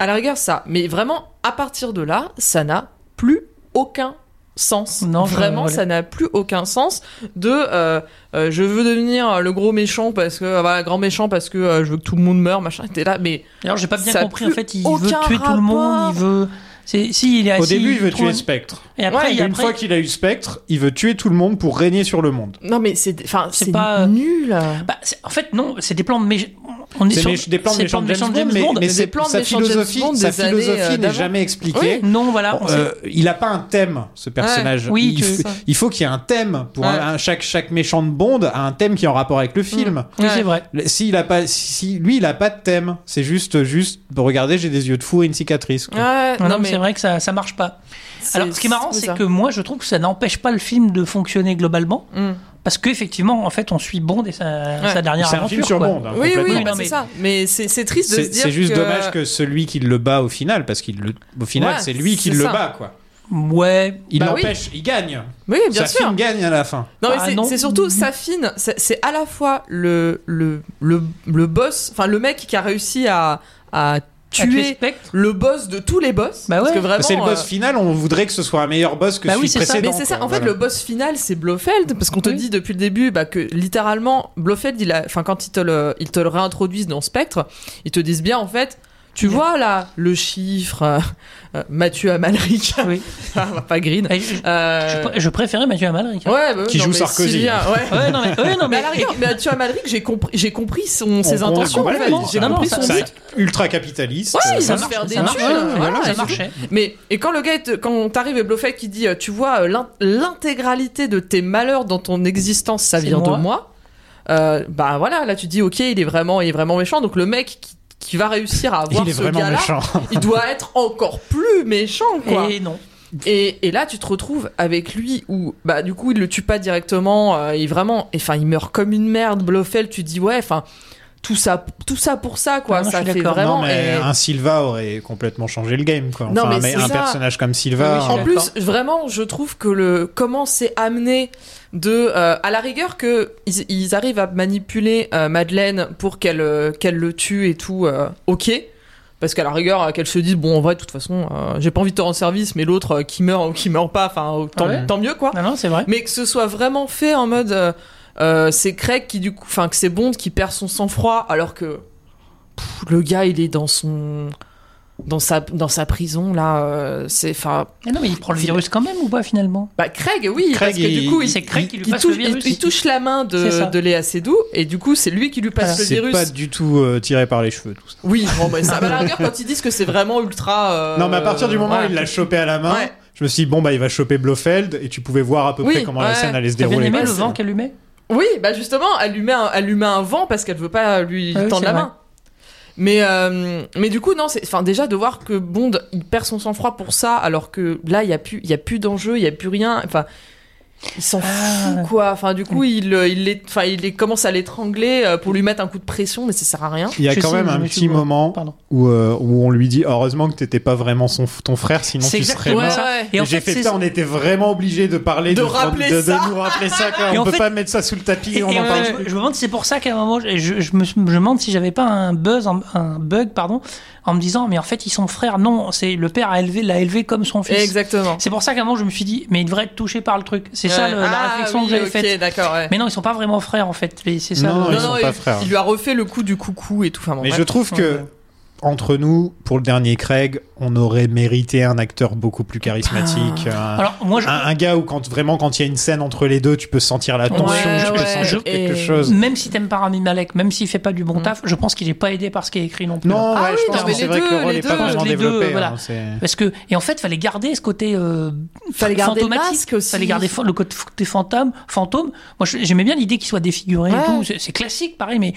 Speaker 3: à la rigueur ça. Mais vraiment, à partir de là, ça n'a plus aucun sens.
Speaker 2: Non, je-
Speaker 3: vraiment,
Speaker 2: voilà.
Speaker 3: ça n'a plus aucun sens de euh, euh, je veux devenir le gros méchant parce que euh, voilà, grand méchant parce que euh, je veux que tout le monde meure, machin. T'es là, mais
Speaker 2: D'ailleurs, j'ai pas bien
Speaker 3: Ça a
Speaker 2: compris. En
Speaker 3: plus
Speaker 2: fait, il veut tuer
Speaker 3: aucun
Speaker 2: tout le
Speaker 3: rapport.
Speaker 2: monde. Il veut. c'est- Si, il est
Speaker 1: Au
Speaker 2: assis,
Speaker 1: début, il veut
Speaker 2: trouve
Speaker 1: tuer
Speaker 2: un-
Speaker 1: Spectre.
Speaker 2: Et après,
Speaker 3: Ouais,
Speaker 2: il,
Speaker 1: Et une
Speaker 2: après-
Speaker 1: fois qu'il a eu Spectre, il veut tuer tout le monde pour régner sur le monde.
Speaker 3: non, mais c'est enfin
Speaker 2: C'est
Speaker 3: c'est
Speaker 2: pas-
Speaker 3: nul.
Speaker 2: Bah, c'est- en fait, non, c'est des plans de méchants. On est
Speaker 1: C'est
Speaker 2: sur-
Speaker 1: méch- des plans de
Speaker 2: c'est
Speaker 1: méchants de James Bond, mais, mais
Speaker 3: Des
Speaker 1: c'est-
Speaker 3: plans de
Speaker 1: sa
Speaker 3: méchants de James
Speaker 1: philosophie,
Speaker 3: Bond
Speaker 1: sa
Speaker 3: des années,
Speaker 1: philosophie
Speaker 3: euh,
Speaker 1: n'est
Speaker 3: d'avant.
Speaker 1: jamais expliquée.
Speaker 2: Non,
Speaker 3: Ah,
Speaker 2: voilà. on sait-
Speaker 1: Euh, il a pas un thème, ce personnage.
Speaker 2: Ouais, oui,
Speaker 1: il,
Speaker 2: tu-
Speaker 1: f-
Speaker 3: ça.
Speaker 1: il faut qu'il y ait un thème pour
Speaker 3: Ouais. Mm.
Speaker 1: un- un- chaque chaque méchant de Bond a un thème qui est en rapport avec le film.
Speaker 2: oui,
Speaker 3: Ouais.
Speaker 2: c'est vrai.
Speaker 1: Le- S'il a pas, si- si lui il a pas de thème, c'est juste juste regardez j'ai des yeux de fou et une cicatrice. quoi.
Speaker 3: Ouais,
Speaker 2: Non, mais c'est vrai que ça, ça marche pas. Alors, ce qui est marrant, c'est
Speaker 3: ça.
Speaker 2: que moi, je trouve que ça n'empêche pas le film de fonctionner globalement,
Speaker 3: Mm.
Speaker 2: parce qu'effectivement, en fait, on suit Bond et sa,
Speaker 3: Ouais.
Speaker 2: sa dernière
Speaker 1: C'est un
Speaker 2: aventure.
Speaker 1: film sur
Speaker 2: quoi.
Speaker 1: Bond. hein,
Speaker 3: Oui, oui,
Speaker 1: complètement.
Speaker 3: bah,
Speaker 2: Non,
Speaker 3: c'est
Speaker 2: mais-
Speaker 3: ça. Mais c'est c'est triste de se
Speaker 1: C'est
Speaker 3: dire.
Speaker 1: c'est juste
Speaker 3: que-
Speaker 1: dommage que celui qui le bat au final, parce qu'il le, au final,
Speaker 3: Ouais,
Speaker 1: c'est lui qui
Speaker 3: c'est
Speaker 1: le
Speaker 3: ça.
Speaker 1: bat, quoi.
Speaker 2: Ouais.
Speaker 1: Il
Speaker 3: Bah oui.
Speaker 1: l'empêche, il gagne.
Speaker 3: Oui, bien
Speaker 1: Sa
Speaker 3: sûr.
Speaker 1: fille gagne à la fin.
Speaker 3: Non, mais
Speaker 2: Ah,
Speaker 3: c'est-
Speaker 2: non.
Speaker 3: c'est surtout Safine, c'est c'est à la fois le, le, le, le boss, enfin le mec qui a réussi à, à
Speaker 2: Tuer
Speaker 3: tuer
Speaker 2: Spectre.
Speaker 3: le boss de tous les boss.
Speaker 2: Bah
Speaker 3: Parce
Speaker 2: ouais.
Speaker 3: que vraiment.
Speaker 1: c'est le boss
Speaker 3: euh,
Speaker 1: final, on voudrait que ce soit un meilleur boss que
Speaker 2: Bah
Speaker 1: celui
Speaker 2: oui, c'est ça.
Speaker 1: précédent.
Speaker 3: mais c'est ça,
Speaker 1: quoi,
Speaker 3: en fait,
Speaker 1: voilà.
Speaker 3: le boss final, c'est Blofeld, parce qu'on te
Speaker 2: Oui.
Speaker 3: dit depuis le début bah, que littéralement, Blofeld, il a, enfin, quand ils te, le, ils te le réintroduisent dans Spectre, ils te disent bien, en fait, tu
Speaker 2: Oui.
Speaker 3: vois là, le chiffre, euh, euh, Mathieu Amalric, Ah,
Speaker 2: Oui.
Speaker 3: pas Green.
Speaker 2: Et je, je
Speaker 3: Euh,
Speaker 2: pr- je préférais Mathieu Amalric. hein.
Speaker 3: Ouais, bah oui,
Speaker 1: Qui
Speaker 3: non,
Speaker 1: joue
Speaker 3: mais
Speaker 1: Sarkozy.
Speaker 3: Sylvia, ouais.
Speaker 2: Ouais, non, mais, ouais, non,
Speaker 3: Mais à
Speaker 2: mais,
Speaker 3: la rigueur, mais tu vois, Malric, j'ai compris, j'ai compris son, ses
Speaker 1: On- on-
Speaker 3: intentions.
Speaker 1: voilà,
Speaker 3: en fait.
Speaker 1: il-
Speaker 3: J'ai
Speaker 1: non,
Speaker 3: compris
Speaker 2: non,
Speaker 3: son
Speaker 1: ça-
Speaker 3: but.
Speaker 1: ultra capitaliste.
Speaker 3: Ouais, ils
Speaker 2: ça
Speaker 3: vont se
Speaker 2: marche,
Speaker 3: faire
Speaker 2: ça
Speaker 3: des
Speaker 2: marche,
Speaker 3: thunes,
Speaker 2: ouais,
Speaker 3: voilà,
Speaker 2: ça
Speaker 3: et tout.
Speaker 2: marchait.
Speaker 3: Mais et quand le gars, est- quand t'arrives et Blofeld qui dit, euh, tu vois, euh, l'in- l'intégralité de tes malheurs dans ton existence, ça
Speaker 2: C'est
Speaker 3: vient
Speaker 2: moi.
Speaker 3: de moi. euh, bah voilà, là tu dis, ok, il est vraiment, il est vraiment méchant. Donc le mec qui, qui va réussir à avoir
Speaker 1: Il est
Speaker 3: ce
Speaker 1: vraiment
Speaker 3: gars-là,
Speaker 1: méchant.
Speaker 3: il doit être encore plus méchant, quoi.
Speaker 2: Et non.
Speaker 3: Et, et là, tu te retrouves avec lui où, bah, du coup, il le tue pas directement. euh, il vraiment, enfin, il meurt comme une merde. Blofeld, tu dis ouais, enfin, tout ça, tout ça pour ça, quoi.
Speaker 2: Ah, moi,
Speaker 3: ça
Speaker 2: je suis
Speaker 3: fait
Speaker 2: d'accord.
Speaker 3: vraiment.
Speaker 1: non, mais
Speaker 3: et-
Speaker 1: un Silva aurait complètement changé le game, quoi.
Speaker 3: Non,
Speaker 1: Enfin,
Speaker 3: mais
Speaker 1: mais
Speaker 3: c'est
Speaker 1: un
Speaker 3: ça.
Speaker 1: personnage comme
Speaker 2: Oui,
Speaker 1: Silva.
Speaker 2: je suis
Speaker 1: euh,
Speaker 3: En plus, vraiment, je trouve que le comment c'est amené de euh, à la rigueur que ils, ils arrivent à manipuler euh, Madeleine pour qu'elle euh, qu'elle le tue et tout. euh, ok. Parce qu'à la rigueur, euh, qu'elle se dise, bon, en vrai, de toute façon, euh, j'ai pas envie de te rendre service, mais l'autre euh, qui meurt ou qui meurt pas, enfin, euh, tant,
Speaker 2: Ouais.
Speaker 3: tant mieux, quoi.
Speaker 2: Non, non, c'est vrai.
Speaker 3: Mais que ce soit vraiment fait en mode, euh, euh, c'est Craig qui, du coup, enfin, que c'est Bond qui perd son sang-froid, alors que pff, le gars, il est dans son. Dans sa, dans sa prison, là, euh, c'est. Enfin,
Speaker 2: Mais non, mais il prend le virus quand même ou pas finalement
Speaker 3: bah Craig, oui,
Speaker 1: Craig,
Speaker 3: parce que du
Speaker 1: il-
Speaker 3: coup,
Speaker 1: il-
Speaker 3: il,
Speaker 2: C'est Craig qui lui
Speaker 3: il
Speaker 2: passe
Speaker 3: touche,
Speaker 2: le virus.
Speaker 3: il- il touche la main
Speaker 2: C'est ça.
Speaker 3: de, de Léa Seydoux et du coup, c'est lui qui lui passe le
Speaker 1: C'est
Speaker 3: virus.
Speaker 1: pas du tout euh, tiré par les cheveux, tout ça.
Speaker 3: Oui, bon, bah, ça va à la rigueur quand ils disent que c'est vraiment ultra. euh,
Speaker 1: Non, mais à partir du moment
Speaker 3: ouais.
Speaker 1: où il l'a chopé à la main,
Speaker 3: Ouais.
Speaker 1: je me suis dit, bon, bah, il va choper Blofeld, et tu pouvais voir à peu
Speaker 3: Oui,
Speaker 1: près comment la
Speaker 3: ouais.
Speaker 1: scène allait se
Speaker 2: T'as bien
Speaker 1: dérouler.
Speaker 2: aimé
Speaker 3: Ouais,
Speaker 2: le
Speaker 3: c'est-
Speaker 2: vent qu'elle lui met
Speaker 3: Oui, bah justement, elle lui met un, elle lui met un vent parce qu'elle veut pas lui
Speaker 2: Ah oui,
Speaker 3: tendre
Speaker 2: c'est
Speaker 3: la
Speaker 2: vrai.
Speaker 3: main. Mais, euh, mais du coup, non, c'est, enfin, déjà de voir que Bond, il perd son sang-froid pour ça, alors que là, il y a plus, il y a plus d'enjeu, il y a plus rien, enfin, il s'en
Speaker 2: Ah.
Speaker 3: fout, quoi. Enfin, du coup, il, euh, il l'é- enfin, il les- commence à l'étrangler euh, pour lui mettre un coup de pression, mais ça sert à rien.
Speaker 1: Il y a
Speaker 2: Je
Speaker 1: quand
Speaker 2: sais,
Speaker 1: même
Speaker 2: mais
Speaker 1: un
Speaker 2: je
Speaker 1: petit
Speaker 2: vois.
Speaker 1: moment
Speaker 2: Ah, Pardon.
Speaker 1: où, euh, où on lui dit heureusement que t'étais pas vraiment son, ton frère, sinon
Speaker 2: C'est
Speaker 1: tu serais
Speaker 2: exactement
Speaker 1: mort.
Speaker 2: ça.
Speaker 3: ouais.
Speaker 2: Et
Speaker 1: Et
Speaker 2: en
Speaker 1: j'ai
Speaker 2: fait,
Speaker 1: fait,
Speaker 2: c'est-
Speaker 1: putain, on était vraiment obligé de parler
Speaker 3: De
Speaker 1: de,
Speaker 3: rappeler
Speaker 1: de- de
Speaker 3: ça.
Speaker 1: nous rappeler ça. quoi.
Speaker 2: Et
Speaker 1: on
Speaker 2: en
Speaker 1: peut
Speaker 2: fait-
Speaker 1: pas mettre ça sous le tapis.
Speaker 2: Et-
Speaker 1: on
Speaker 2: et
Speaker 1: en
Speaker 2: ouais,
Speaker 1: parle
Speaker 2: je,
Speaker 1: plus.
Speaker 2: je me demande si c'est pour ça qu'à un moment, je, je- je me, je me demande si j'avais pas un buzz, un, un bug, pardon, en me disant, mais en fait, ils sont frères. Non, c'est le père a élevé, l'a élevé comme son fils.
Speaker 3: Exactement.
Speaker 2: C'est pour ça qu'à un moment, je me suis dit, mais il devrait être touché par le truc. C'est ça
Speaker 3: Ouais.
Speaker 2: le- la
Speaker 3: Ah,
Speaker 2: réflexion
Speaker 3: oui,
Speaker 2: que j'avais
Speaker 3: ok,
Speaker 2: faite.
Speaker 3: d'accord, ouais.
Speaker 2: Mais non, ils sont pas vraiment frères en fait. Les- C'est ça.
Speaker 1: Non,
Speaker 2: le-
Speaker 1: ils sont pas
Speaker 3: il,
Speaker 1: frères.
Speaker 3: il lui a refait le coup du coucou et tout. Enfin, bon,
Speaker 1: Mais
Speaker 3: bref.
Speaker 1: je trouve que, entre nous, pour le dernier Craig, on aurait mérité un acteur beaucoup plus charismatique. un-
Speaker 2: Alors moi, je,
Speaker 1: un, un gars où quand vraiment quand il y a une scène entre les deux, tu peux sentir la tension,
Speaker 3: Ouais,
Speaker 1: tu peux
Speaker 3: ouais,
Speaker 1: sentir
Speaker 3: et-
Speaker 1: quelque chose.
Speaker 2: même si t'aimes pas Rami Malek, même s'il fait pas du
Speaker 3: Mm.
Speaker 2: bon taf, je pense qu'il est pas aidé par ce qui est écrit non plus. hein.
Speaker 1: Non,
Speaker 3: Ah
Speaker 1: ouais,
Speaker 3: oui,
Speaker 1: je pense
Speaker 2: non,
Speaker 1: que
Speaker 2: mais
Speaker 1: c'est
Speaker 3: les
Speaker 1: vrai que
Speaker 3: deux,
Speaker 1: le rôle
Speaker 3: les
Speaker 1: n'est pas
Speaker 3: deux.
Speaker 1: vraiment
Speaker 2: Les deux,
Speaker 1: développé. hein,
Speaker 2: voilà.
Speaker 1: c'est-
Speaker 2: Parce que et en fait, fallait garder ce côté euh,
Speaker 3: Fallait garder le
Speaker 2: fantomatique,
Speaker 3: masque aussi.
Speaker 2: fallait garder fa- le côté f- des fantômes, fantômes. Moi, je- j'aimais bien l'idée qu'il soit défiguré
Speaker 3: Ouais.
Speaker 2: et tout. C'est- C'est classique, pareil, mais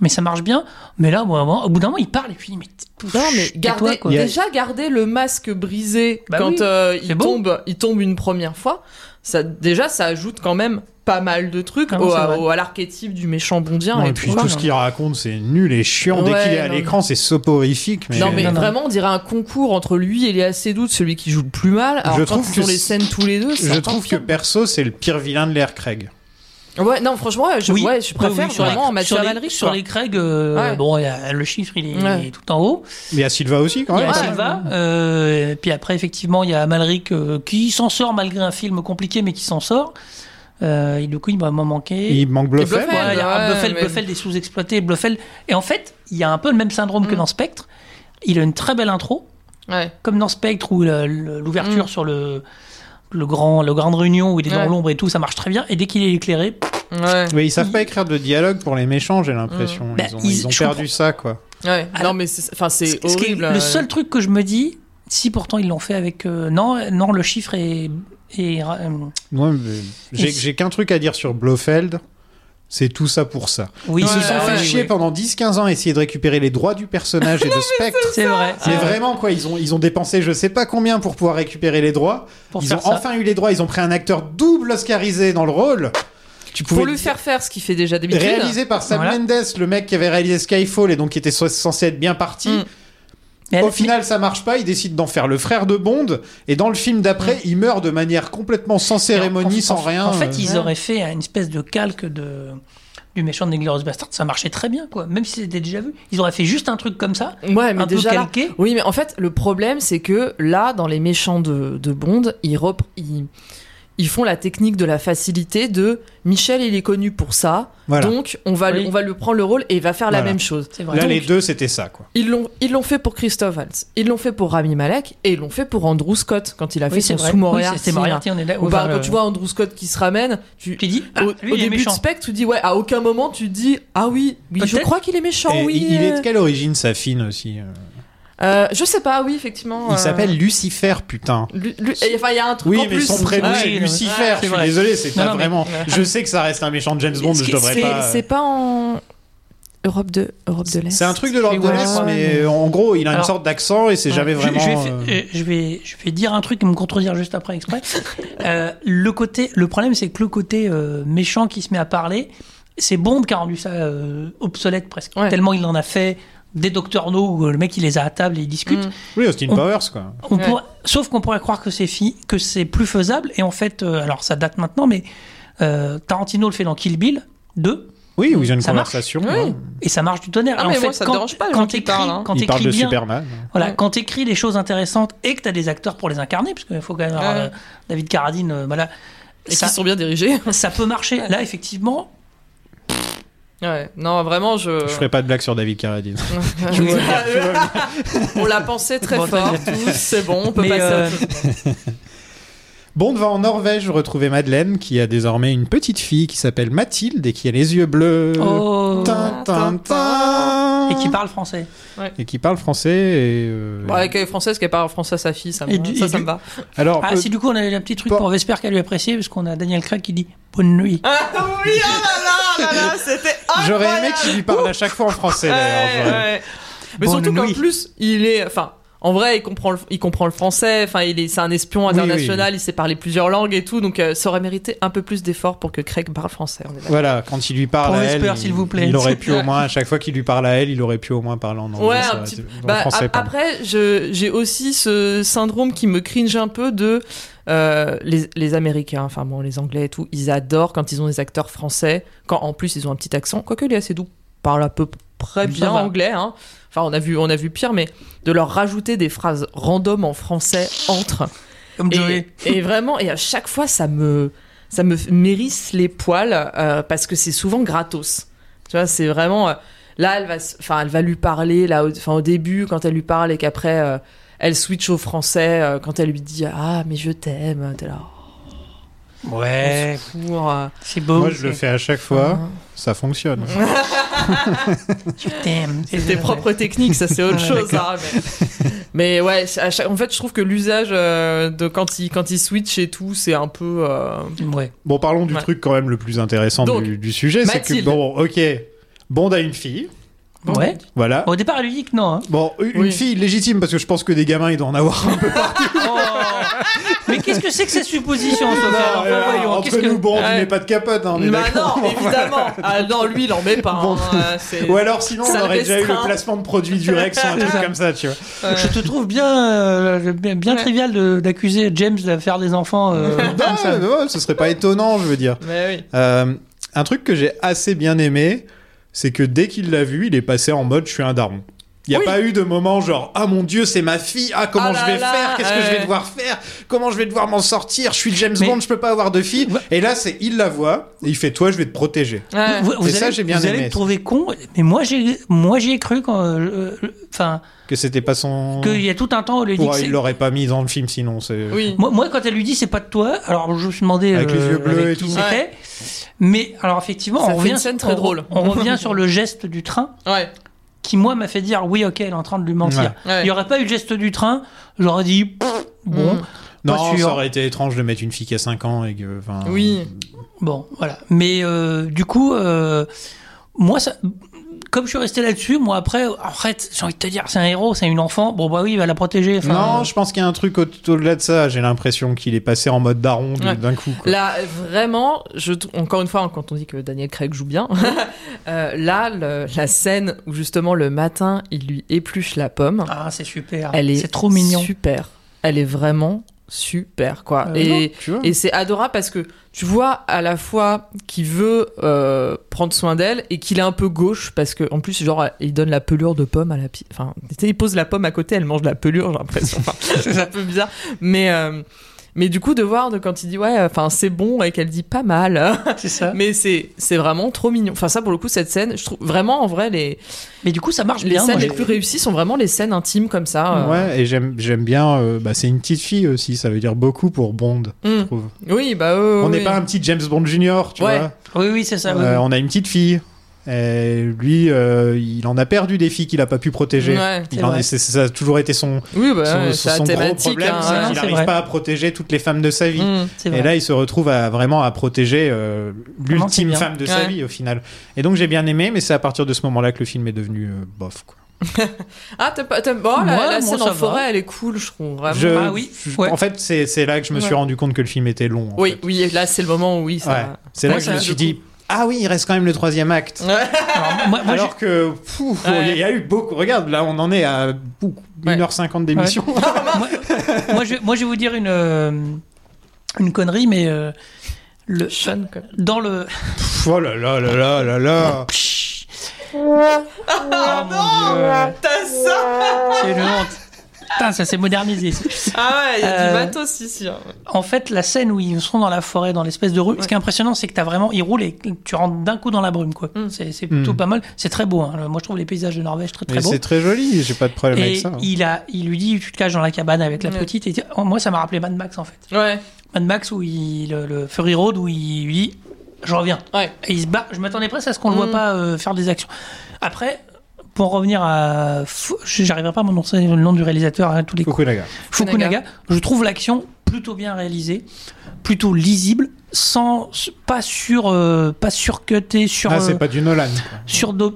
Speaker 2: mais ça marche bien. Mais là, moi, moi, au bout d'un moment, il parle et puis mais t-
Speaker 3: Non, mais
Speaker 2: chut, tais-toi,
Speaker 3: garder,
Speaker 2: quoi.
Speaker 1: Yeah.
Speaker 3: déjà garder le masque brisé
Speaker 2: Bah
Speaker 3: quand
Speaker 2: oui,
Speaker 3: euh, il
Speaker 2: c'est beau.
Speaker 3: tombe, il tombe une première fois. Ça, déjà, ça ajoute quand même pas mal de trucs
Speaker 2: Ah non,
Speaker 3: au,
Speaker 2: c'est vrai.
Speaker 3: au- à l'archétype du méchant bondien.
Speaker 1: Non,
Speaker 3: et
Speaker 1: et puis
Speaker 3: tout,
Speaker 1: tout
Speaker 3: ça.
Speaker 1: ce qu'il raconte, c'est nul et chiant. Dès
Speaker 3: Ouais,
Speaker 1: qu'il est à
Speaker 3: non,
Speaker 1: l'écran, c'est soporifique. Mais...
Speaker 3: non, mais
Speaker 2: Non, non.
Speaker 3: vraiment, on dirait un concours entre lui et Léa Seydoux, celui qui joue le plus mal. Alors,
Speaker 1: Je
Speaker 3: quand
Speaker 1: trouve
Speaker 3: ils
Speaker 1: que
Speaker 3: ont les
Speaker 1: c'est-
Speaker 3: scènes tous les deux, c'est
Speaker 1: je trouve que
Speaker 3: intenable.
Speaker 1: perso, c'est le pire vilain de l'ère Craig.
Speaker 3: Ouais, non, franchement, ouais, je,
Speaker 2: Oui, bah
Speaker 3: ouais, je
Speaker 2: oui, oui,
Speaker 3: préfère
Speaker 2: sur les-
Speaker 3: vraiment en matière
Speaker 2: sur les-
Speaker 3: Malrich,
Speaker 2: Sur
Speaker 3: quoi.
Speaker 2: les Craig, euh,
Speaker 3: Ouais.
Speaker 2: bon, il y a- le chiffre, il est,
Speaker 3: Ouais.
Speaker 2: il est tout en haut.
Speaker 1: Mais à Silva aussi, quand
Speaker 2: Il y
Speaker 1: même.
Speaker 2: a
Speaker 3: Ouais.
Speaker 2: Silva, euh, et puis après effectivement il y a Amalric euh, qui s'en sort malgré un film compliqué mais qui s'en sort. Euh, et du coup il m'a manqué.
Speaker 1: Il manque Bluffel.
Speaker 3: Blofeld,
Speaker 2: Ouais, il y a
Speaker 3: ouais,
Speaker 2: Bluffel,
Speaker 3: mais-
Speaker 2: Bluffel des sous-exploités, Bluffel. Et en fait il y a un peu le même syndrome que
Speaker 3: Mm.
Speaker 2: dans Spectre. Il a une très belle intro,
Speaker 3: Ouais.
Speaker 2: comme dans Spectre où le- le- l'ouverture sur le le grand le grande réunion où il est
Speaker 3: Mm. Ouais.
Speaker 2: dans l'ombre et tout ça marche très bien et dès qu'il est éclairé pff,
Speaker 3: Ouais,
Speaker 1: Mais ils savent
Speaker 2: Il-
Speaker 1: pas écrire de dialogue pour les méchants, j'ai l'impression.
Speaker 2: Bah,
Speaker 1: ils ont,
Speaker 2: ils-
Speaker 1: ils ont
Speaker 2: je
Speaker 1: perdu
Speaker 2: comprends.
Speaker 1: ça, quoi.
Speaker 3: ouais.
Speaker 2: Alors-
Speaker 3: non, mais c'est enfin,
Speaker 2: Ah, ce
Speaker 3: c'est
Speaker 2: qui est
Speaker 3: horrible.
Speaker 2: le
Speaker 3: euh,
Speaker 2: seul truc que je me dis si pourtant ils l'ont fait avec euh, non non le chiffre est, est ra- euh,
Speaker 1: Ouais, mais J'ai
Speaker 2: Ils-
Speaker 1: j'ai qu'un truc à dire sur Blofeld. C'est tout ça pour ça.
Speaker 2: Ah oui
Speaker 1: Ils se
Speaker 3: Ouais,
Speaker 1: sont
Speaker 3: ouais,
Speaker 1: fait
Speaker 3: ouais,
Speaker 1: chier pendant 10-15 ans à essayer de récupérer les droits du personnage et de Spectre.
Speaker 2: c'est
Speaker 1: Mais
Speaker 2: vrai c'est vrai.
Speaker 1: vraiment, quoi, ils ont, ils ont dépensé je sais pas combien pour pouvoir récupérer les droits.
Speaker 2: pour
Speaker 1: ils
Speaker 2: faire
Speaker 1: ont
Speaker 2: ça.
Speaker 1: enfin eu les droits, ils ont pris un acteur double oscarisé dans le rôle. Tu pouvais
Speaker 3: Pour lui faire faire ce qu'il fait déjà d'habitude.
Speaker 1: réalisé par Sam
Speaker 2: Voilà.
Speaker 1: Mendes, le mec qui avait réalisé Skyfall et donc qui était so- censé être bien parti.
Speaker 3: Mm.
Speaker 2: Mais
Speaker 1: Au
Speaker 2: elle-
Speaker 1: final, ça marche pas, il décide d'en faire le frère de Bond et dans le film d'après, il meurt de manière complètement sans
Speaker 2: Mm. mais en-
Speaker 1: cérémonie,
Speaker 2: en-
Speaker 1: sans
Speaker 2: en-
Speaker 1: rien. euh.
Speaker 2: En fait, ils
Speaker 3: Ouais.
Speaker 2: auraient fait une espèce de calque de du méchant de Neglerous Bastard, ça marchait très bien, quoi. Même si c'était déjà vu, ils auraient fait juste un truc comme ça,
Speaker 3: Ouais, mais
Speaker 2: un
Speaker 3: déjà
Speaker 2: peu
Speaker 3: là,
Speaker 2: calqué.
Speaker 3: Oui, mais en fait, le problème, c'est que là, dans les méchants de, de Bond, ils, rep- ils, ils font la technique de la facilité de Michel, il est connu pour ça,
Speaker 1: Voilà.
Speaker 3: donc on va,
Speaker 2: Oui.
Speaker 3: on va lui prendre le rôle et il va faire la
Speaker 1: Voilà.
Speaker 3: même chose.
Speaker 2: C'est
Speaker 1: Là,
Speaker 2: vrai.
Speaker 1: les deux, c'était ça, quoi.
Speaker 3: Ils l'ont, ils l'ont fait pour Christophe Hans, ils l'ont fait pour Rami Malek et ils l'ont fait pour Andrew Scott quand il a fait
Speaker 2: oui,
Speaker 3: son
Speaker 2: c'est vrai.
Speaker 3: sous
Speaker 2: Oui, c'est-
Speaker 3: Moriarty.
Speaker 2: c'est Moriarty, on est là.
Speaker 3: Ou bah,
Speaker 2: Enfin,
Speaker 3: quand
Speaker 2: le-
Speaker 3: tu vois Andrew Scott qui se ramène, tu,
Speaker 2: tu dis, ah,
Speaker 3: au,
Speaker 2: lui,
Speaker 3: au
Speaker 2: il est
Speaker 3: début
Speaker 2: méchant.
Speaker 3: de Spectre, tu dis ouais, à aucun moment tu dis ah oui, oui je
Speaker 2: Peut-être.
Speaker 3: crois qu'il est méchant,
Speaker 1: Et
Speaker 3: oui.
Speaker 1: il, il est
Speaker 3: euh.
Speaker 1: de quelle origine, sa fine aussi euh
Speaker 3: Euh, je sais pas, oui effectivement. euh,
Speaker 1: Il s'appelle Lucifer, putain.
Speaker 3: Lu- Lu- et Enfin, il y a un truc
Speaker 1: Oui,
Speaker 3: en
Speaker 1: mais
Speaker 3: plus.
Speaker 1: son prénom
Speaker 2: Ouais,
Speaker 1: c'est
Speaker 2: ouais,
Speaker 1: Lucifer.
Speaker 2: ouais,
Speaker 1: je
Speaker 2: c'est
Speaker 1: suis
Speaker 2: vrai.
Speaker 1: désolé, c'est
Speaker 2: Non,
Speaker 1: pas
Speaker 2: non, mais-
Speaker 1: vraiment. Je sais que ça reste un méchant de James Bond,
Speaker 3: C'est-
Speaker 1: je devrais
Speaker 3: c'est-
Speaker 1: pas.
Speaker 3: C'est pas en. Europe de, Europe de l'Est.
Speaker 1: euh, C'est un truc de l'ordre de
Speaker 2: Ouais,
Speaker 1: l'Est,
Speaker 3: ouais,
Speaker 1: mais euh,
Speaker 3: mais-
Speaker 1: en gros, il a une
Speaker 2: Alors,
Speaker 1: sorte d'accent et c'est
Speaker 2: Ouais.
Speaker 1: jamais
Speaker 2: Je-
Speaker 1: vraiment.
Speaker 2: Je, vais, fa-
Speaker 1: euh,
Speaker 2: euh, je, vais, je vais dire un truc et me contredire juste après exprès. Euh, le, côté, le problème, c'est que le côté euh, méchant qui se met à parler, c'est Bond qui a rendu ça euh, obsolète presque.
Speaker 3: Ouais.
Speaker 2: Tellement il en a fait des Docteur No où euh, le mec il les a à table et il discute.
Speaker 3: Mm.
Speaker 1: Oui, Austin
Speaker 2: On-
Speaker 1: Powers, quoi.
Speaker 2: On
Speaker 3: Ouais.
Speaker 2: pourrait- sauf qu'on pourrait croire que c'est fi- que c'est plus faisable. Et en fait, euh, alors ça date maintenant, mais euh, Tarantino le fait dans Kill Bill 2.
Speaker 1: Oui, où ils ont une
Speaker 2: Ça marche.
Speaker 1: conversation.
Speaker 3: Oui.
Speaker 1: hein.
Speaker 2: Et ça marche du tonnerre.
Speaker 3: Ah,
Speaker 2: Et en
Speaker 3: mais
Speaker 2: fait,
Speaker 3: moi, ça me
Speaker 2: quand,
Speaker 3: dérange pas, les
Speaker 2: quand
Speaker 3: gens qui
Speaker 2: t'écris-
Speaker 3: parlent, hein.
Speaker 2: quand
Speaker 1: Il parle
Speaker 2: t'écris
Speaker 1: de
Speaker 2: bien,
Speaker 1: Superman.
Speaker 2: Voilà,
Speaker 3: Ouais.
Speaker 2: quand tu écris les choses intéressantes et que tu as des acteurs pour les incarner, parce qu'il faut quand même avoir
Speaker 3: Ouais.
Speaker 2: euh, David Carradine, euh, voilà,
Speaker 3: Et
Speaker 2: ça,
Speaker 3: qui sont bien dirigés.
Speaker 2: ça peut marcher. Là, effectivement,
Speaker 3: Ouais. Non, vraiment, je.
Speaker 1: Je ferai pas de blague sur David Carradine.
Speaker 3: on l'a pensé très
Speaker 2: Bon,
Speaker 3: fort,
Speaker 2: t'as
Speaker 3: tous. C'est bon, on peut
Speaker 2: Mais,
Speaker 3: passer à
Speaker 2: euh,
Speaker 3: autre chose.
Speaker 1: Bond va en Norvège retrouver Madeleine, qui a désormais une petite fille qui s'appelle Mathilde et qui a les yeux bleus.
Speaker 2: oh,
Speaker 1: Tin, tin, Euh, tin.
Speaker 2: et qui parle français.
Speaker 1: Et qui parle français. Et, euh,
Speaker 3: Bon, avec elle est française, qu'elle parle en français à sa fille, ça me,
Speaker 2: Et du-
Speaker 3: ça,
Speaker 2: et
Speaker 3: ça
Speaker 2: du-
Speaker 3: me va.
Speaker 1: Alors,
Speaker 2: Ah,
Speaker 1: euh,
Speaker 2: si du coup, on avait un petit truc
Speaker 1: pas-
Speaker 2: pour Vesper qu'elle lui apprécier, parce qu'on a Daniel Craig qui dit bonne nuit.
Speaker 3: Ah oui, oh là là, là là, c'était
Speaker 1: j'aurais aimé qu'il lui parle à chaque fois en français. d'ailleurs,
Speaker 3: Ouais,
Speaker 1: j'aurais-
Speaker 3: ouais. Mais
Speaker 2: Bon,
Speaker 3: surtout qu'en
Speaker 2: Louis.
Speaker 3: plus, il est. Enfin, en vrai, il comprend le, il comprend le français. Enfin, il est, c'est un espion international. Il sait parler plusieurs langues et tout. Donc, euh, ça aurait mérité un peu plus d'efforts pour que Craig parle français. on est d'accord.
Speaker 1: Voilà, quand il lui parle
Speaker 2: Pour
Speaker 1: à
Speaker 2: Whisper,
Speaker 1: elle, il-
Speaker 2: s'il vous plaît.
Speaker 1: il aurait pu au moins, à chaque fois qu'il lui parle à elle, il aurait pu au moins parler en anglais.
Speaker 3: Ouais,
Speaker 1: ça,
Speaker 3: un petit.
Speaker 1: en
Speaker 3: Bah,
Speaker 1: français,
Speaker 3: ap-
Speaker 1: pardon.
Speaker 3: après, je, j'ai aussi ce syndrome qui me cringe un peu de euh, les, les Américains, enfin bon, les Anglais et tout. Ils adorent quand ils ont des acteurs français, quand en plus ils ont un petit accent. Quoique les assez doux parlent à peu près bien
Speaker 2: va.
Speaker 3: anglais. Hein. Enfin, on a vu, on a vu pire, mais de leur rajouter des phrases random en français entre.
Speaker 2: Comme
Speaker 3: Et,
Speaker 2: Joey.
Speaker 3: et vraiment, et à chaque fois, ça me, ça me f- mérisse les poils euh, parce que c'est souvent gratos. Tu vois, c'est vraiment. euh, là, elle va, s- enfin, elle va lui parler. Là, au, enfin, au début, quand elle lui parle et qu'après, euh, elle switch au français, euh, quand elle lui dit Ah, mais je t'aime, t'es là. oh,
Speaker 2: Ouais,
Speaker 3: Pour, euh,
Speaker 2: c'est beau.
Speaker 1: Moi, je le fais à chaque fois,
Speaker 3: Ah.
Speaker 1: ça fonctionne.
Speaker 2: Damn.
Speaker 3: c'est tes propres techniques, ça c'est autre chose. hein, mais... mais ouais, c'est à chaque- en fait, je trouve que l'usage euh, de quand il, quand il switch et tout, c'est un peu. euh,
Speaker 2: Ouais.
Speaker 1: Bon, parlons du
Speaker 3: Ouais.
Speaker 1: truc quand même le plus intéressant
Speaker 3: Donc,
Speaker 1: du, du sujet, c'est que
Speaker 3: Mathilde.
Speaker 1: bon, ok, Bond a une fille,
Speaker 2: ouais.
Speaker 1: voilà.
Speaker 2: Au départ, elle lui dit que non. hein.
Speaker 1: Bon, une
Speaker 3: Oui.
Speaker 1: fille légitime parce que je pense que des gamins ils doivent en avoir. un peu.
Speaker 2: Mais qu'est-ce que c'est que cette supposition, Sophia Enfin,
Speaker 1: Euh,
Speaker 2: voyons,
Speaker 1: entre
Speaker 2: qu'est-ce que-
Speaker 1: nous, Bond, il
Speaker 3: Ouais.
Speaker 1: met pas de capote, hein, on est
Speaker 3: Bah
Speaker 1: d'accord.
Speaker 3: non, évidemment. Ah non, lui, il en met pas. hein.
Speaker 1: Bon.
Speaker 3: Euh, c'est-
Speaker 1: Ou alors sinon on
Speaker 3: Ça
Speaker 1: aurait déjà eu le
Speaker 3: restreint.
Speaker 1: placement de produit du Rex ou un truc
Speaker 2: C'est ça.
Speaker 1: comme ça, tu vois.
Speaker 3: Euh,
Speaker 2: Je te trouve bien, euh, bien bien
Speaker 3: Ouais.
Speaker 2: trivial de- d'accuser James de faire des enfants. euh,
Speaker 1: Non, mais ouais, ce serait pas étonnant, je veux dire.
Speaker 3: Mais oui.
Speaker 1: Euh, un truc que j'ai assez bien aimé, c'est que dès qu'il l'a vu, il est passé en mode je suis un daron. Il n'y a
Speaker 3: Oui.
Speaker 1: pas eu de moment genre ah mon dieu c'est ma fille ah comment
Speaker 3: Ah
Speaker 1: je
Speaker 3: là
Speaker 1: vais
Speaker 3: là,
Speaker 1: faire qu'est-ce que je vais
Speaker 3: ouais.
Speaker 1: devoir faire comment je vais devoir m'en sortir je suis James
Speaker 2: Mais-
Speaker 1: Bond je peux pas avoir de fille
Speaker 2: Ouais.
Speaker 1: et là c'est il la voit et il fait toi je vais te protéger
Speaker 3: Ouais.
Speaker 2: Vous, vous
Speaker 1: Et ça,
Speaker 2: allez,
Speaker 1: j'ai bien
Speaker 2: vous allez
Speaker 1: aimé,
Speaker 2: me
Speaker 1: ça.
Speaker 2: trouver con, mais moi j'ai, moi j'y ai cru quand, euh, euh, enfin,
Speaker 1: que c'était pas son
Speaker 2: qu'il y a tout un temps où elle lui dit
Speaker 1: Oh. Ouais,
Speaker 2: que
Speaker 1: il
Speaker 2: c'est-
Speaker 1: l'aurait pas mis dans le film sinon c'est
Speaker 3: Oui.
Speaker 2: moi, moi, quand elle lui dit c'est pas de toi, alors je me suis demandé euh,
Speaker 1: Avec les yeux bleus et
Speaker 2: avec qui
Speaker 1: tout.
Speaker 2: c'était. Mais alors effectivement,
Speaker 3: Ça
Speaker 2: on
Speaker 3: fait
Speaker 2: revient,
Speaker 3: une scène très
Speaker 2: on-
Speaker 3: drôle.
Speaker 2: on revient sur le geste du train
Speaker 3: Ouais.
Speaker 2: qui moi m'a fait dire oui ok elle est en train de lui mentir.
Speaker 1: Ouais.
Speaker 3: Ouais.
Speaker 2: Il y aurait pas eu le geste du train, j'aurais dit pff, bon,
Speaker 3: Mm.
Speaker 2: Pas
Speaker 1: non
Speaker 2: sûr.
Speaker 1: ça aurait été étrange de mettre une fille qui a 5 ans et que enfin
Speaker 3: Oui.
Speaker 2: Bon, voilà. Mais euh, du coup, euh, moi, ça, comme je suis resté là-dessus, moi après, en fait, j'ai envie de te dire, c'est un héros, c'est une enfant. Bon, bah oui, il va la protéger. enfin,
Speaker 1: non
Speaker 2: euh,
Speaker 1: je pense qu'il y a un truc au- au-delà de ça j'ai l'impression qu'il est passé en mode daron du-
Speaker 3: Ouais.
Speaker 1: d'un coup quoi.
Speaker 3: Là, vraiment, je, trou- encore une fois, hein, quand on dit que Daniel Craig joue bien, euh, là, le- la scène où justement le matin, il lui épluche la pomme,
Speaker 2: Ah, c'est super.
Speaker 3: elle est,
Speaker 2: C'est trop mignon.
Speaker 3: Super. Elle est vraiment super, quoi.
Speaker 2: Euh,
Speaker 3: et
Speaker 1: tu vois
Speaker 3: Et c'est adorable parce que tu vois à la fois qu'il veut euh, prendre soin d'elle et qu'il est un peu gauche parce que en plus genre il donne la pelure de pomme à la pi- enfin tu sais, il pose la pomme à côté elle mange la pelure j'ai l'impression enfin, c'est un peu bizarre mais euh, mais du coup de voir de quand il dit ouais enfin c'est bon et qu'elle dit pas mal
Speaker 2: C'est ça. Mais,
Speaker 3: mais c'est c'est vraiment trop mignon enfin ça pour le coup cette scène je trouve vraiment en vrai les
Speaker 2: du coup, ça marche
Speaker 3: les
Speaker 2: bien.
Speaker 3: scènes
Speaker 2: moi,
Speaker 3: les
Speaker 2: j'ai-
Speaker 3: plus réussies sont vraiment les scènes intimes comme ça euh.
Speaker 1: Ouais, et j'aime j'aime bien. euh, bah, c'est une petite fille aussi, ça veut dire beaucoup pour Bond.
Speaker 3: Mm.
Speaker 1: trouve.
Speaker 3: oui bah euh,
Speaker 1: on n'est
Speaker 3: oui.
Speaker 1: pas un petit James Bond Junior, tu
Speaker 3: Ouais.
Speaker 1: vois.
Speaker 2: Oui, oui, c'est ça. oui,
Speaker 1: Euh,
Speaker 2: oui.
Speaker 1: on a une petite fille. Et lui, euh, il en a perdu des filles qu'il a pas pu protéger.
Speaker 3: Ouais,
Speaker 1: Il
Speaker 2: c'est
Speaker 1: en-
Speaker 2: vrai.
Speaker 1: c'est- ça a toujours été son,
Speaker 3: Oui, bah,
Speaker 1: son,
Speaker 3: ouais,
Speaker 1: son-
Speaker 3: c'est la
Speaker 1: son gros
Speaker 3: thématique.
Speaker 1: problème,
Speaker 3: hein,
Speaker 1: c'est
Speaker 3: ouais.
Speaker 1: qu'il
Speaker 2: c'est
Speaker 1: n'arrive
Speaker 2: vrai.
Speaker 1: pas à protéger toutes les femmes de sa vie.
Speaker 3: Mm.
Speaker 2: C'est
Speaker 1: Et
Speaker 2: vrai.
Speaker 1: là, il se retrouve à, vraiment à protéger euh,
Speaker 2: Vraiment, c'est
Speaker 1: l'ultime
Speaker 2: bien.
Speaker 1: femme de sa
Speaker 3: Ouais.
Speaker 1: vie au final. Et donc j'ai bien aimé, mais c'est à partir de ce moment-là que le film est devenu euh, bof. quoi.
Speaker 3: Ah, t'aimes pas. t'aimes- Bon,
Speaker 2: Moi,
Speaker 3: la- la,
Speaker 2: moi,
Speaker 3: scène
Speaker 2: ça
Speaker 3: en
Speaker 2: va.
Speaker 3: forêt, elle est cool, je trouve. Vraiment.
Speaker 1: Je-
Speaker 2: Ah oui,
Speaker 1: je-
Speaker 2: ouais.
Speaker 1: En fait, c'est c'est là que je me suis
Speaker 3: Ouais.
Speaker 1: rendu compte que le film était long. en
Speaker 3: Oui,
Speaker 1: fait.
Speaker 3: oui, et là, c'est le moment où oui,
Speaker 1: Ouais.
Speaker 3: ça.
Speaker 1: C'est là
Speaker 2: Ouais,
Speaker 1: que
Speaker 2: ça,
Speaker 1: je me
Speaker 2: du
Speaker 1: suis
Speaker 2: coup.
Speaker 1: dit ah oui, il reste quand même le troisième acte.
Speaker 2: Alors, moi- moi, j'ai-
Speaker 1: Alors que pfff, oh, il y a- il y a eu beaucoup. Regarde, là, on en est à beaucoup,
Speaker 3: Ouais.
Speaker 1: 1h50 d'émission.
Speaker 2: moi, moi, je, moi, je vais vous dire une, euh, une connerie, mais euh, le,
Speaker 3: Sean, quoi.
Speaker 2: dans le.
Speaker 1: Pff, oh là là là là là là.
Speaker 2: Pshh,
Speaker 3: Ah,
Speaker 2: mon
Speaker 3: non
Speaker 2: Dieu.
Speaker 3: T'as ça
Speaker 2: c'est une honte. Putain, ça s'est modernisé.
Speaker 3: Ah ouais, il y a
Speaker 2: Euh,
Speaker 3: du matos ici. hein.
Speaker 2: En fait, la scène où ils sont dans la forêt, dans l'espèce de rue, ce qui est impressionnant, c'est que t'as vraiment. Ils roulent et tu rentres d'un coup dans la brume, quoi.
Speaker 3: Mm.
Speaker 2: C'est c'est
Speaker 1: Mm.
Speaker 2: plutôt pas mal. C'est très beau. hein. Moi, je trouve les paysages de Norvège très très
Speaker 1: Mais
Speaker 2: beaux.
Speaker 1: c'est très joli, j'ai pas de problème avec
Speaker 2: Et
Speaker 1: ça. hein.
Speaker 2: il, a, il lui dit Tu te caches dans la cabane avec la
Speaker 3: Ouais.
Speaker 2: petite. Et il dit, Oh, moi, ça m'a rappelé Mad Max, en fait.
Speaker 3: Ouais,
Speaker 2: Mad Max, où il, le, le Fury Road, où il lui dit Je reviens.
Speaker 3: ouais.
Speaker 2: Et il se bat. Je m'attendais presque à ce qu'on le
Speaker 3: Mm.
Speaker 2: voit pas euh, faire des actions. Après, pour revenir à. Fu- J'arriverai pas à m'annoncer le nom du réalisateur à tous les coups.
Speaker 1: Fukunaga.
Speaker 2: Fukunaga. Je trouve l'action plutôt bien réalisée, plutôt lisible, sans. pas sur. euh, pas surcutée, sur.
Speaker 1: Ah, c'est
Speaker 2: euh,
Speaker 1: pas du Nolan. quoi.
Speaker 2: surdo-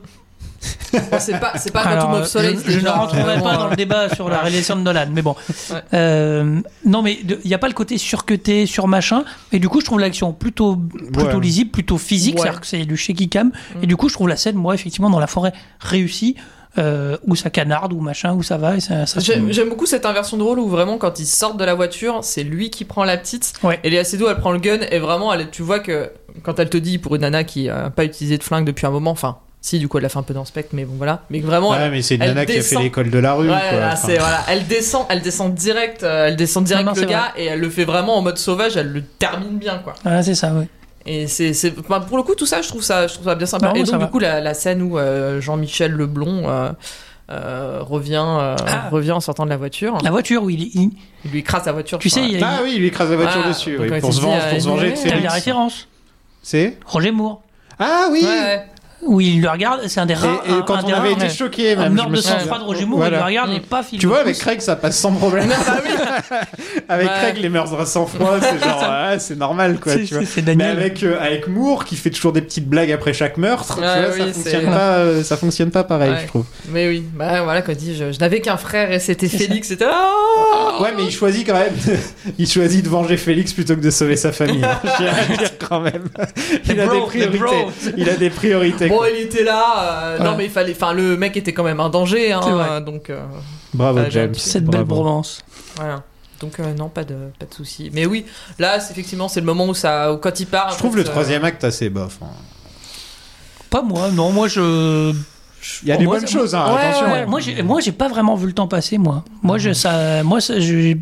Speaker 3: Bon, c'est pas, c'est pas quand
Speaker 2: Alors,
Speaker 3: tout obsolète.
Speaker 2: Je, je ne rentrerai pas dans le débat sur la réalisation de Nolan, mais bon.
Speaker 3: euh, Ouais.
Speaker 2: Euh, non, mais il n'y a pas le côté surqueté, sur machin. Et du coup, je trouve l'action plutôt, plutôt
Speaker 1: Ouais.
Speaker 2: lisible, plutôt physique.
Speaker 3: Ouais. Mm.
Speaker 2: C'est-à-dire que c'est du shaky cam. Et du coup, je trouve la scène, moi, effectivement, dans la forêt réussie, euh, où ça canarde, ou machin, où ça va. Et ça, ça-
Speaker 3: J'aime j'aime beaucoup cette inversion de rôle où vraiment quand ils sortent de la voiture, c'est lui qui prend la petite.
Speaker 2: Ouais.
Speaker 3: Et Léa Seydoux, elle prend le gun et vraiment, elle, tu vois que quand elle te dit pour une nana qui a pas utilisé de flingue depuis un moment, enfin, si du coup elle l'a fait un peu dans Spectre, mais bon voilà. Mais vraiment,
Speaker 1: Ah,
Speaker 3: elle,
Speaker 1: mais c'est une
Speaker 3: elle
Speaker 1: nana qui a
Speaker 3: descend.
Speaker 1: fait l'école de la rue.
Speaker 3: ouais,
Speaker 1: quoi.
Speaker 3: là,
Speaker 1: Enfin,
Speaker 3: c'est- voilà, elle descend, elle descend direct, euh, elle descend direct
Speaker 2: Non, non,
Speaker 3: le
Speaker 2: c'est
Speaker 3: gars et elle le fait vraiment en mode sauvage, elle le termine bien quoi.
Speaker 2: Voilà, c'est ça, oui.
Speaker 3: Et c'est, c'est- enfin, pour le coup, tout ça, je trouve ça, je trouve ça bien sympa.
Speaker 2: Non,
Speaker 3: et
Speaker 2: ça
Speaker 3: donc,
Speaker 2: va.
Speaker 3: du coup, la, la scène où euh, Jean-Michel Leblond euh, euh, revient, euh,
Speaker 2: Ah.
Speaker 3: revient en sortant de la voiture,
Speaker 2: La voiture, où il. il-
Speaker 3: il lui écrase la voiture.
Speaker 2: tu sais, il y a.
Speaker 1: Ah oui, il lui écrase la voiture
Speaker 3: Ah,
Speaker 1: dessus.
Speaker 3: donc
Speaker 1: oui,
Speaker 3: on
Speaker 1: pour se
Speaker 3: s'est dit,
Speaker 1: venger,
Speaker 3: euh,
Speaker 1: pour se venger de
Speaker 3: t'as
Speaker 2: t'as vu la
Speaker 1: Félix.
Speaker 2: référence
Speaker 1: C'est
Speaker 2: Roger Moore,
Speaker 1: Ah oui
Speaker 3: Ouais, ouais.
Speaker 2: où il le regarde, c'est un des
Speaker 1: Et,
Speaker 2: rares.
Speaker 1: et
Speaker 2: un-
Speaker 1: quand on
Speaker 2: un des
Speaker 1: avait
Speaker 2: rares-
Speaker 1: été
Speaker 3: ouais.
Speaker 1: choqués,
Speaker 2: un
Speaker 1: même. je
Speaker 2: meurt
Speaker 1: me
Speaker 2: de
Speaker 1: souviens.
Speaker 2: sang-froid de Roger Moore,
Speaker 1: Voilà.
Speaker 2: il le regarde
Speaker 3: Mm.
Speaker 2: et paf, il
Speaker 1: Tu
Speaker 2: le
Speaker 1: vois, avec
Speaker 2: pousse.
Speaker 1: Craig, ça passe sans problème. avec
Speaker 3: Ouais.
Speaker 1: Craig, les meurtres à sang-froid, c'est genre, ah, c'est normal, quoi.
Speaker 2: C'est-
Speaker 1: Tu vois.
Speaker 2: c'est- c'est
Speaker 1: Mais
Speaker 2: Daniel.
Speaker 1: avec, euh, avec Moore, qui fait toujours des petites blagues après chaque meurtre,
Speaker 3: Ouais,
Speaker 1: tu vois,
Speaker 3: oui,
Speaker 1: ça, fonctionne
Speaker 3: c'est-
Speaker 1: pas, euh, ça fonctionne pas pareil,
Speaker 3: Ouais.
Speaker 1: je trouve.
Speaker 3: Mais oui, bah voilà, quand il dit, je, je n'avais qu'un frère et c'était Félix, c'était. Ah
Speaker 1: Ouais, mais il choisit quand même, il choisit de venger Félix plutôt que de sauver sa famille. hein. Je tiens à le dire quand même. Il
Speaker 3: Les
Speaker 1: a des
Speaker 3: bros, les
Speaker 1: priorités.
Speaker 3: bros.
Speaker 1: Il a des priorités.
Speaker 3: Bon,
Speaker 1: quoi.
Speaker 3: il était là. euh, Non,
Speaker 2: Ouais.
Speaker 3: mais il fallait. Enfin, le mec était quand même un danger, hein,
Speaker 2: C'est vrai.
Speaker 3: euh, donc euh,
Speaker 1: Bravo,
Speaker 3: Ouais,
Speaker 1: James.
Speaker 2: Ah, Cette
Speaker 1: Bravo.
Speaker 2: belle bromance.
Speaker 3: voilà. Donc euh, non, pas de, pas de souci. Mais oui, là, c'est effectivement, c'est le moment où ça, où quand il part. en
Speaker 1: Je trouve le
Speaker 3: fait, euh,
Speaker 1: troisième acte assez bof. hein.
Speaker 2: Pas moi, non, moi je.
Speaker 1: Il y a des
Speaker 2: Oh, Moi,
Speaker 1: bonnes
Speaker 2: ça-
Speaker 1: choses, hein,
Speaker 3: Ouais,
Speaker 1: attention.
Speaker 3: ouais,
Speaker 2: Moi, j'ai, moi, j'ai pas vraiment vu le temps passer, moi. Moi, je, ça, moi, ça, je,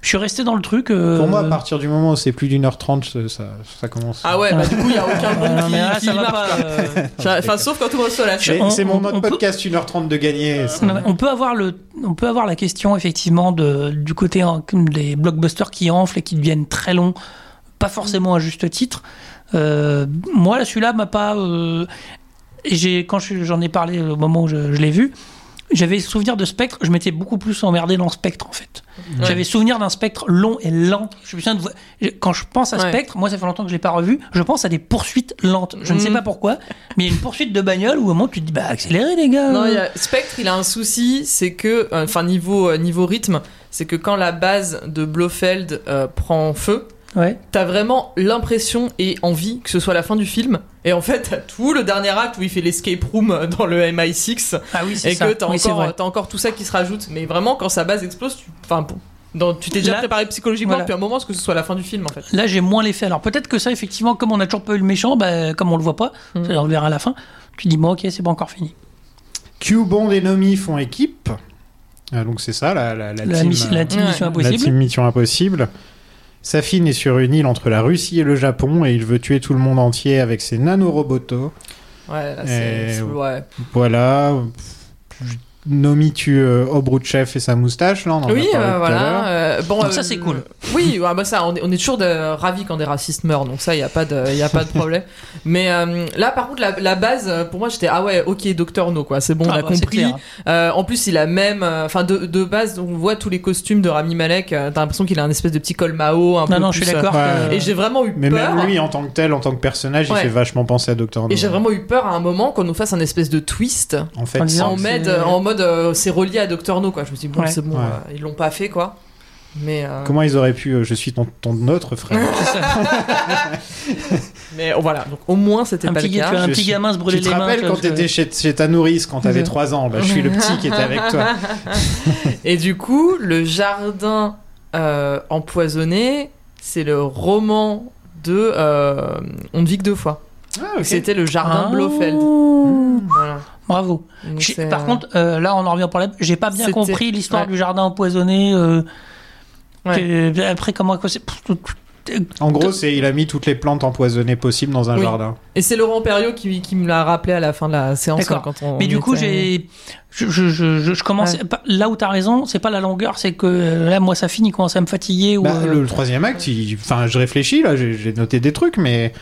Speaker 2: je suis resté dans le truc. euh,
Speaker 1: Pour moi, à partir du moment où c'est plus d'une heure trente, ça- ça, ça commence.
Speaker 3: Ah ouais, bah du coup, il y a aucun
Speaker 2: euh,
Speaker 3: bon
Speaker 2: non,
Speaker 3: qui,
Speaker 2: mais là,
Speaker 3: qui
Speaker 2: ça va
Speaker 3: marche.
Speaker 2: pas, euh,
Speaker 3: Enfin, enfin, sauf quand on va au soleil.
Speaker 2: Je-
Speaker 1: Mais
Speaker 2: on-
Speaker 1: c'est mon
Speaker 2: on-
Speaker 1: mode
Speaker 2: on peut-
Speaker 1: podcast 1h30 de gagner. ça.
Speaker 2: on peut avoir le, on peut avoir la question effectivement de, du côté hein, comme des blockbusters qui enflent et qui deviennent très longs, pas forcément à juste titre. Euh, moi, celui-là m'a pas. euh, et j'ai quand je- j'en ai parlé au moment où je, je l'ai vu, j'avais souvenir de Spectre. Je m'étais beaucoup plus emmerdé dans Spectre en fait.
Speaker 3: Ouais.
Speaker 2: J'avais souvenir d'un Spectre long et lent. Je me souviens de- je- quand je pense à
Speaker 3: Ouais.
Speaker 2: Spectre, moi ça fait longtemps que je l'ai pas revu. Je pense à des poursuites lentes. Je ne sais
Speaker 3: Mm.
Speaker 2: pas pourquoi, mais il y a une poursuite de bagnole où au moment tu te dis bah accélérez les gars.
Speaker 3: Non, il y a- Spectre, il a un souci, c'est que, euh, enfin niveau euh, niveau rythme, c'est que quand la base de Blofeld euh, prend feu,
Speaker 2: Ouais.
Speaker 3: t'as vraiment l'impression et envie que ce soit la fin du film. Et en fait, t'as tout le dernier acte où il fait l'escape room euh, dans le MI6
Speaker 2: Ah oui, c'est
Speaker 3: et
Speaker 2: ça.
Speaker 3: que t'as
Speaker 2: Oui, c'est vrai.
Speaker 3: encore t'as encore tout ça qui se rajoute. Mais vraiment, quand sa base explose, tu, enfin bon, dans- tu t'es déjà
Speaker 2: Là-
Speaker 3: préparé psychologiquement
Speaker 2: voilà.
Speaker 3: depuis un moment à ce que ce soit la fin du film en fait.
Speaker 2: euh, Là, j'ai moins l'effet. Alors peut-être que ça, effectivement, comme on a toujours pas eu le méchant, bah, comme on le voit pas,
Speaker 3: Mm.
Speaker 2: ça, on le verra à la fin. Tu dis bon, ok, c'est pas encore fini.
Speaker 1: Q-Bond et Nomi font équipe. Euh, donc c'est ça, la, la, la
Speaker 2: La,
Speaker 1: team,
Speaker 2: mission- la team
Speaker 3: Ouais.
Speaker 2: Mission
Speaker 1: euh, la
Speaker 2: Impossible.
Speaker 1: team Mission Impossible. Safin est sur une île entre la Russie et le Japon et il veut tuer tout le monde entier avec ses nanorobotos.
Speaker 3: Ouais, là,
Speaker 1: Et-
Speaker 3: c'est c'est- ouais.
Speaker 1: Voilà. Nomi-tu euh, Obrouchev et sa moustache, là, on en
Speaker 3: Oui,
Speaker 1: a parlé tout
Speaker 3: euh,
Speaker 1: à l'heure.
Speaker 3: voilà. euh, bon,
Speaker 2: Donc ça,
Speaker 3: euh,
Speaker 2: c'est cool.
Speaker 3: Oui, ouais, bah ça, on est, on est toujours de- ravis quand des racistes meurent, donc ça, il n'y a, pas de- y a pas de problème. Mais euh, là, par contre, la, la base, euh, pour moi, j'étais, ah ouais, ok, Docteur No, quoi, c'est bon, on
Speaker 2: Ah
Speaker 3: a
Speaker 2: bah, c'est
Speaker 3: compris.
Speaker 2: clair.
Speaker 3: Euh, en plus, il a même, euh, enfin, de, de base, on voit tous les costumes de Rami Malek, euh, t'as l'impression qu'il a un espèce de petit col Mao, un peu
Speaker 2: Non, non, je
Speaker 3: plus,
Speaker 2: suis d'accord.
Speaker 1: Ouais.
Speaker 2: que-
Speaker 3: euh, Et j'ai vraiment eu
Speaker 1: Mais
Speaker 3: peur.
Speaker 1: même lui, en tant que tel, en tant que personnage, il
Speaker 3: Ouais.
Speaker 1: fait vachement penser à Docteur No.
Speaker 3: Et j'ai vraiment eu peur à un moment qu'on nous fasse un espèce de twist
Speaker 1: En fait,
Speaker 2: En disant-
Speaker 3: en,
Speaker 1: sans-
Speaker 2: Ah, c'est-
Speaker 3: mode, euh, en mode euh, c'est relié à Doctor No quoi. Je me suis dit bon
Speaker 2: Ouais.
Speaker 3: c'est bon,
Speaker 1: Ouais.
Speaker 3: euh, ils l'ont pas fait quoi. Mais euh,
Speaker 1: comment ils auraient pu euh, Je suis ton, ton autre frère.
Speaker 3: mais oh, voilà donc au moins c'était
Speaker 2: un
Speaker 3: pas
Speaker 2: petit,
Speaker 3: le
Speaker 2: gars- tu vois,
Speaker 3: cas.
Speaker 2: un
Speaker 1: Je
Speaker 2: petit
Speaker 1: suis-
Speaker 2: gamin se brûler
Speaker 1: tu te
Speaker 2: les mains.
Speaker 1: rappelles
Speaker 2: tu vois,
Speaker 1: quand
Speaker 2: parce que-
Speaker 1: t'étais chez, chez ta nourrice quand t'avais
Speaker 2: Ouais.
Speaker 1: 3 ans Bah, je suis le petit qui était avec toi.
Speaker 3: Et du coup le jardin euh, empoisonné c'est le roman de euh, On ne vit que deux fois.
Speaker 1: Ah, ok.
Speaker 3: C'était le jardin
Speaker 2: Ah.
Speaker 3: de Blofeld. Voilà.
Speaker 2: Bravo.
Speaker 3: Donc,
Speaker 2: J'ai-
Speaker 3: c'est,
Speaker 2: Par
Speaker 3: euh,
Speaker 2: contre, euh, là, on en revient pour la. J'ai pas bien
Speaker 3: C'était-
Speaker 2: compris l'histoire
Speaker 3: ouais.
Speaker 2: du jardin empoisonné. euh,
Speaker 3: Ouais.
Speaker 2: que- Après, comment quoi, c'est-
Speaker 1: En gros, c'est il a mis toutes les plantes empoisonnées possibles dans un
Speaker 3: Oui.
Speaker 1: jardin.
Speaker 3: et c'est Laurent Perriot qui, qui me l'a rappelé à la fin de la séance
Speaker 2: D'accord.
Speaker 3: hein, quand on
Speaker 2: Mais du coup,
Speaker 3: était-
Speaker 2: j'ai. Je, je, je, je- je commence.
Speaker 3: Ouais.
Speaker 2: pas- Là où t'as raison, c'est pas la longueur, c'est que euh, là, moi, ça finit, il commence à me fatiguer. Ou,
Speaker 1: Bah,
Speaker 2: euh,
Speaker 1: le, le troisième acte, il- enfin, je réfléchis là, j'ai j'ai noté des trucs, mais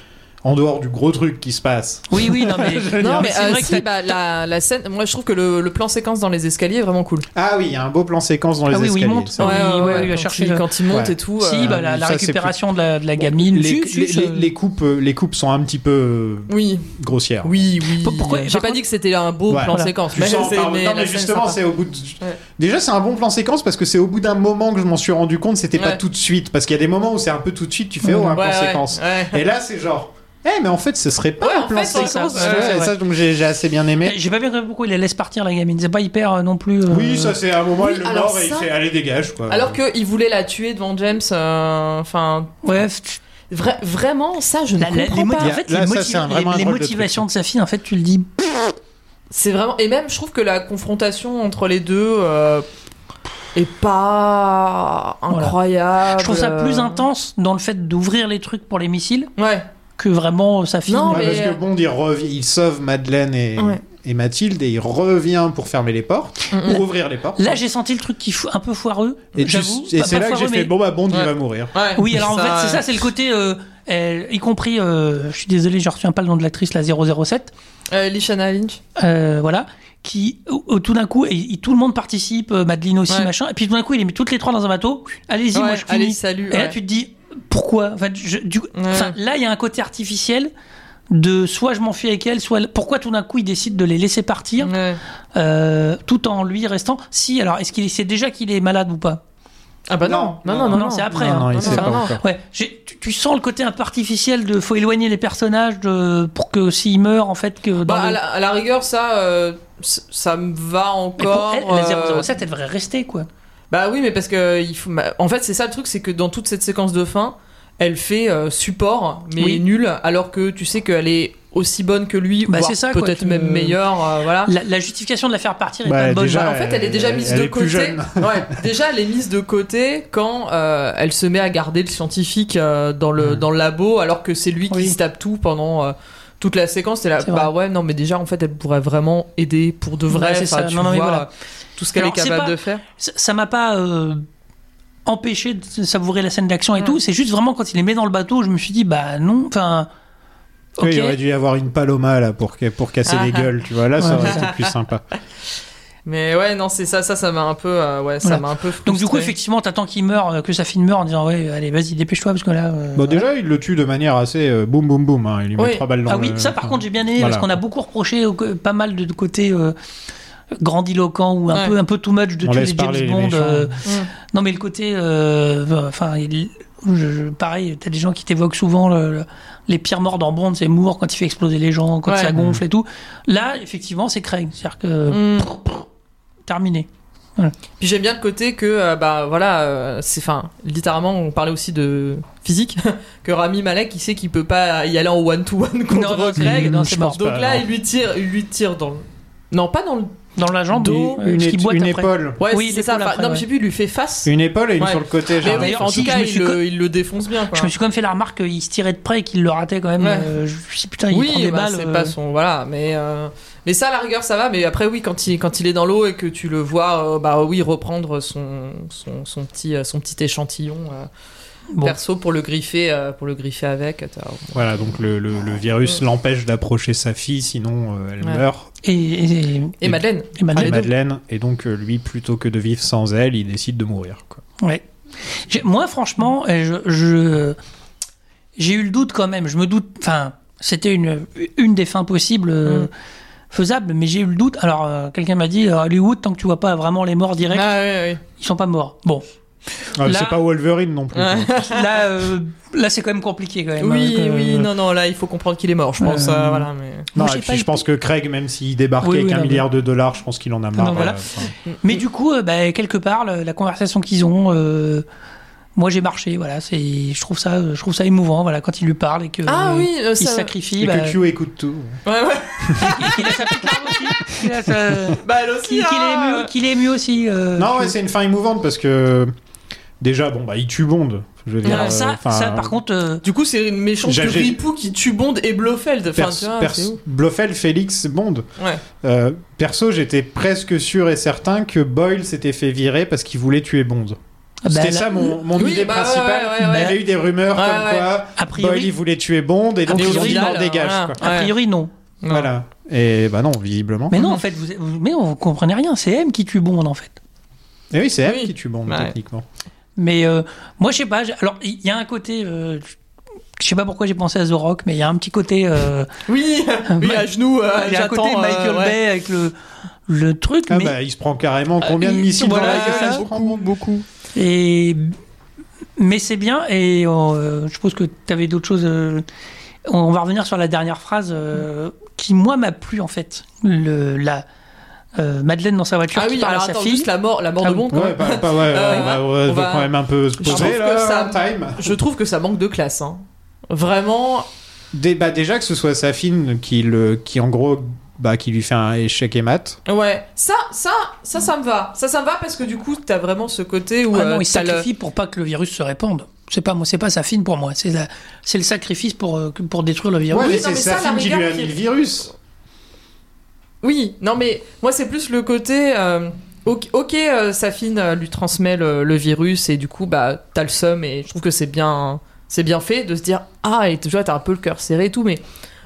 Speaker 1: en dehors du gros truc qui se passe.
Speaker 2: Oui, oui, non, mais.
Speaker 1: Je veux
Speaker 3: Non,
Speaker 1: dire.
Speaker 3: mais,
Speaker 2: c'est
Speaker 3: euh,
Speaker 2: vrai que
Speaker 3: si,
Speaker 2: t'as-
Speaker 3: bah, la, la scène, moi je trouve que le, le plan séquence dans les escaliers est vraiment cool. euh,
Speaker 1: Ah oui, il y a un beau plan séquence dans les
Speaker 2: Ah oui, oui,
Speaker 1: escaliers.
Speaker 2: il monte.
Speaker 1: ça, oui.
Speaker 2: Ouais, ouais, il va
Speaker 3: quand
Speaker 2: chercher
Speaker 3: il-
Speaker 2: le-
Speaker 3: quand il monte
Speaker 1: Ouais.
Speaker 3: et tout.
Speaker 2: si,
Speaker 3: euh,
Speaker 2: bah, la, la
Speaker 1: ça, c'est
Speaker 2: récupération de, la, de la gamine.
Speaker 1: les,
Speaker 2: Sus,
Speaker 1: les-
Speaker 2: sus,
Speaker 1: les-
Speaker 2: euh,
Speaker 1: les coupes, euh, les coupes sont un petit peu euh,
Speaker 3: Oui,
Speaker 1: grossières.
Speaker 3: oui, oui.
Speaker 2: Pour- pourquoi-
Speaker 3: J'ai
Speaker 2: par
Speaker 3: pas
Speaker 2: contre-
Speaker 3: dit que c'était un beau
Speaker 1: Ouais.
Speaker 3: plan
Speaker 2: Voilà.
Speaker 3: séquence.
Speaker 1: Tu sens,
Speaker 3: c'est-
Speaker 1: pardon. non
Speaker 3: la
Speaker 1: mais
Speaker 3: scène est
Speaker 1: justement
Speaker 3: sympa.
Speaker 1: c'est au bout de...
Speaker 3: Ouais.
Speaker 1: déjà c'est un bon plan séquence parce que c'est au bout d'un moment que je m'en suis rendu compte c'était pas
Speaker 3: Ouais.
Speaker 1: tout de suite parce qu'il y a des moments où c'est un peu tout de suite tu fais oh un
Speaker 3: Ouais,
Speaker 1: plan
Speaker 3: ouais,
Speaker 1: séquence
Speaker 3: ouais.
Speaker 1: et là c'est genre eh mais en fait ce serait pas
Speaker 3: Ouais,
Speaker 1: un
Speaker 3: en
Speaker 1: plan
Speaker 3: fait, c'est
Speaker 1: séquence
Speaker 2: ça,
Speaker 1: tu vois,
Speaker 2: ouais,
Speaker 1: et
Speaker 2: ouais.
Speaker 1: ça donc j'ai j'ai assez bien aimé
Speaker 2: J'ai pas bien compris pourquoi il la laisse partir, la gamine. C'est pas hyper euh, non plus. euh,
Speaker 1: oui ça c'est un moment
Speaker 3: oui,
Speaker 1: il le
Speaker 3: alors
Speaker 1: mord et il
Speaker 3: ça-
Speaker 1: fait allez dégage quoi
Speaker 3: Alors qu'il voulait la tuer devant James. euh, Enfin,
Speaker 2: Ouais, pff,
Speaker 3: vra- vraiment, ça je ne
Speaker 2: la- la- les,
Speaker 3: comprends
Speaker 2: moti-
Speaker 3: pas.
Speaker 1: Il y
Speaker 2: en
Speaker 1: a-
Speaker 2: fait,
Speaker 1: là,
Speaker 2: les,
Speaker 1: ça,
Speaker 2: motiv-
Speaker 1: c'est un- vraiment
Speaker 2: les-
Speaker 1: un
Speaker 2: les
Speaker 1: drôle de
Speaker 2: motivations de, sa fille, en fait, tu le dis.
Speaker 3: C'est vraiment. Et même, je trouve que la confrontation entre les deux euh, est pas
Speaker 2: Voilà.
Speaker 3: incroyable.
Speaker 2: Je trouve ça plus
Speaker 3: euh.
Speaker 2: intense dans le fait d'ouvrir les trucs pour les missiles
Speaker 3: Ouais.
Speaker 2: que vraiment euh, sa fille.
Speaker 3: Non,
Speaker 1: Ouais,
Speaker 3: mais-
Speaker 1: parce que Bond il revient il sauve Madeleine et,
Speaker 3: Ouais.
Speaker 1: et Mathilde et il revient pour fermer les portes
Speaker 3: Mm,
Speaker 1: pour ouvrir les portes
Speaker 2: Là, j'ai senti le truc qui fout un peu foireux.
Speaker 1: et, tu-
Speaker 2: j'avoue.
Speaker 1: et
Speaker 2: Pas-
Speaker 1: c'est
Speaker 2: pas
Speaker 1: là que j'ai
Speaker 2: foireux,
Speaker 1: fait
Speaker 2: mais-
Speaker 1: bon bah Bond il
Speaker 3: Ouais.
Speaker 1: va mourir
Speaker 3: ouais.
Speaker 2: Oui, alors en fait, c'est
Speaker 3: euh,
Speaker 2: ça, c'est le côté. euh, euh, y compris, euh, je suis désolé, je retiens pas le nom de l'actrice, la 007,
Speaker 3: euh, Lishana Lynch.
Speaker 2: euh, voilà, qui au- au- tout d'un coup, et, et tout le monde participe, euh, Madeleine aussi,
Speaker 3: Ouais.
Speaker 2: machin, et puis tout d'un coup, il les met toutes les trois dans un bateau, allez-y, moi
Speaker 3: Ouais,
Speaker 2: je
Speaker 3: allez,
Speaker 2: finis.
Speaker 3: salut.
Speaker 2: Et là,
Speaker 3: ouais.
Speaker 2: tu te dis, pourquoi Enfin, je- du coup,
Speaker 3: Ouais.
Speaker 2: enfin, Là, il y a un côté artificiel de soit je m'enfuis avec elle, soit pourquoi tout d'un coup il décide de les laisser partir,
Speaker 3: Ouais.
Speaker 2: euh, tout en lui restant. Si, alors est-ce qu'il sait déjà qu'il est malade ou pas
Speaker 3: Ah bah non,
Speaker 1: Non, non,
Speaker 3: non, non, Bah, non,
Speaker 2: non, c'est après,
Speaker 1: non
Speaker 2: hein.
Speaker 1: non il
Speaker 3: Non,
Speaker 1: sait
Speaker 3: non,
Speaker 1: pas
Speaker 3: non.
Speaker 1: encore
Speaker 2: Ouais, j'ai- tu, tu sens le côté un peu artificiel de faut éloigner les personnages de, pour que s'ils meurent en fait que. dans
Speaker 3: Bah,
Speaker 2: le-
Speaker 3: à, la, à la rigueur, ça, euh, c- ça me va
Speaker 2: Mais pour
Speaker 3: encore.
Speaker 2: elle, la
Speaker 3: euh,
Speaker 2: 007, elle devrait rester quoi.
Speaker 3: Bah oui, mais parce que il faut. bah, En fait, c'est ça le truc, c'est que dans toute cette séquence de fin, elle fait euh, support, mais
Speaker 2: Oui.
Speaker 3: nul, alors que tu sais qu'elle est aussi bonne que lui,
Speaker 2: Bah,
Speaker 3: voire
Speaker 2: c'est ça, quoi,
Speaker 3: peut-être
Speaker 2: tu-
Speaker 3: même meilleure, euh, voilà.
Speaker 2: La, la justification de la faire partir est
Speaker 1: Bah,
Speaker 2: pas bonne.
Speaker 1: déjà,
Speaker 3: En fait, elle est déjà
Speaker 1: Elle-
Speaker 3: mise
Speaker 1: elle
Speaker 3: de
Speaker 1: est plus
Speaker 3: côté.
Speaker 1: jeune.
Speaker 3: Ouais, déjà, elle est mise de côté quand euh, elle se met à garder le scientifique euh, dans le
Speaker 1: Mm.
Speaker 3: dans le labo, alors que c'est lui
Speaker 2: Hmm. Oui.
Speaker 3: qui se tape tout pendant. euh, toute la séquence, c'est là,
Speaker 2: C'est
Speaker 3: bah ouais, non, mais déjà, en fait, elle pourrait vraiment aider pour de vrai.
Speaker 2: Ouais, c'est
Speaker 3: Enfin,
Speaker 2: ça.
Speaker 3: tu
Speaker 2: Non, non, mais
Speaker 3: vois,
Speaker 2: voilà.
Speaker 3: euh, tout ce qu'elle est
Speaker 2: Alors, c'est
Speaker 3: capable
Speaker 2: pas-
Speaker 3: de faire.
Speaker 2: Ça ça m'a pas euh, empêché de savourer la scène d'action et
Speaker 3: Mm.
Speaker 2: tout. C'est juste vraiment quand il les met dans le bateau, je me suis dit bah non, enfin.
Speaker 1: Oui,
Speaker 2: ok. Ah.
Speaker 1: il aurait dû y avoir une paloma là pour, ca- pour casser les gueules, tu vois. Là, ça aurait été plus sympa.
Speaker 3: Mais ouais, non, c'est ça, ça, ça m'a un peu, euh, ouais, ça
Speaker 2: Voilà.
Speaker 3: m'a un peu.
Speaker 2: Donc du coup,
Speaker 3: frustré.
Speaker 2: effectivement, t'attends qu'il meure, euh, que sa fille meure en disant ouais, allez, vas-y, dépêche-toi parce que là. euh,
Speaker 1: Bon,
Speaker 2: voilà.
Speaker 1: déjà, il le tue de manière assez euh, boum boum boum. hein. Il lui met
Speaker 3: Oui.
Speaker 1: trois balles dans
Speaker 2: Ah oui,
Speaker 1: le-
Speaker 2: ça par contre j'ai bien aimé
Speaker 1: Voilà.
Speaker 2: parce qu'on a beaucoup reproché au- que- pas mal de de côté euh, grandiloquent ou un
Speaker 3: Ouais. Mm.
Speaker 2: peu un peu too much de
Speaker 1: On
Speaker 2: tous les
Speaker 1: laisse
Speaker 2: James
Speaker 1: parler les
Speaker 2: Bond. euh,
Speaker 1: méchants.
Speaker 2: non mais le côté, euh, enfin il- je- je- pareil, t'as des gens qui t'évoquent souvent le- le- les pires morts dans Bond, c'est Moore quand il fait exploser les gens, quand
Speaker 3: Ouais.
Speaker 2: ça
Speaker 1: Mm.
Speaker 2: gonfle et tout. Là effectivement c'est Craig, c'est-à-dire que
Speaker 3: Mm.
Speaker 2: terminé.
Speaker 3: Puis j'aime bien le côté que, euh, bah voilà, euh, c'est enfin, littéralement, on parlait aussi de physique, que Rami Malek, il sait qu'il peut pas y aller en one-to-one contre
Speaker 2: non,
Speaker 3: Craig.
Speaker 2: non, c'est
Speaker 1: je
Speaker 2: mort.
Speaker 1: pense
Speaker 3: Donc
Speaker 1: pas,
Speaker 3: là,
Speaker 1: non.
Speaker 3: il lui tire, il lui tire dans le. Non, pas dans le
Speaker 2: Dans la jambe,
Speaker 1: Dos,
Speaker 2: euh,
Speaker 1: une
Speaker 2: ce qui
Speaker 1: éte-
Speaker 2: boite
Speaker 1: une
Speaker 2: après.
Speaker 1: épaule.
Speaker 3: Ouais,
Speaker 2: Oui,
Speaker 3: c'est ça.
Speaker 2: l'épaule
Speaker 3: enfin,
Speaker 2: après,
Speaker 3: non, mais
Speaker 2: ouais.
Speaker 3: je sais plus, il lui fait face.
Speaker 1: Une épaule et une
Speaker 3: Ouais.
Speaker 1: sur le côté,
Speaker 3: Mais
Speaker 1: genre.
Speaker 3: oui,
Speaker 2: D'ailleurs,
Speaker 3: en
Speaker 2: je-
Speaker 3: tout
Speaker 2: je
Speaker 3: cas,
Speaker 2: me
Speaker 3: il
Speaker 2: suis
Speaker 3: le, il le défonce bien. Quoi.
Speaker 1: hein.
Speaker 2: Je me suis quand même fait la remarque qu'il se tirait de près et qu'il le ratait quand même.
Speaker 3: Ouais.
Speaker 2: Euh, je me suis dit, putain, il prend
Speaker 3: oui,
Speaker 2: des
Speaker 3: bah,
Speaker 2: balles.
Speaker 3: c'est
Speaker 2: euh,
Speaker 3: pas son. Voilà, mais, euh, mais ça, à la rigueur, ça va. Mais après, oui, quand il, quand il est dans l'eau et que tu le vois, euh, bah oui, reprendre son, son, son petit, euh, son petit échantillon euh,
Speaker 2: bon.
Speaker 3: perso pour le griffer, euh, pour le griffer avec. t'as-
Speaker 1: Voilà, donc le, le- le virus l'empêche d'approcher sa fille, sinon euh, elle
Speaker 3: Ouais.
Speaker 1: meurt.
Speaker 2: Et, et, et-
Speaker 3: Et Madeleine,
Speaker 2: et Madeleine.
Speaker 1: Et
Speaker 3: deux.
Speaker 1: Madeleine, et donc euh, lui, plutôt que de vivre sans elle, il décide de mourir. Quoi.
Speaker 2: Ouais. J'ai- Moi, franchement, euh, je, je- j'ai eu le doute quand même. Je me doute. Enfin, c'était une, une des fins possibles, euh,
Speaker 3: Mm.
Speaker 2: faisables, mais j'ai eu le doute. Alors, euh, quelqu'un m'a dit à Hollywood, tant que tu vois pas vraiment les morts directs,
Speaker 3: Ah, ouais, ouais.
Speaker 2: ils sont pas morts. Bon,
Speaker 1: Ah,
Speaker 2: Là-
Speaker 1: C'est pas Wolverine non plus. quoi.
Speaker 3: Ouais.
Speaker 2: là, euh, là, c'est quand même compliqué quand même.
Speaker 3: oui,
Speaker 2: avec, euh,
Speaker 3: oui, non, non, là, il faut comprendre qu'il est mort, je pense.
Speaker 2: Euh,
Speaker 3: euh, voilà, mais...
Speaker 1: Non,
Speaker 2: Moi, je
Speaker 1: et
Speaker 2: sais
Speaker 1: puis
Speaker 2: pas,
Speaker 1: je
Speaker 2: il-
Speaker 1: pense que Craig, même s'il débarquait
Speaker 2: Oui, oui,
Speaker 1: avec
Speaker 2: non,
Speaker 1: un
Speaker 2: mais-
Speaker 1: milliard de dollars, je pense qu'il en a marre.
Speaker 2: Non, voilà.
Speaker 1: euh, enfin.
Speaker 2: Mais du coup, euh, bah, quelque part, le- la conversation qu'ils ont, euh, moi j'ai marché. Voilà, c'est, je trouve ça, euh, je trouve ça émouvant. Voilà, quand il lui parle et que
Speaker 3: Ah
Speaker 2: euh,
Speaker 3: oui, euh,
Speaker 2: il se
Speaker 3: ça.
Speaker 2: sacrifie.
Speaker 1: Et
Speaker 2: bah,
Speaker 1: que Q écoute tout.
Speaker 3: Ouais, ouais.
Speaker 2: il a sa petite larme aussi. Il a sa-
Speaker 3: Bah, elle aussi.
Speaker 2: Qu'il qu'il est
Speaker 3: hein.
Speaker 2: ému, qu'il est ému aussi. euh,
Speaker 1: Non, ouais,
Speaker 2: que-
Speaker 1: c'est une fin émouvante parce que déjà, bon, bah, il tue Bond. Je veux dire,
Speaker 2: Alors
Speaker 1: euh,
Speaker 2: ça,
Speaker 1: enfin,
Speaker 2: ça, par contre, euh,
Speaker 3: Du coup, c'est une méchante
Speaker 1: J'ai- j'ai-
Speaker 3: ripou qui tue Bond et Blofeld. Enfin,
Speaker 1: Pers-
Speaker 3: tu vois,
Speaker 1: pers-
Speaker 3: c'est ouf.
Speaker 1: Blofeld, Félix, Bond.
Speaker 3: Ouais.
Speaker 1: Euh, perso, j'étais presque sûr et certain que Boyle s'était fait virer parce qu'il voulait tuer Bond.
Speaker 2: bah,
Speaker 1: C'était
Speaker 2: là,
Speaker 1: ça mon, mon
Speaker 3: Oui,
Speaker 1: idée
Speaker 3: bah,
Speaker 1: principale.
Speaker 3: ouais, ouais,
Speaker 1: Il
Speaker 3: ouais,
Speaker 1: y avait eu des rumeurs
Speaker 3: Ouais,
Speaker 1: comme
Speaker 3: ouais.
Speaker 1: quoi
Speaker 2: A
Speaker 1: Boyle
Speaker 2: priori,
Speaker 1: il voulait tuer Bond et donc
Speaker 2: A
Speaker 1: ils ont
Speaker 2: priori,
Speaker 1: dit
Speaker 3: là,
Speaker 1: non,
Speaker 3: là,
Speaker 1: dégage.
Speaker 3: voilà.
Speaker 1: quoi.
Speaker 2: a priori Ah, non.
Speaker 1: Voilà. Et bah non, visiblement.
Speaker 2: Mais non, en fait, vous, vous- mais on vous comprenez rien. C'est M qui tue Bond en fait.
Speaker 1: Et oui, c'est elle
Speaker 3: Oui.
Speaker 1: qui tue Bond
Speaker 3: Ouais.
Speaker 1: techniquement.
Speaker 2: Mais euh, moi, je sais pas. j'ai- Alors, il y a un côté. euh, je sais pas pourquoi j'ai pensé à The Rock, mais il y a un petit côté. euh,
Speaker 3: Oui, oui, à genoux. euh,
Speaker 2: il y a un
Speaker 3: j'attends,
Speaker 2: côté
Speaker 3: euh,
Speaker 2: Michael
Speaker 3: ouais.
Speaker 2: Bay avec le le truc.
Speaker 1: Ah
Speaker 2: mais, Euh,
Speaker 1: bah, il se prend carrément combien de
Speaker 2: il-
Speaker 1: missiles
Speaker 2: voilà,
Speaker 1: dans la
Speaker 2: c'est
Speaker 1: gueule
Speaker 2: ça.
Speaker 1: il se prend Bond
Speaker 3: beaucoup.
Speaker 2: Et mais c'est bien et euh, je pense que tu avais d'autres choses. euh, on va revenir sur la dernière phrase euh, qui moi m'a plu en fait. Le la euh, Madeleine dans sa voiture
Speaker 3: Ah
Speaker 2: qui
Speaker 3: oui,
Speaker 2: parle
Speaker 3: alors
Speaker 2: à sa
Speaker 3: attends,
Speaker 2: fille.
Speaker 3: juste la mort, la mort
Speaker 2: Ah
Speaker 3: de
Speaker 2: oui.
Speaker 3: Bond. quand
Speaker 1: Ouais,
Speaker 3: même.
Speaker 1: bah, bah, ouais,
Speaker 3: Euh,
Speaker 1: on va, ouais,
Speaker 3: on
Speaker 1: faut
Speaker 3: va-
Speaker 1: quand même un peu se
Speaker 3: Je trouve
Speaker 1: poser
Speaker 3: que
Speaker 1: là,
Speaker 3: ça-
Speaker 1: time.
Speaker 3: Je trouve que ça manque de classe. hein. Vraiment.
Speaker 1: Dé- bah, déjà que ce soit Safine qui, le, qui en gros, bah, qui lui fait un échec et mat.
Speaker 3: Ouais. Ça, ça, ça, ça me va. Ça, ça me va parce que du coup, t'as vraiment ce côté où.
Speaker 2: Ah
Speaker 3: euh,
Speaker 2: non, il
Speaker 3: t'as le-
Speaker 2: sacrifie pour pas que le virus se répande. C'est pas moi, c'est pas sa fille pour moi. C'est la- c'est le sacrifice pour euh, que- pour détruire le virus.
Speaker 1: Ouais,
Speaker 3: oui,
Speaker 1: mais
Speaker 3: non, mais
Speaker 1: c'est
Speaker 3: ça,
Speaker 1: Safine
Speaker 3: la
Speaker 1: qui lui a
Speaker 3: rigueur
Speaker 1: mis
Speaker 3: qui-
Speaker 1: le virus.
Speaker 3: Oui, non mais moi c'est plus le côté. euh, ok, ok, euh, Safine euh, lui transmet le, le virus et du coup bah t'as le seum et je trouve que c'est bien, c'est bien fait de se dire ah et tu vois t'as un peu le cœur serré et tout mais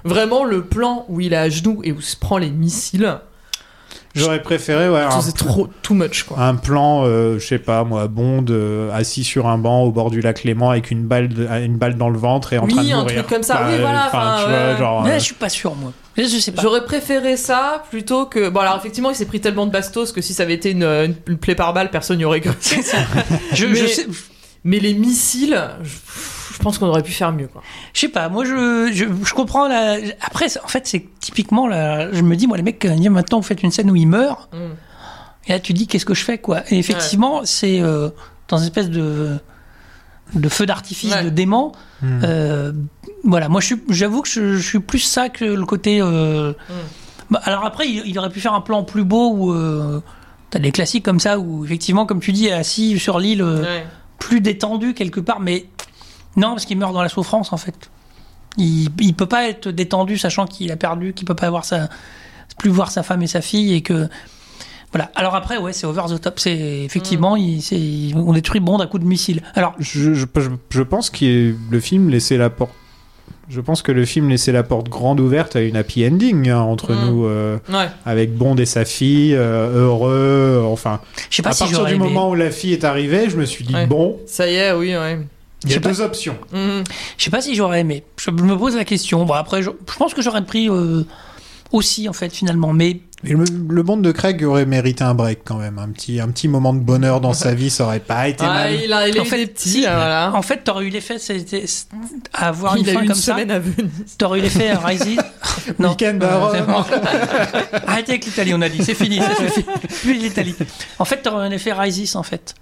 Speaker 3: vraiment le plan où il est à genoux et où se prend les missiles,
Speaker 1: J'aurais préféré ouais,
Speaker 3: je
Speaker 1: un,
Speaker 3: trouve que c'est trop too much quoi.
Speaker 1: un plan, euh, je sais pas moi, Bond euh, assis sur un banc au bord du lac Léman avec une balle, de- une balle dans le ventre et en
Speaker 3: Oui,
Speaker 1: train de
Speaker 3: un
Speaker 1: mourir.
Speaker 3: truc comme ça.
Speaker 1: Bah,
Speaker 3: Oui,
Speaker 1: euh,
Speaker 3: voilà,
Speaker 1: enfin,
Speaker 3: enfin,
Speaker 1: tu
Speaker 3: ouais,
Speaker 1: vois,
Speaker 3: ouais.
Speaker 1: genre,
Speaker 2: Mais là,
Speaker 1: euh,
Speaker 2: je suis pas sûr moi. Là, je sais pas.
Speaker 3: J'aurais préféré ça plutôt que bon alors effectivement il s'est pris tellement de bastos que si ça avait été une, euh, une, une plaie par balle personne n'y aurait cru.
Speaker 2: Je,
Speaker 3: mais-
Speaker 2: je sais,
Speaker 3: mais les missiles, je, je pense qu'on aurait pu faire mieux quoi.
Speaker 2: Je sais pas, moi je, je, je comprends la. Après, c'est- en fait, c'est typiquement là. Je me dis, moi, les mecs, euh, maintenant, vous faites une scène où il meurt,
Speaker 3: Mm.
Speaker 2: et là, tu dis, qu'est-ce que je fais, quoi. Et effectivement, c'est euh, dans une espèce de, de feu d'artifice,
Speaker 3: Ouais.
Speaker 2: de dément.
Speaker 1: Hmm.
Speaker 2: Euh, voilà, moi, je suis- j'avoue que je, je suis plus ça que le côté. euh, bah, alors après, il, il aurait pu faire un plan plus beau où. euh, T'as des classiques comme ça où, effectivement, comme tu dis, assis sur l'île, euh,
Speaker 3: Ouais.
Speaker 2: plus détendu quelque part, mais non, parce qu'il meurt dans la souffrance en fait. Il, il peut pas être détendu sachant qu'il a perdu, qu'il peut pas avoir sa, plus voir sa femme et sa fille et que voilà. Alors après, ouais, c'est over the top. C'est effectivement, il- c'est- on détruit Bond à coups de missile. Alors
Speaker 1: je, je, je- je pense que le film laissait la porte. Je pense que le film laissait la porte grande ouverte à une happy ending hein, entre
Speaker 2: Mm.
Speaker 3: Hmm.
Speaker 1: nous, euh,
Speaker 3: Ouais. avec
Speaker 1: avec Bond et sa fille, euh, heureux. euh, Enfin,
Speaker 2: je sais pas
Speaker 1: à
Speaker 2: si
Speaker 1: partir
Speaker 2: j'aurais
Speaker 1: du
Speaker 2: aimé.
Speaker 1: moment où la fille est arrivée, je me suis dit
Speaker 3: Ouais.
Speaker 1: bon,
Speaker 3: Ça y est, oui, ouais.
Speaker 1: il y a
Speaker 2: Je sais pas.
Speaker 1: deux options.
Speaker 3: Mhm.
Speaker 2: Je sais pas si j'aurais aimé. Je me pose la question. Bon après, je, je pense que j'aurais pris euh, aussi en fait finalement, mais
Speaker 1: Mais le, le Bond de Craig aurait mérité un break quand même, un petit, un petit moment de bonheur dans sa vie, ça aurait pas été
Speaker 3: Ah,
Speaker 1: mal.
Speaker 3: il a, il a
Speaker 2: En
Speaker 3: eu
Speaker 2: fait,
Speaker 3: des petits,
Speaker 2: si.
Speaker 3: là, voilà.
Speaker 2: en fait, t'aurais eu l'effet, c'était c'est- avoir une
Speaker 3: Hein? il
Speaker 2: fin
Speaker 3: a eu une
Speaker 2: comme ça.
Speaker 3: semaine à Venise.
Speaker 2: T'aurais eu l'effet euh, Rises
Speaker 1: Weekend à Rome.
Speaker 2: c'est bon. Arrêtez avec l'Italie, on a dit. C'est fini, ça suffit. Plus l'Italie. En fait, t'aurais eu un effet Rises, en fait.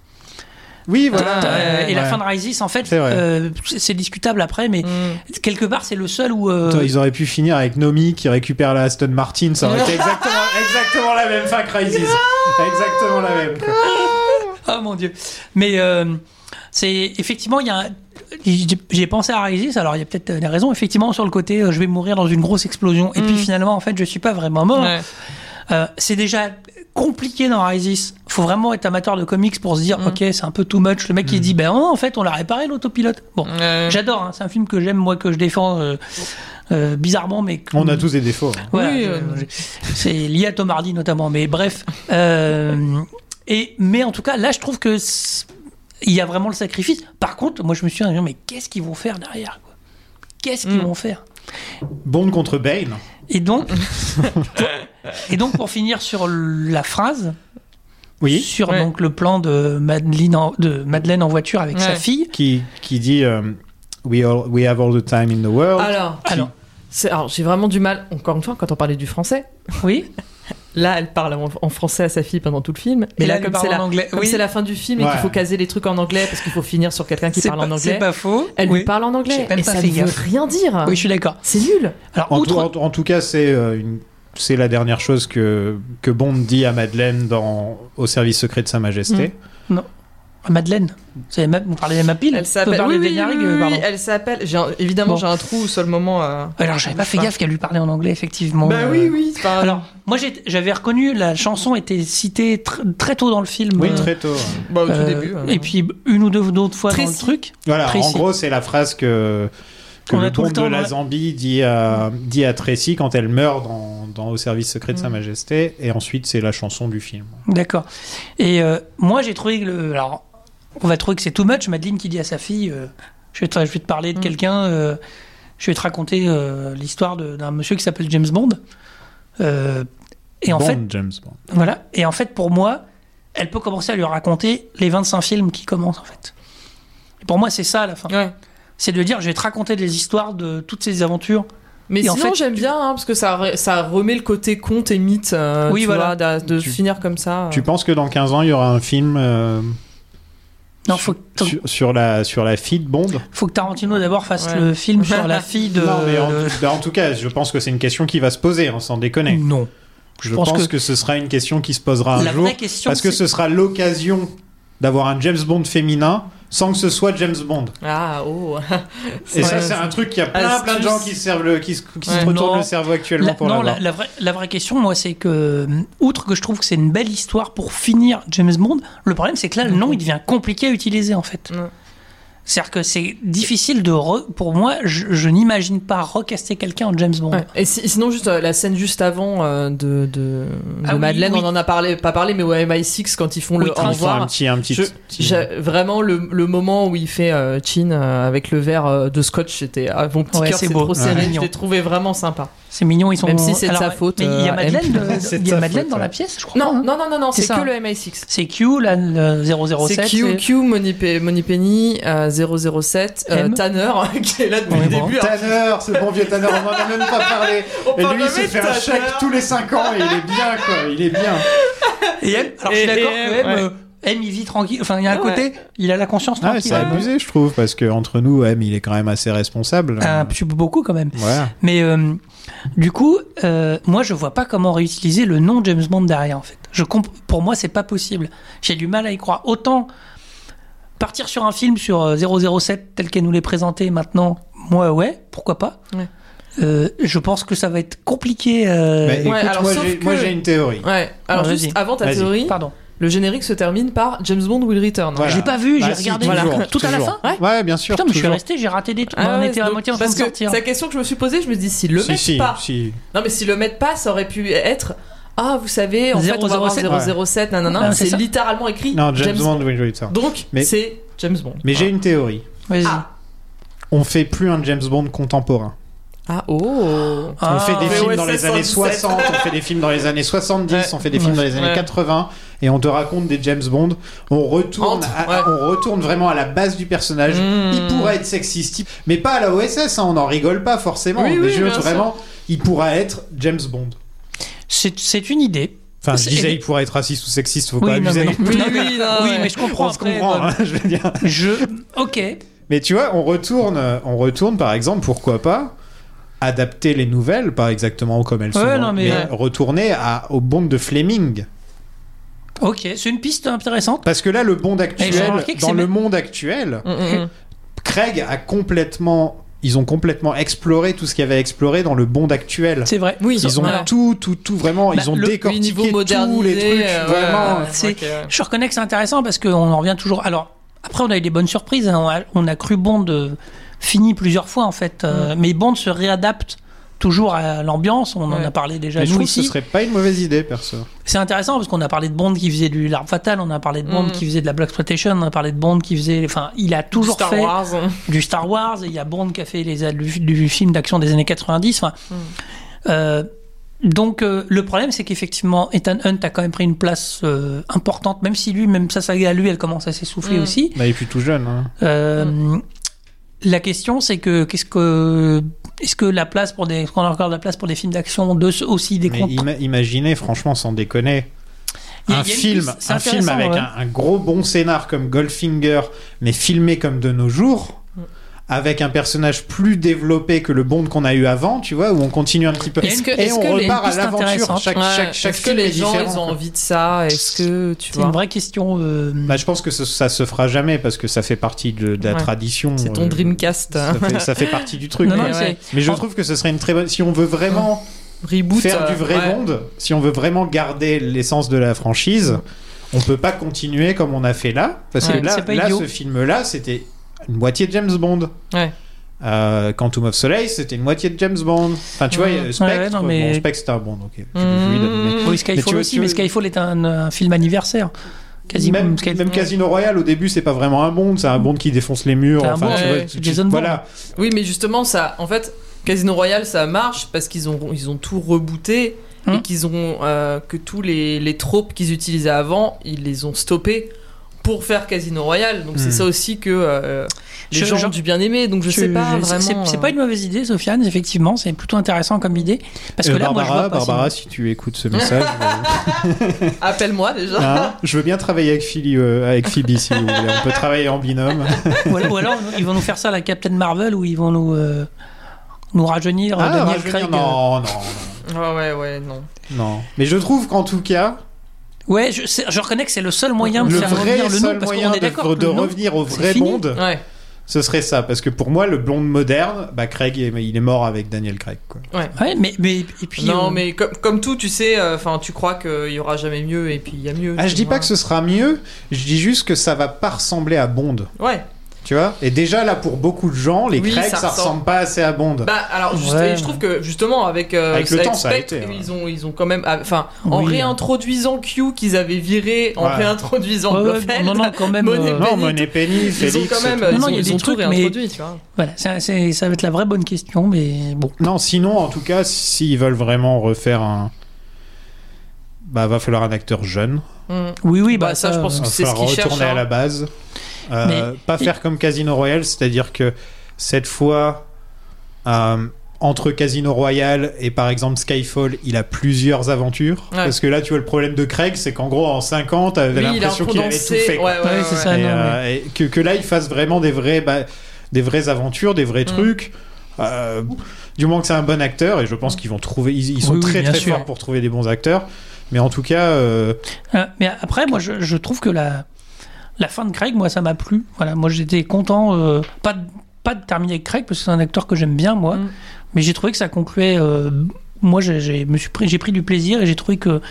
Speaker 1: Oui, voilà.
Speaker 2: T'as- euh,
Speaker 3: ouais,
Speaker 2: et la
Speaker 1: Ah, ouais.
Speaker 2: fin de Rises, en fait,
Speaker 1: C'est vrai. Mm.
Speaker 2: euh, c'est c'est discutable après, mais
Speaker 3: Mmh.
Speaker 2: quelque part, c'est le seul où. euh,
Speaker 1: Attends, Ils auraient pu finir avec Nomi qui récupère la Aston Martin, ça aurait été exactement, exactement la même fin que Rises. Exactement la même. quoi.
Speaker 2: Oh mon dieu. Mais euh, c'est effectivement, il y a. un- j'ai- J'ai pensé à Rises, alors il y a peut-être euh, des raisons. Effectivement, sur le côté, euh, je vais mourir dans une grosse explosion, et puis
Speaker 3: Mm.
Speaker 2: finalement, en fait, je suis pas vraiment mort.
Speaker 3: Ouais.
Speaker 2: Euh, c'est déjà compliqué dans Rises. Faut vraiment être amateur de comics pour se dire,
Speaker 3: Mm.
Speaker 2: ok, c'est un peu too much. Le mec
Speaker 1: Mm.
Speaker 2: il dit, ben non, en fait, on l'a réparé l'autopilote. Bon,
Speaker 3: Ouais.
Speaker 2: j'adore. hein, c'est un film que j'aime, moi, que je défends euh, euh, bizarrement, mais que-
Speaker 1: On a tous des défauts. hein.
Speaker 2: voilà,
Speaker 3: Oui,
Speaker 2: je-
Speaker 3: euh,
Speaker 2: je- c'est lié à Tom Hardy notamment, mais bref. Euh, et mais en tout cas, là, je trouve que c'est- il y a vraiment le sacrifice. Par contre, moi, je me suis dit, mais qu'est-ce qu'ils vont faire derrière quoi Qu'est-ce qu'ils
Speaker 3: Mm.
Speaker 2: vont faire
Speaker 1: Bond contre Bane.
Speaker 2: Et donc, et donc, pour finir sur la phrase,
Speaker 1: Oui.
Speaker 2: sur
Speaker 3: Ouais.
Speaker 2: donc le plan de Madeleine en, de Madeleine en voiture avec
Speaker 3: Ouais.
Speaker 2: sa fille.
Speaker 1: Qui, qui dit euh, we, all- we have all the time in the world.
Speaker 3: Alors,
Speaker 2: Alors,
Speaker 3: c'est- alors, j'ai vraiment du mal, encore une fois, quand on parlait du français.
Speaker 2: oui,
Speaker 3: Là, elle parle en, en français à sa fille pendant tout le film.
Speaker 2: mais
Speaker 3: Mais
Speaker 2: là,
Speaker 3: là,
Speaker 2: elle
Speaker 3: comme
Speaker 2: parle
Speaker 3: c'est
Speaker 2: en
Speaker 3: la,
Speaker 2: anglais.
Speaker 3: comme
Speaker 2: Oui,
Speaker 3: c'est la fin du film et
Speaker 1: Ouais.
Speaker 3: qu'il faut caser les trucs en anglais parce qu'il faut finir sur quelqu'un qui
Speaker 2: c'est
Speaker 3: parle
Speaker 2: pas-
Speaker 3: en
Speaker 2: C'est
Speaker 3: anglais.
Speaker 2: pas faux.
Speaker 3: Elle
Speaker 2: oui.
Speaker 3: lui parle en
Speaker 2: J'ai
Speaker 3: anglais
Speaker 2: même
Speaker 3: et
Speaker 2: pas
Speaker 3: ça
Speaker 2: fait
Speaker 3: ne
Speaker 2: gaffe.
Speaker 3: veut rien dire.
Speaker 2: Oui, je suis d'accord.
Speaker 3: C'est nul.
Speaker 2: Alors,
Speaker 1: En,
Speaker 2: outre,
Speaker 1: tout, en- en tout cas, c'est euh, une- c'est la dernière chose que, que Bond dit à Madeleine dans, au service secret de Sa Majesté.
Speaker 2: Mm. Madeleine. C'est Ma- Vous parlez de ma pile
Speaker 3: Elle s'appelle.
Speaker 2: Vous parlez
Speaker 3: oui, oui,
Speaker 2: des Yarrigs,
Speaker 3: oui, oui,
Speaker 2: pardon.
Speaker 3: Elle s'appelle. j'ai un- Évidemment,
Speaker 2: Bon.
Speaker 3: j'ai un trou au seul moment. euh,
Speaker 2: Alors, j'avais pas fait
Speaker 3: Ah.
Speaker 2: gaffe qu'elle lui parlait en anglais, effectivement.
Speaker 3: Bah
Speaker 2: Euh,
Speaker 3: oui, oui. enfin,
Speaker 2: Alors, moi, j'ai- j'avais reconnu, la chanson était citée tr- très tôt dans le film.
Speaker 1: Oui,
Speaker 2: Euh,
Speaker 1: très tôt. hein.
Speaker 3: bah, au tout
Speaker 2: euh,
Speaker 3: début. euh,
Speaker 2: Et puis, une ou deux autres fois dans le
Speaker 3: Tracy.
Speaker 2: truc.
Speaker 1: Voilà, en
Speaker 2: Tracy.
Speaker 1: gros, c'est la phrase que, que
Speaker 2: On a
Speaker 1: le
Speaker 2: tout
Speaker 1: Bond
Speaker 2: le temps,
Speaker 1: de la
Speaker 2: ouais.
Speaker 1: Zambie dit à, dit à Tracy quand elle meurt dans, dans Au service secret
Speaker 2: Mm.
Speaker 1: de Sa Majesté. Et ensuite, c'est la chanson du film.
Speaker 2: D'accord. Et euh, moi, j'ai trouvé que le. Alors, on va trouver que c'est too much. Madeleine qui dit à sa fille euh, je, vais te, je vais te parler de
Speaker 3: Mm.
Speaker 2: quelqu'un, euh, je vais te raconter euh, l'histoire de- d'un monsieur qui s'appelle James Bond. Euh, et en
Speaker 1: Bond,
Speaker 2: fait, euh,
Speaker 1: James Bond.
Speaker 2: voilà. Et en fait, pour moi, elle peut commencer à lui raconter les 25 films qui commencent, en fait. Et pour moi, c'est ça, à la fin.
Speaker 3: Ouais.
Speaker 2: C'est de dire je vais te raconter des histoires de toutes ces aventures.
Speaker 3: Mais
Speaker 2: Et en
Speaker 3: sinon,
Speaker 2: fait,
Speaker 3: j'aime
Speaker 2: tu-
Speaker 3: bien hein, parce que ça, re- ça remet le côté conte et mythe. euh,
Speaker 2: Oui,
Speaker 3: tu
Speaker 2: voilà.
Speaker 3: vois, de, de
Speaker 1: Tu-
Speaker 3: finir comme ça. euh.
Speaker 1: Tu penses que dans 15 ans, il y aura un film euh,
Speaker 2: Non, faut que,
Speaker 1: sur, sur la, sur la fille de Bond
Speaker 2: faut que Tarantino d'abord fasse
Speaker 3: Ouais.
Speaker 2: le film sur la fille de.
Speaker 1: Non, mais en,
Speaker 2: de-
Speaker 1: bah, en tout cas, je pense que c'est une question qui va se poser, hein, sans déconner.
Speaker 2: Non.
Speaker 1: Je, pense, que... ce sera une question qui se posera un
Speaker 2: la
Speaker 1: jour.
Speaker 2: vraie question.
Speaker 1: Parce que
Speaker 2: c'est-
Speaker 1: ce sera l'occasion d'avoir un James Bond féminin sans que ce soit James Bond.
Speaker 3: Ah, oh.
Speaker 1: Et ça,
Speaker 3: Ouais.
Speaker 1: c'est un truc qui
Speaker 2: Ah,
Speaker 1: a plein, plein de gens qui se, servent le- qui se, qui se
Speaker 3: Ouais.
Speaker 1: retournent
Speaker 2: Non.
Speaker 1: le cerveau actuellement
Speaker 2: La-
Speaker 1: pour
Speaker 2: non,
Speaker 1: l'avoir.
Speaker 2: la, la vraie, la vraie question, moi, c'est que, euh, outre que je trouve que c'est une belle histoire pour finir James Bond, le problème, c'est que là, le nom, il devient compliqué à utiliser, en fait.
Speaker 3: Ouais.
Speaker 2: C'est-à-dire que c'est difficile de. re- pour moi, je, je n'imagine pas recaster quelqu'un en James Bond.
Speaker 3: Ouais. Et si- sinon, juste euh, la scène juste avant euh, de, de- de
Speaker 2: Ah oui,
Speaker 3: Madeleine,
Speaker 2: oui.
Speaker 3: on en a parlé, pas parlé, mais au MI6, quand ils font
Speaker 2: Oui,
Speaker 3: le
Speaker 2: train.
Speaker 3: au
Speaker 1: Ils font un
Speaker 3: revoir.
Speaker 1: petit, un petit,
Speaker 3: Je-
Speaker 1: petit-
Speaker 3: j'ai- vraiment, le, le moment où il fait euh, chin euh, avec le verre euh, de scotch, c'était ah, mon petit
Speaker 2: Ouais,
Speaker 3: cœur,
Speaker 2: c'est
Speaker 3: c'est
Speaker 2: beau.
Speaker 3: trop
Speaker 2: Ouais.
Speaker 3: serré. Je
Speaker 2: Mignon.
Speaker 3: l'ai trouvé vraiment sympa.
Speaker 2: C'est mignon, ils sont.
Speaker 3: Même si c'est de sa faute,
Speaker 2: mais il y a
Speaker 3: euh,
Speaker 2: Madeleine,
Speaker 3: M.
Speaker 2: de-
Speaker 1: C'est de
Speaker 2: il y a
Speaker 1: sa
Speaker 2: Madeleine
Speaker 1: faute,
Speaker 2: dans la
Speaker 1: ouais.
Speaker 2: pièce, je crois.
Speaker 3: Non,
Speaker 2: hein.
Speaker 3: non, non, non, non,
Speaker 2: C'est
Speaker 3: c'est
Speaker 2: ça.
Speaker 3: que le MI6.
Speaker 2: C'est Q, là, le 007.
Speaker 3: C'est Q, Q, Money, Pe- Money Penny, euh, 007, euh,
Speaker 2: M.
Speaker 3: Tanner, qui est là depuis
Speaker 2: Oui,
Speaker 3: le
Speaker 2: bon.
Speaker 3: début. hein.
Speaker 1: Tanner, ce bon vieux Tanner, on n'en a même pas parlé.
Speaker 3: On
Speaker 1: Et
Speaker 3: parle
Speaker 1: lui, il se
Speaker 3: jamais de
Speaker 1: fait un
Speaker 3: Tanner.
Speaker 1: chèque tous les 5 ans et il est bien, quoi. Il est bien.
Speaker 2: Et M, alors je
Speaker 3: Et-
Speaker 2: suis d'accord
Speaker 3: et
Speaker 2: que
Speaker 3: M,
Speaker 2: M,
Speaker 3: ouais.
Speaker 2: euh, M, il vit tranquille. Enfin, il y a un
Speaker 3: Ouais.
Speaker 2: côté, il a la conscience
Speaker 1: Ah,
Speaker 2: tranquille.
Speaker 1: c'est abusé, je trouve, parce que entre nous, M, il est quand même assez responsable. Euh,
Speaker 2: Un petit peu Euh, beaucoup quand même.
Speaker 1: Voilà.
Speaker 2: Mais Ah, euh, du coup, euh, moi, je vois pas comment réutiliser le nom James Bond derrière, en fait. Je comp- pour moi, c'est pas possible. J'ai du mal à y croire. Autant partir sur un film sur euh, 007 tel qu'elle nous l'est présenté maintenant, moi, ouais, pourquoi pas.
Speaker 3: Ouais.
Speaker 2: Euh, je pense que ça va être compliqué. euh,
Speaker 1: Mais écoute,
Speaker 3: alors,
Speaker 1: moi,
Speaker 3: sauf
Speaker 1: j'ai-
Speaker 3: que-
Speaker 1: moi, j'ai une théorie.
Speaker 3: Ouais, alors
Speaker 2: Non,
Speaker 3: juste
Speaker 2: vas-y.
Speaker 3: avant ta
Speaker 1: Vas-y.
Speaker 3: théorie,
Speaker 2: Pardon.
Speaker 3: le générique se termine par James Bond Will Return.
Speaker 1: Voilà.
Speaker 2: Je l'ai pas vu, j'ai
Speaker 1: Bah, si,
Speaker 2: regardé
Speaker 1: toujours,
Speaker 2: voilà. tout à la
Speaker 1: toujours.
Speaker 2: fin.
Speaker 3: Ouais.
Speaker 1: Ouais, bien sûr.
Speaker 2: Putain, mais je suis
Speaker 1: toujours.
Speaker 2: resté, j'ai raté des trucs.
Speaker 3: Ah
Speaker 2: on
Speaker 3: ouais,
Speaker 2: était à
Speaker 3: donc-
Speaker 2: moitié en train
Speaker 3: parce
Speaker 2: de
Speaker 3: que
Speaker 2: sortir.
Speaker 3: C'est la question que je me suis posée, je me dis s'ils le
Speaker 1: Si,
Speaker 3: mettent
Speaker 1: si,
Speaker 3: pas.
Speaker 1: si.
Speaker 3: Non mais s'ils le mettent pas, ça aurait pu être ah vous savez en fait on va avoir
Speaker 2: 007,
Speaker 3: 007 nanana,
Speaker 2: Ouais, c'est
Speaker 3: c'est
Speaker 2: ça.
Speaker 3: littéralement écrit
Speaker 1: Ah, Non, James Bond, Will Return.
Speaker 3: Donc
Speaker 1: Mais-
Speaker 3: c'est James Bond.
Speaker 1: Mais j'ai une théorie.
Speaker 2: Vas-y.
Speaker 3: Ah.
Speaker 1: On fait plus un James Bond contemporain.
Speaker 3: Ah oh.
Speaker 2: Ah.
Speaker 1: on fait des
Speaker 3: mais
Speaker 1: films
Speaker 3: ouais,
Speaker 1: dans les
Speaker 3: c'est
Speaker 1: années
Speaker 3: 77.
Speaker 1: 60, on fait des films dans les années 70,
Speaker 3: Ouais.
Speaker 1: on fait des films dans les années
Speaker 3: Ouais.
Speaker 1: 80 et on te raconte des James Bond. On retourne,
Speaker 3: Entre,
Speaker 1: à-
Speaker 3: ouais.
Speaker 1: on retourne vraiment à la base du personnage.
Speaker 3: Mmh.
Speaker 1: Il pourrait être sexiste, mais pas à la OSS, hein, on en rigole pas forcément.
Speaker 3: Oui,
Speaker 1: mais
Speaker 3: oui,
Speaker 1: je veux dire,
Speaker 3: bien sûr.
Speaker 1: vraiment, il pourra être James Bond.
Speaker 2: C'est c'est une idée.
Speaker 1: Enfin, je
Speaker 2: C'est-
Speaker 1: disais, il pourrait être raciste ou sexiste, faut
Speaker 2: Oui,
Speaker 1: pas
Speaker 2: non,
Speaker 1: abuser.
Speaker 2: mais-
Speaker 1: non plus.
Speaker 2: Oui,
Speaker 3: Non, mais-
Speaker 2: oui,
Speaker 3: non,
Speaker 2: oui,
Speaker 3: ouais.
Speaker 2: mais je comprends.
Speaker 1: On se
Speaker 2: après,
Speaker 1: comprend,
Speaker 2: bon,
Speaker 1: hein, je veux dire.
Speaker 2: Je. Ok.
Speaker 1: Mais tu vois, on retourne, on retourne par exemple, pourquoi pas adapter les nouvelles, pas exactement comme elles
Speaker 2: Ouais,
Speaker 1: sont,
Speaker 2: non, mais- ouais.
Speaker 1: retourner à, au bond de Fleming.
Speaker 2: Ok. C'est une piste intéressante.
Speaker 1: Parce que là, le bond
Speaker 2: Et j'ai
Speaker 1: actuel,
Speaker 2: remarqué que
Speaker 1: dans
Speaker 2: c'est
Speaker 1: le
Speaker 2: même-
Speaker 1: monde actuel,
Speaker 3: Mm, mm, mm.
Speaker 1: Craig a complètement. Ils ont complètement exploré tout ce qu'il y avait à explorer dans le bond actuel.
Speaker 2: C'est vrai.
Speaker 3: Oui,
Speaker 1: Ils ont
Speaker 3: voilà.
Speaker 1: tout, tout, tout vraiment.
Speaker 2: Bah,
Speaker 1: ils ont
Speaker 2: le- le
Speaker 1: décortiqué
Speaker 3: niveau
Speaker 1: tous les
Speaker 3: modernisé,
Speaker 1: trucs.
Speaker 3: euh,
Speaker 1: vraiment.
Speaker 3: ouais,
Speaker 2: C'est-
Speaker 3: ok, ouais.
Speaker 2: Je reconnais que c'est intéressant parce qu'on en revient toujours. Alors, après, on a eu des bonnes surprises. hein. On a, on a cru Bond euh, fini plusieurs fois, en fait. euh, Mais Bond se réadapte toujours à l'ambiance. On en
Speaker 3: Ouais.
Speaker 2: a parlé déjà,
Speaker 1: Mais je
Speaker 2: nous,
Speaker 1: trouve que
Speaker 2: ici.
Speaker 1: ce serait pas une mauvaise idée, perso.
Speaker 2: C'est intéressant parce qu'on a parlé de Bond qui faisait du L'Arbre Fatale, on a parlé de Bond
Speaker 3: Mhm.
Speaker 2: qui faisait de la Black Exploitation, on a parlé de Bond qui faisait. Enfin, il a toujours
Speaker 3: Star
Speaker 2: fait
Speaker 3: Wars. hein.
Speaker 2: du Star Wars et il y a Bond qui a fait les, du, du film d'action des années 90. Enfin, euh, donc euh, le problème c'est qu'effectivement Ethan Hunt a quand même pris une place euh, importante, même si lui, même sa saga lui, elle commence à s'essouffler
Speaker 3: Mm.
Speaker 2: aussi.
Speaker 1: Bah, et puis tout jeune. hein.
Speaker 2: Euh, La question c'est que qu'est-ce que est-ce que la place pour des est-ce qu'on a encore de la place pour des films d'action de aussi des
Speaker 1: Mais
Speaker 2: contre-
Speaker 1: ima- imaginez, franchement, sans déconner,
Speaker 2: Il y a-
Speaker 1: un
Speaker 2: il y a une
Speaker 1: film,
Speaker 2: piste, c'est
Speaker 1: un film avec
Speaker 2: intéressant, ouais.
Speaker 1: un, un gros bon scénar comme Goldfinger, mais filmé comme de nos jours. Avec un personnage plus développé que le Bond qu'on a eu avant, tu vois, où on continue un petit peu.
Speaker 2: Est-ce
Speaker 3: que-
Speaker 1: et
Speaker 3: est-ce
Speaker 1: on
Speaker 2: que les-
Speaker 1: repart à
Speaker 2: piste
Speaker 1: l'aventure.
Speaker 2: intéressante.
Speaker 1: Chaque,
Speaker 3: Ouais.
Speaker 1: chaque, chaque
Speaker 3: Est-ce que
Speaker 1: film est
Speaker 3: les gens,
Speaker 1: différent,
Speaker 3: ils
Speaker 1: quoi.
Speaker 3: ont envie de ça Est-ce que tu
Speaker 2: C'est une
Speaker 3: vois
Speaker 2: vraie question. euh,
Speaker 1: Bah, je pense que ce- ça se fera jamais parce que ça fait partie de, de la
Speaker 3: Ouais.
Speaker 1: tradition.
Speaker 3: C'est ton
Speaker 1: euh,
Speaker 3: Dreamcast
Speaker 1: Ça
Speaker 3: hein.
Speaker 1: fait, ça fait partie du truc.
Speaker 2: non, non,
Speaker 1: mais
Speaker 2: mais c'est-
Speaker 1: mais je trouve que ce serait une très bonne. Si on veut vraiment
Speaker 3: reboot
Speaker 1: faire
Speaker 3: euh,
Speaker 1: du vrai
Speaker 3: ouais.
Speaker 1: monde, si on veut vraiment garder l'essence de la franchise, on peut pas continuer comme on a fait là, parce
Speaker 3: Ouais,
Speaker 1: que là,
Speaker 2: c'est pas
Speaker 1: là,
Speaker 2: idiot.
Speaker 1: ce film-là, c'était une moitié de James Bond.
Speaker 3: Ouais.
Speaker 1: Euh, Quantum of Solace, c'était une moitié de James Bond. Enfin, tu vois, il y a Spectre,
Speaker 2: Ouais, non, mais-
Speaker 1: bon, Spectre, c'était un Bond, ok. Je- je lui donne, mais-
Speaker 3: Mmh.
Speaker 2: Oui,
Speaker 1: Mais tu
Speaker 2: Skyfall
Speaker 1: vois,
Speaker 2: aussi,
Speaker 1: tu
Speaker 2: mais
Speaker 1: vois-
Speaker 2: Skyfall est un, un film anniversaire. Quasiment.
Speaker 1: même,
Speaker 2: Sky-
Speaker 1: même Casino Royale, au début, c'est pas vraiment un Bond, c'est un Bond qui défonce les murs.
Speaker 2: C'est un
Speaker 1: enfin,
Speaker 2: Bond,
Speaker 1: tu vois,
Speaker 3: ouais,
Speaker 1: tu-
Speaker 2: Jason
Speaker 1: tu-
Speaker 2: Bond.
Speaker 1: Voilà.
Speaker 3: Oui, mais justement, ça, en fait, Casino Royale, ça marche parce qu'ils ont, ils ont tout rebooté
Speaker 2: Hmm.
Speaker 3: et qu'ils ont euh, que tous les, les tropes qu'ils utilisaient avant, ils les ont stoppés pour faire Casino Royale. Donc
Speaker 1: Hmm.
Speaker 3: c'est ça aussi que euh, les
Speaker 2: Hum. Je-
Speaker 3: gens
Speaker 2: je-
Speaker 3: ont dû bien aimer. Donc je, sais
Speaker 2: Je-
Speaker 3: pas
Speaker 2: je- c'est-
Speaker 3: vraiment. euh.
Speaker 2: C'est c'est pas une mauvaise idée, Sofiane, effectivement, c'est plutôt intéressant comme idée. Parce
Speaker 1: Euh,
Speaker 2: que là, moi, je
Speaker 1: Barbara,
Speaker 2: vois pas
Speaker 1: Barbara, si tu écoutes ce message, euh,
Speaker 3: euh, Appelle-moi déjà.
Speaker 1: hein, je veux bien travailler avec, Philly, euh, avec Phoebe si vous voulez. On peut travailler en binôme.
Speaker 2: sinon. Ou alors, ou alors, ils vont nous faire ça à la Captain Marvel où ils vont nous, euh, nous rajeunir euh,
Speaker 1: Ah,
Speaker 2: Daniel
Speaker 1: rajeunir,
Speaker 2: Craig. euh.
Speaker 1: non, non,
Speaker 3: Ah ouais, ouais, non.
Speaker 1: non, non. Mais je trouve qu'en tout cas,
Speaker 2: Ouais, je, c'est- je reconnais que c'est le seul moyen de
Speaker 1: le
Speaker 2: faire
Speaker 1: vrai
Speaker 2: revenir le
Speaker 1: seul
Speaker 2: nom parce
Speaker 1: moyen
Speaker 2: qu'on est
Speaker 1: de,
Speaker 2: d'accord. que
Speaker 1: de
Speaker 2: le nom-
Speaker 1: revenir au
Speaker 2: c'est
Speaker 1: vrai
Speaker 2: fini.
Speaker 1: monde,
Speaker 3: Ouais,
Speaker 1: ce serait ça. Parce que pour moi, le blonde moderne, bah Craig, il est mort avec Daniel Craig. Quoi.
Speaker 2: Ouais, mais, mais et puis.
Speaker 3: non,
Speaker 2: euh,
Speaker 3: mais comme, comme tout, tu sais, euh, enfin, tu crois qu'il y aura jamais mieux et puis il y a mieux.
Speaker 1: Ah, je
Speaker 3: tu
Speaker 1: dis
Speaker 3: vois.
Speaker 1: pas que ce sera mieux, je dis juste que ça va pas ressembler à Bond.
Speaker 3: Ouais.
Speaker 1: Tu vois Et déjà, là, pour beaucoup de gens, les
Speaker 3: Oui,
Speaker 1: Craig,
Speaker 3: ça
Speaker 1: ça
Speaker 3: ressemble.
Speaker 1: ressemble pas assez à Bond.
Speaker 3: Bah alors juste-
Speaker 2: Ouais.
Speaker 3: et je trouve que justement avec, euh,
Speaker 1: Avec le temps, ça a
Speaker 3: Spectre,
Speaker 1: été, hein. ouais.
Speaker 3: ils ont ils ont quand même ah, enfin en
Speaker 2: Oui.
Speaker 3: réintroduisant Q qu'ils avaient viré en
Speaker 1: Ouais.
Speaker 3: réintroduisant
Speaker 2: ouais, ouais,
Speaker 3: Blofeld,
Speaker 2: non, non, quand même.
Speaker 3: Monet
Speaker 2: euh,
Speaker 3: Blanc.
Speaker 1: non,
Speaker 3: Penny,
Speaker 1: Monet Penny,
Speaker 3: ils ont
Speaker 1: Félix.
Speaker 3: quand même
Speaker 1: tout-
Speaker 3: ils
Speaker 2: non,
Speaker 3: ont,
Speaker 2: il y a
Speaker 3: ils
Speaker 2: des
Speaker 3: ont tout
Speaker 2: trucs, mais-
Speaker 3: réintroduit tu vois.
Speaker 2: Voilà, ça, c'est- ça va être la vraie bonne question, mais bon.
Speaker 1: Non, sinon, en tout cas, s'ils veulent vraiment refaire un. Bah, va falloir un acteur jeune.
Speaker 3: Mm.
Speaker 2: Oui, oui, bah,
Speaker 3: Bah, ça, je pense
Speaker 2: euh,
Speaker 1: Va
Speaker 3: que- c'est ce
Speaker 1: falloir
Speaker 3: qu'ils
Speaker 1: retourner
Speaker 3: cherchent,
Speaker 1: à
Speaker 3: hein.
Speaker 1: la base. Euh,
Speaker 2: Mais-
Speaker 1: Pas faire comme Casino Royale, c'est-à-dire que cette fois, euh, entre Casino Royale et par exemple Skyfall, il a plusieurs aventures.
Speaker 3: Ouais.
Speaker 1: Parce que là, tu vois, le problème de Craig, c'est qu'en gros, en 50, t'avais
Speaker 3: Oui, il a
Speaker 1: l'impression qu'il avait tout
Speaker 3: condensé.
Speaker 1: fait.
Speaker 3: Ouais,
Speaker 1: quoi.
Speaker 3: ouais, ouais,
Speaker 2: Ouais, c'est
Speaker 3: ouais.
Speaker 2: ça. Ah
Speaker 1: et,
Speaker 2: non,
Speaker 1: euh, et que, que là, il fasse vraiment des vraies, bah, des vraies aventures, des
Speaker 3: Mm.
Speaker 1: vrais trucs. Euh, du moins que c'est un bon acteur, et je
Speaker 3: Mm.
Speaker 1: pense qu'ils vont trouver. Ils, ils sont
Speaker 2: Oui, oui,
Speaker 1: très
Speaker 2: bien
Speaker 1: très
Speaker 2: sûr.
Speaker 1: forts pour trouver des bons acteurs. Mais en tout cas, euh,
Speaker 2: Euh, mais après, moi, je, je trouve que la, la fin de Craig, moi, ça m'a plu. Voilà, moi, j'étais content, euh, pas, de, pas de terminer avec Craig, parce que c'est un acteur que j'aime bien, moi.
Speaker 3: Mm.
Speaker 2: Mais j'ai trouvé que ça concluait. euh, moi, j'ai- j'ai me suis pris, j'ai pris du plaisir et j'ai trouvé que, que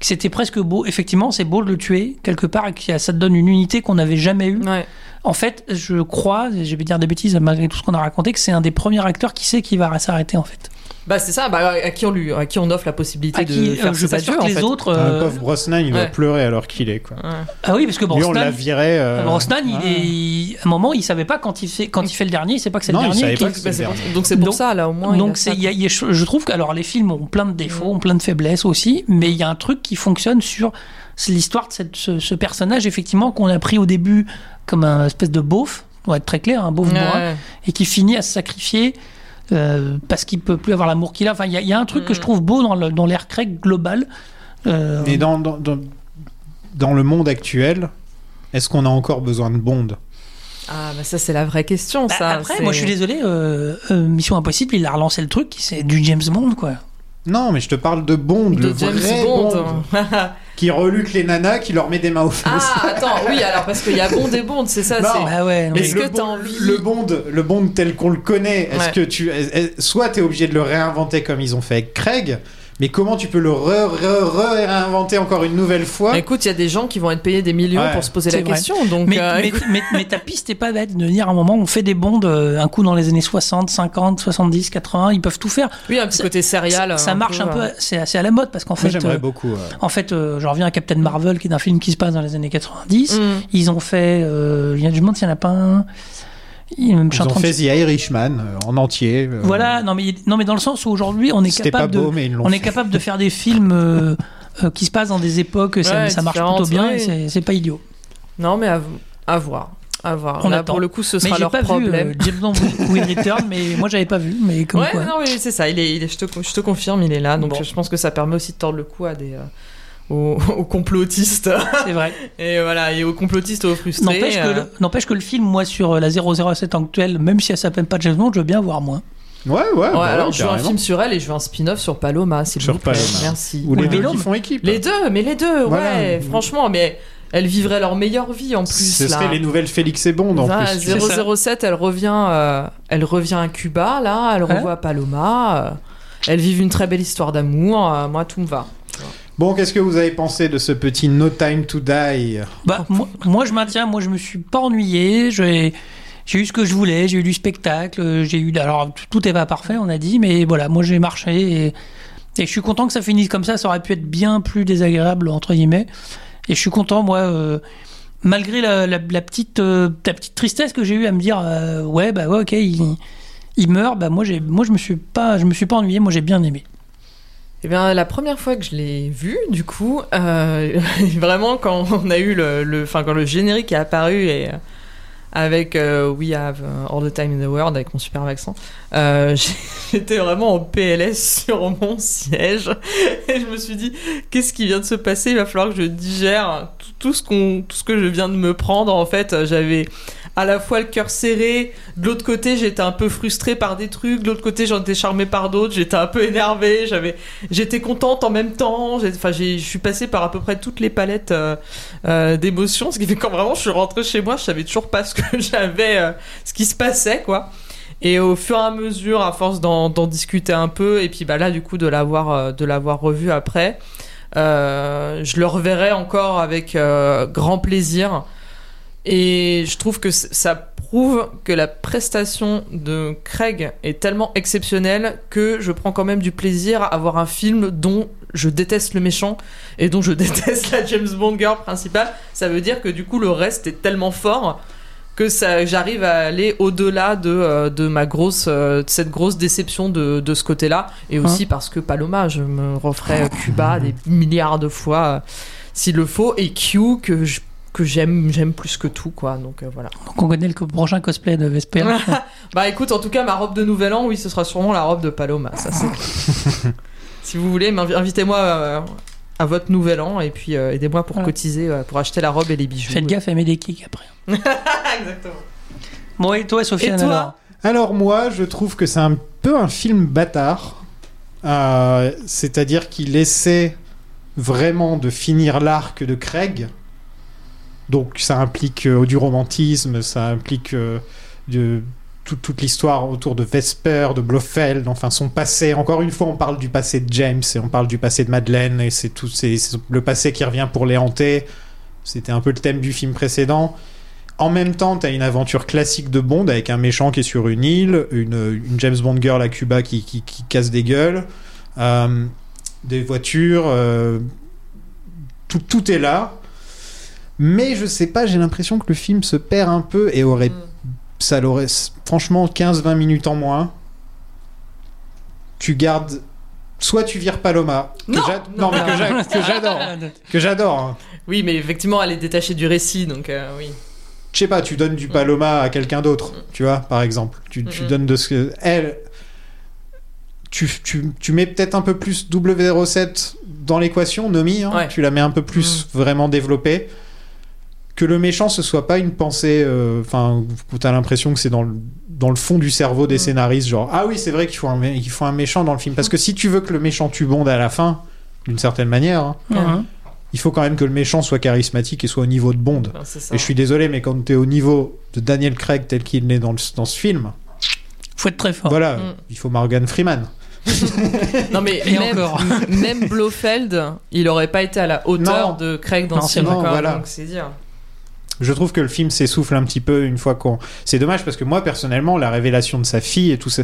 Speaker 2: c'était presque beau. Effectivement, c'est beau de le tuer quelque part et que ça te donne une unité qu'on n'avait jamais eue.
Speaker 3: Ouais.
Speaker 2: En fait, je crois, et je vais dire des bêtises malgré tout ce qu'on a raconté, que c'est un des premiers acteurs qui sait qu'il va s'arrêter, en fait.
Speaker 3: Bah c'est ça bah, à qui on lui à qui on offre la possibilité
Speaker 2: À
Speaker 3: de
Speaker 2: qui, euh,
Speaker 3: faire
Speaker 2: je suis
Speaker 3: ses
Speaker 2: pas sûr
Speaker 3: adieux
Speaker 2: que
Speaker 3: en
Speaker 2: les
Speaker 3: fait.
Speaker 2: autres.
Speaker 1: un
Speaker 2: euh,
Speaker 1: Ah, pauvre Brosnan, il va
Speaker 3: ouais.
Speaker 1: pleurer alors qu'il est. Quoi.
Speaker 2: Ah oui, parce que
Speaker 1: Lui, on l'a
Speaker 2: Brosnan,
Speaker 1: viré. euh,
Speaker 2: Brosnan, il
Speaker 1: ouais.
Speaker 2: est... à un moment, il savait pas quand il fait, quand il fait le dernier, il sait pas que c'est le
Speaker 1: Non, il
Speaker 2: dernier.
Speaker 1: savait
Speaker 2: qui-
Speaker 1: pas que
Speaker 3: Bah,
Speaker 1: c'est
Speaker 3: c'est
Speaker 1: le
Speaker 3: pour-
Speaker 1: dernier.
Speaker 3: donc c'est pour ça là au moins il a
Speaker 2: Donc,
Speaker 3: ça.
Speaker 2: c'est, il y a- il y a- je trouve que alors, les films ont plein de défauts, ont plein de faiblesses aussi, mais il y a un truc qui fonctionne sur c'est l'histoire de cette- ce, ce personnage, effectivement, qu'on a pris au début comme un espèce de beauf, on va être très clair, un beauf
Speaker 3: Ouais,
Speaker 2: bourrin,
Speaker 3: ouais.
Speaker 2: et qui finit à se sacrifier
Speaker 3: Mm.
Speaker 2: euh, parce qu'il peut plus avoir l'amour qu'il a. Enfin, il y, a- il y a un truc que je trouve beau dans, le- dans l'air Craig global. Euh,
Speaker 1: Mais dans, dans, dans- dans le monde actuel, est-ce qu'on a encore besoin de Bond
Speaker 3: Ah, bah ça, c'est la vraie question,
Speaker 2: bah,
Speaker 3: ça.
Speaker 2: après,
Speaker 3: c'est-
Speaker 2: moi je suis désolé, euh, euh, Mission Impossible, il a relancé le truc, c'est du James Bond quoi.
Speaker 1: Non, mais je te parle de Bond,
Speaker 3: De
Speaker 1: le
Speaker 3: James
Speaker 1: vrai
Speaker 3: Bond.
Speaker 1: Bond, qui relute les nanas, qui leur met des mains aux fesses.
Speaker 3: ah, attends, oui, alors parce qu'il y a Bond et Bond, c'est ça.
Speaker 1: Non.
Speaker 3: c'est-
Speaker 2: Bah ouais, non,
Speaker 3: Mais
Speaker 2: mais-
Speaker 3: Est-ce
Speaker 1: le
Speaker 3: que
Speaker 1: Bond-
Speaker 3: t'as envie-
Speaker 1: le Bond, le Bond tel qu'on le connaît, est-ce
Speaker 3: Ouais.
Speaker 1: que tu, est- est- soit t'es obligé de le réinventer comme ils ont fait avec Craig, mais comment tu peux le re, re, re- réinventer encore une nouvelle fois
Speaker 3: Bah, écoute, il y a des gens qui vont être payés des millions
Speaker 1: Ouais.
Speaker 3: pour se poser la
Speaker 2: C'est vrai.
Speaker 3: question. Donc,
Speaker 2: Mais,
Speaker 3: euh,
Speaker 2: mais-
Speaker 3: écoute,
Speaker 2: mais- mais ta piste est pas bête de dire à un moment on fait des bonds euh, un coup dans les années 60, 50, 70, 80, ils peuvent tout faire.
Speaker 3: oui, un petit
Speaker 2: ça-
Speaker 3: côté serial.
Speaker 2: ça marche un peu,
Speaker 3: euh,
Speaker 2: à- c'est assez à la mode parce qu'en
Speaker 1: Moi
Speaker 2: fait,
Speaker 1: j'aimerais
Speaker 2: euh,
Speaker 1: beaucoup. euh,
Speaker 2: en fait, euh, je reviens à Captain Marvel qui est un film qui se passe dans les années 90.
Speaker 3: Mm.
Speaker 2: Ils ont fait, euh, il y a- je me demande s'il y en a pas un. Ils, je
Speaker 1: Ils
Speaker 2: suis en
Speaker 1: ont
Speaker 2: train de-
Speaker 1: fait The Irishman euh, en entier. euh,
Speaker 2: Voilà, non mais il- non mais dans le sens où aujourd'hui on est
Speaker 1: C'était pas
Speaker 2: capable
Speaker 1: beau,
Speaker 2: de,
Speaker 1: mais ils l'ont
Speaker 2: on est
Speaker 1: fait.
Speaker 2: capable de faire des films euh, euh, qui se passent dans des époques, ça,
Speaker 3: Ouais,
Speaker 2: ça marche
Speaker 3: différentes,
Speaker 2: plutôt bien,
Speaker 3: ouais.
Speaker 2: et c'est- c'est pas idiot.
Speaker 3: Non, mais à, à voir. À voir.
Speaker 2: On
Speaker 3: Là,
Speaker 2: attend.
Speaker 3: pour le coup, ce
Speaker 2: Mais
Speaker 3: sera
Speaker 2: j'ai
Speaker 3: leur
Speaker 2: pas
Speaker 3: problème.
Speaker 2: vu euh, James Bond Will Return, mais moi j'avais pas vu, mais comme
Speaker 3: ouais,
Speaker 2: quoi.
Speaker 3: non, oui, c'est ça. Il est, il est- je, te, je te confirme, il est là. Donc,
Speaker 2: Bon.
Speaker 3: je pense que ça permet aussi de tordre le cou à des. euh, aux, aux complotistes
Speaker 2: C'est vrai.
Speaker 3: et voilà et aux complotistes aux frustrés
Speaker 2: N'empêche que,
Speaker 3: euh,
Speaker 2: le- n'empêche que le film, moi, sur euh, la 007 actuelle, même si elle s'appelle pas James Bond, je veux bien voir moins.
Speaker 1: Ouais, ouais.
Speaker 3: ouais,
Speaker 1: bah ouais,
Speaker 3: alors je veux un
Speaker 1: carrément.
Speaker 3: film sur elle et je veux un spin-off sur Paloma s'il
Speaker 1: Sur
Speaker 3: vous plaît
Speaker 1: Paloma.
Speaker 3: merci
Speaker 1: Ou les
Speaker 2: Ouais.
Speaker 1: deux qui
Speaker 2: Vélome.
Speaker 1: font équipe.
Speaker 3: Les deux, mais les deux, ouais,
Speaker 1: Voilà.
Speaker 3: franchement, mais elles vivraient leur meilleure vie en plus.
Speaker 1: Ce
Speaker 3: là. Hein,
Speaker 1: serait les nouvelles Félix et Bond en
Speaker 3: Ça,
Speaker 1: plus. tu vois.
Speaker 3: 007, elle revient, euh, elle revient à Cuba, là,
Speaker 1: Hein
Speaker 3: elle
Speaker 2: Ouais.
Speaker 3: revoit Paloma, euh, elles vivent une très belle histoire d'amour, euh, moi tout me va.
Speaker 1: Bon, qu'est-ce que vous avez pensé de ce petit No Time to Die
Speaker 2: Bah, moi, moi, je maintiens, moi, je me suis pas ennuyé, j'ai, j'ai eu ce que je voulais, j'ai eu du spectacle, euh, j'ai eu. Alors, t- tout est pas parfait, on a dit, mais voilà, moi, j'ai marché et, et je suis content que ça finisse comme ça, ça aurait pu être bien plus désagréable, entre guillemets. Et je suis content, moi. euh, Malgré la, la- la petite, euh, la petite tristesse que j'ai eue à me dire, euh, ouais, bah ouais, ok, il, il meurt, bah moi, j'ai, moi je, me suis pas, je me suis pas ennuyé, moi j'ai bien aimé.
Speaker 3: Eh bien, la première fois que je l'ai vue, du coup, euh, vraiment quand on a eu le, le- enfin quand le générique est apparu et euh, avec euh, We Have euh, All the Time in the World avec mon super accent, euh, j'ai- j'étais vraiment en PLS sur mon siège et je me suis dit qu'est-ce qui vient de se passer Il va falloir que je digère tout, tout ce qu'on, tout ce que je viens de me prendre. En fait, j'avais à la fois le cœur serré, de l'autre côté j'étais un peu frustrée par des trucs, de l'autre côté j'en étais charmée par d'autres, j'étais un peu énervée, j'avais j'étais contente en même temps. J'ai- Enfin, j'ai- je suis passée par à peu près toutes les palettes euh, euh, d'émotions, ce qui fait que quand vraiment je suis rentrée chez moi, je savais toujours pas ce que j'avais, euh, ce qui se passait, quoi. Et au fur et à mesure, à force d'en d'en discuter un peu, et puis bah là, du coup, de l'avoir euh, de l'avoir revu après, euh, je le reverrai encore avec euh, grand plaisir. Et je trouve que c- ça prouve que la prestation de Craig est tellement exceptionnelle que je prends quand même du plaisir à voir un film dont je déteste le méchant et dont je déteste la James Bond girl principale. Ça veut dire que du coup le reste est tellement fort que ça, j'arrive à aller au-delà de, euh, de ma grosse, euh, de cette grosse déception de, de ce côté-là. Et aussi parce que Paloma, je me referai Cuba des milliards de fois euh, s'il le faut. Et Q que je- que j'aime j'aime plus que tout quoi donc euh, voilà
Speaker 2: Donc on connaît le co- prochain cosplay de Vesper.
Speaker 3: bah écoute, en tout cas, ma robe de Nouvel An, oui, ce sera sûrement la robe de Paloma, ça c'est. clair. si vous voulez, m'invi- invitez-moi euh, à votre Nouvel An et puis euh, aidez-moi pour
Speaker 2: Voilà.
Speaker 3: cotiser, euh, pour acheter la robe et les bijoux. Ah,
Speaker 2: Faites gaffe, elle met des kicks après.
Speaker 3: Exactement.
Speaker 2: Bon, et toi, Sophie
Speaker 3: Et toi
Speaker 2: alors
Speaker 1: Alors moi, je trouve que c'est un peu un film bâtard. Euh, C'est-à-dire qu'il essaie vraiment de finir l'arc de Craig. Donc ça implique euh, du romantisme, ça implique euh, de- tout- toute l'histoire autour de Vesper, de Blofeld, enfin son passé. Encore une fois, on parle du passé de James et on parle du passé de Madeleine et c'est tout, c'est c'est le passé qui revient pour les hanter. C'était un peu le thème du film précédent. En même temps, t'as une aventure classique de Bond avec un méchant qui est sur une île, une, une James Bond girl à Cuba qui, qui- qui casse des gueules, euh, des voitures, euh, tout, tout est là. Mais je sais pas, j'ai l'impression que le film se perd un peu et aurait,
Speaker 3: Mm.
Speaker 1: ça l'aurait, franchement, 15-20 minutes en moins. Tu gardes, soit tu vires Paloma, que
Speaker 3: Non,
Speaker 1: j'a-
Speaker 3: non,
Speaker 1: mais que j'a- que j'adore,
Speaker 2: Ah,
Speaker 1: que j'adore. hein.
Speaker 3: Oui, mais effectivement, elle est détachée du récit, donc euh, oui.
Speaker 1: je sais pas, tu donnes du
Speaker 3: Mm.
Speaker 1: Paloma à quelqu'un d'autre, tu vois, par exemple. Tu, tu
Speaker 3: Mhm.
Speaker 1: donnes de ce que. Elle. tu- tu, tu, tu mets peut-être un peu plus W07 dans l'équation, Nomi, hein,
Speaker 3: Ouais. Mm.
Speaker 1: tu la mets un peu plus vraiment développée. Que le méchant, ce soit pas une pensée. euh, Enfin, où t'as l'impression que c'est dans le, dans le fond du cerveau des
Speaker 3: Mm.
Speaker 1: scénaristes, genre Ah oui, c'est vrai qu'il faut, un mé- qu'il faut un méchant dans le film. Parce que si tu veux que le méchant tue Bond à la fin, d'une certaine manière, hein,
Speaker 2: Mhm.
Speaker 1: il faut quand même que le méchant soit charismatique et soit au niveau de Bond.
Speaker 3: Ben, c'est ça.
Speaker 1: Et je suis désolé, mais quand t'es au niveau de Daniel Craig tel qu'il est dans, le- dans ce film,
Speaker 2: Faut être très fort.
Speaker 1: voilà,
Speaker 3: Mm.
Speaker 1: il faut Morgan Freeman.
Speaker 3: Non mais
Speaker 2: Et
Speaker 3: même,
Speaker 2: encore.
Speaker 3: même Blofeld, il aurait pas été à la hauteur
Speaker 1: Non.
Speaker 3: de Craig dans
Speaker 2: Non,
Speaker 3: ce
Speaker 2: c'est
Speaker 3: film.
Speaker 1: vrai.
Speaker 3: quand même,
Speaker 1: Voilà.
Speaker 3: Donc c'est dire.
Speaker 1: Je trouve que le film s'essouffle un petit peu une fois qu'on. C'est dommage parce que moi personnellement, la révélation de sa fille et tout ça,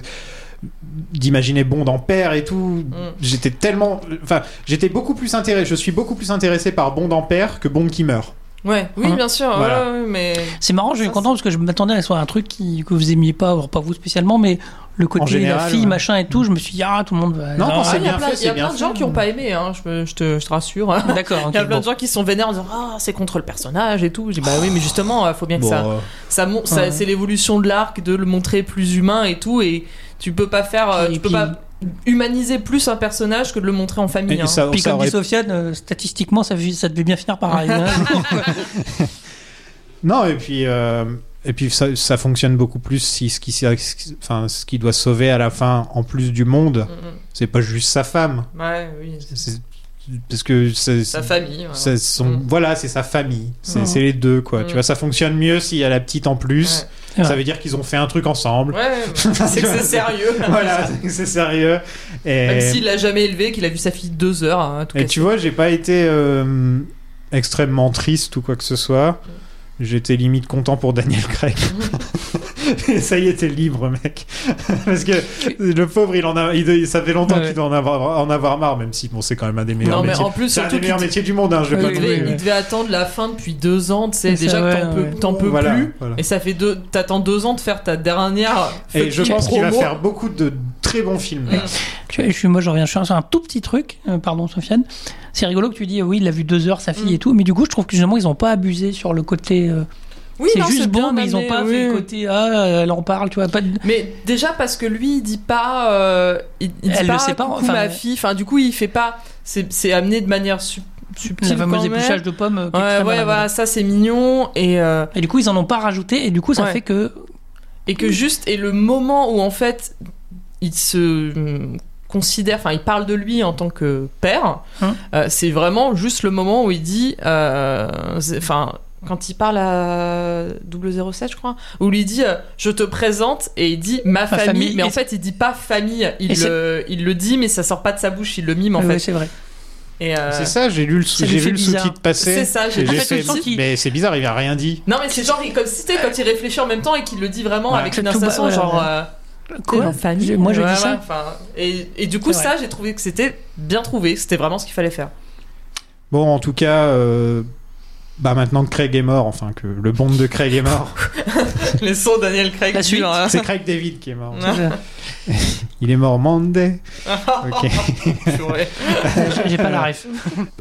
Speaker 1: d'imaginer Bond en père et tout, j'étais tellement, enfin, j'étais beaucoup plus intéressé. Je suis beaucoup plus intéressé par Bond en père que Bond qui meurt.
Speaker 3: Ouais, oui,
Speaker 2: Hein.
Speaker 3: bien sûr. ouais,
Speaker 1: Voilà.
Speaker 3: ouais, mais
Speaker 2: C'est marrant, je suis
Speaker 3: Ça,
Speaker 2: content parce que je m'attendais à ce soit un truc qui- que vous aimiez pas, voire pas vous spécialement, mais le côté la
Speaker 1: général,
Speaker 2: fille,
Speaker 1: ouais.
Speaker 2: machin et tout, je me suis dit, ah, tout le monde va.
Speaker 1: Non,
Speaker 2: Ah,
Speaker 1: quand c'est
Speaker 3: il y a
Speaker 1: bien
Speaker 3: plein,
Speaker 1: fait,
Speaker 3: il y a
Speaker 1: c'est bien
Speaker 3: plein de gens
Speaker 1: fait.
Speaker 3: qui ont pas aimé. hein, je, me- je te, je te rassure. hein.
Speaker 2: ah, D'accord,
Speaker 3: Il y a
Speaker 2: ok,
Speaker 3: plein
Speaker 2: bon.
Speaker 3: de gens qui sont vénères en disant ah c'est contre le personnage et tout. J'ai dit, bah oui mais justement euh, faut bien que ça
Speaker 1: euh,
Speaker 3: ça, mon- ça-
Speaker 2: Ouais.
Speaker 3: c'est l'évolution de l'arc de le montrer plus humain et tout et tu peux pas faire euh,
Speaker 2: Puis-
Speaker 3: tu peux
Speaker 2: puis-
Speaker 3: pas humaniser plus un personnage que de le montrer en famille.
Speaker 1: et
Speaker 3: hein.
Speaker 1: ça,
Speaker 2: Puis
Speaker 1: ça
Speaker 2: comme
Speaker 1: aurait-
Speaker 2: dit Sofiane, euh, statistiquement, ça, fait- ça devait bien finir par arriver. hein. un jour, quoi.
Speaker 1: Non, et puis, euh, et puis ça, ça fonctionne beaucoup plus si ce qui, ce qui- enfin, ce qui doit sauver à la fin, en plus du monde,
Speaker 3: Mm,
Speaker 1: c'est pas juste sa femme.
Speaker 3: mm. Ouais, oui, c'est
Speaker 1: C'est- Parce que c'est-
Speaker 3: sa famille. ouais.
Speaker 1: c'est son-
Speaker 3: Mm.
Speaker 1: Voilà, c'est sa famille. C'est
Speaker 2: Mm.
Speaker 1: c'est les deux, quoi.
Speaker 3: Mm.
Speaker 1: Tu vois, ça fonctionne mieux s'il y a la petite en plus.
Speaker 2: Ouais.
Speaker 1: Ça veut dire qu'ils ont fait un truc ensemble.
Speaker 3: Ouais, ouais, c'est que c'est sérieux.
Speaker 1: Voilà, c'est sérieux. Et,
Speaker 3: Même s'il l'a jamais élevé, qu'il a vu sa fille deux heures. hein, en tout
Speaker 1: et
Speaker 3: cas.
Speaker 1: tu vois, j'ai pas été euh, extrêmement triste ou quoi que ce soit. J'étais limite content pour Daniel Craig.
Speaker 3: Mm.
Speaker 1: ça y est, t'es libre, mec. Parce que le pauvre, il en a, il- ça fait longtemps
Speaker 2: Ouais.
Speaker 1: qu'il doit en avoir, en avoir marre, même si bon, c'est quand même un des meilleurs
Speaker 3: Non, mais
Speaker 1: métiers.
Speaker 3: en plus,
Speaker 1: c'est un
Speaker 3: surtout
Speaker 1: des meilleurs
Speaker 3: qu'il-
Speaker 1: métiers du monde, hein, je vais
Speaker 2: Oui,
Speaker 1: pas
Speaker 3: il,
Speaker 1: te
Speaker 2: oui,
Speaker 3: devait,
Speaker 1: mentir.
Speaker 2: oui.
Speaker 3: il devait attendre la fin depuis deux ans, tu sais,
Speaker 2: C'est
Speaker 3: déjà
Speaker 2: vrai,
Speaker 3: que t'en
Speaker 2: ouais.
Speaker 3: peux, t'en peux
Speaker 1: Voilà,
Speaker 3: plus.
Speaker 1: voilà.
Speaker 3: Et ça fait deux, t'attends deux ans de faire ta dernière.
Speaker 1: Et je
Speaker 3: fucking
Speaker 1: pense qu'il va
Speaker 3: promo.
Speaker 1: faire beaucoup de très bons films.
Speaker 3: Mm.
Speaker 2: Tu vois, je suis, moi, je reviens sur sur un tout petit truc, euh, pardon Sofiane. C'est rigolo que tu dis, euh, oui, il a vu deux heures sa fille
Speaker 3: Mm.
Speaker 2: et tout, mais du coup, je trouve que justement, ils n'ont pas abusé sur le côté. euh,
Speaker 3: Oui,
Speaker 2: c'est
Speaker 3: non,
Speaker 2: juste bon,
Speaker 3: bien
Speaker 2: mais ils n'ont
Speaker 3: amené,
Speaker 2: pas
Speaker 3: oui.
Speaker 2: fait le côté, ah, elle en parle, tu vois, pas de.
Speaker 3: Mais déjà parce que lui, il dit pas, euh, il, il dit
Speaker 2: Elle
Speaker 3: pas,
Speaker 2: le sait pas,
Speaker 3: coucou
Speaker 2: enfin,
Speaker 3: ma
Speaker 2: ouais.
Speaker 3: fille. Enfin, du coup, il fait pas. C'est c'est amené de manière sub- subtile
Speaker 2: La fameuse
Speaker 3: quand même.
Speaker 2: épluchage de pommes. euh, qui est
Speaker 3: Ouais,
Speaker 2: très
Speaker 3: ouais,
Speaker 2: malin.
Speaker 3: voilà, ça c'est mignon et euh,
Speaker 2: Et du coup, ils en ont pas rajouté, et du coup, ça
Speaker 3: Ouais.
Speaker 2: fait que.
Speaker 3: et que juste et le moment où en fait il se hum, considère, enfin il parle de lui en tant que père,
Speaker 2: Hum.
Speaker 3: euh, c'est vraiment juste le moment où il dit, euh, c'est- enfin quand il parle à 007 je crois, où il lui dit euh, je te présente et il dit ma, famille,
Speaker 2: famille.
Speaker 3: mais
Speaker 2: Et-
Speaker 3: en fait il dit pas famille,
Speaker 2: Et
Speaker 3: il
Speaker 2: c'est- Ah
Speaker 3: le, il le dit mais ça sort pas de sa bouche, il le mime en
Speaker 2: Ouais,
Speaker 3: fait.
Speaker 2: euh, c'est vrai.
Speaker 3: Et, euh,
Speaker 1: C'est ça, j'ai lu le, sous-
Speaker 2: Ça lui
Speaker 1: j'ai
Speaker 2: fait
Speaker 1: vu le
Speaker 2: bizarre.
Speaker 1: sous-titre passer.
Speaker 3: c'est ça, j'ai
Speaker 1: et
Speaker 2: En
Speaker 1: j'ai
Speaker 2: fait,
Speaker 1: fait,
Speaker 2: le sens qu'il-
Speaker 1: mais c'est bizarre, il a rien dit.
Speaker 3: Non mais c'est genre il- comme si c'était quand il réfléchit en même temps et qu'il le dit vraiment
Speaker 1: Ouais.
Speaker 3: avec une
Speaker 2: Tout bas,
Speaker 3: insertion
Speaker 2: voilà,
Speaker 3: genre
Speaker 2: ouais.
Speaker 3: euh,
Speaker 2: Quoi
Speaker 3: la famille. euh,
Speaker 2: Moi, je
Speaker 3: Ouais,
Speaker 2: dis
Speaker 3: ouais,
Speaker 2: ça.
Speaker 3: enfin, et, et du coup
Speaker 2: C'est
Speaker 3: ça j'ai trouvé que c'était bien trouvé, c'était vraiment ce qu'il fallait faire.
Speaker 1: Bon, en tout cas, euh, bah maintenant que Craig est mort, enfin que le Bond de Craig est mort,
Speaker 3: Les sons Daniel Craig.
Speaker 2: La
Speaker 3: dur,
Speaker 2: suite,
Speaker 3: hein.
Speaker 1: c'est Craig David qui est mort.
Speaker 3: Ouais.
Speaker 1: Il est mort Monday. Ok.
Speaker 3: Purée.
Speaker 2: J'ai- J'ai pas la ref.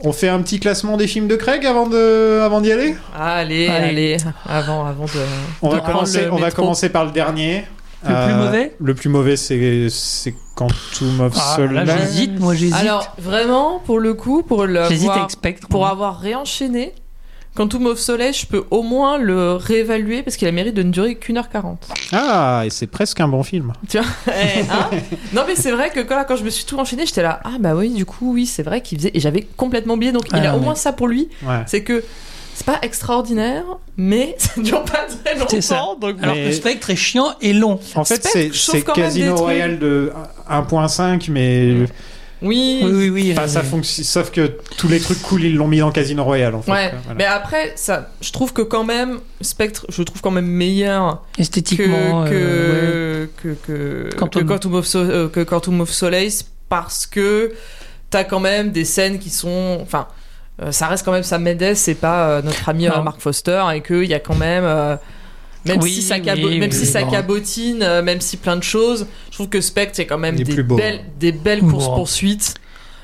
Speaker 1: On fait un petit classement des films de Craig avant de, avant d'y aller.
Speaker 3: Allez, allez,
Speaker 2: Allez.
Speaker 3: avant, avant de.
Speaker 1: On va
Speaker 2: Dans le
Speaker 1: commencer. On va
Speaker 2: métro.
Speaker 1: commencer par le dernier. Euh,
Speaker 2: Le plus mauvais
Speaker 1: Le plus mauvais, c'est c'est Quantum of
Speaker 2: Ah, là,
Speaker 1: Solace.
Speaker 2: j'hésite, moi, j'hésite.
Speaker 3: Alors vraiment pour le coup pour le
Speaker 2: J'hésite
Speaker 3: voir-
Speaker 2: avec Spectre.
Speaker 3: pour avoir réenchaîné. Quantum of Soleil, je peux au moins le réévaluer parce qu'il a mérite de ne durer qu'une heure quarante.
Speaker 1: Ah, et c'est presque un bon film.
Speaker 3: Eh, hein non mais c'est vrai que quand, quand je me suis tout enchaîné, j'étais là ah bah oui du coup oui c'est vrai qu'il faisait et j'avais complètement oublié donc il
Speaker 2: Ah,
Speaker 3: a au
Speaker 2: mais-
Speaker 3: moins ça pour lui
Speaker 1: Ouais.
Speaker 3: c'est que c'est pas extraordinaire mais ça ne dure pas très
Speaker 2: C'est ça.
Speaker 3: longtemps donc
Speaker 2: Alors
Speaker 1: Mais-
Speaker 2: que Spectre est chiant et long.
Speaker 1: En fait,
Speaker 3: Spectre
Speaker 1: c'est
Speaker 3: chauffe
Speaker 1: c'est
Speaker 3: quand même des
Speaker 1: Casino
Speaker 3: trucs.
Speaker 1: Royale de 1.5, mais
Speaker 3: oui,
Speaker 2: Oui, oui, oui.
Speaker 1: enfin,
Speaker 2: euh,
Speaker 1: ça fonctionne. Sauf que tous les trucs cool, ils l'ont mis dans Casino Royale. En fait.
Speaker 3: ouais
Speaker 1: euh, Voilà.
Speaker 3: mais après ça je trouve que quand même Spectre je trouve quand même meilleur que
Speaker 2: Esthétiquement.
Speaker 3: que,
Speaker 2: euh, ouais.
Speaker 3: que que
Speaker 2: Quantum.
Speaker 3: que Quantum of So- euh, que Quantum of Solace parce que t'as quand même des scènes qui sont enfin euh, ça reste quand même Sam Mendes c'est pas euh, notre ami euh,
Speaker 2: Non.
Speaker 3: Mark Foster et que il y a quand même euh, même
Speaker 2: Oui,
Speaker 3: si ça,
Speaker 2: oui,
Speaker 3: cabo-
Speaker 2: oui,
Speaker 3: même si
Speaker 2: oui,
Speaker 3: ça
Speaker 2: bon.
Speaker 3: cabotine, euh, même si plein de choses, je trouve que Spectre c'est quand même
Speaker 1: Il est
Speaker 3: des
Speaker 1: plus beau. hein.
Speaker 3: belles, des belles
Speaker 2: Bon.
Speaker 3: courses poursuites.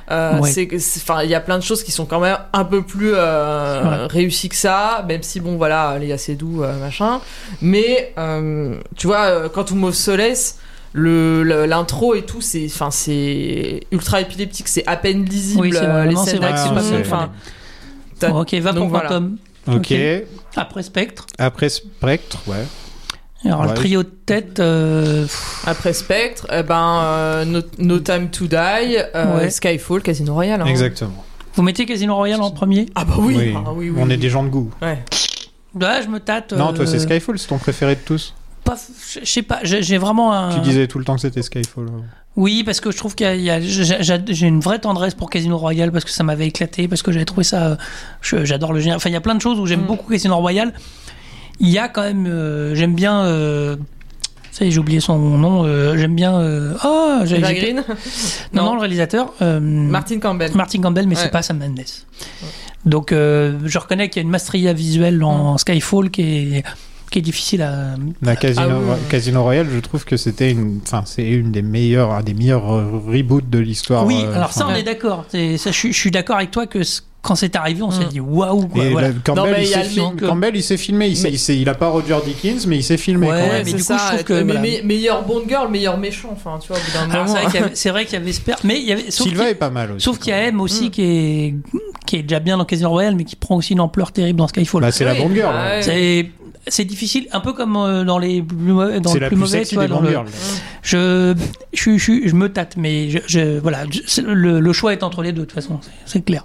Speaker 3: Euh,
Speaker 2: Ouais.
Speaker 3: c'est que- c'est- enfin, il y a plein de choses qui sont quand même un peu plus euh, réussies que ça, même si bon voilà, elle est assez doux, euh, machin. Mais euh, tu vois, euh, Quantum of Solace, le le- l'intro et tout c'est enfin c'est ultra épileptique c'est à peine lisible
Speaker 2: Oui, c'est
Speaker 3: euh,
Speaker 2: vrai,
Speaker 3: les
Speaker 2: non, c'est
Speaker 3: scènes
Speaker 2: vrai,
Speaker 3: d'action
Speaker 1: c'est pas
Speaker 3: enfin t'as-
Speaker 2: Bon, ok, va
Speaker 3: donc
Speaker 2: pour
Speaker 3: voilà.
Speaker 2: Quantum.
Speaker 1: Ok.
Speaker 2: Après Spectre.
Speaker 1: Après Spectre, ouais.
Speaker 2: Alors le
Speaker 1: Ouais.
Speaker 2: trio de tête. euh, pff,
Speaker 3: après Spectre eh ben euh, no, No Time to Die euh,
Speaker 2: Ouais.
Speaker 3: Skyfall Casino Royale hein.
Speaker 1: Exactement.
Speaker 2: Vous mettez Casino Royale en premier
Speaker 3: ah bah oui, ah oui, oui,
Speaker 1: On
Speaker 3: oui.
Speaker 1: est des gens de goût.
Speaker 3: Ouais.
Speaker 2: Là, je me tâte.
Speaker 1: Non, toi, c'est
Speaker 2: euh,
Speaker 1: Skyfall, c'est ton préféré de tous.
Speaker 2: pas- Je je sais pas, j'ai j'ai vraiment un.
Speaker 3: Ah.
Speaker 1: Tu disais tout le temps que c'était Skyfall.
Speaker 2: Oui, parce que je trouve qu'il y a- il y a, j'ai- j'ai j'ai une vraie tendresse pour Casino Royale parce que ça m'avait éclaté, parce que j'avais trouvé ça. euh, je- J'adore le générique. Enfin, il y a plein de choses où j'aime
Speaker 3: Mm.
Speaker 2: beaucoup Casino Royale. Il y a quand même. euh, j'aime bien. euh, ça y est, j'ai oublié son nom. euh, j'aime bien. euh, oh, j'ai-
Speaker 3: Eva
Speaker 2: j'ai-
Speaker 3: Green
Speaker 2: non,
Speaker 3: Non.
Speaker 2: non, le réalisateur. euh,
Speaker 3: Martin Campbell
Speaker 2: Martin Campbell, mais
Speaker 3: Ouais.
Speaker 2: c'est pas Sam Mendes. Donc, euh, je reconnais qu'il y a une maestria visuelle en
Speaker 3: Mm.
Speaker 2: Skyfall qui est, qui est difficile à.
Speaker 1: La Casino,
Speaker 3: Ah oui, oui.
Speaker 1: Casino Royale, je trouve que c'était une, enfin, c'est une des meilleures, un des meilleurs euh, reboots de l'histoire.
Speaker 2: oui,
Speaker 1: euh,
Speaker 2: alors ça,
Speaker 1: enfin.
Speaker 2: on est d'accord. C'est- ça, Je, suis- je suis d'accord avec toi que c- quand c'est arrivé, on s'est
Speaker 3: Mm.
Speaker 2: dit waouh. quoi,
Speaker 1: Et
Speaker 2: voilà.
Speaker 1: la- Campbell,
Speaker 3: Non, mais
Speaker 1: il
Speaker 3: il y a
Speaker 1: s'est
Speaker 3: le
Speaker 1: film-
Speaker 3: mec, euh,
Speaker 1: Campbell, il s'est filmé. Il, s'est-
Speaker 3: mais-
Speaker 1: il s'est- il a pas Roger Dickens, mais il s'est filmé
Speaker 2: Ouais,
Speaker 1: quand
Speaker 2: mais
Speaker 1: même.
Speaker 3: c'est euh,
Speaker 2: du coup, je trouve que,
Speaker 3: mais-
Speaker 2: voilà.
Speaker 3: mais- meilleur Bond girl, meilleur méchant, enfin, tu vois, au bout d'un
Speaker 2: Alors,
Speaker 3: moment.
Speaker 2: c'est vrai qu'il y avait- c'est vrai qu'il y avait Sper, mais il y avait. Sauf
Speaker 1: Sylvain
Speaker 2: qu'il-
Speaker 1: est pas Mm. mal aussi.
Speaker 2: sauf qu'il y a
Speaker 1: quand même.
Speaker 2: M aussi qui, est, qui est déjà bien dans Casino Royale, mais qui prend aussi une ampleur terrible dans Skyfall.
Speaker 1: Bah, c'est la
Speaker 3: Oui.
Speaker 1: Bond Girl.
Speaker 3: Ah,
Speaker 1: hein.
Speaker 3: ouais.
Speaker 2: c'est c'est difficile, un peu comme euh, dans les plus mauvais, dans
Speaker 1: C'est
Speaker 2: le
Speaker 1: la
Speaker 2: plus
Speaker 1: plus
Speaker 2: mauvais,
Speaker 1: sexy
Speaker 2: tu vois,
Speaker 1: des
Speaker 2: dans
Speaker 1: Bond
Speaker 2: le-
Speaker 1: Girls.
Speaker 2: Je, je, suis- je, suis- je me tâte, mais je, je- voilà, je- c'est- le, le choix est entre les deux de toute façon, c'est- c'est clair.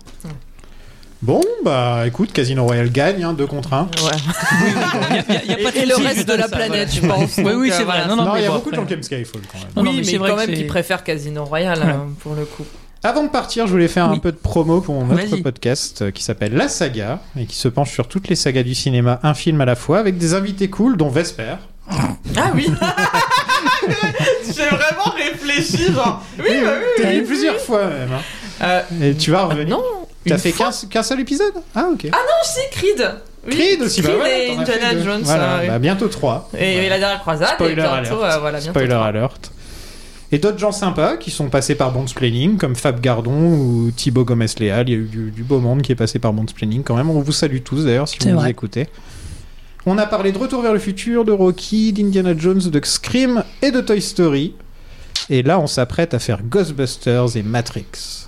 Speaker 1: Bon, bah, écoute, Casino Royale gagne, hein, 2 contre 1.
Speaker 3: euh, Ouais.
Speaker 2: Il y a- il y a- il y a pas de
Speaker 3: Et le
Speaker 2: souci,
Speaker 3: reste
Speaker 2: je
Speaker 3: de la
Speaker 2: donne ça,
Speaker 3: planète,
Speaker 2: voilà.
Speaker 3: je pense.
Speaker 2: Oui,
Speaker 3: Donc,
Speaker 2: oui, c'est
Speaker 3: euh,
Speaker 2: vrai.
Speaker 3: voilà.
Speaker 2: Non, non,
Speaker 1: Non, il y
Speaker 2: mais
Speaker 1: a
Speaker 2: bon,
Speaker 1: beaucoup de gens
Speaker 2: après-
Speaker 1: qui aiment Skyfall quand même.
Speaker 2: Non, non,
Speaker 3: oui,
Speaker 2: mais
Speaker 3: mais,
Speaker 2: c'est vrai
Speaker 3: quand
Speaker 2: que
Speaker 3: même,
Speaker 2: c'est-
Speaker 3: qui préfèrent Casino Royale,
Speaker 2: Ouais.
Speaker 3: hein, pour le coup.
Speaker 1: Avant de partir, je voulais faire
Speaker 2: Oui.
Speaker 1: un peu de promo pour notre
Speaker 2: Vas-y.
Speaker 1: podcast euh, qui s'appelle La Saga et qui se penche sur toutes les sagas du cinéma, un film à la fois, avec des invités cool, dont Vesper.
Speaker 3: Ah oui J'ai vraiment réfléchi, genre. Oui, bah oui.
Speaker 1: euh, T'as vu plusieurs fois même. hein.
Speaker 3: Euh,
Speaker 1: Et tu vas revenir.
Speaker 3: non,
Speaker 1: T'as
Speaker 3: une
Speaker 1: fait
Speaker 3: fois.
Speaker 1: qu'un qu'un seul épisode Ah, ok.
Speaker 3: non, si, Creed. Oui.
Speaker 1: Creed aussi, bah
Speaker 3: Creed
Speaker 1: voilà,
Speaker 3: et
Speaker 1: t'en as fait
Speaker 3: Indiana
Speaker 1: deux.
Speaker 3: Jones,
Speaker 1: Voilà,
Speaker 3: euh, oui.
Speaker 1: bah, bientôt 3.
Speaker 3: Et, et la dernière croisade,
Speaker 1: Spoiler
Speaker 3: et bientôt,
Speaker 1: alert.
Speaker 3: euh, voilà, bientôt.
Speaker 1: Spoiler alert. Et d'autres gens sympas qui sont passés par Planning, comme Fab Gardon ou Thibaut Gomez-Léal. Il y a eu du, du beau monde qui est passé par Planning quand même. On vous salue tous d'ailleurs si
Speaker 2: C'est
Speaker 1: vous nous
Speaker 2: vrai.
Speaker 1: écoutez. On a parlé de Retour vers le futur, de Rocky, d'Indiana Jones, de Scream et de Toy Story. Et là, on s'apprête à faire Ghostbusters et Matrix.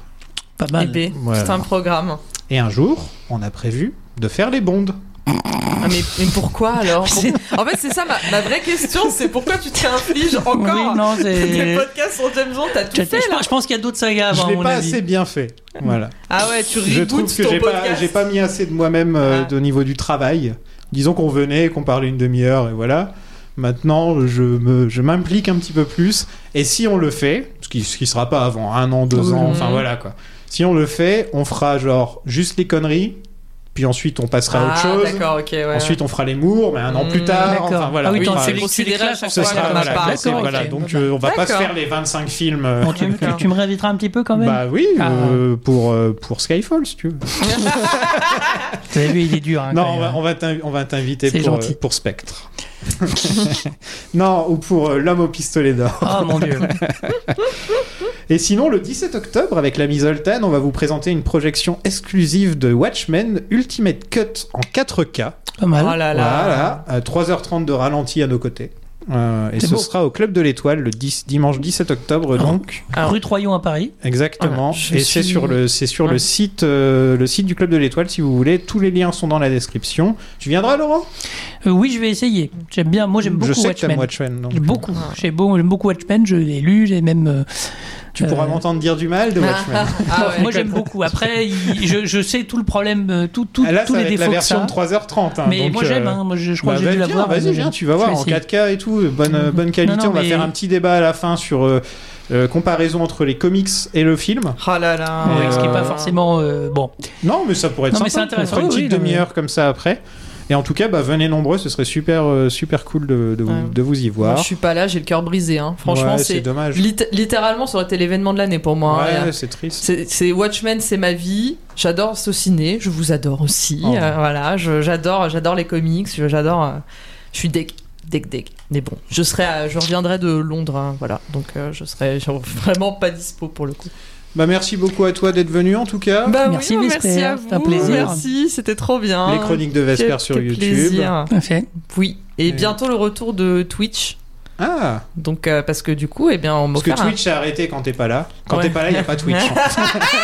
Speaker 2: Pas mal.
Speaker 3: Eh ben,
Speaker 1: Voilà.
Speaker 3: C'est un programme.
Speaker 1: Et un jour, on a prévu de faire les bondes.
Speaker 3: Ah, mais, mais pourquoi alors Pour- En fait, c'est ça ma, ma vraie question c'est pourquoi tu t'infliges encore
Speaker 2: Oui, non,
Speaker 3: Tes
Speaker 2: c'est.
Speaker 3: podcasts sur James Bond, t'as
Speaker 2: Je,
Speaker 3: tout
Speaker 2: je-
Speaker 3: fait là
Speaker 2: je pense qu'il y a d'autres
Speaker 3: bah,
Speaker 2: sagas
Speaker 1: Je
Speaker 2: avant, à
Speaker 1: l'ai
Speaker 2: mon
Speaker 1: pas
Speaker 2: avis.
Speaker 1: assez bien fait. Voilà.
Speaker 3: Ah ouais, tu
Speaker 1: Je trouve
Speaker 3: rebootes
Speaker 1: que
Speaker 3: ton
Speaker 1: j'ai pas,
Speaker 3: podcast.
Speaker 1: j'ai pas mis assez de moi-même euh,
Speaker 3: Ah.
Speaker 1: de- au niveau du travail. Disons qu'on venait, qu'on parlait une demi-heure et voilà. Maintenant, je, me, je m'implique un petit peu plus. Et si on le fait, ce qui, ce qui sera pas avant un an, deux
Speaker 2: Mhm.
Speaker 1: ans, enfin voilà quoi. Si on le fait, on fera genre juste les conneries, puis ensuite on passera à autre
Speaker 3: ah,
Speaker 1: chose.
Speaker 3: D'accord, ok, ouais.
Speaker 1: Ensuite, on fera les mours, mais un an
Speaker 3: Mhm.
Speaker 1: plus tard.
Speaker 2: D'accord.
Speaker 1: Enfin, voilà.
Speaker 2: ah oui,
Speaker 1: on
Speaker 2: t'en-
Speaker 1: fera-
Speaker 2: tu,
Speaker 3: c'est
Speaker 2: les-
Speaker 1: ce
Speaker 2: tu les classes à
Speaker 3: Ce
Speaker 2: chaque fois
Speaker 1: sera,
Speaker 3: comme
Speaker 2: comme
Speaker 1: voilà,
Speaker 2: ça.
Speaker 3: part.
Speaker 1: classé,
Speaker 2: D'accord,
Speaker 1: voilà.
Speaker 2: ok. bah,
Speaker 1: Donc, euh, on va pas se
Speaker 3: D'accord.
Speaker 1: faire les 25 films. euh,
Speaker 2: Bon, tu, me- tu- tu me réinviteras un petit peu quand même.
Speaker 1: Bah oui,
Speaker 2: Ah.
Speaker 1: euh, pour, euh, pour Skyfall, si tu veux.
Speaker 2: Vous avez vu, il est dur. hein,
Speaker 1: Non,
Speaker 2: quand
Speaker 1: on va,
Speaker 2: même.
Speaker 1: on va t'in- on va t'inviter
Speaker 2: C'est
Speaker 1: pour,
Speaker 2: gentil.
Speaker 1: euh, pour Spectre. non, ou pour euh, L'homme au pistolet d'or.
Speaker 2: Ah mon dieu.
Speaker 1: Et sinon, le 17 octobre, avec l'ami Zoltan, on va vous présenter une projection exclusive de Watchmen Ultimate Cut en 4K.
Speaker 2: Pas mal.
Speaker 3: Oh là là.
Speaker 1: Voilà, à 3h30 de ralenti à nos côtés. Euh, et
Speaker 2: C'est
Speaker 1: ce
Speaker 2: beau. Ah
Speaker 1: sera au Club de l'Étoile le 10 dimanche 17 octobre, donc.
Speaker 3: Alors-
Speaker 2: Rue Troyon à Paris.
Speaker 1: Exactement.
Speaker 2: Ah,
Speaker 3: Voilà, je
Speaker 1: et c'est
Speaker 3: suis-
Speaker 1: sur le c'est sur
Speaker 3: Ouais.
Speaker 1: le site euh, le site du club de l'étoile si vous voulez. Tous les liens sont dans la description. Tu viendras Laurent
Speaker 2: Euh, oui, je vais essayer. J'aime bien. Moi, j'aime beaucoup
Speaker 1: Je sais que
Speaker 2: Watchmen.
Speaker 1: t'aimes Watchmen. donc.
Speaker 2: J'aime Beaucoup. J'ai beau- J'aime beaucoup Watchmen. Je l'ai lu. J'ai même. euh,
Speaker 1: Tu pourras
Speaker 2: euh,
Speaker 1: m'entendre dire du mal de Watchmen.
Speaker 3: Ah ouais.
Speaker 2: Moi, j'aime beaucoup. Après, il- je, je sais tout le problème, euh, tout, tout,
Speaker 1: Ah, Là,
Speaker 2: tous
Speaker 1: ça
Speaker 2: les
Speaker 1: va être
Speaker 2: défauts
Speaker 1: la
Speaker 2: que ça.
Speaker 1: version
Speaker 2: a.
Speaker 1: de 3h30. hein,
Speaker 2: mais
Speaker 1: donc,
Speaker 2: moi,
Speaker 1: euh,
Speaker 2: j'aime. hein. Moi, je, je crois
Speaker 1: bah,
Speaker 2: que j'ai dû
Speaker 1: viens,
Speaker 2: l'avoir.
Speaker 1: Vas-y, viens, tu vas voir
Speaker 2: Je vais
Speaker 1: en
Speaker 2: essayer.
Speaker 1: 4K et tout, bonne, euh, bonne qualité.
Speaker 2: Non, non,
Speaker 1: on va
Speaker 2: mais-
Speaker 1: faire un petit débat à la fin sur euh, euh, comparaison entre les comics et le film.
Speaker 2: Ah
Speaker 3: Oh là là.
Speaker 2: Ouais, Ce qui est pas
Speaker 1: Euh,
Speaker 2: forcément euh, bon.
Speaker 1: Non, mais ça pourrait être
Speaker 2: Non, mais
Speaker 1: sympa.
Speaker 2: c'est
Speaker 1: On
Speaker 2: intéressant.
Speaker 1: fera une
Speaker 2: Oui,
Speaker 1: petite
Speaker 2: oui, non, mais-
Speaker 1: demi-heure comme ça après. Et en tout cas, bah, venez nombreux, ce serait super, euh, super cool de, de vous,
Speaker 3: Ouais.
Speaker 1: de vous y voir.
Speaker 3: Moi, je suis pas là, j'ai le cœur brisé. Hein. Franchement,
Speaker 1: Ouais,
Speaker 3: c'est.
Speaker 1: dommage.
Speaker 3: litt- Littéralement, ça aurait été l'événement de l'année pour moi. hein.
Speaker 1: ouais, c'est triste.
Speaker 3: C'est c'est Watchmen, c'est ma vie. J'adore ce ciné, je vous adore aussi.
Speaker 1: Oh.
Speaker 3: Euh, voilà, je- j'adore, j'adore les comics, je- j'adore. euh, je suis deg, deg, deg. Mais bon, je serai, à- je reviendrai de Londres, hein, voilà. Donc euh, je serai genre vraiment pas dispo pour le coup.
Speaker 1: Bah, merci beaucoup à toi d'être venu en tout cas.
Speaker 3: Bah
Speaker 2: Ah, Merci,
Speaker 3: oui,
Speaker 2: Vesper,
Speaker 3: merci à vous.
Speaker 2: c'était un plaisir.
Speaker 3: Merci, c'était trop
Speaker 2: Bah,
Speaker 3: bien.
Speaker 1: Les chroniques de Vesper
Speaker 3: Quel-
Speaker 1: sur
Speaker 3: quel
Speaker 1: YouTube.
Speaker 3: plaisir.
Speaker 2: Tout à fait.
Speaker 3: Oui, et
Speaker 1: Et-
Speaker 3: bientôt le retour de Twitch.
Speaker 1: Ah
Speaker 3: Donc, euh, parce que du coup, eh bien, on m'a
Speaker 1: Parce que
Speaker 3: offert un-
Speaker 2: hein.
Speaker 1: Twitch a arrêté quand t'es pas là. Quand
Speaker 3: Ouais.
Speaker 1: t'es pas là, il n'y a pas Twitch. hein. en fait.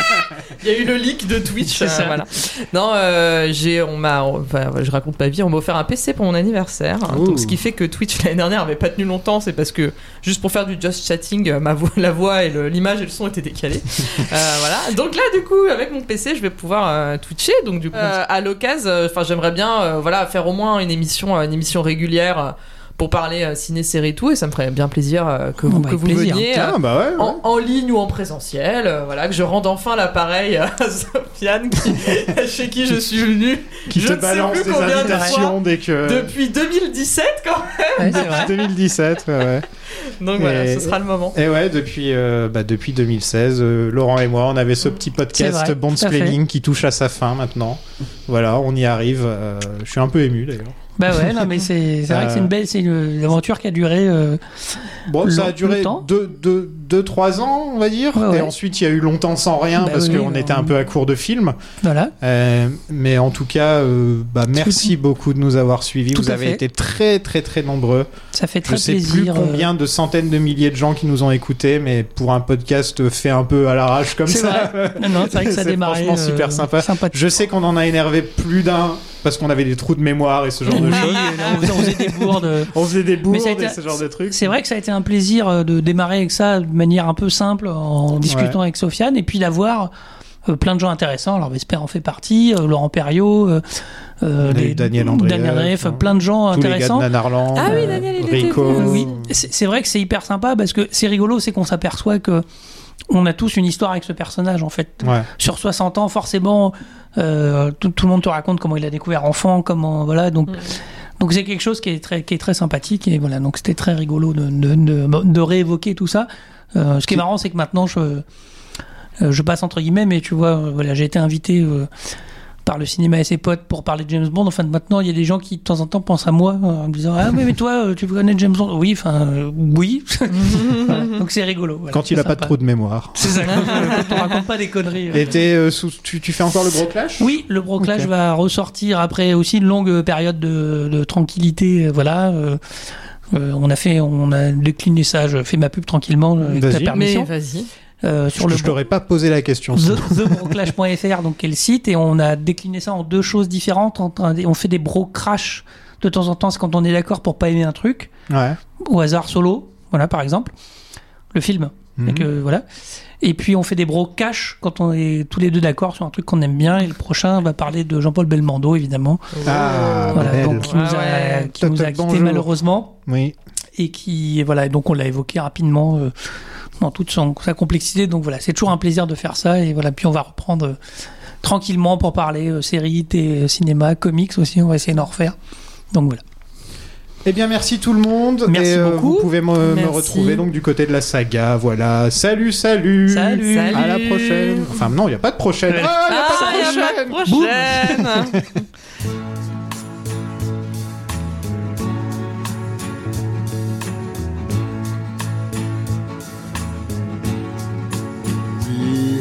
Speaker 3: Il y a eu le leak de Twitch.
Speaker 2: C'est ça.
Speaker 3: voilà. Non, euh, j'ai, on m'a, enfin, je raconte ma vie. On m'a offert un PC pour mon anniversaire.
Speaker 1: Ouh.
Speaker 3: Donc, ce qui fait que Twitch l'année dernière avait pas tenu longtemps, c'est parce que juste pour faire du just chatting, euh, ma voix, la voix et le- l'image et le son étaient décalés. Euh, voilà. Donc là, du coup, avec mon PC, je vais pouvoir euh, twitcher. Donc du coup, euh, à l'occasion, euh, enfin, j'aimerais bien, euh, voilà, faire au moins une émission, euh, une émission régulière. euh, pour parler euh, ciné, série, tout, et ça me ferait bien plaisir euh, que
Speaker 2: Oh,
Speaker 3: vous,
Speaker 2: bah,
Speaker 3: que vous
Speaker 2: plaisir.
Speaker 3: veniez. euh,
Speaker 1: Ah bah ouais, ouais.
Speaker 3: en, en ligne ou en présentiel, euh, voilà, que je rende enfin l'appareil à Sofiane, qui- chez qui je suis venu
Speaker 1: Qui
Speaker 3: je
Speaker 1: te
Speaker 3: ne sais
Speaker 1: balance
Speaker 3: plus
Speaker 1: des
Speaker 3: combien de
Speaker 1: invitations euh. dès que.
Speaker 3: depuis 2017 quand même.
Speaker 2: Ouais, c'est vrai.
Speaker 1: Depuis 2017, ouais, ouais.
Speaker 3: Donc voilà,
Speaker 1: Et-
Speaker 3: ce sera le moment.
Speaker 1: Et ouais, depuis, euh, bah, depuis 2016, euh, Laurent et moi, on avait ce petit
Speaker 2: C'est
Speaker 1: podcast
Speaker 2: vrai, tout
Speaker 1: Bondsplaining qui touche à sa fin maintenant. Voilà, on y arrive. euh, je suis un peu ému d'ailleurs.
Speaker 2: Bah ouais, non, mais c'est c'est vrai
Speaker 1: Euh.
Speaker 2: que c'est une belle, c'est une, aventure qui a duré. euh,
Speaker 1: Bon, ça a
Speaker 2: Long-
Speaker 1: duré
Speaker 2: longtemps
Speaker 1: 2-3 ans, on va dire.
Speaker 2: Ouais, ouais.
Speaker 1: Et ensuite, il y a eu longtemps sans rien
Speaker 2: Bah
Speaker 1: parce
Speaker 2: oui,
Speaker 1: qu'on
Speaker 2: bah,
Speaker 1: était un
Speaker 2: on-
Speaker 1: peu à court de films.
Speaker 2: voilà.
Speaker 1: Euh, mais en tout cas, euh, bah, merci beaucoup de nous avoir suivis.
Speaker 2: Tout
Speaker 1: Vous
Speaker 2: à
Speaker 1: avez
Speaker 2: fait.
Speaker 1: été très, très, très nombreux.
Speaker 2: Ça fait
Speaker 1: Je
Speaker 2: très
Speaker 1: sais plus
Speaker 2: plaisir. euh,
Speaker 1: combien de centaines de milliers de gens qui nous ont écoutés, mais pour un podcast fait un peu à l'arrache comme
Speaker 2: C'est
Speaker 1: ça.
Speaker 2: vrai. euh, Non, non, c'est vrai que ça euh,
Speaker 1: C'est
Speaker 2: démarre.
Speaker 1: franchement super sympa. Je sais qu'on en a énervé plus d'un parce qu'on avait des trous de mémoire et ce genre de
Speaker 2: Oui,
Speaker 1: choses.
Speaker 2: on faisait- on faisait des bourdes.
Speaker 1: On faisait des bourdes
Speaker 2: Mais ça a été-
Speaker 1: et ce genre de trucs.
Speaker 2: C'est vrai que ça a été un plaisir euh, de démarrer avec ça de manière un peu simple en discutant avec Sofiane et puis d'avoir euh, plein de gens intéressants. Alors Vesper en fait partie, euh, Laurent Perriot, euh, euh,
Speaker 1: Et
Speaker 2: les-
Speaker 1: Daniel Andreev,
Speaker 2: Daniel Andreev,
Speaker 1: hein.
Speaker 2: plein de gens
Speaker 1: Tous les gars de
Speaker 2: intéressants.
Speaker 1: Nanarland,
Speaker 3: Ah oui,
Speaker 1: euh,
Speaker 3: Daniel, il était
Speaker 1: Rico.
Speaker 3: venu.
Speaker 2: Oui, c'est c'est vrai que c'est hyper sympa parce que c'est rigolo, c'est qu'on s'aperçoit que on a tous une histoire avec ce personnage en fait.
Speaker 1: euh, Ouais.
Speaker 2: Sur 60 ans, forcément, euh, tout, tout le monde te raconte comment il a découvert enfant, comment voilà. Donc, donc c'est quelque chose qui est très qui est très sympathique et voilà. Donc c'était très rigolo de de, de- de réévoquer tout ça. Euh, ce qui est marrant, c'est que maintenant je euh, je passe entre guillemets, mais tu vois, euh, voilà, j'ai été invité. euh, par le cinéma et ses potes pour parler de James Bond. Enfin, maintenant, il y a des gens qui, de temps en temps, pensent à moi euh, en me disant Ah, mais, mais toi, euh, tu connais James Bond Oui, enfin, euh, oui. Voilà. Donc, c'est rigolo. voilà.
Speaker 1: Quand il
Speaker 2: C'est
Speaker 1: a pas de
Speaker 2: sympa.
Speaker 1: trou de mémoire.
Speaker 2: C'est ça, quand on raconte pas des conneries. euh.
Speaker 1: Et t'es, euh, sous- tu, tu fais encore le gros clash
Speaker 2: Oui, le broclage
Speaker 1: Ok.
Speaker 2: va ressortir après aussi une longue période de, de tranquillité. euh, Voilà. euh, euh, on a fait, on a décliné ça. Je fais ma pub tranquillement euh, avec ta
Speaker 1: Vas-y.
Speaker 2: permission
Speaker 3: vas-y.
Speaker 2: euh, sur
Speaker 1: je,
Speaker 2: le
Speaker 1: je t'aurais pas posé la question. sinon.
Speaker 2: The- TheBroclash.fr, donc qui est le site, et on a décliné ça en deux choses différentes. En train de- On fait des bro crash de temps en temps, c'est quand on est d'accord pour pas aimer un truc.
Speaker 1: Ouais.
Speaker 2: Au hasard, solo, voilà par exemple, le film.
Speaker 1: Mhm.
Speaker 2: Donc, euh, voilà. Et puis on fait des bro cash quand on est tous les deux d'accord sur un truc qu'on aime bien. Et le prochain va parler de Jean-Paul Belmondo, évidemment,
Speaker 1: Ah,
Speaker 2: voilà,
Speaker 1: belle.
Speaker 2: donc, qui nous a,
Speaker 3: Ah ouais.
Speaker 2: qui nous
Speaker 1: Toc,
Speaker 2: a
Speaker 1: toc,
Speaker 2: quittés
Speaker 1: bonjour.
Speaker 2: malheureusement
Speaker 1: Oui.
Speaker 2: et qui et voilà. Et donc on l'a évoqué rapidement. euh, dans toute son- sa complexité. Donc voilà, c'est toujours un plaisir de faire ça. Et voilà, puis on va reprendre euh, tranquillement pour parler euh, séries, té- cinéma, comics aussi. On va essayer d'en refaire. Donc voilà.
Speaker 1: Eh bien, merci tout le monde.
Speaker 2: Merci
Speaker 1: et, euh,
Speaker 2: beaucoup.
Speaker 1: Vous pouvez me, me
Speaker 3: Merci.
Speaker 1: retrouver donc du côté de la saga. Voilà. Salut, salut.
Speaker 2: Salut.
Speaker 1: À la
Speaker 3: Salut.
Speaker 1: prochaine. Enfin, non, il n'y a pas de prochaine. Ah, il n'y a
Speaker 3: Ah,
Speaker 1: pas de
Speaker 3: y a
Speaker 1: prochaine.
Speaker 3: pas de prochaine.
Speaker 4: We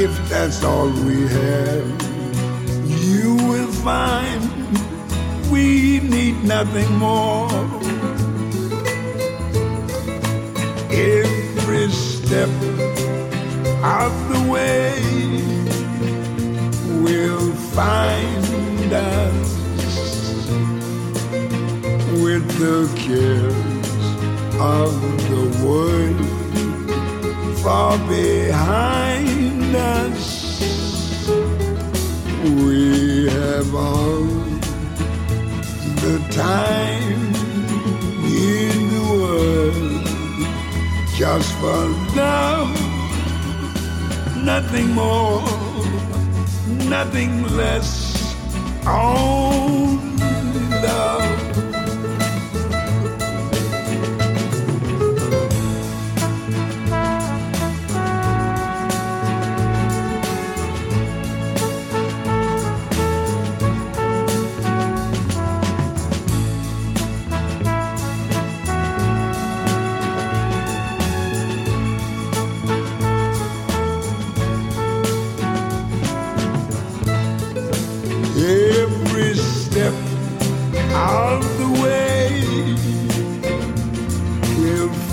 Speaker 4: If that's all we have, you will find we need nothing more. Every step of the way will find us with the cares of the world far behind us. We have all the time in the world just for love, nothing more, nothing less. All love.